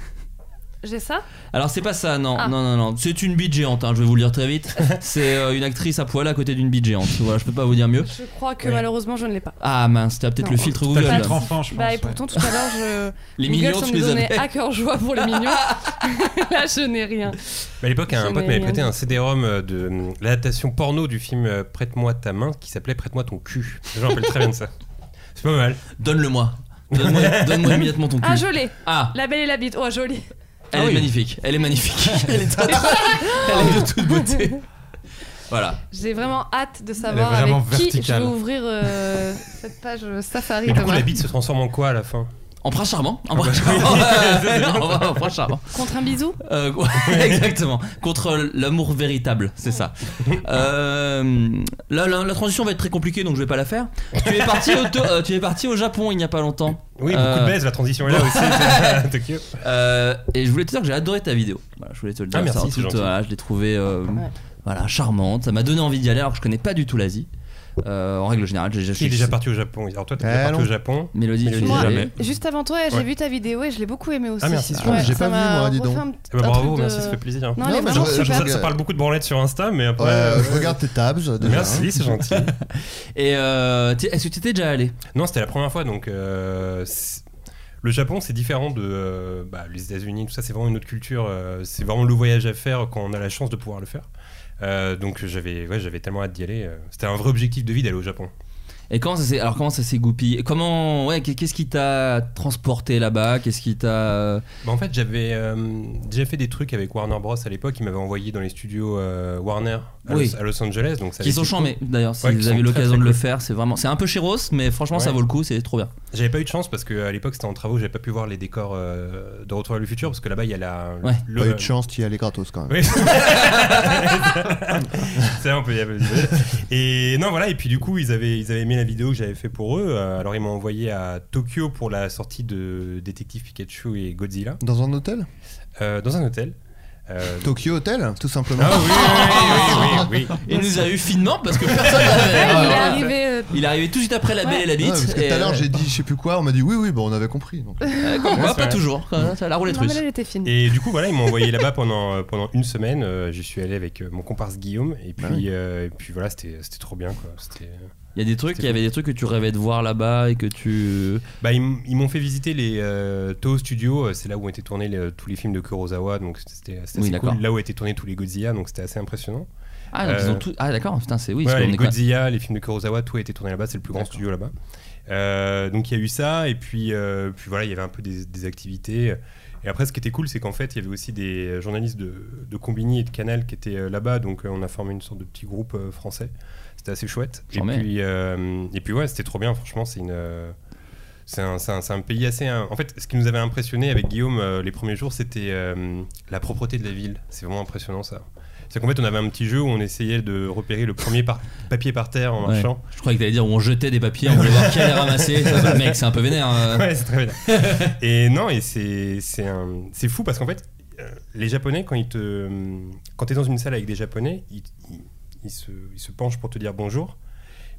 Speaker 9: J'ai ça
Speaker 10: Alors, c'est pas ça, non,
Speaker 9: Ah.
Speaker 10: non, non, non. C'est une bite géante, hein, je vais vous le dire très vite. c'est euh, une actrice à poil à côté d'une bite géante. Voilà, je peux pas vous dire mieux.
Speaker 9: Je crois que
Speaker 11: Oui.
Speaker 9: malheureusement je ne l'ai pas.
Speaker 10: Ah mince, t'as peut-être
Speaker 9: Non.
Speaker 10: le filtre
Speaker 7: T'as
Speaker 10: Google.
Speaker 7: le
Speaker 9: Pas
Speaker 7: filtre
Speaker 9: de-
Speaker 7: enfant, je pense.
Speaker 9: Bah et
Speaker 7: ouais.
Speaker 9: pourtant tout à l'heure je.
Speaker 10: Les
Speaker 9: Google
Speaker 10: mignons,
Speaker 9: semble
Speaker 10: tu
Speaker 9: me
Speaker 10: les
Speaker 9: donner
Speaker 10: avais.
Speaker 9: à cœur joie pour les mignons. Là je n'ai rien.
Speaker 11: Mais à l'époque, un
Speaker 9: Je
Speaker 11: pote
Speaker 9: n'ai
Speaker 11: m'avait
Speaker 9: rien
Speaker 11: prêté
Speaker 9: dit.
Speaker 11: un CD-ROM euh, de hum, l'adaptation porno du film euh, Prête-moi ta main qui s'appelait Prête-moi ton cul. Je me rappelle très bien de ça. C'est pas mal.
Speaker 10: Donne-le-moi. Donne-moi donne-moi immédiatement ton cul.
Speaker 9: Ah je l'ai.
Speaker 10: Ah,
Speaker 9: La belle et la bite. Oh joli.
Speaker 10: elle est magnifique. Elle est magnifique. Ah elle, est toute- elle est de toute beauté. Voilà.
Speaker 9: J'ai vraiment hâte de
Speaker 7: Elle
Speaker 9: savoir
Speaker 7: est
Speaker 9: avec
Speaker 7: vraiment
Speaker 9: qui je
Speaker 7: verticale.
Speaker 9: vais ouvrir euh, cette page Safari
Speaker 11: Mais du coup,
Speaker 9: demain.
Speaker 11: la bite se transforme en quoi à la fin
Speaker 10: En prince charmant. En prince charmant. Ouais, non, en vrai, en prince charmant.
Speaker 9: Contre un bisou
Speaker 10: Euh, ouais, exactement. Contre l'amour véritable, c'est ça. Euh, là, la, la transition va être très compliquée, donc je vais pas la faire. Tu es parti au, to- euh, tu es parti au Japon il n'y a pas longtemps.
Speaker 11: Oui,
Speaker 10: Euh.
Speaker 11: beaucoup de baise, la transition est là aussi. à Tokyo.
Speaker 10: Euh, et je voulais te dire que j'ai adoré ta vidéo. Voilà, je voulais te le dire.
Speaker 11: Ah, merci,
Speaker 10: ça, en
Speaker 11: c'est
Speaker 10: toute-
Speaker 11: gentil.
Speaker 10: voilà, je l'ai trouvée euh, voilà, charmante. Ça m'a donné envie d'y aller alors que je connais pas du tout l'Asie. Euh, en règle générale, j'ai déjà
Speaker 11: Qui est déjà parti au Japon Alors toi, t'es déjà
Speaker 8: Eh,
Speaker 11: parti
Speaker 8: non.
Speaker 11: au Japon.
Speaker 10: Mélodie, tu
Speaker 11: Mélodie,
Speaker 10: l'es
Speaker 9: Moi,
Speaker 10: déjà
Speaker 11: jamais.
Speaker 10: allée
Speaker 9: juste avant toi, j'ai
Speaker 11: Ouais.
Speaker 9: vu ta vidéo et je l'ai beaucoup aimé aussi.
Speaker 11: Ah, merci.
Speaker 8: Ah, j'ai pas
Speaker 9: ça
Speaker 8: vu,
Speaker 9: m'a
Speaker 8: moi, dis
Speaker 9: refait
Speaker 8: donc.
Speaker 9: un-
Speaker 11: Eh ben,
Speaker 9: un
Speaker 11: bravo,
Speaker 9: truc de-
Speaker 11: merci, ça fait plaisir.
Speaker 9: Non,
Speaker 8: Non,
Speaker 9: elle est
Speaker 8: mais
Speaker 9: vraiment
Speaker 8: je- je-
Speaker 9: super.
Speaker 11: Ça, ça parle beaucoup de branlettes sur Insta, mais après.
Speaker 8: Ouais,
Speaker 11: euh,
Speaker 8: je regarde tes tabs. déjà.
Speaker 11: Merci, c'est gentil.
Speaker 10: Et euh, t'es- est-ce que tu étais déjà allé
Speaker 11: Non, c'était la première fois, donc euh, c'est- le Japon, c'est différent de euh, bah, les États-Unis, tout ça, c'est vraiment une autre culture. euh, c'est vraiment le voyage à faire quand on a la chance de pouvoir le faire. Euh, donc j'avais ouais, j'avais tellement hâte d'y aller. euh, C'était un vrai objectif de vie d'aller au Japon.
Speaker 10: Et comment ça s'est alors comment ça s'est goupillé Comment ouais qu'est- qu'est-ce qui t'a transporté là-bas Qu'est-ce qui t'a
Speaker 11: Bah, en fait, j'avais euh, déjà fait des trucs avec Warner Bros à l'époque. Ils m'avaient envoyé dans les studios euh, Warner à,
Speaker 10: Oui.
Speaker 11: Los, à Los Angeles. Donc ça
Speaker 10: qui
Speaker 11: avait
Speaker 10: sont
Speaker 11: été
Speaker 10: chambés d'ailleurs si
Speaker 11: Ouais, qui
Speaker 10: vous
Speaker 11: sont
Speaker 10: avez
Speaker 11: très,
Speaker 10: l'occasion
Speaker 11: très
Speaker 10: de le
Speaker 11: cool.
Speaker 10: faire c'est vraiment c'est un peu chéros mais franchement ça
Speaker 11: Ouais.
Speaker 10: vaut le coup c'est trop bien
Speaker 11: J'avais pas eu de chance parce qu'à l'époque c'était en travaux, j'avais pas pu voir les décors euh, de Retour vers le futur parce que là-bas il y a la.
Speaker 10: Ouais.
Speaker 11: le-
Speaker 8: Pas eu de chance, t'y allais gratos quand même.
Speaker 11: Oui. C'est un peu y aller. Et non voilà et puis du coup ils avaient ils avaient aimé la vidéo que j'avais fait pour eux. euh, Alors ils m'ont envoyé à Tokyo pour la sortie de Détective Pikachu et Godzilla
Speaker 8: Dans un hôtel
Speaker 11: euh, dans un hôtel. Euh,
Speaker 8: Tokyo Hotel, tout simplement.
Speaker 11: ah oui, oui, oui, oui, oui.
Speaker 10: et il nous a eu finement parce que personne l'avait
Speaker 9: Ouais, il Ah, est
Speaker 10: Alors,
Speaker 9: arrivé. euh,
Speaker 10: il est arrivé tout de suite après la belle et la
Speaker 8: Ouais,
Speaker 10: bite
Speaker 8: parce que
Speaker 10: et,
Speaker 8: tout à l'heure j'ai dit je sais plus quoi, on m'a dit oui, oui, bon, on avait compris. donc.
Speaker 10: euh, comme quoi,
Speaker 11: Ouais, c'est
Speaker 10: pas
Speaker 11: vrai.
Speaker 10: toujours quoi, ça, la roulette
Speaker 9: Non, mais
Speaker 10: russe
Speaker 9: là, elle était fine.
Speaker 11: Et du coup, voilà, ils m'ont envoyé là-bas pendant, euh, pendant une semaine. Euh, J'y suis allé avec euh, mon comparse Guillaume. Et puis,
Speaker 8: Ah oui.
Speaker 11: euh, et puis voilà, c'était c'était trop bien. Quoi. C'était-
Speaker 10: il y a des trucs il y avait des trucs que tu rêvais de voir là-bas et que tu
Speaker 11: Bah, ils m- ils m'ont fait visiter les euh, Toho Studios. euh, C'est là où ont été tournés les- tous les films de Kurosawa. Donc, c'était c'était
Speaker 10: Oui,
Speaker 11: assez
Speaker 10: d'accord.
Speaker 11: cool. Là où étaient tournés tous les Godzilla. Donc, c'était assez impressionnant.
Speaker 10: ah, donc ils
Speaker 11: Euh,
Speaker 10: ont tout... ah d'accord putain c'est oui
Speaker 11: Voilà,
Speaker 10: parce qu'on
Speaker 11: les
Speaker 10: est quand-
Speaker 11: Godzilla, les films de Kurosawa, tout a été tourné là-bas. C'est le plus grand
Speaker 10: D'accord.
Speaker 11: studio là-bas. Euh, donc, il y a eu ça. Et puis, euh, puis voilà, il y avait un peu des, des activités. Et après, ce qui était cool, c'est qu'en fait, il y avait aussi des journalistes de, de Combini et de Canal qui étaient euh, là-bas. Donc, euh, on a formé une sorte de petit groupe euh, français. C'était assez chouette. Et
Speaker 10: Charmé.
Speaker 11: puis, euh, et puis, ouais, c'était trop bien. Franchement, c'est une. euh, c'est un, c'est un- c'est un pays assez. hein. En fait, ce qui nous avait impressionné avec Guillaume euh, les premiers jours, c'était euh, la propreté de la ville. C'est vraiment impressionnant ça. C'est qu'en fait, on avait un petit jeu où on essayait de repérer le premier par- papier par terre en
Speaker 10: Ouais.
Speaker 11: marchant.
Speaker 10: je croyais que t'allais dire on jetait des papiers on voulait voir qui allait ramasser Bah, mec c'est un peu vénère hein.
Speaker 11: Ouais, c'est très bien. et non, et c'est c'est un- c'est fou parce qu'en fait, euh, les Japonais, quand ils te quand t'es dans une salle avec des Japonais, ils, ils- ils se, ils se penchent pour te dire bonjour.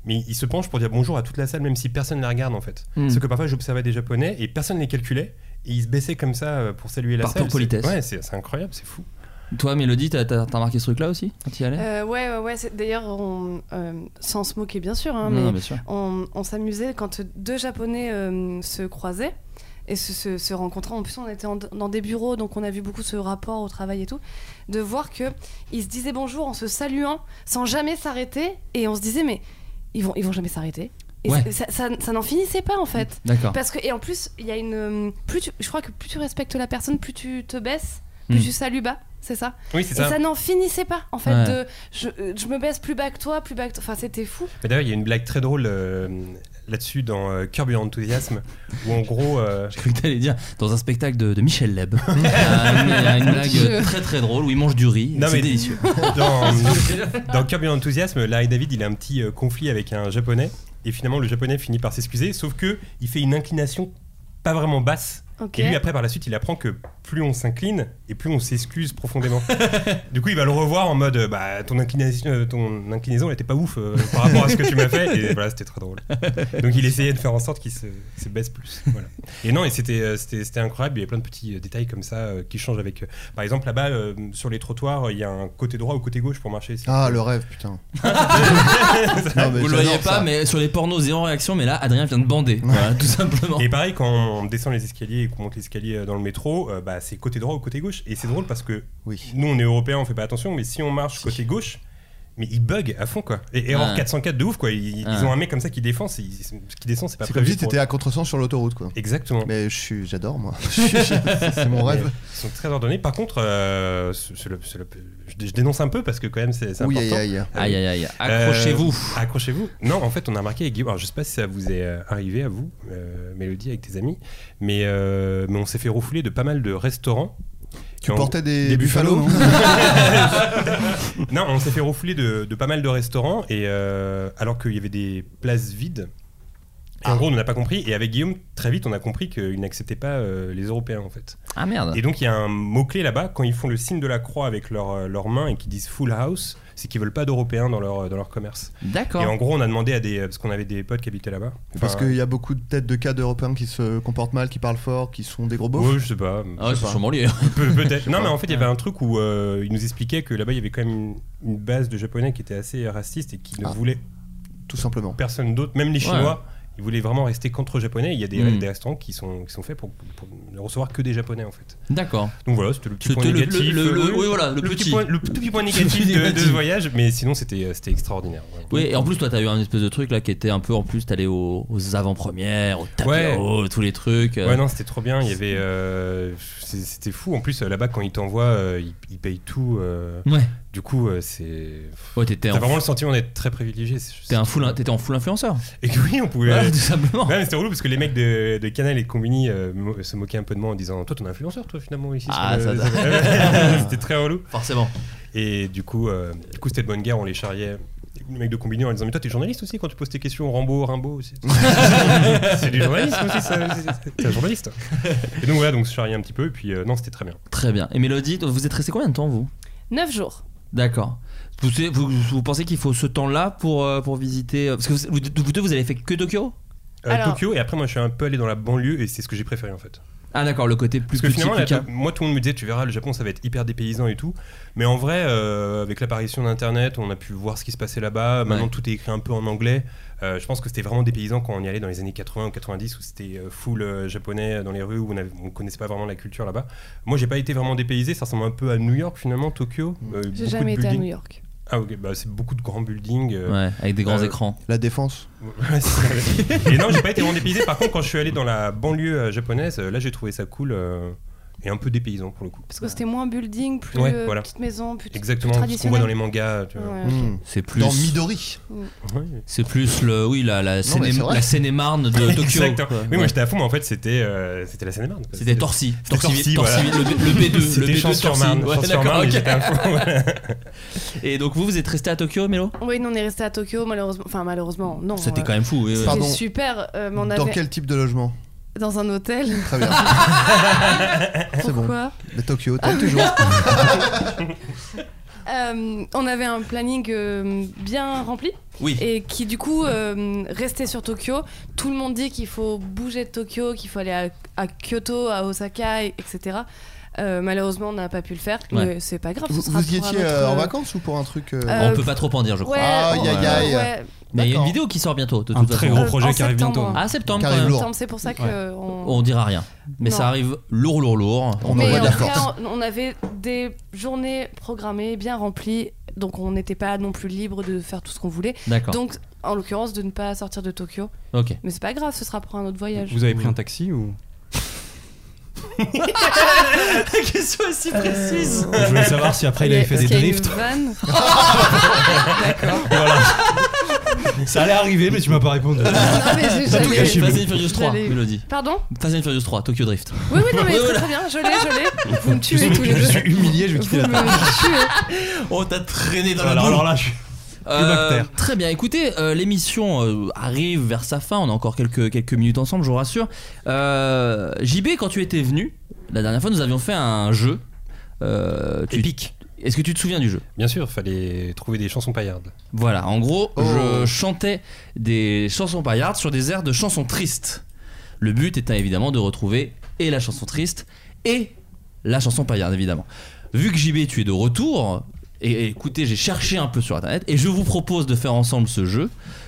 Speaker 11: Mais ils se penchent pour dire bonjour à toute la salle, même si personne ne la regarde en fait.
Speaker 10: Hmm.
Speaker 11: Parce que parfois j'observais des Japonais et personne ne les calculait. Et ils se baissaient comme ça euh, pour saluer la
Speaker 10: Par
Speaker 11: salle.
Speaker 10: pure politesse.
Speaker 11: C'est- Ouais, c'est c'est incroyable, c'est fou.
Speaker 10: toi Mélodie t'as t'as t'as remarqué ce truc là aussi quand tu y allais
Speaker 9: Euh, ouais, ouais, ouais. c'est- D'ailleurs, on, euh, sans se moquer, bien sûr, hein,
Speaker 10: Non,
Speaker 9: mais
Speaker 10: non, bien sûr
Speaker 9: on, on s'amusait quand deux Japonais euh, se croisaient et se, se, se rencontraient. En plus, on était en- dans des bureaux, donc on a vu beaucoup ce rapport au travail et tout, de voir que ils se disaient bonjour en se saluant, sans jamais s'arrêter, et on se disait mais ils vont, ils vont jamais s'arrêter. Et
Speaker 10: Ouais.
Speaker 9: c'est- ça, ça, ça n'en finissait pas en fait.
Speaker 10: d'accord
Speaker 9: Parce que et en plus, il y a une euh, plus tu- je crois que plus tu respectes la personne, plus tu te baisses, plus
Speaker 10: Hmm.
Speaker 9: tu salues bas, c'est ça.
Speaker 11: Oui, c'est
Speaker 9: Et
Speaker 11: ça.
Speaker 9: ça n'en finissait pas, en fait.
Speaker 10: Ouais.
Speaker 9: De, je, euh, je me baisse plus bas que toi, plus bas que toi. Enfin, c'était fou.
Speaker 11: Mais D'ailleurs, il y a une blague très drôle euh, là-dessus dans euh, Curb Your Enthusiasm, où en gros. euh,
Speaker 10: J'ai cru que t'allais dire dans un spectacle de, de Michel Leb. Il y a une, une blague très très drôle où il mange du riz.
Speaker 11: Non,
Speaker 10: C'est
Speaker 11: mais-
Speaker 10: délicieux.
Speaker 11: dans, dans Curb Your Enthusiasm, Larry David, il a un petit euh, conflit avec un japonais. Et finalement, le japonais finit par s'excuser, sauf que il fait une inclination pas vraiment basse.
Speaker 9: Ok.
Speaker 11: Et lui, après, par la suite, il apprend que plus on s'incline et plus on s'excuse profondément. du coup, il va le revoir en mode euh, Bah, ton inclination, euh, ton inclinaison, elle était pas ouf euh, par rapport à ce que tu m'as fait. Et voilà, c'était très drôle. Donc, il essayait de faire en sorte qu'il se, se baisse plus. Voilà. Et non, et c'était, euh, c'était, c'était incroyable. Il y a plein de petits euh, détails comme ça euh, qui changent avec. euh, par exemple, là-bas, euh, sur les trottoirs, il y a un côté droit ou côté gauche pour marcher. C'est-
Speaker 8: Ah, le rêve, putain. Non, mais
Speaker 10: Vous le voyez
Speaker 8: j'adore
Speaker 10: pas,
Speaker 8: ça.
Speaker 10: mais sur les pornos, zéro réaction. Mais là, Adrien vient de bander. Voilà, tout simplement.
Speaker 11: Et pareil, quand on descend les escaliers et qu'on monte l'escalier euh, dans le métro, euh, bah, c'est côté droit ou côté gauche. Et c'est drôle parce que
Speaker 8: Oui.
Speaker 11: nous on est européens on fait pas attention mais si on marche côté gauche mais ils bug à fond quoi et erreur
Speaker 10: Ouais. 404
Speaker 11: 404 de ouf quoi ils, ils
Speaker 10: Ouais.
Speaker 11: ont un mec comme ça qui défend c'est- ils- qui descend c'est pas
Speaker 8: C'est comme
Speaker 11: prévu
Speaker 8: si
Speaker 11: pour-
Speaker 8: t'étais à contresens sur l'autoroute, quoi.
Speaker 11: exactement
Speaker 8: Mais je suis- j'adore, moi. Je suis- C'est mon
Speaker 11: Mais
Speaker 8: rêve.
Speaker 11: ils sont très ordonnés par contre euh, ce- ce- le- ce- le- je, dé- je dénonce un peu parce que quand même c'est c'est
Speaker 8: Oui,
Speaker 11: important
Speaker 8: aïe, aïe.
Speaker 10: Aïe aïe aïe.
Speaker 11: Euh,
Speaker 10: Accrochez-vous.
Speaker 11: accrochez-vous non en fait on a remarqué avec Guillaume alors je sais pas si ça vous est euh, arrivé à vous euh, Mélodie avec tes amis mais, euh, mais on s'est fait refouler de pas mal de restaurants
Speaker 8: Tu
Speaker 11: Et on-
Speaker 8: portais des,
Speaker 11: des
Speaker 8: buffalo
Speaker 11: buffalo, Non, on s'est fait refouler de, de pas mal de restaurants et euh, alors qu'il y avait des places vides. Et En gros, on n'a pas compris. Et avec Guillaume, très vite, on a compris qu'ils n'acceptaient pas euh, les Européens, en fait.
Speaker 10: Ah merde.
Speaker 11: Et donc, il y a un mot-clé là-bas. Quand ils font le signe de la croix avec leurs euh, leurs mains et qu'ils disent full house, c'est qu'ils veulent pas d'Européens dans leur, euh, dans leur commerce. Et en
Speaker 10: D'accord.
Speaker 11: gros, on a demandé à des. euh, Parce qu'on avait des potes qui habitaient là-bas.
Speaker 8: Parce
Speaker 11: Enfin,
Speaker 8: qu'il y a beaucoup de têtes de cas d'Européens qui se comportent mal, qui parlent fort, qui sont des gros beaufs.
Speaker 11: ouais, je sais pas.
Speaker 10: Ah ouais,
Speaker 11: Je sais
Speaker 10: c'est
Speaker 11: pas.
Speaker 10: sûrement lié.
Speaker 11: Pe- Peut-être. non, mais en fait, il y avait un truc où euh, ils nous expliquaient que là-bas, il y avait quand même une, une base de Japonais qui était assez raciste et qui ne
Speaker 8: Ah.
Speaker 11: voulait
Speaker 8: Tout simplement.
Speaker 11: personne d'autre, même les Chinois, Ils voulaient vraiment rester contre japonais. Il y a des,
Speaker 10: Mm.
Speaker 11: des restaurants qui sont, qui sont faits pour, pour ne recevoir que des japonais en fait.
Speaker 10: D'accord.
Speaker 11: Donc voilà, c'était le petit point
Speaker 10: C'était le-
Speaker 11: négatif.
Speaker 10: le- le- le-
Speaker 11: Euh,
Speaker 10: oui, voilà, le petit.
Speaker 11: point, le tout petit point
Speaker 10: Le petit
Speaker 11: négatif de, de
Speaker 10: négatif.
Speaker 11: ce voyage, mais sinon c'était euh, c'était extraordinaire. vraiment.
Speaker 10: Oui, et en plus, toi, t'as eu un espèce de truc là qui était un peu en plus, t'allais aux, aux avant-premières, aux tapis
Speaker 11: Ouais.
Speaker 10: rouges, tous les trucs. euh,
Speaker 11: Ouais, non, c'était trop bien. Il y avait. euh, c'est- c'était fou. En plus, euh, là-bas, quand ils t'envoient, euh, ils, ils payent tout. euh,
Speaker 10: Ouais.
Speaker 11: Du coup, euh, c'est.
Speaker 10: Ouais, t'étais
Speaker 11: T'as
Speaker 10: en,
Speaker 11: vraiment le sentiment d'être très privilégié. c'est-
Speaker 10: t'es un full, t'étais en full influenceur.
Speaker 11: Et que oui, on pouvait.
Speaker 10: Ouais, tout simplement.
Speaker 11: Ouais, mais c'était relou parce que les mecs de, de Canal et de Combini euh, mo- se moquaient un peu de moi en disant Toi, t'es un influenceur, toi, finalement, ici. sur
Speaker 10: Ah,
Speaker 11: le-
Speaker 10: ça,
Speaker 11: c'était très relou.
Speaker 10: Forcément.
Speaker 11: Et du coup, euh, du coup c'était de bonne guerre, on les charriait. Les mecs de Combini en disant Mais toi, t'es journaliste aussi quand tu poses tes questions, Rambo, Rimbaud aussi. c'est des journalistes aussi, ça, c'est- c'est- t'es un journaliste. Et donc, voilà, donc, je charriais un petit peu, et puis euh, non, c'était très bien.
Speaker 10: Très bien. Et Mélodie, vous êtes resté combien de temps, vous
Speaker 9: 9 jours.
Speaker 10: D'accord. Vous, vous, vous pensez qu'il faut ce temps-là pour, euh, pour visiter. euh, Parce que vous, vous deux- vous deux, vous avez fait que Tokyo
Speaker 11: Euh,
Speaker 9: Alors-
Speaker 11: Tokyo, et après, moi, je suis un peu allé dans la banlieue, et c'est ce que j'ai préféré en fait.
Speaker 10: Ah, d'accord, le côté plus
Speaker 11: Parce que
Speaker 10: petit,
Speaker 11: finalement,
Speaker 10: plus
Speaker 11: là,
Speaker 10: calme.
Speaker 11: tout- moi tout le monde me disait, tu verras, le Japon ça va être hyper dépaysant et tout. Mais en vrai, euh, avec l'apparition d'Internet, on a pu voir ce qui se passait là-bas. Maintenant
Speaker 10: Ouais.
Speaker 11: tout est écrit un peu en anglais. Euh, je pense que c'était vraiment dépaysant quand on y allait dans les années 80 ou 90 où c'était euh, full euh, japonais euh, dans les rues où on, avait- on connaissait pas vraiment la culture là-bas. Moi j'ai pas été vraiment dépaysé, ça ressemble un peu à New York finalement, Tokyo.
Speaker 10: Mm.
Speaker 11: Euh, beaucoup
Speaker 9: J'ai
Speaker 11: de
Speaker 9: jamais été à
Speaker 11: buildings.
Speaker 9: New York.
Speaker 11: Ah ok, bah, c'est beaucoup de grands buildings. euh,
Speaker 10: Ouais, avec des grands
Speaker 11: euh,
Speaker 10: écrans.
Speaker 8: La défense.
Speaker 11: Ouais, c'est vrai. et non, j'ai pas été vraiment dépaysé. Par contre, quand je suis allé dans la banlieue euh, japonaise, euh, là j'ai trouvé ça cool euh, et un peu dépaysant pour le coup.
Speaker 9: Parce que c'était moins building, plus
Speaker 11: Ouais,
Speaker 9: euh,
Speaker 11: voilà.
Speaker 9: petite maison, plus plus
Speaker 11: Exactement, ce qu'on voit
Speaker 9: traditionnel.
Speaker 11: dans les mangas. Tu vois.
Speaker 9: Ouais.
Speaker 8: Hmm.
Speaker 10: C'est plus.
Speaker 8: Dans Midori.
Speaker 11: Ouais.
Speaker 10: C'est plus le, oui, la, la, Seine-
Speaker 8: mais c'est vrai.
Speaker 10: la Seine-et-Marne de Tokyo.
Speaker 11: Exactement.
Speaker 10: quoi.
Speaker 11: Oui,
Speaker 10: Ouais.
Speaker 11: moi j'étais à fond, mais en fait c'était euh, c'était la Seine-et-Marne. quoi.
Speaker 10: C'était Torsi.
Speaker 11: C'était Torcy, voilà.
Speaker 10: le, B- le B2. Le
Speaker 11: C'était
Speaker 10: B2
Speaker 11: Champs-sur-Marne.
Speaker 10: Torcy. Ouais,
Speaker 11: Champs-sur-Marne, mais
Speaker 10: d'accord, ok.
Speaker 11: j'étais à fond. ouais.
Speaker 10: Et donc, vous, vous êtes resté à Tokyo, Mélo
Speaker 9: Oui, nous on est resté à Tokyo, malheureusement. Enfin, malheureusement, non.
Speaker 10: C'était
Speaker 9: euh,
Speaker 10: quand même fou. oui, oui.
Speaker 8: Pardon.
Speaker 9: C'était super, euh, mais on
Speaker 8: Dans
Speaker 9: avait
Speaker 8: quel type de logement
Speaker 9: dans un hôtel.
Speaker 8: Très bien. C'est bon.
Speaker 9: Pourquoi
Speaker 8: Mais Tokyo, t'as toujours.
Speaker 9: Euh, On avait un planning euh, bien rempli
Speaker 10: Oui.
Speaker 9: et qui du coup euh, restait sur Tokyo. Tout le monde dit qu'il faut bouger de Tokyo, qu'il faut aller à, à Kyoto, à Osaka, et- etc. Euh, malheureusement, on n'a pas pu le faire,
Speaker 10: Ouais.
Speaker 9: mais c'est pas grave.
Speaker 8: Vous,
Speaker 9: ce sera
Speaker 8: vous y
Speaker 9: pour un
Speaker 8: étiez
Speaker 9: autre,
Speaker 8: euh, en
Speaker 9: euh,
Speaker 8: vacances ou pour un truc euh,
Speaker 9: Euh,
Speaker 10: On peut pas trop en dire, je crois.
Speaker 9: Ouais,
Speaker 8: Aïe,
Speaker 9: on-
Speaker 8: aïe, aïe.
Speaker 9: ouais.
Speaker 10: Mais il y a une
Speaker 8: d'accord.
Speaker 10: vidéo qui sort bientôt, de
Speaker 7: Un
Speaker 10: toute
Speaker 7: très
Speaker 10: façon.
Speaker 7: gros
Speaker 9: Euh, en
Speaker 7: projet qui arrive
Speaker 9: septembre,
Speaker 7: bientôt.
Speaker 9: hein.
Speaker 10: Ah, septembre,
Speaker 8: Qui
Speaker 10: quand
Speaker 8: arrive
Speaker 10: même.
Speaker 8: lourd.
Speaker 9: Septembre, C'est pour ça que
Speaker 7: Ouais.
Speaker 9: euh, on-
Speaker 10: On dira rien. Mais
Speaker 9: Non.
Speaker 10: ça arrive lourd, lourd, lourd.
Speaker 8: On
Speaker 9: Mais
Speaker 8: envoie de la
Speaker 9: en tout
Speaker 8: force.
Speaker 9: cas, on- on avait des journées programmées, bien remplies, donc on n'était pas non plus libre de faire tout ce qu'on voulait.
Speaker 10: D'accord.
Speaker 9: Donc, en l'occurrence, de ne pas sortir de Tokyo.
Speaker 10: Ok.
Speaker 9: Mais c'est pas grave, ce sera pour un autre voyage.
Speaker 7: Vous avez pris un taxi ou
Speaker 10: Question aussi précise.
Speaker 7: Je voulais savoir si après il
Speaker 9: Mais
Speaker 7: avait fait
Speaker 9: est-ce
Speaker 7: des
Speaker 9: qu'il y a une
Speaker 7: drifts.
Speaker 9: vanne
Speaker 7: Ça allait arriver, mais tu m'as pas répondu.
Speaker 9: Non, mais j'ai-
Speaker 7: Surtout
Speaker 9: j'allais-
Speaker 7: qu'à Chine.
Speaker 10: Fast and Furious 3,
Speaker 9: J'allais-
Speaker 10: Mélodie.
Speaker 9: Pardon
Speaker 10: Fast and Furious 3, Tokyo Drift.
Speaker 9: Oui, oui, non, mais
Speaker 10: Ouais,
Speaker 9: très,
Speaker 10: voilà.
Speaker 9: très bien, je l'ai, je l'ai. Vous me tuez tous les
Speaker 7: Je
Speaker 9: deux.
Speaker 7: suis humilié, je vais quitter
Speaker 9: Vous
Speaker 7: la table.
Speaker 9: me tuez.
Speaker 10: Oh, t'as traîné dans
Speaker 7: Alors, alors là, je suis.
Speaker 10: Euh,
Speaker 7: bactère.
Speaker 10: très bien, écoutez, euh, l'émission euh, arrive vers sa fin, on a encore quelques, quelques minutes ensemble, je vous rassure. Euh, JB, quand tu étais venu, la dernière fois, nous avions fait un jeu. Euh, tu- Est-ce que tu te souviens du jeu
Speaker 11: Bien sûr, fallait trouver des chansons paillardes.
Speaker 10: Voilà, en gros,
Speaker 8: Oh.
Speaker 10: je chantais des chansons paillardes sur des airs de chansons tristes. Le but étant évidemment de retrouver et la chanson triste et la chanson paillarde, évidemment. Vu que JB, tu es de retour, et, et écoutez, j'ai cherché un peu sur internet et je vous propose de faire ensemble ce jeu.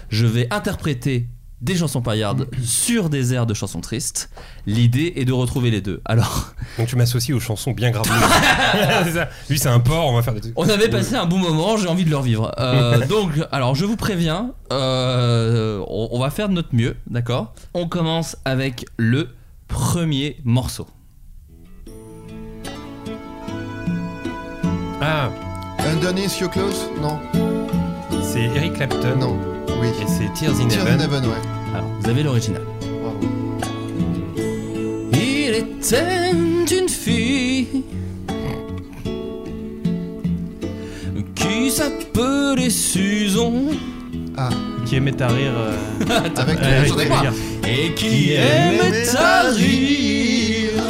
Speaker 10: Je vais interpréter des chansons paillardes sur des airs de chansons tristes. L'idée est de retrouver les deux. Alors,
Speaker 11: Donc tu m'associes aux chansons bien graves. C'est ça. Lui, c'est un porc, on va faire des trucs. Euh,
Speaker 10: on avait passé un bon moment, j'ai envie de le revivre. Euh, donc, alors je vous préviens, euh, on, on va faire de notre mieux, d'accord On commence avec le premier morceau.
Speaker 11: Ah,
Speaker 8: Underneath Your Clothes Non.
Speaker 11: c'est Eric Clapton.
Speaker 8: Euh, Non. Oui.
Speaker 11: Et c'est Tears in
Speaker 8: Tears in
Speaker 11: Heaven.
Speaker 8: Heaven, ouais.
Speaker 10: Alors, vous avez l'original.
Speaker 8: Bravo.
Speaker 10: Il était une fille qui s'appelait Susan
Speaker 7: Qui aimait à rire.
Speaker 8: Avec
Speaker 7: Euh,
Speaker 8: les
Speaker 7: avec-
Speaker 8: Attendez.
Speaker 10: et qui aimait à rire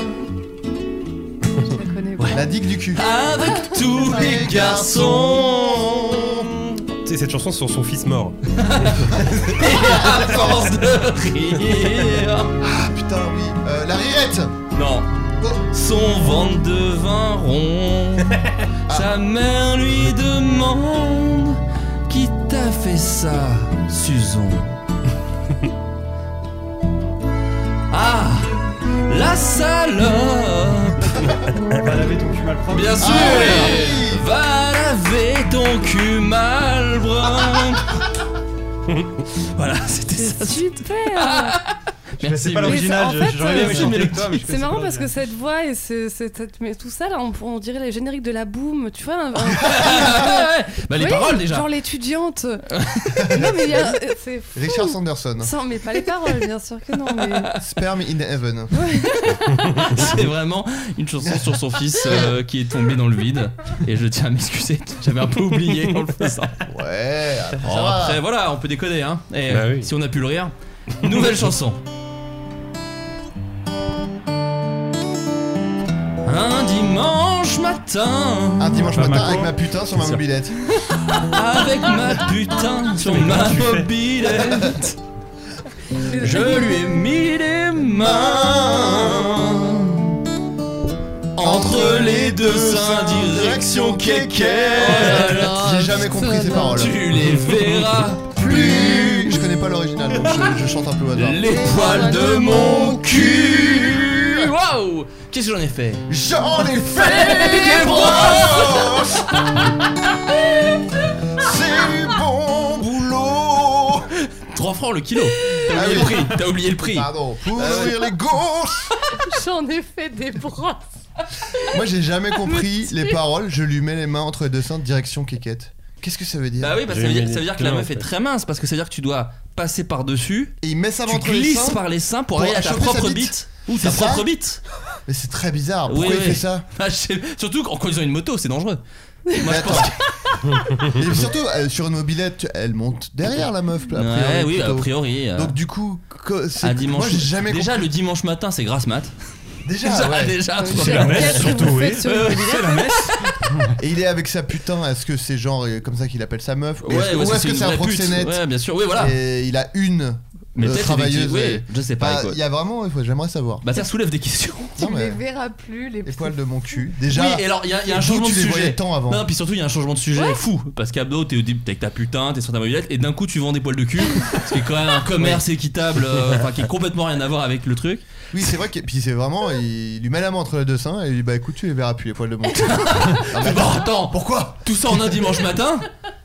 Speaker 9: Je la connais pas.
Speaker 8: La digue du cul.
Speaker 10: Ah. avec tous les garçons.
Speaker 11: Tu sais, cette chanson sur son fils mort.
Speaker 10: À force de rire.
Speaker 8: Ah putain, oui. Euh, la rirette.
Speaker 10: Non. Son ventre de vin rond. Sa mère lui demande Qui t'a fait ça, Susan Ah, salope
Speaker 7: Va laver ton cul mal propre.
Speaker 10: Bien sûr
Speaker 8: oui.
Speaker 10: Va laver ton cul mal propre. Voilà, c'était ça.
Speaker 9: Super
Speaker 10: Merci.
Speaker 7: C'est pas Ah, l'original,
Speaker 9: Mais c'est- en
Speaker 7: je-
Speaker 9: fait,
Speaker 7: j'aurais bien aimé
Speaker 9: euh,
Speaker 7: chanter avec toi, mais je
Speaker 9: C'est
Speaker 7: fais-
Speaker 9: marrant
Speaker 7: pas
Speaker 9: parce
Speaker 7: bien.
Speaker 9: que cette voix et ce- ce- cette- mais tout ça, là, on, on dirait les génériques de la boum, tu vois. un- un-
Speaker 10: bah les
Speaker 9: Oui,
Speaker 10: paroles déjà.
Speaker 9: Genre l'étudiante. non, mais il y a. euh, C'est fou.
Speaker 8: Richard Sanderson.
Speaker 9: Sans, mais pas les paroles, bien sûr que non. Mais...
Speaker 8: Sperm in Heaven.
Speaker 10: C'est vraiment une chanson sur son fils euh, qui est tombé dans le vide. Et je tiens à m'excuser, j'avais un peu oublié en le faisant.
Speaker 8: Ouais. après,
Speaker 10: Oh,
Speaker 8: ça va.
Speaker 10: après, voilà, on peut déconner, hein. Et
Speaker 11: Bah oui.
Speaker 10: si on a pu le rire, nouvelle chanson. Un dimanche matin,
Speaker 8: Un dimanche
Speaker 7: Pas
Speaker 8: matin
Speaker 7: Macron.
Speaker 8: avec ma putain sur ma
Speaker 7: C'est sûr.
Speaker 8: mobilette.
Speaker 10: avec ma putain sur
Speaker 7: Mais
Speaker 10: ma
Speaker 7: comment tu fais
Speaker 10: mobilette, je lui ai mis les mains entre les deux seins, direction
Speaker 8: Oh là
Speaker 10: kékette.
Speaker 8: là, J'ai jamais compris ces paroles.
Speaker 10: Tu les verras plus.
Speaker 8: Je connais pas l'original, donc je, je chante un peu au hasard.
Speaker 10: Les poils de mon cul Waouh Qu'est-ce que j'en ai fait
Speaker 8: J'en ai fait des brosses C'est du bon boulot
Speaker 10: 3 francs le kilo
Speaker 8: Ah
Speaker 10: T'as oublié le
Speaker 8: oui.
Speaker 10: prix T'as oublié le prix
Speaker 8: Pardon, pour ouvrir les gauches
Speaker 9: J'en ai fait des brosses.
Speaker 8: Moi j'ai jamais compris les paroles, je lui mets les mains entre les deux seins, direction kékette. Qu'est-ce que ça veut dire
Speaker 10: Bah oui, bah ça,
Speaker 11: J'ai
Speaker 10: veut dire,
Speaker 11: mis
Speaker 10: ça veut dire que la
Speaker 11: plein, en
Speaker 10: meuf est
Speaker 11: fait.
Speaker 10: très mince parce que ça veut dire que tu dois passer par-dessus,
Speaker 8: Et il met ça
Speaker 10: tu
Speaker 8: entre les
Speaker 10: glisses
Speaker 8: seins
Speaker 10: par les seins pour,
Speaker 8: pour
Speaker 10: aller à ta
Speaker 8: attraper sa
Speaker 10: propre
Speaker 8: bite.
Speaker 10: bite ou ta
Speaker 8: C'est ça
Speaker 10: propre bite
Speaker 8: Mais c'est très bizarre,
Speaker 10: Oui,
Speaker 8: pourquoi il
Speaker 10: oui.
Speaker 8: fait ça
Speaker 10: Bah, je sais- Surtout en conduisant une moto, c'est dangereux. Moi
Speaker 8: Mais
Speaker 10: je pense
Speaker 8: attends.
Speaker 10: que-
Speaker 8: Et surtout, euh, sur une mobilette, tu- elle monte derrière la meuf, là, a priori,
Speaker 10: Ouais, oui, a
Speaker 8: plutôt.
Speaker 10: priori. euh,
Speaker 8: Donc du coup, co- c'est-
Speaker 10: un dimanche.
Speaker 8: moi j'ai jamais
Speaker 10: Déjà le dimanche matin, c'est grasse mat.
Speaker 8: compris. Déjà,
Speaker 10: Déjà,
Speaker 8: ouais.
Speaker 10: déjà, tu vois.
Speaker 11: la messe, surtout, oui.
Speaker 10: Euh, c'est la messe.
Speaker 8: Et il est avec sa putain, est-ce que c'est genre euh, comme ça qu'il appelle sa meuf
Speaker 10: Ouais,
Speaker 8: Ou est-ce
Speaker 10: ouais,
Speaker 8: ou est-ce que
Speaker 10: une
Speaker 8: c'est un
Speaker 10: vraie pute.
Speaker 8: proxénète
Speaker 10: Ouais, bien sûr, oui, voilà.
Speaker 8: Et il a une
Speaker 10: Mais
Speaker 8: euh,
Speaker 10: peut-être
Speaker 8: travailleuse.
Speaker 10: effectivement- oui, je sais pas.
Speaker 8: Bah,
Speaker 10: écoute.
Speaker 8: Il y a vraiment, il faut- j'aimerais savoir.
Speaker 10: Bah ça soulève des questions.
Speaker 9: Tu
Speaker 8: Non, mais
Speaker 9: les verras plus, les
Speaker 8: les
Speaker 9: petits-
Speaker 8: poils de mon cul. Déjà,
Speaker 10: oui, et alors il y, a- il y a
Speaker 8: d'où
Speaker 10: un changement
Speaker 8: tu
Speaker 10: de
Speaker 8: les voyais
Speaker 10: sujet.
Speaker 8: tant hein. avant
Speaker 10: Non, puis surtout il y a un changement de sujet fou parce qu'Abdo t'es au début t'es avec ta putain, t'es sur ta mobilette et d'un coup tu vends des poils de cul, ce qui est quand même un commerce équitable, euh, enfin qui est complètement rien à voir avec le truc.
Speaker 8: Oui, c'est vrai que puis c'est vraiment, il lui met la main entre les deux seins et il dit bah écoute, tu les verras plus les poils de mon cul. Ah, mais
Speaker 10: Bon, attends,
Speaker 8: pourquoi
Speaker 10: tout ça en un dimanche matin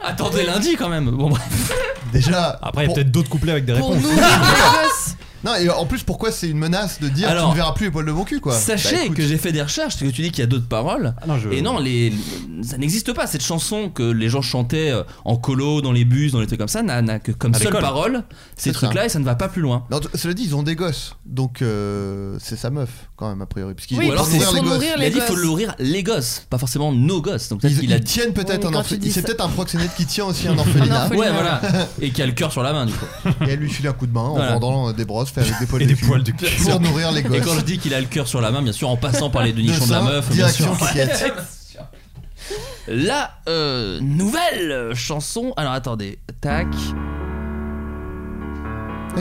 Speaker 10: Attendez lundi quand même. Bon bref.
Speaker 8: Déjà.
Speaker 7: Après, il y a
Speaker 8: pour-
Speaker 7: peut-être d'autres couplets avec des
Speaker 9: Pour
Speaker 7: réponses.
Speaker 9: nous, les gosses.
Speaker 8: Non, et en plus, pourquoi c'est une menace de dire
Speaker 10: Alors,
Speaker 8: tu ne verras plus les poils de mon cul quoi
Speaker 10: Sachez
Speaker 8: Bah, écoute,
Speaker 10: que j'ai fait des recherches parce que tu dis qu'il y a d'autres paroles.
Speaker 7: Ah non, je-
Speaker 10: Et non, les, ça n'existe pas. Cette chanson que les gens chantaient euh, en colo, dans les bus, dans les trucs comme ça, n'a n'a que comme
Speaker 7: À
Speaker 10: seule
Speaker 7: l'école.
Speaker 10: parole
Speaker 8: C'est
Speaker 10: ces
Speaker 8: ça.
Speaker 10: trucs-là et ça ne va pas plus loin.
Speaker 8: mais en tout- cela dit, ils ont des gosses, donc euh, c'est sa meuf quand même a priori, puisqu'ils
Speaker 9: Oui,
Speaker 8: vont
Speaker 10: alors,
Speaker 8: nourrir
Speaker 10: c'est
Speaker 8: les
Speaker 9: pour
Speaker 8: gosses.
Speaker 9: nourrir
Speaker 10: Il a
Speaker 9: les
Speaker 10: dit
Speaker 9: gosses.
Speaker 10: faut nourrir les gosses, pas forcément nos gosses. Donc peut-être
Speaker 8: Ils,
Speaker 10: qu'il a
Speaker 8: ils tiennent peut-être
Speaker 9: Oui,
Speaker 8: un
Speaker 9: quand
Speaker 8: orphelinat.
Speaker 9: tu dis
Speaker 8: C'est
Speaker 9: ça-
Speaker 8: peut-être un proxénète qui tient aussi un orphelinat.
Speaker 9: orphelinat.
Speaker 10: Ouais, voilà. Et qui a le cœur sur la main, du coup.
Speaker 8: et elle lui file un coup de main en
Speaker 10: Voilà.
Speaker 8: vendant des brosses faites avec des poils
Speaker 7: Et
Speaker 8: de
Speaker 7: des
Speaker 8: cul
Speaker 7: poils de cul.
Speaker 8: pour nourrir les
Speaker 10: Et
Speaker 8: gosses.
Speaker 10: quand je dis qu'il a le cœur sur la main, bien sûr, en passant par les denichons de la
Speaker 8: seins,
Speaker 10: meuf, bien sûr.
Speaker 8: direction Kikette.
Speaker 10: La euh, nouvelle chanson. Alors attendez, tac.
Speaker 8: Eh.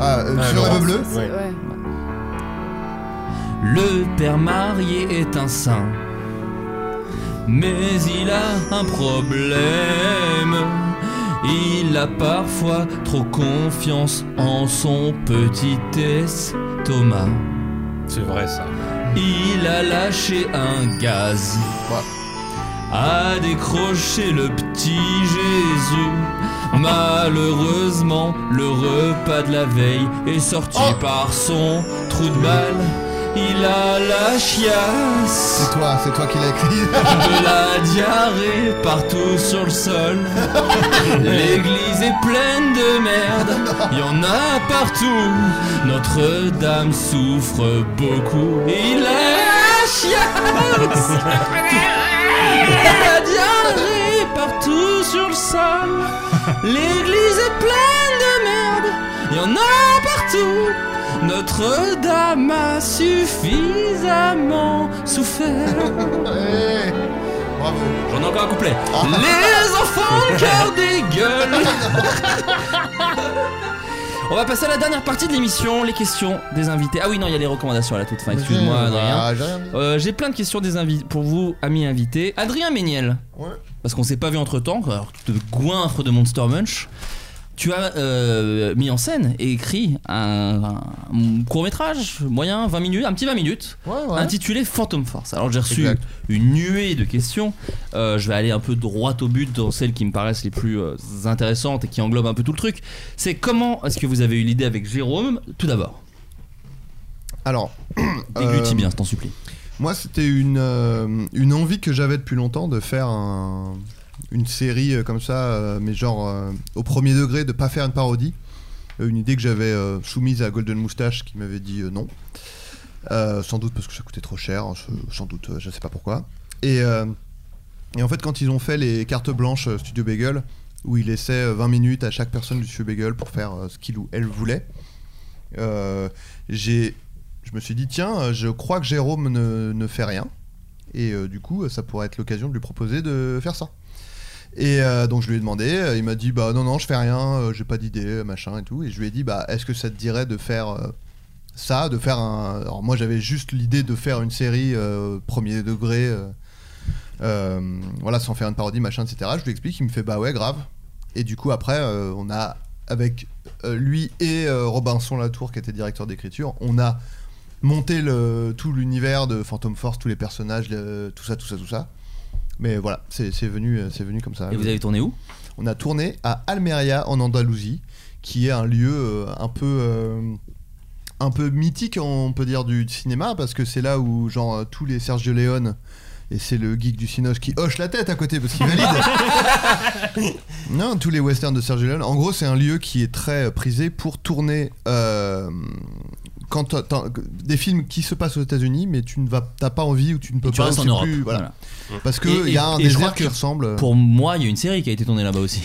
Speaker 8: Ah, euh, sur le rêve bleu
Speaker 9: C'est- ouais.
Speaker 10: Le père marié est un saint, mais il a un problème. Il a parfois trop confiance en son petit estomac.
Speaker 11: C'est vrai ça.
Speaker 10: Il a lâché un gaz.
Speaker 8: Ouais.
Speaker 10: A décroché le petit Jésus. Malheureusement, le repas de la veille est sorti par son trou de balle. Il a la chiasse,
Speaker 8: C'est toi, c'est toi qui l'as écrit.
Speaker 10: de la diarrhée partout sur le sol. L'église est pleine de merde, il y en a partout. Notre-Dame souffre beaucoup. Il a la chiasse, la diarrhée partout sur le sol. L'église est pleine de merde, il y en a partout. Notre-Dame a suffisamment souffert.
Speaker 8: Ouais. Eh, Bravo.
Speaker 10: J'en ai encore un couplet. Les enfants, le cœur des gueules. On va passer à la dernière partie de l'émission, les questions des invités. Ah oui, non, il y a les recommandations à la toute fin. Excuse-moi, Adrien.
Speaker 8: Ah, j'ai rien dit.
Speaker 10: Euh, J'ai plein de questions des invi- pour vous, amis invités. Adrien Méniel,
Speaker 8: Ouais.
Speaker 10: parce qu'on s'est pas vu entre temps, de goinfre de Monster Munch. Tu as euh, mis en scène et écrit un, court métrage moyen, 20 minutes, un petit 20 minutes,
Speaker 8: Ouais, ouais.
Speaker 10: intitulé Phantom Force. Alors j'ai reçu
Speaker 8: Exact.
Speaker 10: une nuée de questions. Euh, je vais aller un peu droit au but dans celles qui me paraissent les plus euh, intéressantes et qui englobent un peu tout le truc. C'est comment est-ce que vous avez eu l'idée avec Jérôme Tout d'abord,
Speaker 8: Alors,
Speaker 10: déglutis
Speaker 8: euh,
Speaker 10: bien, je t'en supplie.
Speaker 8: Moi, c'était une, euh, une envie que j'avais depuis longtemps de faire un- une série euh, comme ça, euh, mais genre euh, au premier degré, de pas faire une parodie. Euh, Une idée que j'avais euh, soumise à Golden Moustache qui m'avait dit euh, non. Euh, sans doute parce que ça coûtait trop cher, hein, ce- sans doute, euh, je sais pas pourquoi. Et, euh, et en fait, quand ils ont fait les cartes blanches euh, Studio Bagel, où ils laissaient euh, 20 minutes à chaque personne du Studio Bagel pour faire euh, ce qu'il ou elle voulait, euh, j'ai je me suis dit tiens euh, je crois que Jérôme ne, ne fait rien et euh, du coup euh, ça pourrait être l'occasion de lui proposer de faire ça et euh, donc je lui ai demandé euh, il m'a dit bah non non je fais rien euh, j'ai pas d'idée euh, machin et tout et je lui ai dit bah est-ce que ça te dirait de faire euh, ça de faire un alors moi j'avais juste l'idée de faire une série euh, premier degré euh, euh, voilà sans faire une parodie machin etc je lui explique il me fait bah ouais grave et du coup après euh, on a avec euh, lui et euh, Robinson Latour qui était directeur d'écriture on a monter le, tout l'univers de Phantom Force, tous les personnages, le- tout ça, tout ça, tout ça. Mais voilà, c'est c'est venu, euh, c'est venu comme ça.
Speaker 10: Et vous avez tourné où
Speaker 8: On a tourné à Almeria en Andalousie, qui est un lieu euh, un peu, euh, un peu mythique, on peut dire, du cinéma, parce que c'est là où genre euh, tous les Sergio Leone et c'est le geek du Cinoche qui hoche la tête à côté parce qu'il valide. non, tous les westerns de Sergio Leone. En gros, c'est un lieu qui est très euh, prisé pour tourner euh, quand t'as- t'as- des films qui se passent aux États-Unis, mais tu ne vas, t'as pas envie ou tu ne peux
Speaker 10: Tu
Speaker 8: pas.
Speaker 10: restes en
Speaker 8: sais
Speaker 10: Europe.
Speaker 8: plus, voilà.
Speaker 10: voilà.
Speaker 8: Parce
Speaker 10: Et-
Speaker 8: que
Speaker 10: et-
Speaker 8: il y a un
Speaker 10: et je
Speaker 8: désert
Speaker 10: crois que
Speaker 8: qui ressemble. euh,
Speaker 10: Pour moi, il y a une série qui a été tournée là-bas aussi.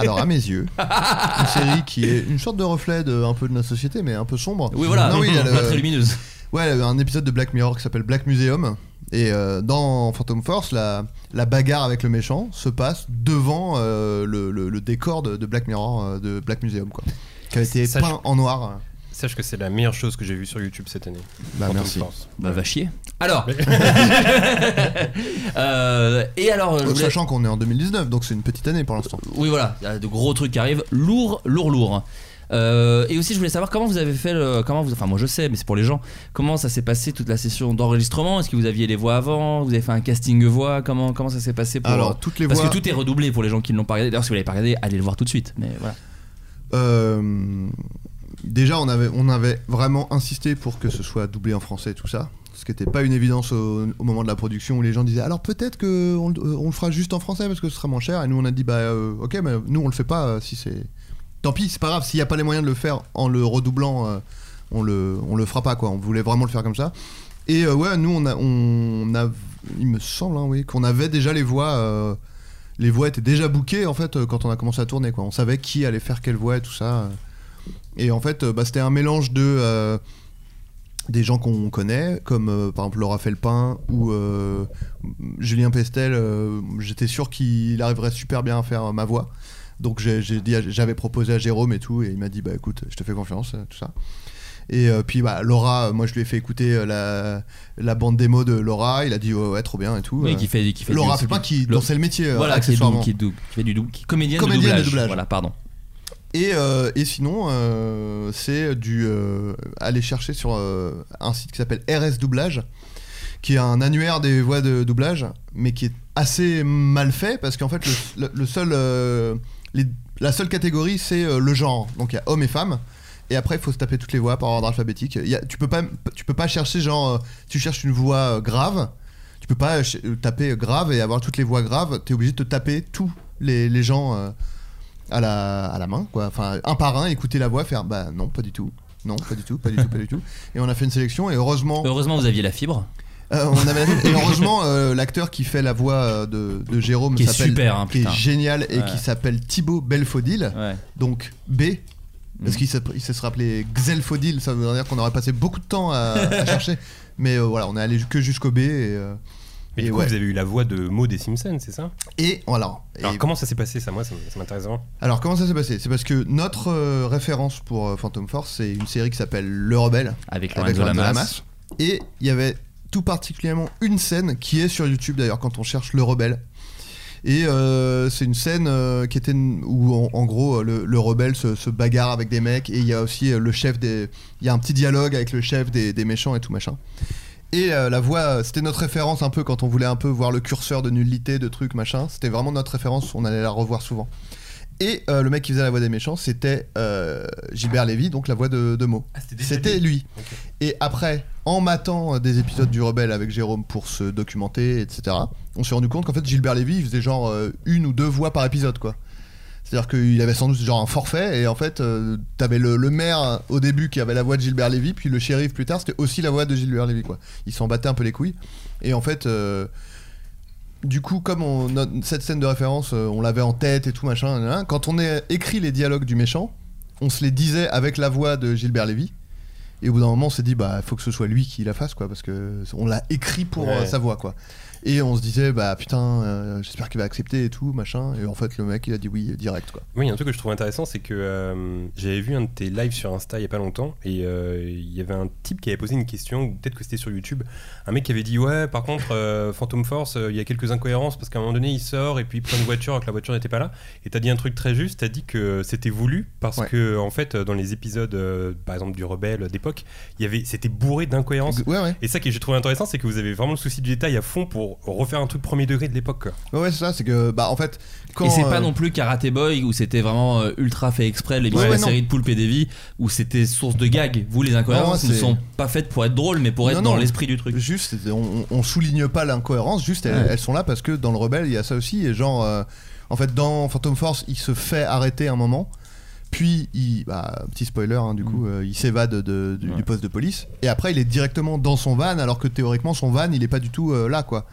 Speaker 8: Alors à mes yeux, une série qui est une sorte de reflet de, un peu de la société, mais un peu sombre.
Speaker 10: Oui, voilà,
Speaker 8: Non, oui, il y a le-
Speaker 10: pas très lumineuse.
Speaker 8: Ouais, il y a un épisode de Black Mirror qui s'appelle Black Museum. Et euh, dans Phantom Force, la, la bagarre avec le méchant se passe devant euh, le, le- le décor de, de Black Mirror, euh, de Black Museum, quoi. Qui a été
Speaker 11: Ça,
Speaker 8: peint en noir.
Speaker 11: Sache que c'est la meilleure chose que j'ai vue sur YouTube cette année.
Speaker 8: Bah
Speaker 11: Phantom
Speaker 8: merci.
Speaker 11: Force.
Speaker 10: Bah va chier. Alors. Euh, et alors, je voulais-
Speaker 8: Sachant qu'on est en 2019, donc c'est une petite année pour l'instant.
Speaker 10: oui voilà, il y a de gros trucs qui arrivent, lourd, lourd, lourd. Euh, et aussi, je voulais savoir comment vous avez fait le, comment vous, enfin moi je sais, mais c'est pour les gens. Comment ça s'est passé toute la session d'enregistrement Est-ce que vous aviez les voix avant Vous avez fait un casting voix Comment comment ça s'est passé pour
Speaker 8: Alors toutes les
Speaker 10: Parce
Speaker 8: voix.
Speaker 10: que tout est redoublé pour les gens qui ne l'ont pas regardé. D'ailleurs, si vous l'avez pas regardé, allez le voir tout de suite. Mais voilà.
Speaker 8: Euh, déjà, on avait, on avait vraiment insisté pour que ce soit doublé en français, tout ça. Ce qui n'était pas une évidence au, au moment de la production où les gens disaient alors peut-être qu'on on le fera juste en français parce que ce sera moins cher. Et nous, on a dit bah euh, ok, mais nous, on le fait pas euh, si c'est. Tant pis, c'est pas grave, s'il n'y a pas les moyens de le faire en le redoublant, euh, on, le, on le fera pas quoi. On voulait vraiment le faire comme ça. Et euh, ouais, nous, on a, on a. Il me semble, hein, oui, qu'on avait déjà les voix. euh, les voix étaient déjà bookées en fait euh, quand on a commencé à tourner quoi. On savait qui allait faire quelle voix et tout ça. euh. Et en fait, euh, bah, c'était un mélange de euh, des gens qu'on connaît, comme euh, par exemple Laura Felpin ou euh, Julien Pestel. euh, J'étais sûr qu'il arriverait super bien à faire euh, ma voix. Donc j'ai- j'ai dit à- j'avais proposé à Jérôme et tout, et il m'a dit bah écoute, je te fais confiance, euh, tout ça. Et euh, puis bah, Laura, euh, moi je lui ai fait écouter euh, la, la bande démo de Laura, il a dit ouais, ouais trop bien et tout.
Speaker 10: Oui,
Speaker 8: euh.
Speaker 10: qui fait, qui fait du-
Speaker 8: Laura Felpin qui
Speaker 10: Le-
Speaker 8: dont c'est le métier euh,
Speaker 10: voilà, qui, est
Speaker 8: accessoirement.
Speaker 10: dou- qui, est dou- qui fait du dou- qui- comédienne,
Speaker 8: Comédienne
Speaker 10: de
Speaker 8: de
Speaker 10: doublage.
Speaker 8: doublage.
Speaker 10: Voilà, pardon.
Speaker 8: Et, euh, et sinon, euh, c'est du euh, aller chercher sur euh, un site qui s'appelle RS Doublage, qui est un annuaire des voix de doublage, mais qui est assez mal fait parce qu'en fait, le, le- le seul, euh, les- la seule catégorie, c'est euh, le genre. Donc il y a hommes et femmes. Et après, il faut se taper toutes les voix par ordre alphabétique. Il y a- tu peux pas, tu peux pas chercher genre, euh, tu cherches une voix euh, grave. Tu peux pas euh, ch- euh, taper grave et avoir toutes les voix graves. T'es obligé de te taper tous les, les gens. euh, à la, à la main, quoi. Enfin, un par un, écouter la voix, faire bah non, pas du tout. Non, pas du tout, pas du tout, pas du tout. Et on a fait une sélection et heureusement,
Speaker 10: Heureusement, vous aviez la fibre,
Speaker 8: euh, on avait la- et heureusement euh, l'acteur qui fait la voix euh, de, de Jérôme
Speaker 10: qui est
Speaker 8: s'appelle-
Speaker 10: super, hein,
Speaker 8: qui est
Speaker 10: putain.
Speaker 8: génial et
Speaker 10: Ouais.
Speaker 8: qui s'appelle Thibaut Belfodil,
Speaker 10: Ouais. Mm.
Speaker 8: donc B. Parce qu'il s'app- il se serait appelé Xelfodil, ça veut dire qu'on aurait passé beaucoup de temps à, à chercher. Mais euh, voilà, on est allé que jusqu'au B. Et, euh,
Speaker 11: Mais
Speaker 8: Et
Speaker 11: du coup,
Speaker 8: ouais.
Speaker 11: vous avez eu la voix de Mo des Simpsons, c'est ça
Speaker 8: et voilà. Et
Speaker 11: Alors, comment ça s'est passé ça Moi, ça m- ça m'intéresse vraiment.
Speaker 8: Alors comment ça s'est passé C'est parce que notre euh, référence pour euh, Phantom Force, c'est une série qui s'appelle Le Rebelle.
Speaker 10: avec
Speaker 8: avec
Speaker 10: Lorenzo
Speaker 8: Lorenzo
Speaker 10: Lamas.
Speaker 8: Lamas. Et il y avait tout particulièrement une scène qui est sur YouTube d'ailleurs quand on cherche le rebelle. Et euh, c'est une scène euh, qui était une- où en, en gros euh, le, le rebelle se, se bagarre avec des mecs et il y a aussi euh, le chef des, il y a un petit dialogue avec le chef des, des méchants et tout machin. Et euh, la voix, euh, c'était notre référence un peu quand on voulait un peu voir le curseur de nullité, de trucs machin. C'était vraiment notre référence, on allait la revoir souvent. Et euh, le mec qui faisait la voix des méchants, c'était euh, Gilbert Lévy, donc la voix de, de Mo. C'était lui.
Speaker 11: Ok.
Speaker 8: Et après, en matant euh, des épisodes du Rebelle avec Jérôme pour se documenter, etc., on s'est rendu compte qu'en fait, Gilbert Lévy, il faisait genre euh, une ou deux voix par épisode, quoi. C'est-à-dire qu'il avait sans doute genre un forfait, et en fait, euh, t'avais le, le maire euh, au début qui avait la voix de Gilbert Lévy, puis le shérif plus tard, c'était aussi la voix de Gilbert Lévy, quoi. Il s'en battait un peu les couilles. Et en fait. euh, du coup, comme on, notre- cette scène de référence, euh, on l'avait en tête et tout machin, nan, nan, quand on a écrit les dialogues du méchant, on se les disait avec la voix de Gilbert Lévy. Et au bout d'un moment, on s'est dit, bah, faut que ce soit lui qui la fasse, quoi, parce que on l'a écrit pour
Speaker 6: Ouais.
Speaker 8: euh, sa voix, quoi. Et on se disait, bah, putain, euh, j'espère qu'il va accepter et tout, machin. Et en fait, le mec, il a dit oui euh, direct, quoi.
Speaker 11: Oui, il y a un truc que je trouve intéressant, c'est que euh, j'avais vu un de tes lives sur Insta il y a pas longtemps, et euh, il y avait un type qui avait posé une question, ou peut-être que c'était sur YouTube, un mec qui avait dit ouais, par contre, euh, Phantom Force, euh, il y a quelques incohérences parce qu'à un moment donné, il sort et puis il prend une voiture alors que la voiture n'était pas là. Et t'as dit un truc très juste, t'as dit que c'était voulu parce
Speaker 8: Ouais.
Speaker 11: que en fait, dans les épisodes, euh, par exemple du Rebelle d'époque, il y avait, c'était bourré d'incohérences.
Speaker 8: Ouais, ouais.
Speaker 11: Et ça que j'ai trouvé intéressant, c'est que vous avez vraiment le souci du détail à fond pour refaire un truc premier degré de l'époque. quoi.
Speaker 8: Ouais, ouais, c'est ça, c'est que, bah, en fait, quand.
Speaker 10: et c'est
Speaker 8: euh,
Speaker 10: pas non plus Karate Boy où c'était vraiment euh, ultra fait exprès les
Speaker 8: Ouais,
Speaker 10: la
Speaker 8: ouais, non.
Speaker 10: série de Poulpe et Davy où c'était source de gag. Vous les incohérences
Speaker 8: Non,
Speaker 10: ne
Speaker 8: c'est-
Speaker 10: sont pas faites pour être drôles mais pour être
Speaker 8: Non,
Speaker 10: dans
Speaker 8: non.
Speaker 10: l'esprit du truc.
Speaker 8: Juste, c'est- on, on souligne pas l'incohérence, juste elles,
Speaker 10: Ouais.
Speaker 8: elles sont là parce que dans le Rebelle, il y a ça aussi. Et genre, euh, en fait, dans Phantom Force, il se fait arrêter un moment. Puis, il, bah, petit spoiler, hein,
Speaker 10: Mm.
Speaker 8: du coup, euh, il s'évade de- du, du poste de police. Et après, il est directement dans son van, alors que théoriquement, son van, il est pas du tout euh, là, quoi.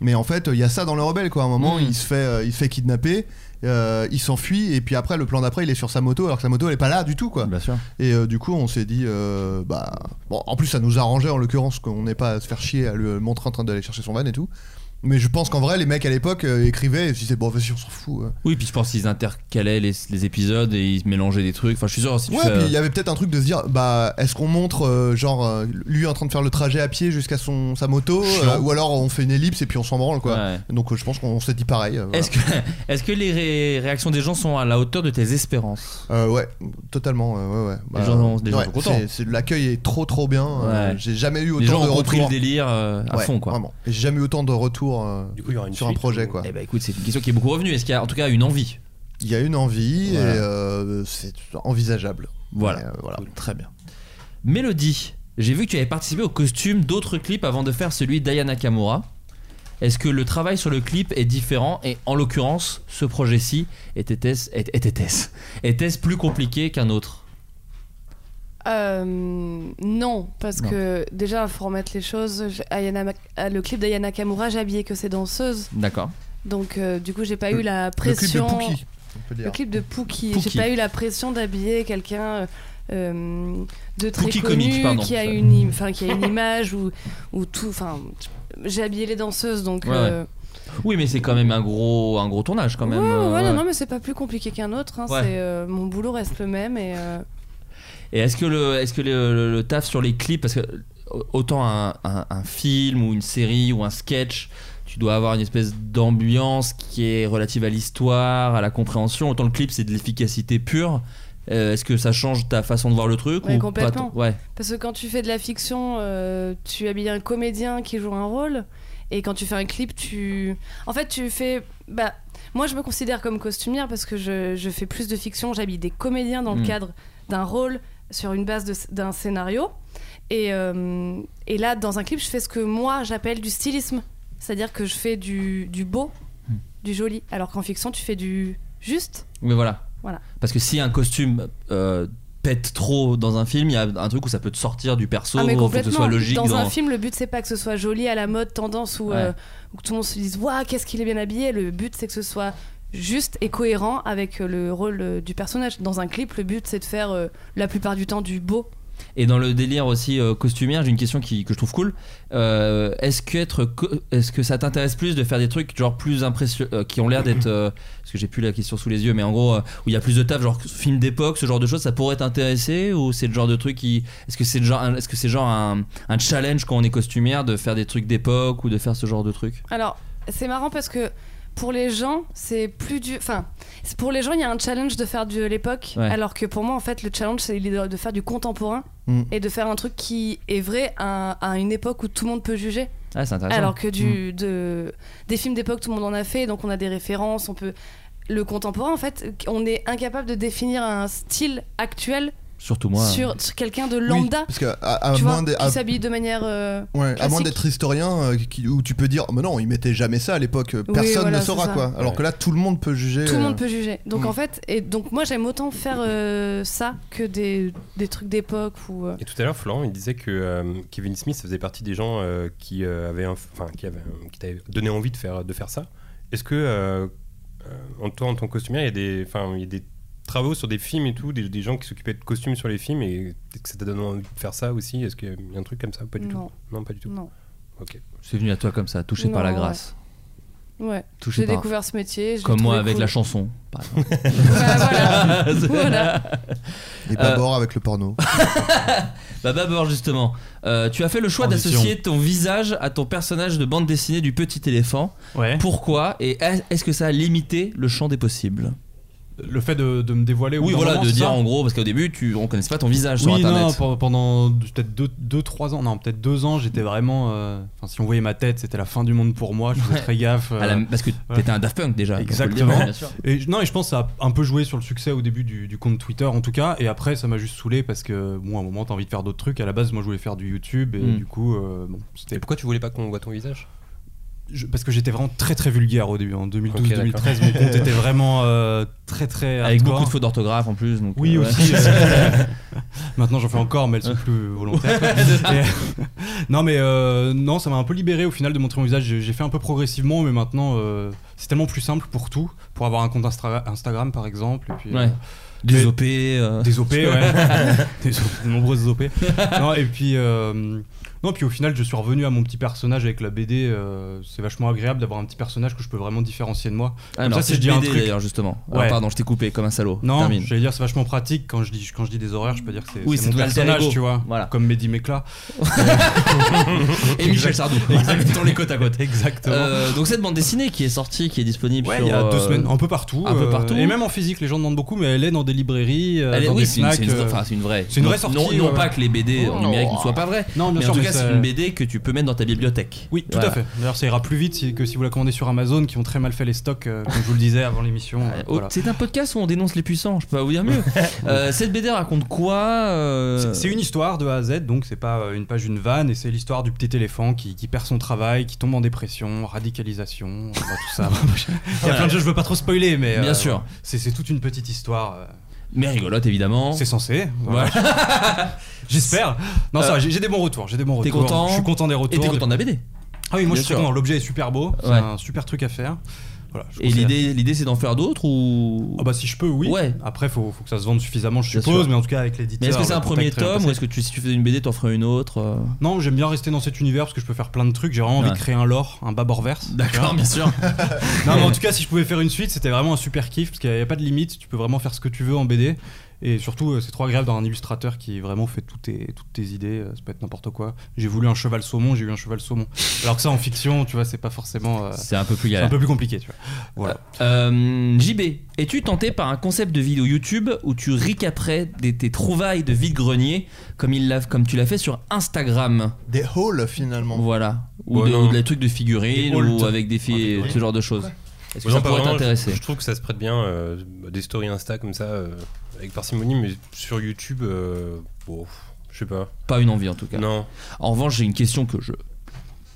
Speaker 8: Mais en fait, il y a ça dans le Rebelle, quoi. À un moment,
Speaker 10: Mm.
Speaker 8: il, se fait, euh, il se fait kidnapper, euh, il s'enfuit, et puis après, le plan d'après, il est sur sa moto, alors que sa moto, elle est pas là du tout, quoi.
Speaker 10: Bien sûr.
Speaker 8: Et euh, du coup, on s'est dit, euh, bah, bon, en plus, ça nous arrangeait en l'occurrence qu'on n'ait pas à se faire chier à le montrer en train d'aller chercher son van et tout. Mais je pense qu'en vrai, les mecs à l'époque euh, écrivaient et se disaient, bon, vas-y, on s'en fout. euh.
Speaker 10: Oui, puis je pense qu'ils intercalaient les, les épisodes et ils mélangeaient des trucs. Enfin, je suis sûr si tu
Speaker 8: Ouais,
Speaker 10: fais,
Speaker 8: puis
Speaker 10: euh,
Speaker 8: il y avait peut-être un truc de se dire, bah, est-ce qu'on montre, euh, genre, euh, lui en train de faire le trajet à pied jusqu'à son, sa moto,
Speaker 10: Chiant.
Speaker 8: euh, ou alors on fait une ellipse et puis on s'en branle, quoi.
Speaker 10: ouais.
Speaker 8: Donc euh, je pense qu'on s'est dit pareil. euh, voilà.
Speaker 10: Est-ce que, est que les ré- réactions des gens sont à la hauteur de tes espérances
Speaker 8: Euh, ouais, totalement. euh, ouais, ouais. Bah,
Speaker 10: gens- les gens
Speaker 8: ouais,
Speaker 10: sont contents.
Speaker 8: c'est- c'est- L'accueil est trop, trop bien. euh,
Speaker 10: Ouais.
Speaker 8: J'ai jamais eu autant
Speaker 10: Les gens
Speaker 8: de
Speaker 10: ont compris le
Speaker 8: retours.
Speaker 10: délire euh, à
Speaker 8: Ouais,
Speaker 10: fond quoi.
Speaker 8: Vraiment. J'ai jamais eu autant de retours. euh,
Speaker 11: Du coup, il y aura une
Speaker 8: sur un
Speaker 11: suite
Speaker 8: projet
Speaker 11: ou-
Speaker 8: quoi.
Speaker 10: Eh ben écoute, c'est une question qui est beaucoup revenue. Est-ce qu'il y a en tout cas une envie
Speaker 8: Il y a une envie
Speaker 10: Voilà.
Speaker 8: et euh, c'est envisageable.
Speaker 10: Voilà.
Speaker 8: Mais, euh, voilà.
Speaker 10: Ah, Très bien. Mélodie, j'ai vu que tu avais participé au costume d'autres clips avant de faire celui d'Ayana Kamura. Est-ce que le travail sur le clip est différent et en l'occurrence, ce projet-ci était-ce était- était-ce- était-ce plus compliqué qu'un autre
Speaker 9: Euh, non, parce
Speaker 10: Non.
Speaker 9: que déjà, faut remettre les choses. J'ai- Ayana Mac- euh, le clip d'Ayana Kamura, j'habillais que ses danseuses.
Speaker 10: D'accord.
Speaker 9: Donc, euh, du coup, j'ai pas
Speaker 8: Le-
Speaker 9: eu la
Speaker 8: Le clip de
Speaker 9: pression.
Speaker 8: Pookie, on peut
Speaker 9: Le
Speaker 8: dire.
Speaker 9: clip de Pookie.
Speaker 10: Pookie.
Speaker 9: J'ai pas eu la pression d'habiller quelqu'un euh, de très
Speaker 10: Pookie
Speaker 9: connu
Speaker 10: comique, pardon.
Speaker 9: qui a une, im- enfin, qui a une image ou ou tout. Enfin, j'ai habillé les danseuses, donc.
Speaker 10: Ouais,
Speaker 9: euh,
Speaker 10: Oui, mais c'est quand même un gros, un gros tournage quand même.
Speaker 9: ouais,
Speaker 10: euh,
Speaker 9: ouais,
Speaker 10: ouais.
Speaker 9: non, mais c'est pas plus compliqué qu'un autre. hein,
Speaker 10: Ouais.
Speaker 9: c'est, euh, mon boulot reste le même et. euh,
Speaker 10: Et est-ce que le, est-ce que le, le- le taf sur les clips, parce que autant un, un- un film ou une série ou un sketch, tu dois avoir une espèce d'ambiance qui est relative à l'histoire, à la compréhension. Autant le clip, c'est de l'efficacité pure. Euh, est-ce que ça change ta façon de voir le truc
Speaker 9: Ouais,
Speaker 10: ou
Speaker 9: complètement.
Speaker 10: Pas t- ouais.
Speaker 9: Parce que quand tu fais de la fiction, euh, tu habilles un comédien qui joue un rôle. Et quand tu fais un clip, tu. En fait, tu fais. Bah, moi, je me considère comme costumière parce que je, je fais plus de fiction. J'habille des comédiens dans
Speaker 10: Mm.
Speaker 9: le cadre d'un rôle sur une base de sc- d'un scénario. Et, euh, et là, dans un clip, je fais ce que moi, j'appelle du stylisme. C'est-à-dire que je fais du, du beau,
Speaker 10: Mm.
Speaker 9: du joli. Alors qu'en fiction, tu fais du juste.
Speaker 10: Mais voilà.
Speaker 9: Voilà.
Speaker 10: Parce que si un costume euh, pète trop dans un film, il y a un truc où ça peut te sortir du perso,
Speaker 9: Ah, mais
Speaker 10: faut que ce
Speaker 9: complètement.
Speaker 10: soit logique.
Speaker 9: dans, un film, le but c'est pas que ce soit joli à la mode, tendance ou
Speaker 10: Ouais.
Speaker 9: euh, ou que tout le monde se dise waouh qu'est-ce qu'il est bien habillé. Le but c'est que ce soit juste et cohérent avec euh, le rôle euh, du personnage. Dans un clip, le but c'est de faire euh, la plupart du temps du beau.
Speaker 10: Et dans le délire aussi euh, costumière, j'ai une question qui, que je trouve cool. Euh, est-ce que être co- est-ce que ça t'intéresse plus de faire des trucs genre plus impressionnants qui ont l'air d'être euh, parce que j'ai plus la question sous les yeux, mais en gros euh, où il y a plus de taf, genre film d'époque, ce genre de choses, ça pourrait t'intéresser ou c'est le genre de truc qui est-ce que c'est le genre un- est-ce que c'est genre un, un challenge quand on est costumière de faire des trucs d'époque ou de faire ce genre de trucs
Speaker 9: Alors c'est marrant parce que pour les gens, c'est plus du. Enfin, c'est- pour les gens, il y a un challenge de faire de l'époque,
Speaker 10: Ouais.
Speaker 9: alors que pour moi, en fait, le challenge, c'est de de faire du contemporain
Speaker 8: Mm.
Speaker 9: et de faire un truc qui est vrai à, à une époque où tout le monde peut juger.
Speaker 10: Ah, c'est intéressant.
Speaker 9: Alors que
Speaker 10: Mm.
Speaker 9: du, de, des films d'époque, tout le monde en a fait, donc on a des références, on peut. Le contemporain, en fait, on est incapable de définir un style actuel
Speaker 10: Surtout moi.
Speaker 9: sur, sur quelqu'un de lambda,
Speaker 8: Parce que à, à
Speaker 9: tu vois,
Speaker 8: Ah, moins d'être-
Speaker 9: qui
Speaker 8: à-
Speaker 9: s'habille de manière. euh,
Speaker 8: ouais, à moins
Speaker 9: classique.
Speaker 8: d'être historien, euh, qui- où tu peux dire, mais non, ils mettaient jamais ça à l'époque, euh, personne
Speaker 9: voilà,
Speaker 8: ne
Speaker 9: c'est
Speaker 8: saura
Speaker 9: ça.
Speaker 8: quoi. Alors que là, tout le monde peut juger.
Speaker 9: Tout le
Speaker 8: euh,
Speaker 9: monde peut juger. Donc
Speaker 8: Mm.
Speaker 9: en fait, et donc moi j'aime autant faire euh, ça que des, des trucs d'époque ou. euh,
Speaker 11: Et tout à l'heure, Florent, il disait que euh, Kevin Smith ça faisait partie des gens euh, qui euh, avaient, un- enfin, qui avaient, euh, qui t'avaient donné envie de faire, de faire ça. Est-ce que, euh, euh, en toi, en tant que costumier, il y a des, enfin, il y a des travaux sur des films et tout, des, des gens qui s'occupaient de costumes sur les films et peut-être que ça t'a donné envie de faire ça aussi Est-ce qu'il y a un truc comme ça Pas du
Speaker 9: non,
Speaker 11: tout. Non, pas du tout.
Speaker 9: non.
Speaker 11: Ok.
Speaker 10: C'est venu à toi comme ça, touché
Speaker 9: Non,
Speaker 10: par la
Speaker 9: ouais.
Speaker 10: grâce.
Speaker 9: Ouais.
Speaker 10: Touché
Speaker 9: J'ai
Speaker 10: par.
Speaker 9: découvert ce métier. je l'ai
Speaker 10: Comme moi
Speaker 9: trouvé
Speaker 10: avec
Speaker 9: cool.
Speaker 10: la chanson. par exemple.
Speaker 9: Bah, voilà. Voilà.
Speaker 8: Et pas
Speaker 10: Euh,
Speaker 8: bord avec le porno.
Speaker 10: Bah d'abord justement, euh, tu as fait le choix
Speaker 7: Transition.
Speaker 10: d'associer ton visage à ton personnage de bande dessinée du petit éléphant.
Speaker 7: Ouais.
Speaker 10: Pourquoi Et est- est-ce que ça a limité le champ des possibles
Speaker 7: Le fait de, de me dévoiler. au
Speaker 10: Oui,
Speaker 7: bout d'un
Speaker 10: voilà,
Speaker 7: moment,
Speaker 10: de
Speaker 7: c'est
Speaker 10: dire
Speaker 7: ça
Speaker 10: en gros, parce qu'au début, tu, on connaissait pas ton visage sur
Speaker 7: oui,
Speaker 10: Internet.
Speaker 7: non, pe- pendant peut-être 2-3 ans, non, peut-être 2 ans, j'étais vraiment. euh, Enfin, si on voyait ma tête, c'était la fin du monde pour moi, je faisais
Speaker 10: Ouais.
Speaker 7: très gaffe. euh,
Speaker 10: À la- parce que t'étais un Daft Punk déjà. donc faut le dire,
Speaker 7: Exactement.
Speaker 10: bien sûr.
Speaker 7: Et je- non, et je pense que ça a un peu joué sur le succès au début du, du compte Twitter, en tout cas. Et après, ça m'a juste saoulé parce que, bon, à un moment, t'as envie de faire d'autres trucs. À la base, moi, je voulais faire du YouTube. Et
Speaker 10: Mm.
Speaker 7: du coup, euh, bon, c'était.
Speaker 11: Et pourquoi tu voulais pas qu'on voit ton visage
Speaker 7: je- parce que j'étais vraiment très, très vulgaire au début. En 2012,
Speaker 11: Ok, d'accord.
Speaker 7: 2013, mon compte était vraiment euh, très, très.
Speaker 10: Avec
Speaker 7: hardcore.
Speaker 10: beaucoup de fautes d'orthographe en plus. donc,
Speaker 7: Oui,
Speaker 10: euh, ouais.
Speaker 7: aussi. euh, Maintenant, j'en fais encore, mais elles sont plus volontaires. quoi. Et- non, mais euh, non, ça m'a un peu libéré au final de montrer mon visage. J'ai j'ai fait un peu progressivement, mais maintenant, euh, c'est tellement plus simple pour tout. Pour avoir un compte Instra- Instagram, par exemple. Et puis,
Speaker 10: Ouais. Des OP. euh,
Speaker 7: des OP, ouais. des OP, de nombreuses OP. Non, et puis, euh, non, puis au final, je suis revenu à mon petit personnage avec la BD. euh, c'est vachement agréable d'avoir un petit personnage que je peux vraiment différencier de moi.
Speaker 10: Ah,
Speaker 7: Comme
Speaker 10: non,
Speaker 7: ça, si
Speaker 10: c'est
Speaker 7: je dis un
Speaker 10: BD,
Speaker 7: truc-
Speaker 10: d'ailleurs, justement. Ah,
Speaker 7: Ouais.
Speaker 10: pardon, je t'ai coupé comme un salaud.
Speaker 7: Non,
Speaker 10: Termine.
Speaker 7: j'allais dire c'est vachement pratique quand je dis quand je dis des horaires, je peux dire que c'est
Speaker 10: Oui,
Speaker 7: c'est
Speaker 10: c'est
Speaker 7: mon
Speaker 10: ton alter
Speaker 7: personnage,
Speaker 10: ego.
Speaker 7: tu vois.
Speaker 10: Voilà.
Speaker 7: Comme Mehdi Mekla.
Speaker 10: Et Michel Sardou. Exactement, les côte à côte.
Speaker 7: Exactement.
Speaker 10: Euh, donc cette bande dessinée qui est sortie, qui est disponible
Speaker 7: Ouais,
Speaker 10: sur,
Speaker 7: il y a deux
Speaker 10: euh,
Speaker 7: semaines, un peu partout.
Speaker 10: un peu
Speaker 7: euh,
Speaker 10: partout.
Speaker 7: Et même en physique, les gens demandent beaucoup, mais elle est dans des librairies, euh,
Speaker 10: Elle est-
Speaker 7: dans
Speaker 10: oui,
Speaker 7: des
Speaker 10: c'est une,
Speaker 7: snacks.
Speaker 10: c'est une-
Speaker 7: euh,
Speaker 10: enfin, c'est une vraie.
Speaker 7: c'est une vraie
Speaker 10: Non-
Speaker 7: sortie,
Speaker 10: Non, non
Speaker 7: ouais.
Speaker 10: pas que les BD en numérique ne soient pas vraies.
Speaker 7: Non, bien
Speaker 10: mais
Speaker 7: sûr,
Speaker 10: en tout
Speaker 7: mais
Speaker 10: cas,
Speaker 7: ça-
Speaker 10: c'est une BD que tu peux mettre dans ta bibliothèque.
Speaker 7: Oui, tout
Speaker 10: Voilà.
Speaker 7: à fait. D'ailleurs, ça ira plus vite si- que si vous la commandez sur Amazon, qui ont très mal fait les stocks, euh, comme je vous le disais avant l'émission. euh,
Speaker 10: Ah, oh,
Speaker 7: voilà.
Speaker 10: C'est un podcast où on dénonce les puissants, je peux pas vous dire mieux. Euh, cette BD raconte quoi euh,
Speaker 7: C'est- C'est une histoire de A à Z, donc c'est pas euh, une page, une vanne, et c'est l'histoire du petit éléphant qui, qui perd son travail, qui tombe en dépression, radicalisation, euh, bah, tout ça. Il y a plein de jeux, je veux pas trop spoiler, mais.
Speaker 10: Bien
Speaker 7: euh,
Speaker 10: sûr.
Speaker 7: C'est c'est toute une petite histoire. euh,
Speaker 10: Mais rigolote évidemment.
Speaker 7: C'est censé.
Speaker 10: Voilà.
Speaker 7: voilà. J'espère. Non, ça,
Speaker 10: Euh,
Speaker 7: va, j'ai j'ai des bons retours. J'ai des bons
Speaker 10: t'es
Speaker 7: retours.
Speaker 10: content
Speaker 7: Je suis content des
Speaker 10: Et
Speaker 7: retours.
Speaker 10: t'es content de la BD.
Speaker 7: Ah oui, moi
Speaker 10: Bien
Speaker 7: je suis
Speaker 10: sûr.
Speaker 7: content. L'objet est super beau. C'est
Speaker 10: Ouais.
Speaker 7: un super truc à faire. Voilà, je
Speaker 10: Et
Speaker 7: conseille.
Speaker 10: l'idée, l'idée c'est d'en faire d'autres ou.
Speaker 7: Ah bah si je peux, oui.
Speaker 10: Ouais.
Speaker 7: Après, faut, faut que ça se vende suffisamment, je
Speaker 10: Bien
Speaker 7: suppose.
Speaker 10: sûr.
Speaker 7: Mais en tout cas, avec l'éditeur.
Speaker 10: Mais est-ce que c'est
Speaker 7: le
Speaker 10: un
Speaker 7: contact
Speaker 10: premier
Speaker 7: très bien
Speaker 10: tome
Speaker 7: passé.
Speaker 10: ou est-ce que tu- si tu faisais une BD, t'en ferais une autre euh
Speaker 7: Non, j'aime bien rester dans cet univers parce que je peux faire plein de trucs. J'ai vraiment envie
Speaker 10: Ouais.
Speaker 7: de créer un lore, un baborverse.
Speaker 10: D'accord, bien sûr.
Speaker 7: Non, mais en tout cas, si je pouvais faire une suite, c'était vraiment un super kiff parce qu'il n'y a pas de limite. Tu peux vraiment faire ce que tu veux en BD. Et surtout, euh, c'est trop agréable d'avoir un illustrateur qui vraiment fait toutes tes, toutes tes idées. euh, Ça peut être n'importe quoi. J'ai voulu un cheval saumon, j'ai eu un cheval saumon. Alors que ça, en fiction, tu vois, c'est pas forcément. euh,
Speaker 10: C'est un peu plus
Speaker 7: c'est
Speaker 10: galère.
Speaker 7: un peu plus compliqué, tu vois. Voilà.
Speaker 10: Euh, JB, es-tu tenté par un concept de vidéo YouTube où tu ricaperais des, tes trouvailles de vide-grenier comme, il l'a- comme tu l'as fait sur Instagram
Speaker 8: Des halls finalement.
Speaker 10: Voilà. Ou,
Speaker 11: Ouais,
Speaker 10: de,
Speaker 11: Bah non.
Speaker 10: ou de la truc de figurines
Speaker 11: Des halts.
Speaker 10: ou avec des filles, ce genre de choses. Est-ce
Speaker 11: Ouais,
Speaker 10: que
Speaker 11: Bah
Speaker 10: ça
Speaker 11: non, pas
Speaker 10: pourrait
Speaker 11: vraiment,
Speaker 10: t'intéresser
Speaker 11: Je, je trouve que ça se prête bien euh, des stories Insta comme ça euh, avec parcimonie, mais sur YouTube, euh, bon, je sais pas.
Speaker 10: Pas une envie en tout cas.
Speaker 11: Non.
Speaker 10: En revanche, j'ai une question que je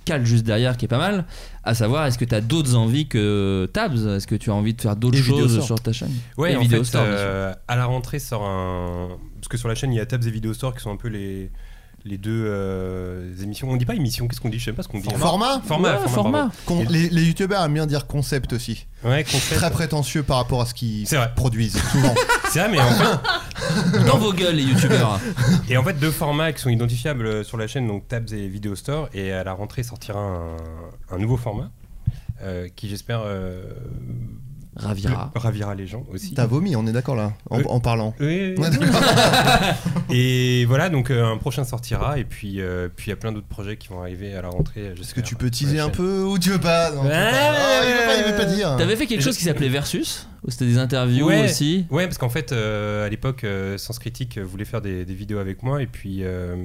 Speaker 10: cale juste derrière qui est pas mal, à savoir est-ce que tu as d'autres envies que Tabs Est-ce que tu as envie de faire d'autres
Speaker 8: Et vidéo
Speaker 10: choses
Speaker 8: sort.
Speaker 10: sur ta chaîne
Speaker 11: Ouais,
Speaker 10: Et
Speaker 11: en
Speaker 10: vidéo
Speaker 11: fait,
Speaker 10: store, bien
Speaker 11: euh, à la rentrée sort un. Parce que sur la chaîne, il y a Tabs et Vidéo Store qui sont un peu les, les deux euh, émissions. On dit pas émission, qu'est-ce qu'on dit Je sais même pas ce qu'on dit.
Speaker 8: Format
Speaker 11: Format,
Speaker 10: Ouais,
Speaker 11: format,
Speaker 10: format.
Speaker 11: pardon.
Speaker 8: Con- les, les youtubeurs aiment bien dire concept aussi.
Speaker 11: Ouais, concept.
Speaker 8: Très prétentieux par rapport à ce qu'ils
Speaker 11: C'est vrai.
Speaker 8: produisent souvent.
Speaker 11: C'est ça, mais en fait,
Speaker 10: Dans vos gueules, les youtubeurs
Speaker 11: et en fait, deux formats qui sont identifiables euh, sur la chaîne, donc Tabs et Vidéo Store, et à la rentrée sortira un, un nouveau format euh, qui, j'espère, euh,
Speaker 10: Ravira.
Speaker 11: Ravira les gens aussi.
Speaker 8: T'as vomi, on est d'accord là, en,
Speaker 11: Oui.
Speaker 8: en parlant.
Speaker 11: Oui, oui, oui.
Speaker 8: Ouais, d'accord.
Speaker 11: et voilà, donc euh, un prochain sortira, et puis euh, puis il y a plein d'autres projets qui vont arriver à la rentrée.
Speaker 8: Est-ce que tu peux teaser un peu ou tu veux pas Non, tu veux pas.
Speaker 11: Ouais.
Speaker 8: Ah, il veut pas, il veut pas dire.
Speaker 10: T'avais fait quelque chose qui s'appelait Versus, où c'était des interviews
Speaker 11: Ouais.
Speaker 10: aussi.
Speaker 11: Ouais, parce qu'en fait, euh, à l'époque, euh, Sens Critique euh, voulait faire des, des vidéos avec moi, et puis, euh,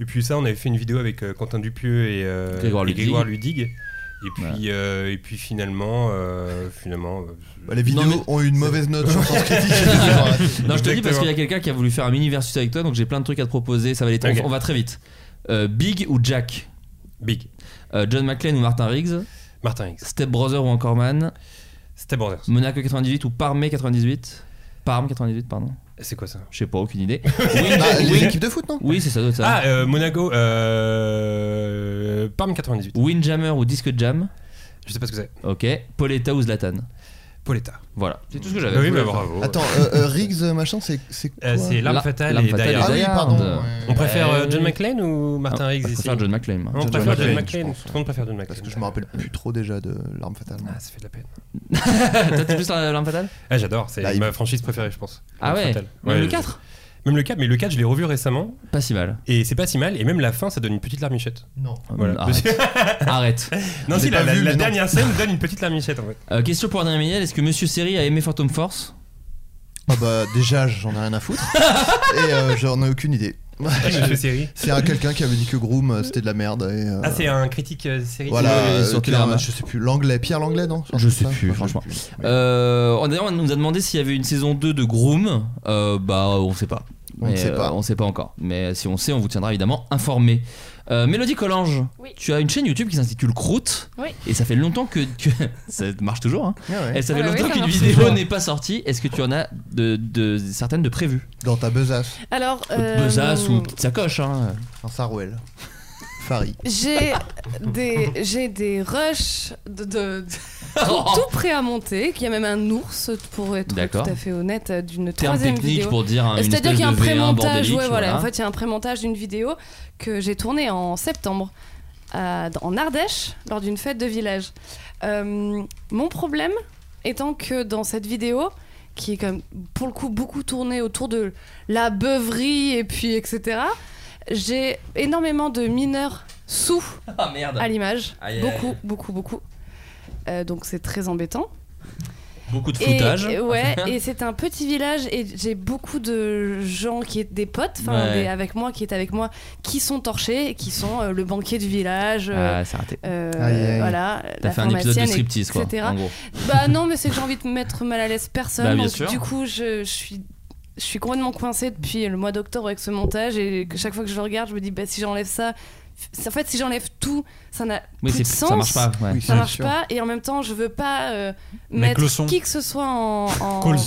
Speaker 11: et puis ça, on avait fait une vidéo avec euh, Quentin Dupieux et, euh,
Speaker 10: Grégoire
Speaker 11: et
Speaker 10: Ludig.
Speaker 11: Ludig. Et puis, euh, et puis finalement, euh, finalement, euh,
Speaker 8: Bah, les vidéos
Speaker 10: Non, mais-
Speaker 8: ont eu une mauvaise note sur Sens Critique.
Speaker 10: Non, je te dis parce
Speaker 11: Exactement.
Speaker 10: qu'il y a quelqu'un qui a voulu faire un mini versus avec toi, donc j'ai plein de trucs à te proposer. Ça va aller.
Speaker 11: Ok.
Speaker 10: On, on va très vite. Euh, Big ou Jack
Speaker 11: Big,
Speaker 10: Euh, John McClane ou Martin Riggs
Speaker 11: Martin X,
Speaker 10: Step Brother ou encore Man
Speaker 11: Step Brothers.
Speaker 10: Monaco 98 ou Parme 98 Parme 98, pardon.
Speaker 11: C'est quoi ça
Speaker 10: Je sais pas, aucune idée.
Speaker 8: Bah,
Speaker 10: oui.
Speaker 8: les équipes de foot, non
Speaker 10: Oui, c'est ça, doit être ça.
Speaker 11: Ah, euh, Monaco, euh, Parme 98.
Speaker 10: Windjammer ou Disque Jam
Speaker 11: Je sais pas ce que c'est.
Speaker 10: Ok. Pauletta ou Zlatan
Speaker 11: Poletta.
Speaker 10: Voilà. C'est tout ce que
Speaker 11: Bah
Speaker 10: j'avais.
Speaker 11: oui,
Speaker 10: Ah,
Speaker 11: bah bravo.
Speaker 8: Attends, euh, euh, Riggs, euh, machin, c'est c'est quoi
Speaker 11: Euh, c'est L'arme
Speaker 10: La-
Speaker 11: fatale
Speaker 10: L'arme
Speaker 11: et
Speaker 10: fatale
Speaker 11: Dayard.
Speaker 8: Ah oui,
Speaker 10: Dayard.
Speaker 8: pardon.
Speaker 10: Euh,
Speaker 8: ouais.
Speaker 11: On préfère euh,
Speaker 10: Ouais.
Speaker 11: John McClane ou Martin Riggs
Speaker 10: je
Speaker 11: ici
Speaker 10: Ah, préfère John McClane. moi.
Speaker 11: On
Speaker 8: John
Speaker 11: préfère John
Speaker 8: McClane,
Speaker 11: McClane.
Speaker 8: je pense.
Speaker 11: Tout le monde préfère John McClane.
Speaker 8: Parce que je me rappelle plus trop déjà de l'arme fatale.
Speaker 11: Ah, ça fait de la peine.
Speaker 10: Toi, t'es plus la l'arme fatale
Speaker 11: Ah, j'adore, c'est
Speaker 8: Là, il-
Speaker 11: ma franchise préférée, je pense.
Speaker 10: Ah ouais
Speaker 11: Fatal.
Speaker 10: Même
Speaker 11: Ouais,
Speaker 10: le
Speaker 11: je-
Speaker 10: 4
Speaker 11: Même le 4, mais le 4, je l'ai revu récemment
Speaker 10: Pas si mal.
Speaker 11: et c'est pas si mal. Et même la fin, ça donne une petite larmichette.
Speaker 8: Non.
Speaker 11: Voilà.
Speaker 10: Arrête. Arrête.
Speaker 11: non,
Speaker 8: Je
Speaker 11: si,
Speaker 8: l'ai
Speaker 11: la,
Speaker 8: pas
Speaker 11: la-
Speaker 8: vu,
Speaker 11: la
Speaker 8: mais non.
Speaker 11: dernière scène donne une petite larmichette en fait.
Speaker 10: Euh, question pour Adrien Méniel est-ce que Monsieur Seri a aimé Phantom Force
Speaker 8: Ah bah déjà, j'en ai rien à foutre. Et euh, j'en ai aucune idée.
Speaker 11: Monsieur Ah, série.
Speaker 8: C'est un quelqu'un qui avait dit que Groom euh, c'était de la merde. Et, euh,
Speaker 11: Ah, c'est un critique euh, série.
Speaker 8: Voilà,
Speaker 10: Oui, oui,
Speaker 8: euh,
Speaker 10: sur
Speaker 8: Pierre,
Speaker 10: Télérama.
Speaker 8: je sais plus, l'anglais, Pierre l'anglais, non
Speaker 10: Je sais plus, franchement. Euh, D'ailleurs, on nous a demandé s'il y avait une saison 2 de Groom. Euh, bah, on sait pas.
Speaker 8: On ne
Speaker 10: Mais,
Speaker 8: sait
Speaker 10: euh,
Speaker 8: pas.
Speaker 10: on sait pas encore. Mais si on sait, on vous tiendra évidemment informé. Euh, Mélodie Collange,
Speaker 9: Oui.
Speaker 10: tu as une chaîne YouTube qui s'intitule Croûte.
Speaker 9: Oui.
Speaker 10: Et ça fait longtemps que. que- ça marche toujours, hein.
Speaker 8: Ah Ouais, ouais.
Speaker 10: Et ça fait
Speaker 9: Ouais, ouais,
Speaker 10: longtemps
Speaker 9: ça
Speaker 10: qu'une
Speaker 9: marche
Speaker 10: vidéo
Speaker 9: toujours.
Speaker 10: n'est pas sortie. Est-ce que tu en as de, de- certaines de prévues
Speaker 8: Dans ta besace,
Speaker 9: Alors,
Speaker 10: Besace
Speaker 9: euh,
Speaker 10: ou petite sacoche, hein.
Speaker 8: un sarouel. Fari.
Speaker 9: J'ai des, j'ai des rushs de, de- de-
Speaker 10: Oh.
Speaker 9: tout, tout prêt à monter. Il y a même un ours, pour être
Speaker 10: D'accord.
Speaker 9: tout à fait honnête, euh, d'une
Speaker 10: Terme
Speaker 9: troisième
Speaker 10: technique
Speaker 9: vidéo.
Speaker 10: pour dire. hein, une espèce
Speaker 9: C'est-à-dire qu'il y a
Speaker 10: de
Speaker 9: un
Speaker 10: V1
Speaker 9: pré-montage,
Speaker 10: bordélique,
Speaker 9: ouais, voilà. En fait, il y a un pré-montage d'une vidéo que j'ai tournée en septembre à- en Ardèche lors d'une fête de village. Euh, mon problème étant que dans cette vidéo, qui est comme pour le coup beaucoup tournée autour de la beuverie et puis etc., j'ai énormément de mineurs sous
Speaker 10: Ah merde.
Speaker 9: à l'image,
Speaker 10: Aïe, aïe,
Speaker 9: beaucoup,
Speaker 10: aïe.
Speaker 9: beaucoup, beaucoup. Euh, donc c'est très embêtant.
Speaker 10: Beaucoup de
Speaker 9: Et-
Speaker 10: floutage.
Speaker 9: Et, ouais, et c'est un petit village et j'ai beaucoup de gens qui étaient des potes, enfin
Speaker 10: Ouais.
Speaker 9: des- avec moi, qui étaient avec moi, qui sont torchés, et qui sont euh, le banquier du village. euh,
Speaker 10: Ah, c'est raté.
Speaker 9: euh,
Speaker 8: Aïe, aïe, aïe.
Speaker 9: Voilà,
Speaker 10: T'as
Speaker 9: la
Speaker 10: fait un épisode de
Speaker 9: pharmacienne,
Speaker 10: striptease, quoi.
Speaker 9: etc..
Speaker 10: En gros.
Speaker 9: Bah non, mais c'est que j'ai envie de mettre mal à l'aise personne.
Speaker 10: Bah, bien
Speaker 9: donc,
Speaker 10: sûr.
Speaker 9: Du coup, je, je suis. Je suis complètement coincée depuis le mois d'octobre avec ce montage et que chaque fois que je le regarde, je me dis bah, si j'enlève ça, f- en fait si j'enlève tout, ça n'a
Speaker 10: Oui,
Speaker 9: plus de
Speaker 10: c'est,
Speaker 9: sens.
Speaker 10: ça marche pas. ouais.
Speaker 8: Oui,
Speaker 9: ça
Speaker 8: bien
Speaker 9: marche
Speaker 8: sûr.
Speaker 9: pas et en même temps je veux pas euh,
Speaker 7: Mec,
Speaker 9: mettre
Speaker 7: le son.
Speaker 9: qui que ce soit en, en...
Speaker 7: Calls.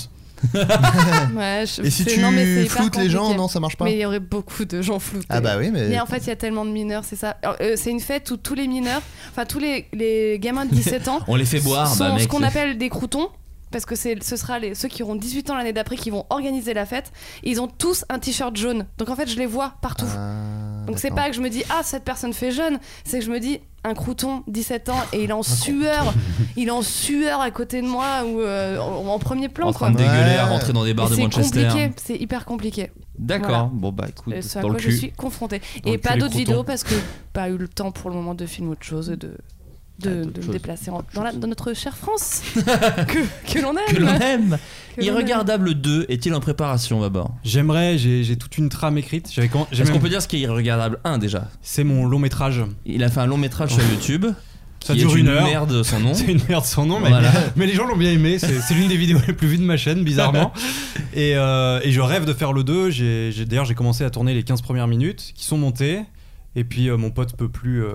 Speaker 9: Ouais, je-
Speaker 8: Et si
Speaker 9: c'est-
Speaker 8: tu
Speaker 9: non, mais c'est hyper
Speaker 8: floutes les gens,
Speaker 9: compliqué.
Speaker 8: non, ça marche pas.
Speaker 9: mais il y aurait beaucoup de gens floutés
Speaker 8: Ah bah oui, mais.
Speaker 9: mais en fait il y a tellement de mineurs c'est ça Alors, euh, c'est une fête où tous les mineurs enfin tous les, les gamins de 17 ans
Speaker 10: On les fait boire,
Speaker 9: sont
Speaker 10: bah mec.
Speaker 9: ce qu'on appelle des croutons parce que c'est, ce sera les, ceux qui auront 18 ans l'année d'après qui vont organiser la fête. Et ils ont tous un t-shirt jaune. Donc en fait, je les vois partout.
Speaker 8: Ah,
Speaker 9: Donc c'est
Speaker 8: d'accord.
Speaker 9: pas que je me dis ah cette personne fait jeune, c'est que je me dis un crouton 17 ans et il est en sueur, il est en sueur à côté de moi ou euh, en, en premier plan
Speaker 10: en
Speaker 9: quoi.
Speaker 10: train de dégueuler à
Speaker 8: Ouais.
Speaker 10: rentrer dans des bars
Speaker 9: Et
Speaker 10: de
Speaker 9: c'est
Speaker 10: Manchester.
Speaker 9: compliqué, c'est hyper compliqué.
Speaker 10: D'accord.
Speaker 9: Voilà.
Speaker 10: Bon bah écoute,
Speaker 9: Euh, ce à
Speaker 10: dans
Speaker 9: quoi
Speaker 10: le
Speaker 9: je
Speaker 10: cul.
Speaker 9: suis confrontée.
Speaker 10: Dans le
Speaker 9: Et
Speaker 10: cul,
Speaker 9: pas
Speaker 10: les
Speaker 9: d'autres
Speaker 10: croutons.
Speaker 9: vidéos parce que pas eu le temps pour le moment de filmer autre chose, de, de,
Speaker 10: Ah,
Speaker 9: de
Speaker 10: d'autres
Speaker 9: me
Speaker 10: choses.
Speaker 9: déplacer en- dans, la- dans notre chère France que, que l'on aime.
Speaker 10: Que l'on aime.
Speaker 9: Que l'on
Speaker 10: Irregardable 2 est-il en préparation d'abord
Speaker 7: J'aimerais, j'ai j'ai toute une trame écrite. J'avais quand- j'ai
Speaker 10: Est-ce qu'on
Speaker 7: même-
Speaker 10: peut dire ce qui est Irregardable 1 déjà
Speaker 7: C'est mon long métrage.
Speaker 10: Il a fait un long métrage sur YouTube.
Speaker 7: Oh. Ça
Speaker 10: qui
Speaker 7: dure
Speaker 10: est
Speaker 7: une heure.
Speaker 10: Merde son nom.
Speaker 7: C'est une merde son nom, mais,
Speaker 10: Voilà.
Speaker 7: mais les gens l'ont bien aimé. C'est c'est l'une des vidéos les plus vues de ma chaîne, bizarrement. Et, euh, et je rêve de faire le 2. J'ai- j'ai- D'ailleurs, j'ai commencé à tourner les 15 premières minutes qui sont montées. Et puis euh, mon pote peut plus, euh,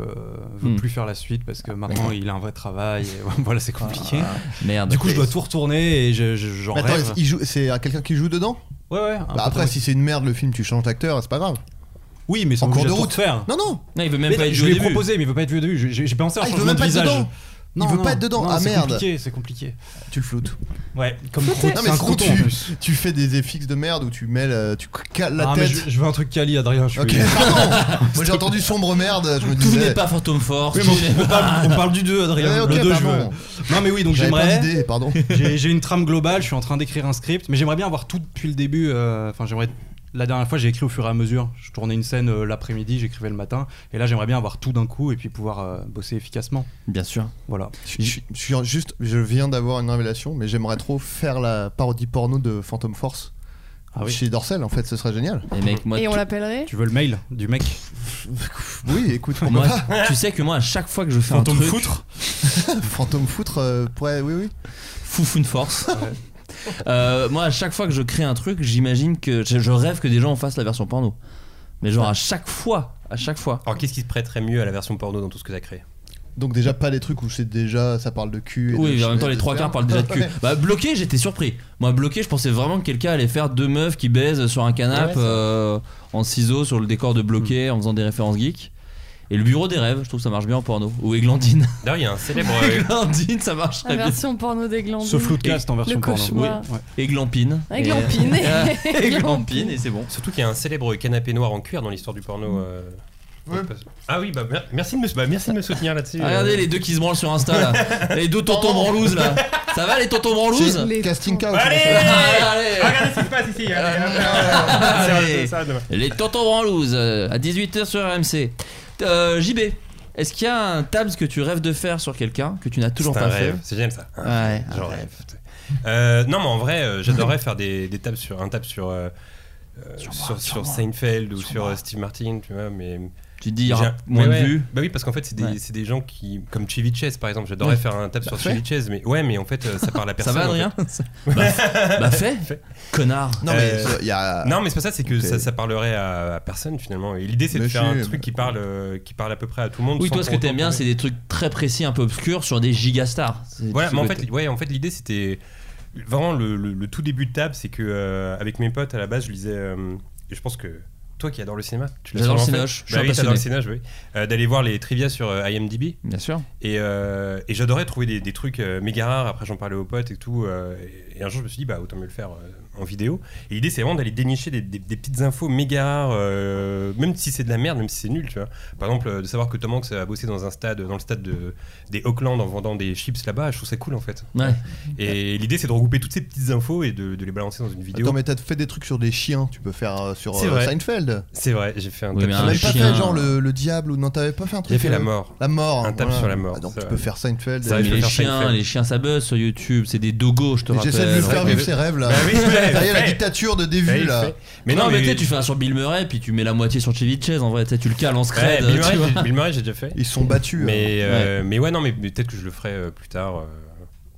Speaker 7: veut
Speaker 10: Hmm.
Speaker 7: plus faire la suite parce que maintenant il a un vrai travail. Et, voilà, c'est compliqué.
Speaker 10: Merde.
Speaker 7: du coup, je dois tout retourner et je- je- j'en
Speaker 8: Mais attends,
Speaker 7: rêve.
Speaker 8: il joue- c'est euh, quelqu'un qui joue dedans
Speaker 7: Ouais, ouais. un peu
Speaker 8: Bah Après,
Speaker 7: de-
Speaker 8: si c'est une merde, le film, tu changes d'acteur, c'est pas grave.
Speaker 7: oui, mais sans
Speaker 8: en cours
Speaker 7: cours de
Speaker 8: de
Speaker 7: tout
Speaker 8: route.
Speaker 7: faire.
Speaker 8: Non, non
Speaker 10: Non, il veut même
Speaker 7: Mais
Speaker 10: pas être
Speaker 7: je
Speaker 10: joué au
Speaker 7: lui ai
Speaker 10: début.
Speaker 7: proposé, mais il veut pas être vu au début. J'ai j'ai- j'ai pensé à un
Speaker 8: Ah, il veut
Speaker 7: changement
Speaker 8: même
Speaker 7: de
Speaker 8: pas être
Speaker 7: visage.
Speaker 8: dedans.
Speaker 7: Non,
Speaker 8: veut
Speaker 7: non,
Speaker 8: pas être dedans.
Speaker 7: non,
Speaker 8: Ah,
Speaker 7: c'est
Speaker 8: merde.
Speaker 7: compliqué, c'est compliqué.
Speaker 8: Tu le floutes.
Speaker 7: Ouais, comme
Speaker 9: Flotter.
Speaker 7: croûte,
Speaker 8: Non, mais
Speaker 7: c'est un
Speaker 8: sinon,
Speaker 7: croûton en plus.
Speaker 8: Tu fais des FX de merde où tu mets le- tu cales la
Speaker 7: Ah, mais
Speaker 8: tête.
Speaker 7: je, je veux un truc quali, Adrien. Je suis...
Speaker 8: Ok, pardon. Moi j'ai entendu sombre merde, je me
Speaker 10: Tout
Speaker 8: disais.
Speaker 10: n'est pas fantôme fort.
Speaker 7: Oui,
Speaker 10: tout n'est
Speaker 7: mais on, on parle, on parle du 2, Adrien.
Speaker 8: Ouais, ok,
Speaker 7: le 2,
Speaker 8: pardon.
Speaker 7: je veux. Non, mais oui, donc
Speaker 8: J'avais pas
Speaker 7: j'aimerais.
Speaker 8: d'idée, pardon.
Speaker 7: J'ai j'ai une trame globale, je suis en train d'écrire un script, mais j'aimerais bien avoir tout depuis le début. euh, Enfin, j'aimerais. La dernière fois, j'ai écrit au fur et à mesure. Je tournais une scène euh, l'après-midi, j'écrivais le matin, et là, j'aimerais bien avoir tout d'un coup et puis pouvoir euh, bosser efficacement.
Speaker 10: Bien sûr.
Speaker 7: Voilà.
Speaker 8: Je je- je suis juste, je viens d'avoir une révélation, mais j'aimerais trop faire la parodie porno de Phantom Force
Speaker 7: Ah oui.
Speaker 8: chez Dorcel. En fait, ce serait génial.
Speaker 10: Et mec, moi,
Speaker 9: Et on
Speaker 10: tu-
Speaker 9: l'appellerait
Speaker 7: Tu veux le mail du mec
Speaker 8: Oui, écoute, pourquoi
Speaker 10: moi,
Speaker 8: pas
Speaker 10: tu sais que moi, à chaque fois que je fais un
Speaker 7: Fantôme
Speaker 10: truc,
Speaker 7: foutre
Speaker 8: Fantôme foutre, euh, ouais, oui, oui.
Speaker 10: foufoune force. Euh, moi, à chaque fois que je crée un truc, j'imagine que je, je rêve que des gens en fassent la version porno. Mais genre à chaque fois, à chaque fois.
Speaker 11: Alors qu'est-ce qui se prêterait mieux à la version porno dans tout ce que t'as créé
Speaker 8: Donc déjà pas les trucs où c'est déjà, ça parle de cul. et
Speaker 10: Oui,
Speaker 8: de-
Speaker 10: mais en même temps, les
Speaker 8: de
Speaker 10: trois quarts parlent
Speaker 8: sperme.
Speaker 10: déjà de cul.
Speaker 8: Ouais.
Speaker 10: Bah, bloqué, j'étais surpris. Moi, bloqué, je pensais vraiment que quelqu'un allait faire deux meufs qui baisent sur un canapé euh, en ciseaux sur le décor de bloqué en faisant des références geeks. Et le bureau des rêves, je trouve que ça marche bien en porno. Ou Églantine.
Speaker 11: D'ailleurs, il y a un célèbre.
Speaker 10: Églantine, ça marche
Speaker 9: La
Speaker 10: très bien.
Speaker 9: version porno des glandines.
Speaker 7: Ce floodcast en version porno.
Speaker 9: cauchemar.
Speaker 7: Oui, ouais.
Speaker 10: Églampine.
Speaker 9: Églampine.
Speaker 10: Et- Églampine, et c'est bon.
Speaker 11: Surtout qu'il y a un célèbre canapé noir en cuir dans l'histoire du porno. euh,
Speaker 8: Ouais.
Speaker 11: Ah oui, bah mer- merci de me, bah, merci de me soutenir là-dessus. euh.
Speaker 10: Ah, regardez les deux qui se branlent sur Insta là. les deux tontons branlouses là. Ça va les tontons branlouses
Speaker 8: C'est
Speaker 9: Les
Speaker 8: Casting Couch.
Speaker 11: Allez
Speaker 10: Allez, allez.
Speaker 11: Regardez ce qui se passe ici. allez, hop,
Speaker 10: Allez.
Speaker 11: c'est ça, demain.
Speaker 10: Les tontons branlouses euh, à 18h sur RMC. Euh, JB, est-ce qu'il y a un tabs que tu rêves de faire sur quelqu'un que tu n'as toujours
Speaker 11: C'est
Speaker 10: pas
Speaker 11: un
Speaker 10: fait
Speaker 11: rêve, C'est génial ça.
Speaker 10: Ouais, un
Speaker 11: Genre,
Speaker 10: rêve.
Speaker 11: Euh, non, mais en vrai, euh, j'adorerais faire des, des tables sur un table sur. euh, euh, sur, sur Seinfeld ou sur, euh, Steve Martin, tu vois, mais.
Speaker 10: Tu te dis, il y aura
Speaker 11: J'ai-
Speaker 10: moins
Speaker 11: mais
Speaker 10: de
Speaker 11: ouais.
Speaker 10: vues.
Speaker 11: Bah oui, parce qu'en fait, c'est des,
Speaker 10: Ouais.
Speaker 11: c'est des gens qui. Comme Chevy par exemple, j'adorerais
Speaker 10: Ouais.
Speaker 11: faire un table sur
Speaker 8: fais.
Speaker 11: Chevy Chase, mais ouais, mais en fait, euh, ça parle à
Speaker 10: Ça
Speaker 11: personne.
Speaker 10: va,
Speaker 11: en fait.
Speaker 10: Adrien bah, f- bah, fais, connard.
Speaker 8: Non mais
Speaker 11: Euh,
Speaker 8: il y a.
Speaker 11: Non, mais c'est pas ça, c'est que
Speaker 8: Ok.
Speaker 11: ça, ça parlerait à, à personne finalement. Et l'idée, c'est de
Speaker 8: Mais
Speaker 11: faire
Speaker 8: si,
Speaker 11: un
Speaker 8: mais-
Speaker 11: truc qui parle, euh, qui parle à peu près à tout le monde.
Speaker 10: Oui,
Speaker 11: sans
Speaker 10: toi, ce que
Speaker 11: pour autant
Speaker 10: t'aimes bien,
Speaker 11: tomber.
Speaker 10: c'est des trucs très précis, un peu obscurs sur des gigastars. C'est
Speaker 11: Voilà,
Speaker 10: ce
Speaker 11: mais en
Speaker 10: côté.
Speaker 11: fait, ouais, en fait l'idée c'était vraiment le, le- le tout début de table, c'est que euh, avec mes potes à la base, je lisais. euh, et je pense que toi qui adore le cinéma, tu l'as
Speaker 10: J'adore le
Speaker 11: sûrement
Speaker 10: cinéma, je
Speaker 11: fait.
Speaker 10: suis
Speaker 11: Bah
Speaker 10: un
Speaker 11: oui, t'adores le
Speaker 10: passionné.
Speaker 11: cinéma, je- oui. Euh, D'aller voir les trivia sur euh, IMDb.
Speaker 10: Bien sûr.
Speaker 11: Et, euh, et j'adorais trouver des, des trucs euh, méga rares. Après, j'en parlais aux potes et tout. euh, et, et un jour, je me suis dit, bah autant mieux le faire euh, en vidéo. Et l'idée, c'est vraiment d'aller dénicher des, des- des petites infos méga rares, euh, même si c'est de la merde, même si c'est nul, tu vois. Par exemple, euh, de savoir que Tom Hanks a bossé dans un stade, dans le stade de, des Auckland en vendant des chips là-bas, je trouve ça cool en fait.
Speaker 10: Ouais.
Speaker 11: Et l'idée, c'est de regrouper toutes ces petites infos et de, de les balancer dans une vidéo.
Speaker 8: Attends, mais t'as fait des trucs sur des chiens, tu peux faire euh, sur
Speaker 11: C'est
Speaker 8: euh,
Speaker 11: vrai.
Speaker 8: Seinfeld.
Speaker 11: C'est vrai, j'ai fait un
Speaker 10: Oui,
Speaker 11: tap
Speaker 10: mais
Speaker 8: T'as
Speaker 11: sur
Speaker 10: un
Speaker 8: même
Speaker 11: la-
Speaker 8: pas
Speaker 10: chien.
Speaker 8: fait genre le, le diable ou non, t'avais pas fait un truc.
Speaker 11: J'ai fait la
Speaker 8: euh,
Speaker 11: mort.
Speaker 8: La mort.
Speaker 11: Un tape sur la mort,
Speaker 8: Ah, donc
Speaker 11: c'est
Speaker 8: tu
Speaker 11: vrai.
Speaker 8: peux faire Seinfeld.
Speaker 11: C'est vrai,
Speaker 10: Mais
Speaker 11: je vais
Speaker 10: les
Speaker 11: faire ça, il
Speaker 10: chiens,
Speaker 11: fait.
Speaker 10: les chiens, ça buzz sur YouTube. C'est des dogos, je te
Speaker 8: Mais
Speaker 10: rappelle.
Speaker 8: J'essaie de lui faire
Speaker 11: Ouais,
Speaker 8: vivre
Speaker 11: mais-
Speaker 8: ses rêves là.
Speaker 11: Bah oui,
Speaker 8: Ça y
Speaker 11: ouais,
Speaker 8: est, la
Speaker 11: ouais.
Speaker 8: dictature de
Speaker 10: Bah
Speaker 11: Ouais,
Speaker 8: Dévu
Speaker 11: Bah, il
Speaker 8: là.
Speaker 11: fait. Mais non, mais
Speaker 10: tu sais, tu fais un sur Bill Murray, puis tu mets la moitié sur Chevy Chase en vrai. Tu sais, tu le cales en
Speaker 11: Ouais,
Speaker 10: scred.
Speaker 11: Bill
Speaker 10: tu
Speaker 11: Murray,
Speaker 10: vois.
Speaker 11: j'ai- Bill Murray, j'ai déjà fait.
Speaker 8: Ils sont battus. euh.
Speaker 11: Mais, euh, mais ouais, non, mais mais peut-être que je le ferai euh, plus tard, euh,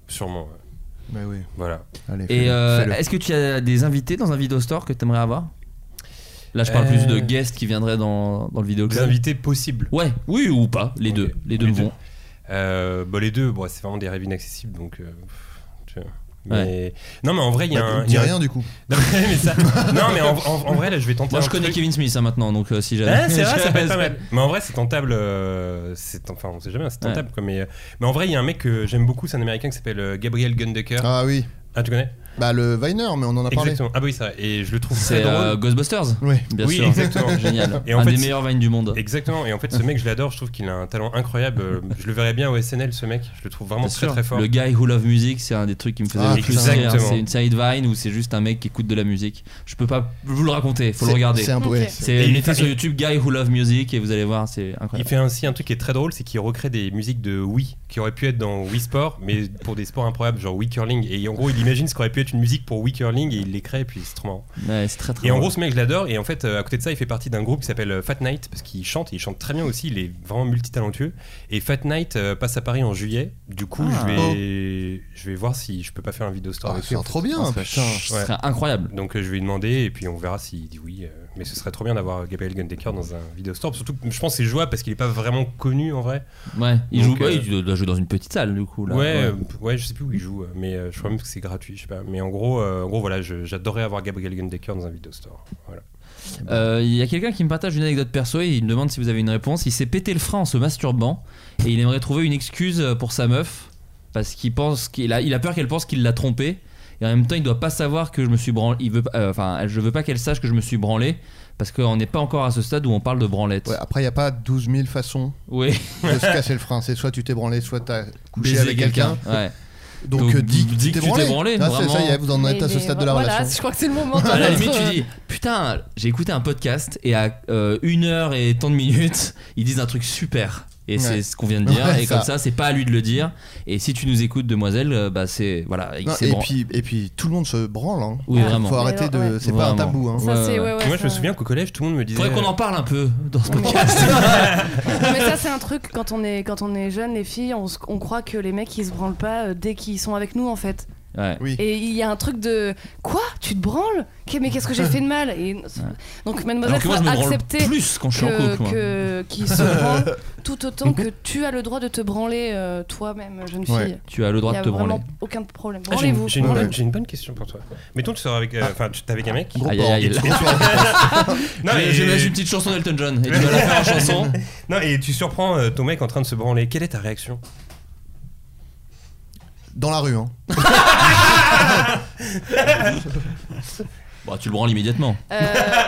Speaker 11: sûrement. euh,
Speaker 8: Mais Bah oui.
Speaker 11: Voilà.
Speaker 8: Allez,
Speaker 10: Et
Speaker 8: fais-le,
Speaker 10: euh,
Speaker 8: fais-le.
Speaker 10: est-ce que tu as des invités dans un vidéo store que t'aimerais avoir Là, je parle plus de
Speaker 11: Euh.
Speaker 10: guests qui viendraient dans, dans le vidéo
Speaker 11: Des invités possibles.
Speaker 10: Ouais, oui ou pas, les
Speaker 11: Ok.
Speaker 10: deux. Les deux
Speaker 11: Les
Speaker 10: me vont.
Speaker 11: deux. Euh, bah, les deux, bon, c'est vraiment des rêves inaccessibles, donc. euh, pff, tu vois. Mais... Non, mais en vrai, il y a
Speaker 8: Bah,
Speaker 11: un. il y
Speaker 8: Dis
Speaker 11: a un-
Speaker 8: rien du coup.
Speaker 11: Non, mais, ça- non, mais en, en- en vrai, là, je vais tenter.
Speaker 10: Moi,
Speaker 11: un
Speaker 10: je connais
Speaker 11: truc.
Speaker 10: Kevin Smith hein, maintenant, donc euh, si jamais.
Speaker 11: Ah, c'est vrai, ça peut être pas mal. Mais en vrai, c'est tentable. euh, c'est enfin, on sait jamais, c'est
Speaker 10: Ouais.
Speaker 11: tentable. Quoi, mais, euh, mais en vrai, il y a un mec que j'aime beaucoup, c'est un américain qui s'appelle euh, Gabriel Gundecker. Ah.
Speaker 8: Ah oui.
Speaker 11: tu connais
Speaker 8: Bah le Viner, mais on en a parlé.
Speaker 11: Exactement. Ah, bah oui, ça. Et je le trouve très
Speaker 10: C'est
Speaker 11: drôle.
Speaker 10: euh, Ghostbusters,
Speaker 8: Oui.
Speaker 10: bien
Speaker 11: Oui,
Speaker 10: sûr.
Speaker 11: exactement.
Speaker 10: Génial.
Speaker 11: Et en
Speaker 10: un
Speaker 11: fait,
Speaker 10: des
Speaker 11: c'est-
Speaker 10: meilleurs vines du monde.
Speaker 11: Exactement. Et en fait, ce mec, je l'adore. Je trouve qu'il a un talent incroyable. Euh, Je le verrais bien au SNL, ce mec. Je le trouve vraiment
Speaker 10: Bien
Speaker 11: très
Speaker 10: sûr.
Speaker 11: très fort.
Speaker 10: Le Guy Who Love Music, c'est un des trucs qui me faisait
Speaker 8: Ah,
Speaker 10: le plus
Speaker 8: putain.
Speaker 10: rire.
Speaker 11: Exactement.
Speaker 10: C'est une série de Vine où c'est juste un mec qui écoute de la musique. Je peux pas vous le raconter, faut le
Speaker 8: C'est-
Speaker 10: regarder.
Speaker 8: C'est un peu.
Speaker 9: Ok.
Speaker 8: ouais,
Speaker 10: C'est
Speaker 11: Et il
Speaker 10: mettez
Speaker 11: fait-
Speaker 10: sur YouTube Guy Who Love Music et vous allez voir, c'est
Speaker 11: Il
Speaker 10: incroyable.
Speaker 11: fait aussi un truc qui est très drôle, c'est qu'il recrée des musiques de Wii qui auraient pu être dans Wii Sport, mais pour des sports improbables, genre Wii Curling. Et en gros, il imagine ce qu'aurait pu être une musique pour Wii Curling et il les crée, et puis c'est trop marrant.
Speaker 10: Ouais, c'est très très
Speaker 11: Et en
Speaker 10: drôle.
Speaker 11: gros, ce mec, je l'adore. Et en fait, euh, à côté de ça, il fait partie d'un groupe qui s'appelle euh, Fat Night parce qu'il chante et il chante très bien aussi. Il est vraiment multitalentueux. Et Fat Night euh, passe à Paris en juillet. Du coup,
Speaker 10: Ah.
Speaker 11: je vais je vais voir si je peux pas faire un vidéo store
Speaker 8: Ah,
Speaker 11: avec
Speaker 8: c'est
Speaker 11: lui. en fait.
Speaker 8: trop bien.
Speaker 11: Ah, ça-
Speaker 8: Putain.
Speaker 10: ce serait incroyable.
Speaker 11: Donc euh, je vais lui demander et puis on verra s'il dit oui. euh. Mais ce serait trop bien d'avoir Gabriel Gundecker dans un vidéostore. Surtout que je pense que c'est jouable parce qu'il est pas vraiment connu en vrai.
Speaker 10: Ouais, il joue.
Speaker 11: Donc, euh,
Speaker 10: ouais, il doit jouer dans une petite salle, du coup. Là.
Speaker 11: ouais, euh, ouais, je sais plus où il joue, euh, mais euh, je crois même que c'est gratuit, je sais pas. Mais en gros, euh, en gros voilà, je- j'adorerais avoir Gabriel Gundecker dans un vidéostore. Voilà.
Speaker 10: Euh, Il y a quelqu'un qui me partage une anecdote perso et il me demande si vous avez une réponse. Il s'est pété le frein en se masturbant et il aimerait trouver une excuse pour sa meuf parce qu'il pense qu'il a, il a peur qu'elle pense qu'il l'a trompé et en même temps il doit pas savoir que je me suis branlé. Il veut, pas- euh, enfin, elle- je veux pas qu'elle sache que je me suis branlé parce qu'on n'est pas encore à ce stade où on parle de branlette.
Speaker 8: Ouais, après, il n'y a pas 12 000 façons
Speaker 10: Ouais.
Speaker 8: de se casser le frein. C'est soit tu t'es branlé, soit t'as couché
Speaker 10: Baiser
Speaker 8: avec quelqu'un.
Speaker 10: Ouais.
Speaker 8: Donc,
Speaker 10: Donc,
Speaker 8: euh, dis,
Speaker 10: dis
Speaker 8: dis
Speaker 10: que
Speaker 8: t'es
Speaker 10: tu t'es branlé,
Speaker 8: branlé. Ah, c'est-
Speaker 10: vraiment.
Speaker 8: ça y est, vous en êtes à
Speaker 9: Mais-
Speaker 8: ce stade de la
Speaker 9: voilà,
Speaker 8: relation.
Speaker 9: je crois que c'est le moment. euh, de
Speaker 10: À la
Speaker 9: notre-
Speaker 10: limite, tu dis Putain, j'ai écouté un podcast et à euh, une heure et tant de minutes, ils disent un truc super. Et c'est
Speaker 8: Ouais.
Speaker 10: ce qu'on vient de dire.
Speaker 8: Ouais,
Speaker 10: et comme
Speaker 8: ça.
Speaker 10: ça, c'est pas à lui de le dire. Et si tu nous écoutes, demoiselle, euh, bah c'est. Voilà, il
Speaker 8: Non,
Speaker 10: s'est
Speaker 8: et,
Speaker 10: bran-
Speaker 8: puis, et puis, tout le monde se branle. Hein.
Speaker 10: Oui, vraiment.
Speaker 8: Faut arrêter de.
Speaker 9: Ouais.
Speaker 8: C'est pas un
Speaker 10: Vraiment.
Speaker 8: tabou. Hein.
Speaker 9: Ça,
Speaker 10: Ouais, ouais.
Speaker 9: c'est- ouais, ouais,
Speaker 11: Moi, je me
Speaker 9: ça-
Speaker 11: souviens qu'au collège, tout le monde me disait. euh,
Speaker 10: Faudrait qu'on en parle un peu dans ce podcast.
Speaker 9: Mais ça, c'est un truc, quand on est, quand on est jeune, les filles, on, se- on croit que les mecs, ils se branlent pas euh, dès qu'ils sont avec nous, en fait.
Speaker 10: Ouais.
Speaker 8: Oui.
Speaker 9: Et il y a un truc de Quoi Tu te branles Qu'est- Mais qu'est-ce que j'ai fait de mal Et- Donc, mademoiselle,
Speaker 10: Alors que
Speaker 9: faut
Speaker 10: moi, je me branle
Speaker 9: accepter
Speaker 10: plus quand je suis en
Speaker 9: que-
Speaker 10: couple. moi.
Speaker 9: que- qu'ils se branlent tout
Speaker 10: Mhm.
Speaker 9: autant que tu as le droit de te branler euh, toi-même, jeune fille.
Speaker 8: Ouais.
Speaker 10: Tu as le droit
Speaker 9: y
Speaker 10: de
Speaker 9: a
Speaker 10: te
Speaker 9: vraiment
Speaker 10: branler.
Speaker 9: aucun problème.
Speaker 11: Ah, j'ai,
Speaker 9: Branlez-vous.
Speaker 11: une- j'ai une
Speaker 8: Ouais.
Speaker 11: bonne, j'ai une bonne question pour toi. Mettons que tu sors avec, euh, enfin, tu t'es avec un mec.
Speaker 8: Gros
Speaker 10: Aïe,
Speaker 8: porc.
Speaker 10: aïe, aïe.
Speaker 11: Non,
Speaker 10: J'ai-
Speaker 11: et,
Speaker 10: J'ai j'ai une petite chanson d'Elton John. Et tu dois la faire en chanson.
Speaker 11: non, et tu surprends euh, ton mec en train de se branler. Quelle est ta réaction
Speaker 8: Dans la rue. Hein.
Speaker 10: Bah, tu le branles immédiatement.
Speaker 9: Euh,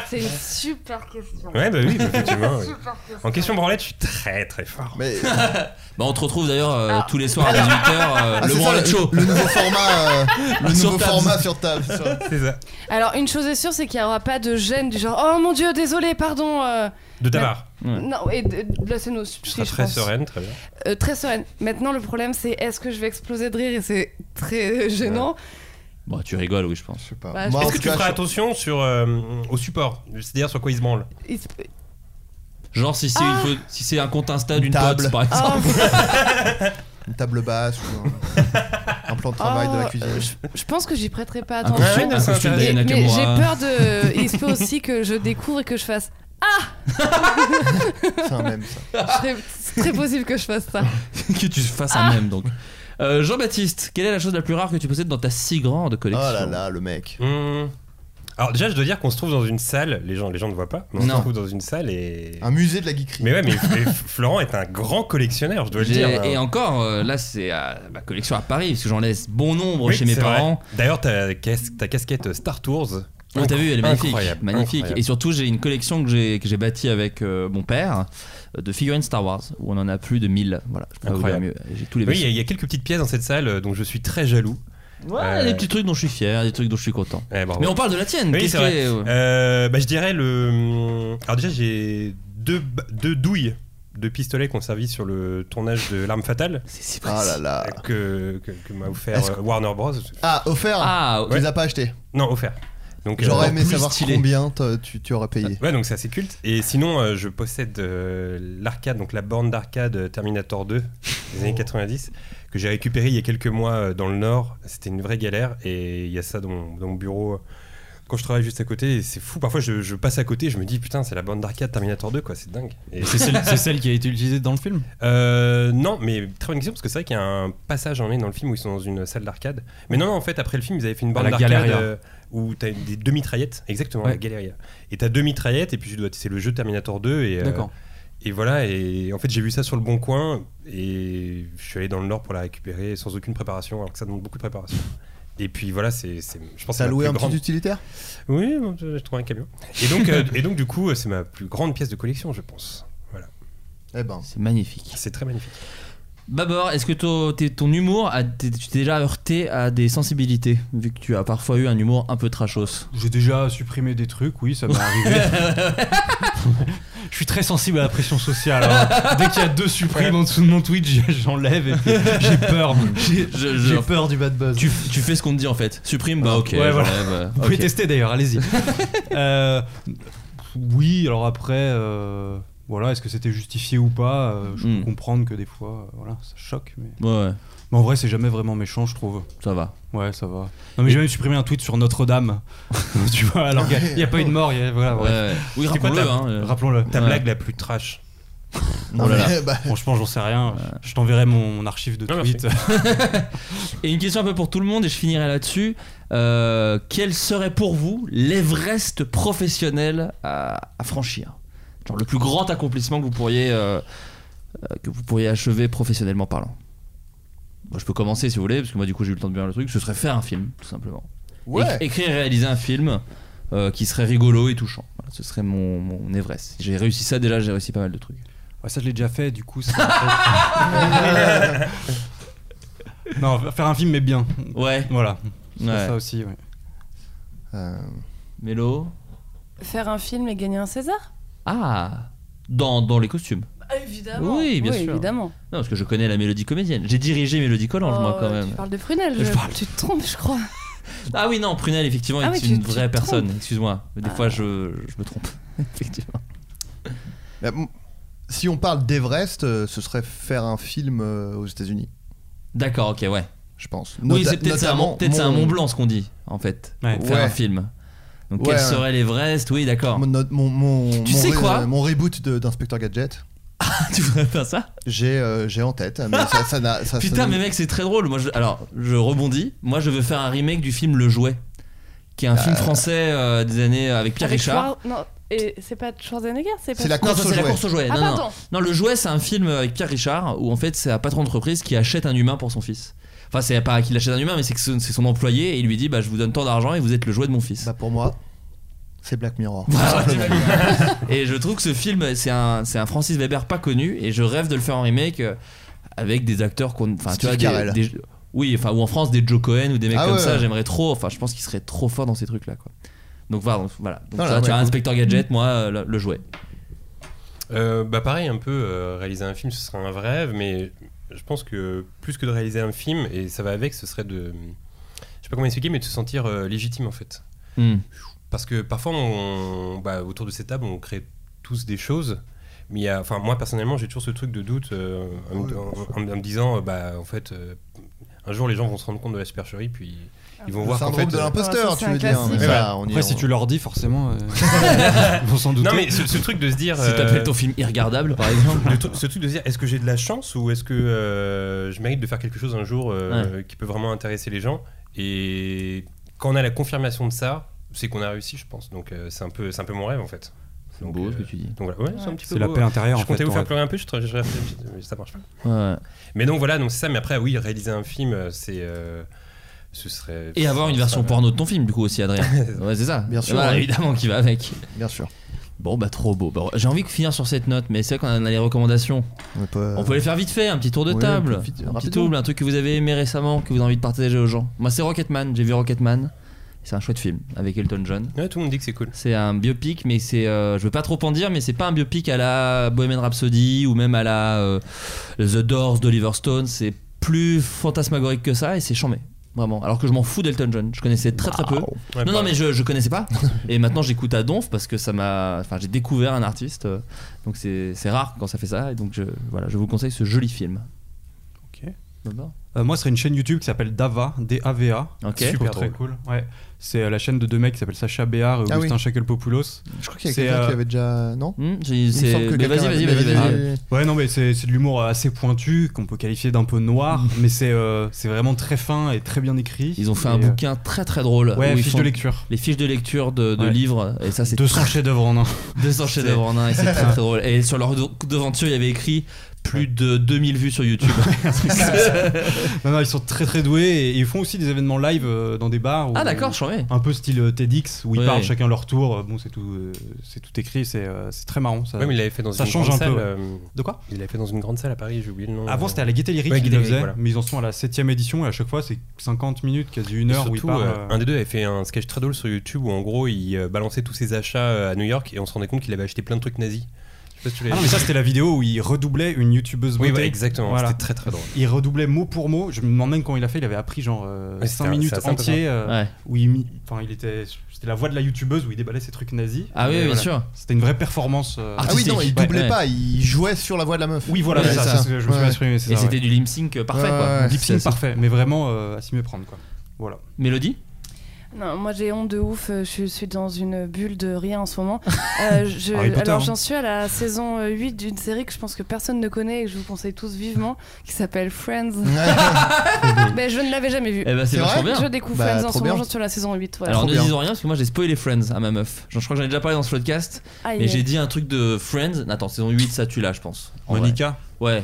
Speaker 9: c'est une super question.
Speaker 11: Ouais, bah oui, bah, effectivement. oui. En question branlette, je suis très très fort.
Speaker 8: Mais,
Speaker 10: Bah, on te retrouve d'ailleurs euh,
Speaker 9: Ah.
Speaker 10: tous les soirs à 18h.
Speaker 8: Ah,
Speaker 10: le
Speaker 8: c'est ça,
Speaker 10: branlette show.
Speaker 8: le nouveau format, euh, le
Speaker 10: Sur
Speaker 8: nouveau
Speaker 10: table.
Speaker 8: format sur table. sur-
Speaker 11: C'est ça.
Speaker 9: Alors, une chose est sûre, c'est qu'il n'y aura pas de gêne du genre Oh mon dieu, désolé, pardon. euh,
Speaker 11: De ta part.
Speaker 9: Non, et de- de- là, c'est nos
Speaker 11: Tu
Speaker 9: subtils,
Speaker 11: seras
Speaker 9: je
Speaker 11: très
Speaker 9: pense.
Speaker 11: sereine, très bien.
Speaker 9: Euh, très sereine. Maintenant, le problème, c'est est-ce que je vais exploser de rire Et c'est très euh, gênant.
Speaker 10: Bah, tu rigoles, oui, je pense.
Speaker 8: Je sais pas.
Speaker 9: Bah,
Speaker 8: Moi, en
Speaker 11: Est-ce que
Speaker 8: tout
Speaker 11: tu
Speaker 8: cas,
Speaker 11: feras
Speaker 8: sur-
Speaker 11: attention sur, euh, au support C'est-à-dire sur quoi il se branle
Speaker 9: Il se-
Speaker 10: Genre si c'est
Speaker 9: Ah.
Speaker 10: une faute- si c'est un compte Insta d'une
Speaker 8: Table.
Speaker 10: pote par
Speaker 9: Oh,
Speaker 10: exemple.
Speaker 8: une table basse ou un, un plan de travail
Speaker 9: oh,
Speaker 8: de la cuisine.
Speaker 9: euh, je- Je pense que j'y prêterai pas
Speaker 10: Un
Speaker 9: attention.
Speaker 10: costume-
Speaker 11: non,
Speaker 10: un
Speaker 11: c'est
Speaker 10: costume
Speaker 11: intéressant.
Speaker 9: Mais,
Speaker 10: d'Aya
Speaker 9: mais j'ai
Speaker 10: Nakamura.
Speaker 9: peur de. Il se peut aussi que je découvre et que je fasse. ah!
Speaker 8: C'est un même ça.
Speaker 9: je serais- C'est très possible que je fasse ça.
Speaker 10: que tu fasses
Speaker 9: Ah.
Speaker 10: un même donc. Euh, Jean-Baptiste, quelle est la chose la plus rare que tu possèdes dans ta si grande collection
Speaker 8: Oh là là, le mec.
Speaker 11: Hmm. Alors déjà, je dois dire qu'on se trouve dans une salle. Les gens, les gens ne voient pas. Mais on
Speaker 10: Non.
Speaker 11: se trouve dans une salle et.
Speaker 8: Un musée de la geekerie.
Speaker 11: Mais ouais, mais mais Florent est un grand collectionneur, je dois le
Speaker 10: J'ai-
Speaker 11: dire.
Speaker 10: Et encore, euh, là c'est à ma collection à Paris, parce que j'en laisse bon nombre
Speaker 11: Oui,
Speaker 10: chez mes
Speaker 11: c'est vrai.
Speaker 10: parents.
Speaker 11: D'ailleurs, ta, cas- ta casquette Star Tours.
Speaker 10: Oh, t'as vu, elle est magnifique.
Speaker 11: Incroyable,
Speaker 10: magnifique.
Speaker 11: incroyable.
Speaker 10: Et surtout, j'ai une collection que j'ai, que j'ai bâtie avec euh, mon père euh, de figurines Star Wars, où on en a plus de 1000. Voilà, je peux pas vous dire
Speaker 11: Incroyable.
Speaker 10: mieux. J'ai tous les
Speaker 11: Oui, il y a-
Speaker 10: vaisseaux.
Speaker 11: il y, a quelques petites pièces dans cette salle euh, dont je suis très jaloux.
Speaker 10: Ouais,
Speaker 11: Euh,
Speaker 10: des petits trucs dont je suis fier, des trucs dont je suis content.
Speaker 11: Ouais, bravo.
Speaker 10: Mais on parle de la tienne.
Speaker 11: Oui,
Speaker 10: qu'est-ce
Speaker 11: c'est vrai.
Speaker 10: que- ouais.
Speaker 11: Euh, bah, je dirais le. hmm, Alors déjà, j'ai deux, ba- deux douilles de pistolets qu'on servit sur le tournage de L'Arme Fatale
Speaker 10: C'est si
Speaker 8: Ah là là.
Speaker 11: que, que, que m'a offert
Speaker 8: Est-ce que-
Speaker 11: euh, Warner Bros.
Speaker 8: Ah, offert.
Speaker 10: Ah,
Speaker 8: Tu les as pas achetés.
Speaker 11: Non, offert. Donc, euh,
Speaker 8: J'aurais aimé
Speaker 10: plus
Speaker 8: savoir
Speaker 10: stylé.
Speaker 8: combien t'as- tu, tu aurais payé.
Speaker 11: Ouais, donc c'est assez culte. Et sinon, euh, je possède euh, l'arcade, donc la borne d'arcade Terminator 2 des années 90, que j'ai récupérée il y a quelques mois euh, dans le Nord. C'était une vraie galère. Et il y a ça dans mon, dans mon bureau euh, quand je travaille juste à côté. Et c'est fou. Parfois, je, je passe à côté et je me dis, putain, c'est la borne d'arcade Terminator 2, quoi. C'est dingue. Et-
Speaker 7: C'est celle, c'est celle qui a été utilisée dans le film
Speaker 11: Euh, non, mais très bonne question, parce que c'est vrai qu'il y a un passage en est dans le film où ils sont dans une salle d'arcade. Mais non, non, en fait, après le film, ils avaient fait une borne
Speaker 7: la
Speaker 11: d'arcade
Speaker 7: Galeria.
Speaker 11: euh, où t'as des deux mitraillettes. Exactement,
Speaker 7: Ouais.
Speaker 11: la Galeria. Et t'as deux mitraillettes, et puis tu dois. C'est le jeu Terminator 2. Et, euh,
Speaker 7: D'accord.
Speaker 11: et voilà, et en fait, j'ai vu ça sur le bon coin, et je suis allé dans le Nord pour la récupérer sans aucune préparation, alors que ça demande beaucoup de préparation. Et puis voilà, c'est, c'est- je pense que c'est
Speaker 8: T'as
Speaker 11: ma
Speaker 8: loué
Speaker 11: plus
Speaker 8: un
Speaker 11: grande-
Speaker 8: petit utilitaire
Speaker 11: Oui, bon, je je trouve un camion. Et donc, euh, et donc, du coup, c'est ma plus grande pièce de collection, je pense.
Speaker 8: Eh ben.
Speaker 10: c'est magnifique.
Speaker 11: C'est très magnifique.
Speaker 10: Babor, est-ce que ton, t'es- ton humour, a- t'es- tu t'es déjà heurté à des sensibilités Vu que tu as parfois eu un humour un peu trashos.
Speaker 7: J'ai déjà supprimé des trucs, oui, ça m'est arrivé. Je suis très sensible à la pression sociale. hein. Dès qu'il y a deux supprimes en dessous de mon tweet, j'- j'enlève et puis j'ai peur. J'ai
Speaker 10: Je- je-
Speaker 7: j'ai peur du bad buzz.
Speaker 10: tu, f- tu fais ce qu'on te dit en fait. Supprime, bah ok.
Speaker 7: Ouais, voilà.
Speaker 10: j'enlève, euh,
Speaker 7: Vous pouvez
Speaker 10: ok.
Speaker 7: tester d'ailleurs, allez-y. Euh, oui, alors après, euh, Voilà, est-ce que c'était justifié ou pas Euh, Je
Speaker 10: Mm.
Speaker 7: peux comprendre que des fois, euh, voilà, ça choque. Mais,
Speaker 10: Ouais, ouais,
Speaker 7: mais en vrai, c'est jamais vraiment méchant, je trouve.
Speaker 10: ça va.
Speaker 7: Ouais, ça va. Non, mais j'ai même supprimé un tweet sur Notre-Dame. tu vois, alors qu'il n'y a pas eu de mort. il y a- voilà,
Speaker 10: Ouais,
Speaker 7: bref.
Speaker 10: ouais. Oui,
Speaker 11: C'était quoi
Speaker 10: rappelons-le.
Speaker 11: ta-
Speaker 10: Hein, euh,
Speaker 7: Rappelons-le.
Speaker 11: Ta
Speaker 10: Ouais.
Speaker 11: blague la plus trash.
Speaker 8: Non,
Speaker 10: Oh là
Speaker 8: mais, bah,
Speaker 7: Franchement, j'en sais rien. Je t'enverrai mon, mon archive de
Speaker 11: Ah,
Speaker 7: tweets.
Speaker 10: Et une question un peu pour tout le monde, et je finirai là-dessus. Euh, quel serait pour vous l'Everest professionnel à, à franchir Genre le plus grand accomplissement que vous pourriez, euh, euh, que vous pourriez achever professionnellement parlant Moi, Je peux commencer si vous voulez, parce que moi du coup j'ai eu le temps de bien le truc. Ce serait faire un film, tout simplement.
Speaker 8: ouais.
Speaker 10: Éc- écrire et réaliser un film euh, qui serait rigolo et touchant. Voilà, ce serait mon, mon Everest. Si J'ai réussi ça déjà, j'ai réussi pas mal de trucs.
Speaker 7: Ouais, ça, je l'ai déjà fait, du coup. ça- non, faire un film, mais bien.
Speaker 10: Ouais,
Speaker 7: Voilà.
Speaker 10: ouais.
Speaker 7: Ça aussi, ouais.
Speaker 8: Euh,
Speaker 10: Mélo
Speaker 9: Faire un film et gagner un César
Speaker 10: Ah Dans, dans les costumes.
Speaker 9: Évidemment.
Speaker 10: Oui, bien sûr.
Speaker 9: évidemment.
Speaker 10: Non, parce que je connais la mélodie comédienne. J'ai dirigé Mélodie Collange, moi,
Speaker 9: Oh,
Speaker 10: quand même.
Speaker 9: Tu parles de Prunelle,
Speaker 10: Je
Speaker 9: je-
Speaker 10: parle.
Speaker 9: tu te trompes, je crois.
Speaker 10: Ah oui, non, Prunel, effectivement,
Speaker 9: Ah
Speaker 10: est
Speaker 9: oui, tu-
Speaker 10: une
Speaker 9: tu
Speaker 10: vraie
Speaker 9: te
Speaker 10: personne. Excuse-moi. Des
Speaker 8: Ah.
Speaker 10: fois, je, je me trompe. effectivement.
Speaker 8: bah, m- si on parle d'Everest, euh, ce serait faire un film euh, aux États-Unis,
Speaker 10: D'accord, ok, ouais.
Speaker 8: je pense.
Speaker 10: oui,
Speaker 8: Nota-
Speaker 10: c'est peut-être ça,
Speaker 8: notamment
Speaker 10: Mont- peut-être c'est un Mont Blanc, ce qu'on dit, en fait.
Speaker 7: Ouais.
Speaker 10: Pour faire un
Speaker 8: Ouais.
Speaker 10: film. Donc,
Speaker 8: Ouais,
Speaker 10: quel
Speaker 8: ouais.
Speaker 10: serait l'Everest Oui, d'accord.
Speaker 8: Mon, note- mon, mon-
Speaker 10: Tu
Speaker 8: mon
Speaker 10: sais quoi
Speaker 8: euh, mon reboot de- d'Inspecteur Gadget,
Speaker 10: tu voudrais faire ça
Speaker 8: j'ai euh, j'ai en tête, mais ça, ça n'a. ça- ça
Speaker 10: Putain,
Speaker 8: n'a-
Speaker 10: mais mec, c'est très drôle. Moi, je, alors, je rebondis. Moi, je veux faire un remake du film Le Jouet, qui est un film français euh, des années avec Pierre
Speaker 9: Avec
Speaker 10: Richard.
Speaker 9: Schwar- Non, et c'est pas Schwarzenegger, c'est pas.
Speaker 8: C'est la
Speaker 10: Non,
Speaker 8: course
Speaker 10: ça
Speaker 8: au
Speaker 10: c'est la
Speaker 8: jouet.
Speaker 10: course au jouet.
Speaker 9: Ah,
Speaker 10: non, non.
Speaker 9: pardon.
Speaker 10: non, le jouet, c'est un film avec Pierre Richard où en fait c'est un patron d'entreprise qui achète un humain pour son fils. Enfin, c'est pas qu'il achète un humain, mais c'est que son- c'est son employé et il lui dit Bah, je vous donne tant d'argent et vous êtes le jouet de mon fils.
Speaker 8: Bah, pour moi, c'est Black Mirror.
Speaker 10: Voilà,
Speaker 8: Simplement.
Speaker 10: et je trouve que ce film, c'est un, c'est un Francis Weber pas connu et je rêve de le faire en remake euh, avec des acteurs qu'on. Enfin, tu
Speaker 8: Steve
Speaker 10: vois, des,
Speaker 8: Carell.
Speaker 10: des- Oui, enfin, ou en France, des Joe Cohen ou des mecs
Speaker 8: Ah
Speaker 10: comme
Speaker 8: ouais,
Speaker 10: ça,
Speaker 8: ouais.
Speaker 10: j'aimerais trop. Enfin, je pense qu'il serait trop fort dans ces trucs-là, quoi. Donc voilà, donc, voilà. Donc,
Speaker 8: Non,
Speaker 10: tu
Speaker 8: là,
Speaker 10: vois, tu
Speaker 8: Ah, ouais,
Speaker 10: as
Speaker 8: cool.
Speaker 10: Inspecteur Gadget, moi, euh, le, le jouet.
Speaker 11: Euh, bah pareil, un peu, euh, réaliser un film, ce serait un vrai rêve, mais je pense que plus que de réaliser un film, et ça va avec, ce serait de... Je sais pas comment expliquer, mais de se sentir euh, légitime en fait.
Speaker 10: Hmm.
Speaker 11: Parce que parfois, on, bah, autour de cette table, on crée tous des choses. Mais il y a- enfin, moi, personnellement, j'ai toujours ce truc de doute euh, en, me- en- en- en me disant, euh, bah, en fait, euh, un jour, les gens vont se rendre compte de la supercherie, puis ils vont
Speaker 8: Le
Speaker 11: voir qu'en
Speaker 8: syndrome
Speaker 11: fait,
Speaker 8: de
Speaker 11: euh,
Speaker 8: l'imposteur,
Speaker 9: Ah, ça,
Speaker 8: tu
Speaker 9: c'est un
Speaker 8: veux dire.
Speaker 9: classique.
Speaker 8: mais ça, on y
Speaker 7: Après,
Speaker 8: est,
Speaker 7: si
Speaker 8: on-
Speaker 7: tu leur dis, forcément, euh, ils vont s'en douter.
Speaker 11: Non, mais ce, ce truc de se dire.
Speaker 10: Si t'appelles
Speaker 11: euh,
Speaker 10: ton film irregardable, par exemple.
Speaker 11: le truc- ce truc de se dire est-ce que j'ai de la chance ou est-ce que euh, je mérite de faire quelque chose un jour euh, qui peut vraiment intéresser les gens et quand on a la confirmation de ça c'est qu'on a réussi je pense donc euh, c'est un peu c'est un peu mon rêve en fait donc,
Speaker 10: beau ce
Speaker 11: euh,
Speaker 10: que tu dis.
Speaker 11: donc voilà. Ouais, c'est un petit peu
Speaker 7: C'est la
Speaker 11: beau.
Speaker 7: paix intérieure,
Speaker 11: je
Speaker 7: en fait.
Speaker 11: comptais vous
Speaker 7: ton
Speaker 11: faire
Speaker 7: rêve.
Speaker 11: pleurer un peu je, te- je- je- mais ça marche pas
Speaker 10: Ouais.
Speaker 11: mais donc voilà donc c'est ça mais après oui réaliser un film euh, c'est euh, ce serait
Speaker 10: Et avoir une
Speaker 11: ce
Speaker 10: version
Speaker 11: serait-
Speaker 10: porno de ton film, du coup, aussi, Adrien. Ouais, c'est ça.
Speaker 8: Bien sûr,
Speaker 10: Voilà,
Speaker 8: ouais.
Speaker 10: Évidemment, qui va avec.
Speaker 8: Bien sûr.
Speaker 10: Bon, bah, trop beau. Bah, J'ai envie de finir sur cette note, mais c'est vrai qu'on a les recommandations.
Speaker 8: On peut,
Speaker 10: On peut les faire vite fait, un petit tour de
Speaker 8: Euh, oui,
Speaker 10: table.
Speaker 8: on peut vite-
Speaker 10: un petit
Speaker 8: rapidement.
Speaker 10: double, un truc que vous avez aimé récemment, que vous avez envie de partager aux gens. Moi, c'est Rocketman. J'ai vu Rocketman. C'est un chouette film avec Elton John.
Speaker 11: Ouais, tout le monde dit que c'est cool
Speaker 10: C'est un biopic, mais c'est. euh, je veux pas trop en dire, mais c'est pas un biopic à la Bohemian Rhapsody ou même à la euh, The Doors d'Oliver Stone. C'est plus fantasmagorique que ça et c'est chambé. Vraiment. Alors que je m'en fous d'Elton John. Je connaissais très très peu.
Speaker 11: Ouais, bah,
Speaker 10: Non, non,
Speaker 11: pareil.
Speaker 10: mais je, je connaissais pas. Et maintenant, j'écoute à Donf parce que ça m'a. Enfin, j'ai découvert un artiste. euh, Donc, c'est c'est rare quand ça fait ça. Et donc, je, voilà, je vous conseille ce joli film.
Speaker 7: Ok.
Speaker 10: D'accord.
Speaker 7: Euh, moi, ce serait une chaîne YouTube qui s'appelle Dava, D-A-V-A.
Speaker 10: Ok.
Speaker 7: Je trouve
Speaker 11: Super
Speaker 7: très cool. Ouais. C'est euh, la chaîne de deux mecs qui s'appellent Sacha Béard et
Speaker 8: Ah
Speaker 7: Augustin Shackle-Popoulos.
Speaker 8: Je crois qu'il y a
Speaker 7: C'est,
Speaker 8: quelqu'un
Speaker 7: euh,
Speaker 8: qui avait déjà. Non
Speaker 10: Hmm, j'ai-
Speaker 8: Il me
Speaker 10: c'est-
Speaker 8: semble que
Speaker 10: mais
Speaker 8: quelqu'un Ah
Speaker 10: Vas-y, vas-y,
Speaker 8: avait-
Speaker 10: vas-y,
Speaker 8: mais
Speaker 10: vas-y.
Speaker 7: Ouais, non, mais c'est c'est de l'humour euh, assez pointu, qu'on peut qualifier d'un peu noir, mais c'est euh, c'est vraiment très fin et très bien écrit.
Speaker 10: Ils ont fait un
Speaker 7: Et, euh,
Speaker 10: bouquin très très drôle.
Speaker 7: Ouais,
Speaker 10: où ils
Speaker 7: fiche
Speaker 10: font
Speaker 7: de lecture.
Speaker 10: Les fiches de lecture de, de
Speaker 7: Ouais.
Speaker 10: livres. Et ça, c'est
Speaker 7: 200 chefs-d'œuvre en un.
Speaker 10: 200 chefs d'œuvre en un. Et c'est très très drôle. Et sur leur do- devanture, il y avait écrit plus de 2000 vues sur YouTube.
Speaker 7: Non, non, ils sont très très doués et ils font aussi des événements live euh, dans des bars. où-
Speaker 10: ah, d'accord, je savais.
Speaker 7: Un peu style euh, TEDx où ils
Speaker 10: Ouais.
Speaker 7: parlent chacun leur tour. Euh, Bon, c'est tout, euh, c'est tout écrit, c'est euh, c'est très marrant. Ça.
Speaker 11: Ouais, mais il l'avait fait dans
Speaker 7: Ça
Speaker 11: une
Speaker 7: change
Speaker 11: grande
Speaker 7: un peu,
Speaker 11: salle, euh,
Speaker 7: De quoi
Speaker 11: il l'avait fait dans une grande salle à Paris j'ai oublié le nom Euh,
Speaker 7: Avant, c'était à la Gaieté Lyrique
Speaker 11: Ouais,
Speaker 7: qu'ils
Speaker 11: Gaieté
Speaker 7: le
Speaker 11: Lyrique,
Speaker 7: faisaient,
Speaker 11: voilà.
Speaker 7: mais ils en sont à la 7 édition et à chaque fois, c'est 50 minutes, quasi une
Speaker 11: Et
Speaker 7: heure où ils
Speaker 11: surtout,
Speaker 7: parlent.
Speaker 11: euh,
Speaker 7: euh,
Speaker 11: un des deux avait fait un sketch très drôle sur YouTube où en gros il euh, balançait tous ses achats euh, à New York et on se rendait compte qu'il avait acheté plein de trucs nazis. sais pas si tu l'as
Speaker 7: Ah non, mais ça, c'était la vidéo où il redoublait une youtubeuse
Speaker 11: Oui,
Speaker 7: beauté.
Speaker 11: ouais, exactement.
Speaker 7: Voilà.
Speaker 11: C'était très très drôle.
Speaker 7: Il redoublait mot pour mot. Je me demande même quand il a fait. Il avait appris genre
Speaker 11: Ouais, c'était
Speaker 7: 5
Speaker 11: un-
Speaker 7: minutes
Speaker 11: c'était assez
Speaker 7: entiers. euh,
Speaker 10: Ouais.
Speaker 7: Où il, mi- enfin, il était. C'était la voix de la youtubeuse où il déballait ses trucs nazis.
Speaker 10: Ah oui,
Speaker 7: Et
Speaker 10: bien
Speaker 7: voilà.
Speaker 10: sûr.
Speaker 7: C'était une vraie performance. euh,
Speaker 10: Ah
Speaker 8: Ah oui, non, il
Speaker 10: Ouais,
Speaker 8: doublait
Speaker 10: ouais.
Speaker 8: pas, il jouait sur la voix de la meuf.
Speaker 7: oui, voilà,
Speaker 8: Ouais,
Speaker 7: c'est ça.
Speaker 8: c'est
Speaker 7: c'est
Speaker 8: ça.
Speaker 7: ce que je me suis
Speaker 8: Ouais.
Speaker 7: exprimé. c'est
Speaker 10: Et
Speaker 7: ça,
Speaker 10: c'était
Speaker 7: ouais.
Speaker 10: du lip sync euh, parfait,
Speaker 8: Ouais,
Speaker 10: quoi.
Speaker 8: ouais,
Speaker 7: Lip sync
Speaker 8: c'est-
Speaker 7: parfait, mais vraiment euh, à s'y méprendre, quoi. Voilà.
Speaker 10: Mélodie
Speaker 9: Non, moi j'ai honte de ouf, euh, je suis dans une bulle de rien en ce moment. Euh, je-
Speaker 7: Harry Potter,
Speaker 9: alors
Speaker 7: hein.
Speaker 9: j'en suis à la saison euh, 8 d'une série que je pense que personne ne connaît et que je vous conseille tous vivement, qui s'appelle Friends. Mais je ne l'avais jamais vue.
Speaker 10: Eh ben, c'est
Speaker 8: C'est
Speaker 10: vachement
Speaker 8: vrai
Speaker 10: bien.
Speaker 9: Je découvre
Speaker 8: Bah,
Speaker 9: Friends en
Speaker 8: trop
Speaker 9: ce moment,
Speaker 8: bien.
Speaker 9: j'en suis à la saison 8. voilà.
Speaker 10: Alors
Speaker 8: Trop
Speaker 10: ne
Speaker 8: bien.
Speaker 10: disons rien parce que moi j'ai spoilé Friends à ma meuf. Genre, je crois que j'en ai déjà parlé dans ce podcast.
Speaker 9: Aïe.
Speaker 10: Mais j'ai dit un truc de Friends. Attends, saison 8, ça tu l'as, je pense. en vrai.
Speaker 7: Monica
Speaker 10: Ouais.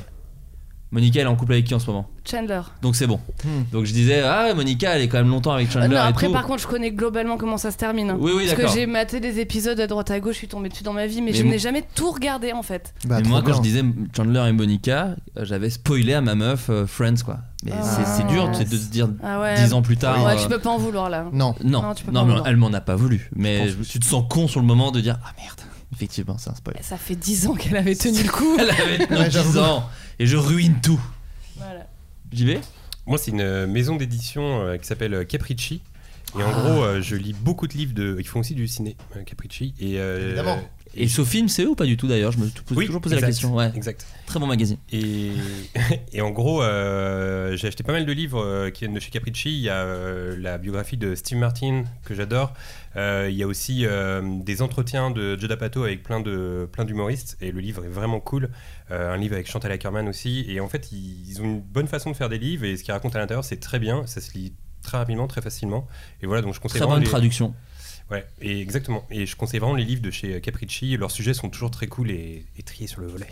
Speaker 10: Monica, elle est en couple avec qui en ce moment
Speaker 9: Chandler.
Speaker 10: Donc c'est bon.
Speaker 8: Hmm.
Speaker 10: Donc je disais, ah Monica, elle est quand même longtemps avec
Speaker 9: Euh,
Speaker 10: Chandler
Speaker 9: non,
Speaker 10: et
Speaker 9: après
Speaker 10: tout.
Speaker 9: par contre, je connais globalement comment ça se termine. hein.
Speaker 10: Oui, oui,
Speaker 9: Parce que
Speaker 10: d'accord.
Speaker 9: j'ai maté des épisodes à droite à gauche, je suis tombée dessus dans ma vie, mais,
Speaker 10: Mais
Speaker 9: je
Speaker 10: moi-
Speaker 9: n'ai jamais tout regardé en fait.
Speaker 8: Bah,
Speaker 10: Mais moi,
Speaker 8: trop
Speaker 10: quand je
Speaker 8: bien.
Speaker 10: disais Chandler et Monica, euh, j'avais spoilé à ma meuf euh, Friends, quoi. Mais
Speaker 9: Ah.
Speaker 10: c'est- c'est dur c'est de se dire
Speaker 9: Ah ouais.
Speaker 10: 10 ans plus tard.
Speaker 9: Ouais,
Speaker 10: euh,
Speaker 9: tu peux pas en vouloir là.
Speaker 8: Non,
Speaker 10: Non,
Speaker 9: Non, tu peux
Speaker 10: non,
Speaker 9: pas
Speaker 10: mais
Speaker 9: vouloir.
Speaker 10: elle m'en a pas voulu. Mais
Speaker 8: Je
Speaker 10: je- tu te sens con sur le moment de dire Ah merde, effectivement, c'est un spoil.
Speaker 9: Ça fait 10 ans qu'elle avait tenu le coup.
Speaker 10: Elle avait non,
Speaker 8: Ouais,
Speaker 10: 10
Speaker 8: j'avoue.
Speaker 10: ans et je ruine tout.
Speaker 9: Voilà.
Speaker 10: J'y vais
Speaker 11: Moi, c'est une euh, maison d'édition euh, qui s'appelle euh, Capricci. Et
Speaker 7: Ah.
Speaker 11: en gros, euh, je lis beaucoup de livres de. Ils font aussi du ciné, euh, Capricci. Et, euh,
Speaker 8: Évidemment.
Speaker 10: Et ce film, c'est eux ou pas du tout d'ailleurs Je me suis
Speaker 11: Oui,
Speaker 10: toujours posé la
Speaker 11: exact,
Speaker 10: question. Ouais.
Speaker 11: Exact.
Speaker 10: Très bon magazine.
Speaker 11: Et, et en gros, euh, j'ai acheté pas mal de livres euh, qui viennent de chez Capricci. Il y a euh, la biographie de Steve Martin, que j'adore. Euh, il y a aussi euh, des entretiens de Joe D'Apato avec plein de plein d'humoristes. Et le livre est vraiment cool. Euh, un livre avec Chantal Ackerman aussi. Et en fait, ils, ils ont une bonne façon de faire des livres. Et ce qu'ils racontent à l'intérieur, c'est très bien. Ça se lit très rapidement, très facilement. Et voilà, donc je conseille
Speaker 10: Très
Speaker 11: vraiment
Speaker 10: bonne
Speaker 11: les-
Speaker 10: traduction.
Speaker 11: Ouais, et exactement. Et je conseille vraiment les livres de chez euh, Capricci. Leurs sujets sont toujours très cool et, et triés sur le volet.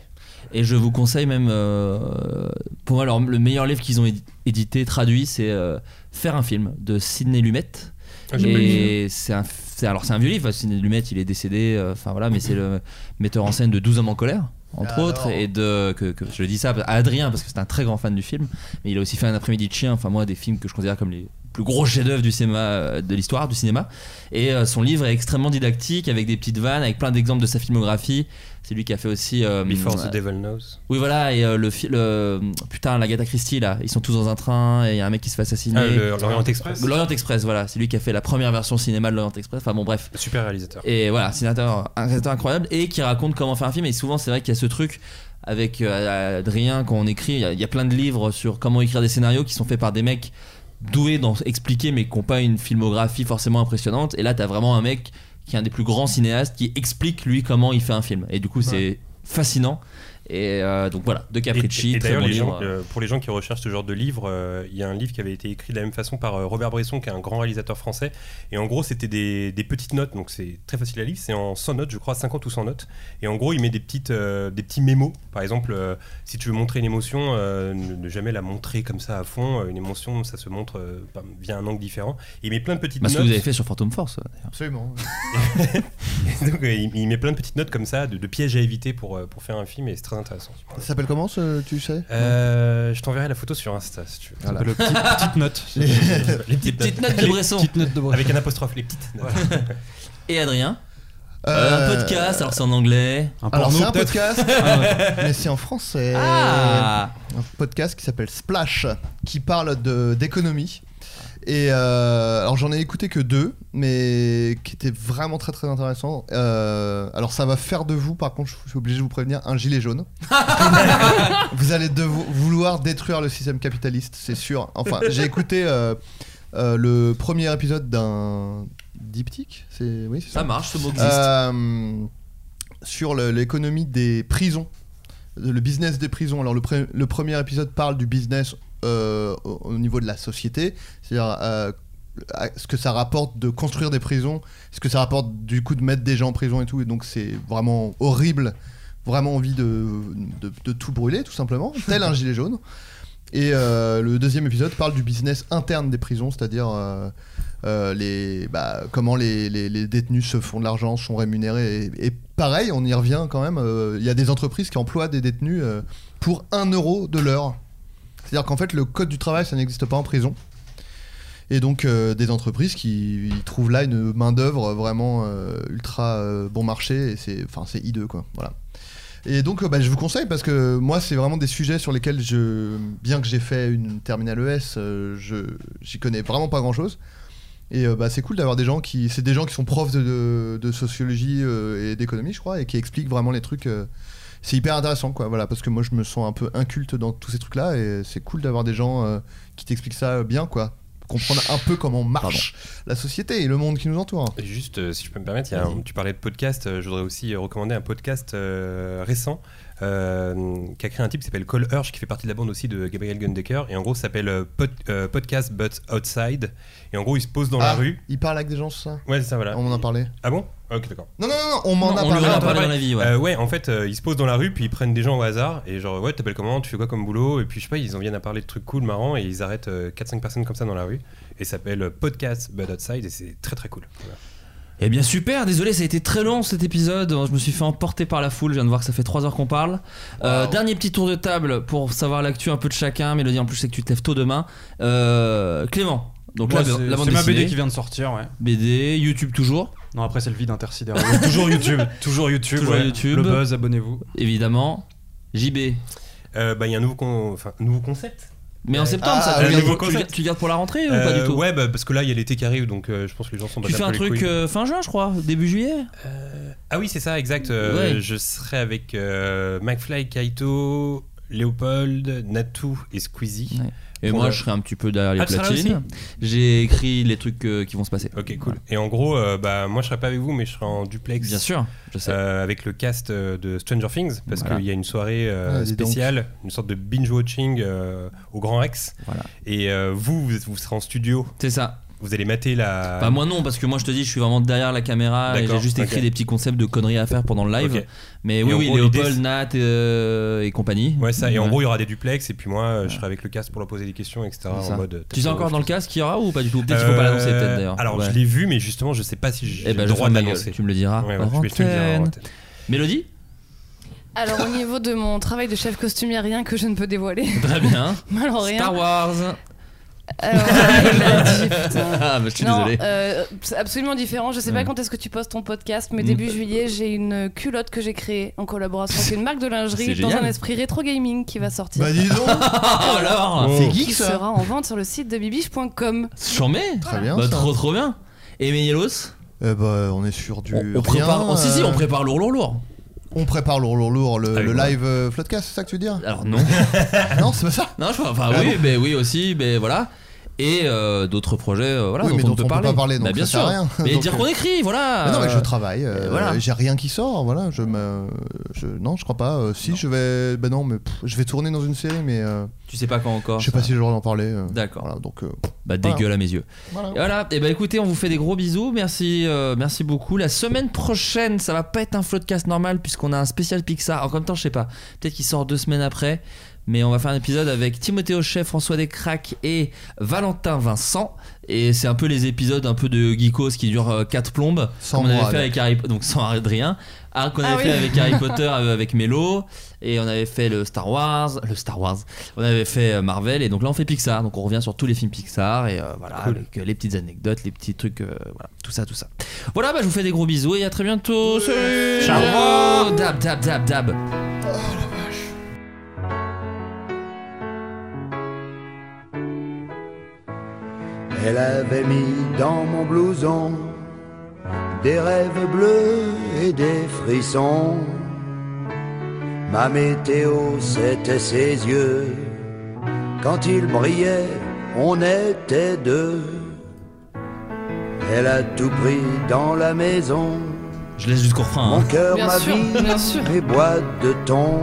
Speaker 10: Et je vous conseille même, euh, pour moi, leur- le meilleur livre qu'ils ont édi- édité, traduit, c'est euh, Faire un film de Sidney Lumet.
Speaker 11: Ah,
Speaker 10: Et c'est un, c'est- alors c'est un vieux livre. parce que Sidney Lumet, il est décédé. euh, Enfin voilà, mais c'est le metteur en scène de 12 hommes en colère, entre
Speaker 11: Ah,
Speaker 8: Alors.
Speaker 10: autres, et de que, que- je dis ça à Adrien parce que c'est un très grand fan du film. Mais il a aussi fait un après-midi de chien. Enfin moi, des films que je considère comme les plus gros chefs-d'œuvre du cinéma euh, de l'histoire du cinéma. Et euh, son livre est extrêmement didactique avec des petites vannes, avec plein d'exemples de sa filmographie. C'est lui qui a fait aussi euh,
Speaker 11: Before
Speaker 10: euh,
Speaker 11: the Devil Knows.
Speaker 10: oui, voilà, et euh, le, fi- le. Putain, l'Agatha Christie, là, ils sont tous dans un train, et il y a un mec qui se fait assassiner.
Speaker 11: Ah, le- l'Orient Express.
Speaker 10: L'Orient Express, voilà, c'est lui qui a fait la première version cinéma de l'Orient Express, enfin bon, bref.
Speaker 11: Super réalisateur.
Speaker 10: Et voilà, c'est un acteur, un acteur incroyable, et qui raconte comment faire un film, et souvent, c'est vrai qu'il y a ce truc. Avec euh, Adrien, quand on écrit, il y a- il y, a plein de livres sur comment écrire des scénarios qui sont faits par des mecs doués dans expliquer, mais qui n'ont pas une filmographie forcément impressionnante. Et là, t'as vraiment un mec qui est un des plus grands cinéastes qui explique lui comment il fait un film. Et du coup, c'est fascinant. Et euh, donc voilà, de Capricci,
Speaker 11: et, et
Speaker 10: très
Speaker 11: d'ailleurs,
Speaker 10: bon
Speaker 11: les
Speaker 10: livre.
Speaker 11: gens, euh, pour les gens qui recherchent ce genre de livre, euh, il y a un livre qui avait été écrit de la même façon par euh, Robert Bresson, qui est un grand réalisateur français. Et en gros, c'était des, des petites notes, donc c'est très facile à lire. C'est en 100 notes, je crois, 50 ou 100 notes. Et en gros, il met des, petites, euh, des petits mémos. Par exemple, euh, si tu veux montrer une émotion, euh, ne, ne jamais la montrer comme ça à fond. euh, Une émotion, ça se montre euh, par- via un angle différent. Et il met plein de petites
Speaker 10: Bah, ce que
Speaker 11: notes.
Speaker 10: vous avez fait sur Phantom Force. euh, d'ailleurs.
Speaker 8: absolument.
Speaker 11: Donc, euh, il, il met plein de petites notes comme ça, de, de pièges à éviter pour, euh, pour faire un film. Et c'est très intéressant.
Speaker 8: Ça s'appelle comment, ce, tu sais
Speaker 11: Euh, je t'enverrai la photo sur Insta si tu veux.
Speaker 8: Voilà.
Speaker 7: Le petit- petite note.
Speaker 11: les
Speaker 10: Les petites notes de Bresson.
Speaker 7: Petite note de Brest.
Speaker 11: Avec un apostrophe, les petites notes.
Speaker 10: Et Adrien,
Speaker 8: Euh,
Speaker 10: un podcast, alors c'est en anglais.
Speaker 7: Un
Speaker 8: Alors,
Speaker 7: porno,
Speaker 8: c'est un
Speaker 7: peut-être
Speaker 8: podcast, mais c'est en
Speaker 11: euh,
Speaker 8: français.
Speaker 10: Ah
Speaker 8: un podcast qui s'appelle Splash, qui parle de- d'économie. Et euh, alors j'en ai écouté que deux, mais qui étaient vraiment très très intéressants. Euh, alors ça va faire de vous, par contre, je suis obligé de vous prévenir, un gilet jaune. vous allez devo- vouloir détruire le système capitaliste, c'est sûr. Enfin, j'ai écouté euh, euh, le premier épisode d'un diptyque. C'est oui, c'est ça.
Speaker 10: Ça marche, ce mot existe.
Speaker 8: Euh, sur le- l'économie des prisons, le business des prisons. Alors le, pre- le premier épisode parle du business euh, au, au niveau de la société, c'est-à-dire euh, à- ce que ça rapporte de construire des prisons, ce que ça rapporte du coup de mettre des gens en prison et tout. Et donc c'est vraiment horrible, vraiment envie de, de- de tout brûler tout simplement, tel un gilet jaune. Et euh, le deuxième épisode parle du business interne des prisons, c'est-à-dire euh, euh, les, bah, comment les, les- les détenus se font de l'argent, sont rémunérés. Et, et pareil, on y revient quand même, euh, il y a des entreprises qui emploient des détenus euh, pour 1 euro de l'heure. C'est-à-dire qu'en fait, le code du travail, ça n'existe pas en prison. Et donc, euh, des entreprises qui ils trouvent là une main-d'œuvre vraiment euh, ultra euh, bon marché, et c'est enfin, c'est hideux, quoi. Voilà. Et donc, euh, bah, je vous conseille parce que moi, c'est vraiment des sujets sur lesquels je, bien que j'ai fait une terminale ES, euh, je j'y connais vraiment pas grand chose. Et euh, bah, c'est cool d'avoir des gens qui, c'est des gens qui sont profs de, de, de sociologie euh, et d'économie, je crois, et qui expliquent vraiment les trucs. euh, c'est hyper intéressant, quoi. Voilà, parce que moi, je me sens un peu inculte dans tous ces trucs-là, et c'est cool d'avoir des gens euh, qui t'expliquent ça euh, bien, quoi. Pour Comprendre un peu comment marche la société et le monde qui nous entoure.
Speaker 11: Et Juste, euh, si je peux me permettre, il y a un- tu parlais de podcast. euh, je voudrais aussi euh, recommander un podcast euh, récent euh, qu'a créé un type qui s'appelle Cole Hirsch, qui fait partie de la bande aussi de Gabriel Gundecker. Et en gros, ça s'appelle euh, Pod- euh, Podcast But Outside. Et en gros, il se pose dans la
Speaker 8: Ah.
Speaker 11: rue.
Speaker 8: Il parle avec des gens, c'est ça
Speaker 11: Ouais, c'est ça, voilà.
Speaker 8: On en a parlé.
Speaker 11: Ah bon Ah, Ok, d'accord.
Speaker 8: Non, non, non, non, on m'en
Speaker 10: Euh, Non,
Speaker 8: a
Speaker 10: on lui
Speaker 8: parlé.
Speaker 10: en a
Speaker 11: après.
Speaker 10: parlé dans la vie, ouais.
Speaker 11: Euh, ouais, en fait, euh, ils se posent dans la rue, puis ils prennent des gens au hasard, et genre, ouais, t'appelles comment, tu fais quoi comme boulot, et puis je sais pas, ils en viennent à parler de trucs cool, marrants, et ils arrêtent 4-5 personnes comme ça dans la rue, et ça s'appelle euh, Podcast But Outside, et c'est très très cool. Voilà.
Speaker 10: Eh bien super, désolé, ça a été très long cet épisode. Je me suis fait emporter par la foule, je viens de voir que ça fait 3 heures qu'on parle. Euh, Dernier petit tour de table pour savoir l'actu un peu de chacun. Mélodie, en plus, c'est que tu te lèves tôt demain. Euh, Clément, donc la,
Speaker 7: Moi, c'est
Speaker 10: la bande
Speaker 7: c'est ma
Speaker 10: dessinée,
Speaker 7: BD qui vient de sortir, ouais.
Speaker 10: BD, YouTube toujours,
Speaker 7: Non, après, c'est le vide intersidéral. toujours YouTube. Toujours YouTube.
Speaker 10: Toujours
Speaker 7: ouais.
Speaker 10: YouTube.
Speaker 7: Le buzz, abonnez-vous.
Speaker 10: évidemment. JB.
Speaker 11: Euh, bah, il y a un nouveau, con- enfin, nouveau concept.
Speaker 10: Mais en septembre,
Speaker 8: Ah,
Speaker 10: ça tu,
Speaker 8: oui, un
Speaker 10: gardes-
Speaker 11: nouveau
Speaker 10: tu,
Speaker 11: concept.
Speaker 10: gardes- tu gardes pour la rentrée Eh, ou pas
Speaker 11: Euh,
Speaker 10: du tout
Speaker 11: Ouais, bah, parce que là, il y a l'été qui arrive, donc euh, je pense que les gens sont
Speaker 10: Tu
Speaker 11: battus
Speaker 10: fais un
Speaker 11: peu les
Speaker 10: truc
Speaker 11: couilles.
Speaker 10: euh, fin juin, je crois, début juillet.
Speaker 11: Ah oui, c'est ça, exact. Euh,
Speaker 10: Ouais.
Speaker 11: Je serai avec euh, McFly, Kaito, Léopold, Natou et Squeezie.
Speaker 10: Ouais. Et
Speaker 11: Pour
Speaker 10: moi,
Speaker 11: le-
Speaker 10: je serai un petit peu derrière les
Speaker 11: Ah, tu seras là
Speaker 10: platines. J'ai écrit les trucs euh, qui vont se passer.
Speaker 11: Ok, cool. Et en gros, euh, bah, moi, je serai pas avec vous, mais je serai en duplex.
Speaker 10: Bien sûr, je sais.
Speaker 11: Euh, avec le cast euh, de Stranger Things parce
Speaker 10: Voilà.
Speaker 11: qu'il y a une soirée euh,
Speaker 8: Ah, dis donc.
Speaker 11: spéciale, une sorte de binge watching euh, au Grand Rex.
Speaker 10: Voilà.
Speaker 11: Et euh, vous, vous, êtes- vous serez en studio,
Speaker 10: C'est ça.
Speaker 11: vous allez mater la.
Speaker 10: Bah moi non parce que moi je te dis je suis vraiment derrière la caméra
Speaker 11: euh,
Speaker 10: et
Speaker 11: D'accord,
Speaker 10: j'ai juste écrit
Speaker 11: ok.
Speaker 10: des petits concepts de conneries à faire pendant le live.
Speaker 11: Ok.
Speaker 10: Mais
Speaker 11: Et
Speaker 10: oui
Speaker 11: en
Speaker 10: oui
Speaker 11: gros, l'idée,
Speaker 10: Léopold,
Speaker 11: c'est-
Speaker 10: Nat euh, et compagnie.
Speaker 11: Ouais, ça. Et en
Speaker 10: Ouais.
Speaker 11: gros, il y aura des duplex et puis moi, euh, je serai avec le cast pour leur poser des questions, etc.
Speaker 10: C'est ça.
Speaker 11: En mode. euh,
Speaker 10: tu sais
Speaker 11: tapis
Speaker 10: encore dans le
Speaker 11: gauche.
Speaker 10: casque qu'il y aura ou pas du tout Peut-être qu'il faut pas l'annoncer
Speaker 11: Euh,
Speaker 10: peut-être d'ailleurs.
Speaker 11: Alors,
Speaker 10: Ouais.
Speaker 11: je l'ai vu, mais justement, je sais pas si j'ai
Speaker 10: eh ben,
Speaker 11: le
Speaker 10: je
Speaker 11: droit
Speaker 10: ferme
Speaker 11: de
Speaker 10: ma gueule,
Speaker 11: l'annoncer.
Speaker 10: tu me le diras.
Speaker 11: Ouais, ouais,
Speaker 10: Hors
Speaker 11: je vais te le dire en
Speaker 10: antenne.
Speaker 11: antenne.
Speaker 10: Mélodie
Speaker 9: Alors, au niveau de mon travail de chef costumier, rien que je ne peux dévoiler.
Speaker 10: Très bien.
Speaker 9: Mal en rien.
Speaker 10: Star Wars.
Speaker 9: Euh, ouais, il l'a dit, putain.
Speaker 10: Ah, bah, je suis
Speaker 9: non,
Speaker 10: désolé.
Speaker 9: euh, c'est absolument différent. Je sais
Speaker 10: Ouais.
Speaker 9: pas quand est-ce que tu postes ton podcast, mais
Speaker 10: Mm.
Speaker 9: début juillet, j'ai une culotte que j'ai créée en collaboration avec une marque de
Speaker 10: C'est
Speaker 9: lingerie dans
Speaker 10: génial.
Speaker 9: un esprit rétro gaming qui va sortir.
Speaker 8: Bah dis donc,
Speaker 10: Ah, alors
Speaker 11: Oh.
Speaker 8: c'est
Speaker 9: qui
Speaker 8: geek ça
Speaker 9: sera en vente sur le site de bibiche.com.
Speaker 10: J'en mets
Speaker 8: hein. Très bien.
Speaker 10: Bah,
Speaker 8: ça.
Speaker 10: Trop trop bien. Et Meyelos
Speaker 8: Eh bah, on est sur du.
Speaker 10: on, on
Speaker 8: rien,
Speaker 10: prépare. oh, si, si,
Speaker 8: euh,
Speaker 10: on Ah prépare lourd, lourd, lourd.
Speaker 8: on prépare lourd, lourd, lourd le,
Speaker 10: Avec
Speaker 8: le
Speaker 10: moi.
Speaker 8: live euh, Floodcast, c'est ça que tu veux dire
Speaker 10: Alors, non. Ah.
Speaker 8: Non, c'est pas ça
Speaker 10: Non, je enfin
Speaker 8: Ah
Speaker 10: oui, mais oui aussi, mais voilà. Et euh, d'autres projets, euh, voilà,
Speaker 8: Oui,
Speaker 10: dont
Speaker 8: mais
Speaker 10: on
Speaker 8: dont
Speaker 10: peut
Speaker 8: on peut
Speaker 10: parler.
Speaker 8: pas parler, donc
Speaker 10: Bah, bien
Speaker 8: ça
Speaker 10: sûr.
Speaker 8: sert à rien.
Speaker 10: Mais
Speaker 8: Donc,
Speaker 10: dire qu'on
Speaker 8: euh,
Speaker 10: écrit, voilà.
Speaker 8: Mais non, mais je
Speaker 10: Euh,
Speaker 8: travaille, euh,
Speaker 10: et voilà.
Speaker 8: j'ai rien qui sort, voilà, je me. je- non, je crois pas. euh, si, je vais. Bah non, mais pff, je vais tourner dans une série, mais euh,
Speaker 10: Tu sais pas quand encore.
Speaker 8: je sais pas
Speaker 10: ça.
Speaker 8: si j'aurai d'en parler. euh,
Speaker 10: D'accord.
Speaker 8: Voilà, donc. euh,
Speaker 10: Bah
Speaker 8: Voilà.
Speaker 10: dégueule à mes yeux.
Speaker 8: voilà.
Speaker 10: Et voilà. Et bah écoutez, on vous fait des gros bisous. Merci, euh, merci beaucoup. La semaine prochaine, ça va pas être un floodcast normal puisqu'on a un spécial Pixar. En même temps, je sais pas. Peut-être qu'il sort deux semaines après. Mais on va faire un épisode avec Timothée Hochet, François Descraques et Valentin Vincent. Et c'est un peu les épisodes un peu de geekos qui durent euh, quatre plombes.
Speaker 8: Sans
Speaker 10: qu'on avait
Speaker 8: moi,
Speaker 10: fait
Speaker 8: donc.
Speaker 10: avec Harry Po- donc sans Adrien. Ah, qu'on avait
Speaker 9: Ah
Speaker 10: fait
Speaker 9: oui.
Speaker 10: avec Harry Potter euh, avec Mélo. Et on avait fait le Star Wars. Le Star Wars. On avait fait euh, Marvel et donc là on fait Pixar. Donc on revient sur tous les films Pixar et euh, voilà, avec euh, les petites anecdotes, les petits trucs, euh, voilà, tout ça, tout ça. Voilà, bah, je vous fais des gros bisous et à très bientôt. Salut Ciao Dab, dab, dab, dab.
Speaker 3: Elle avait mis dans mon blouson des rêves bleus et des frissons. Ma météo, c'était ses yeux. Quand il brillait, on était deux. Elle a tout pris dans la maison.
Speaker 10: Je laisse jusqu'au refrain.
Speaker 3: Mon
Speaker 10: hein.
Speaker 3: cœur,
Speaker 9: Bien
Speaker 3: ma
Speaker 9: sûr,
Speaker 3: vie,
Speaker 9: bien sûr.
Speaker 3: mes boîtes de thon.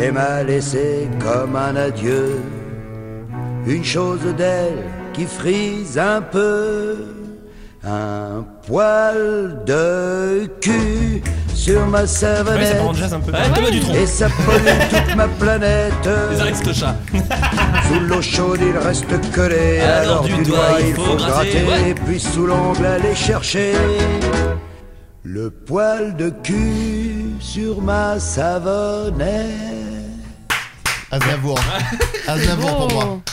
Speaker 3: Et m'a laissé comme un adieu. Une chose d'elle qui frise un peu. Un poil de cul sur ma
Speaker 11: Ouais, ça
Speaker 3: savonnette.
Speaker 11: part en jazz un peu.
Speaker 10: Ouais, Eh, Thomas Dutronc.
Speaker 3: et ça pollue toute ma planète.
Speaker 10: Les Arex le chat.
Speaker 3: Sous l'eau chaude, il reste collé. Alors, du doigt, il faut gratter.
Speaker 10: ouais.
Speaker 3: Et puis sous l'ongle, aller chercher le poil de cul sur ma savonnette.
Speaker 8: Aznavour. Aznavour pour moi.
Speaker 9: Oh.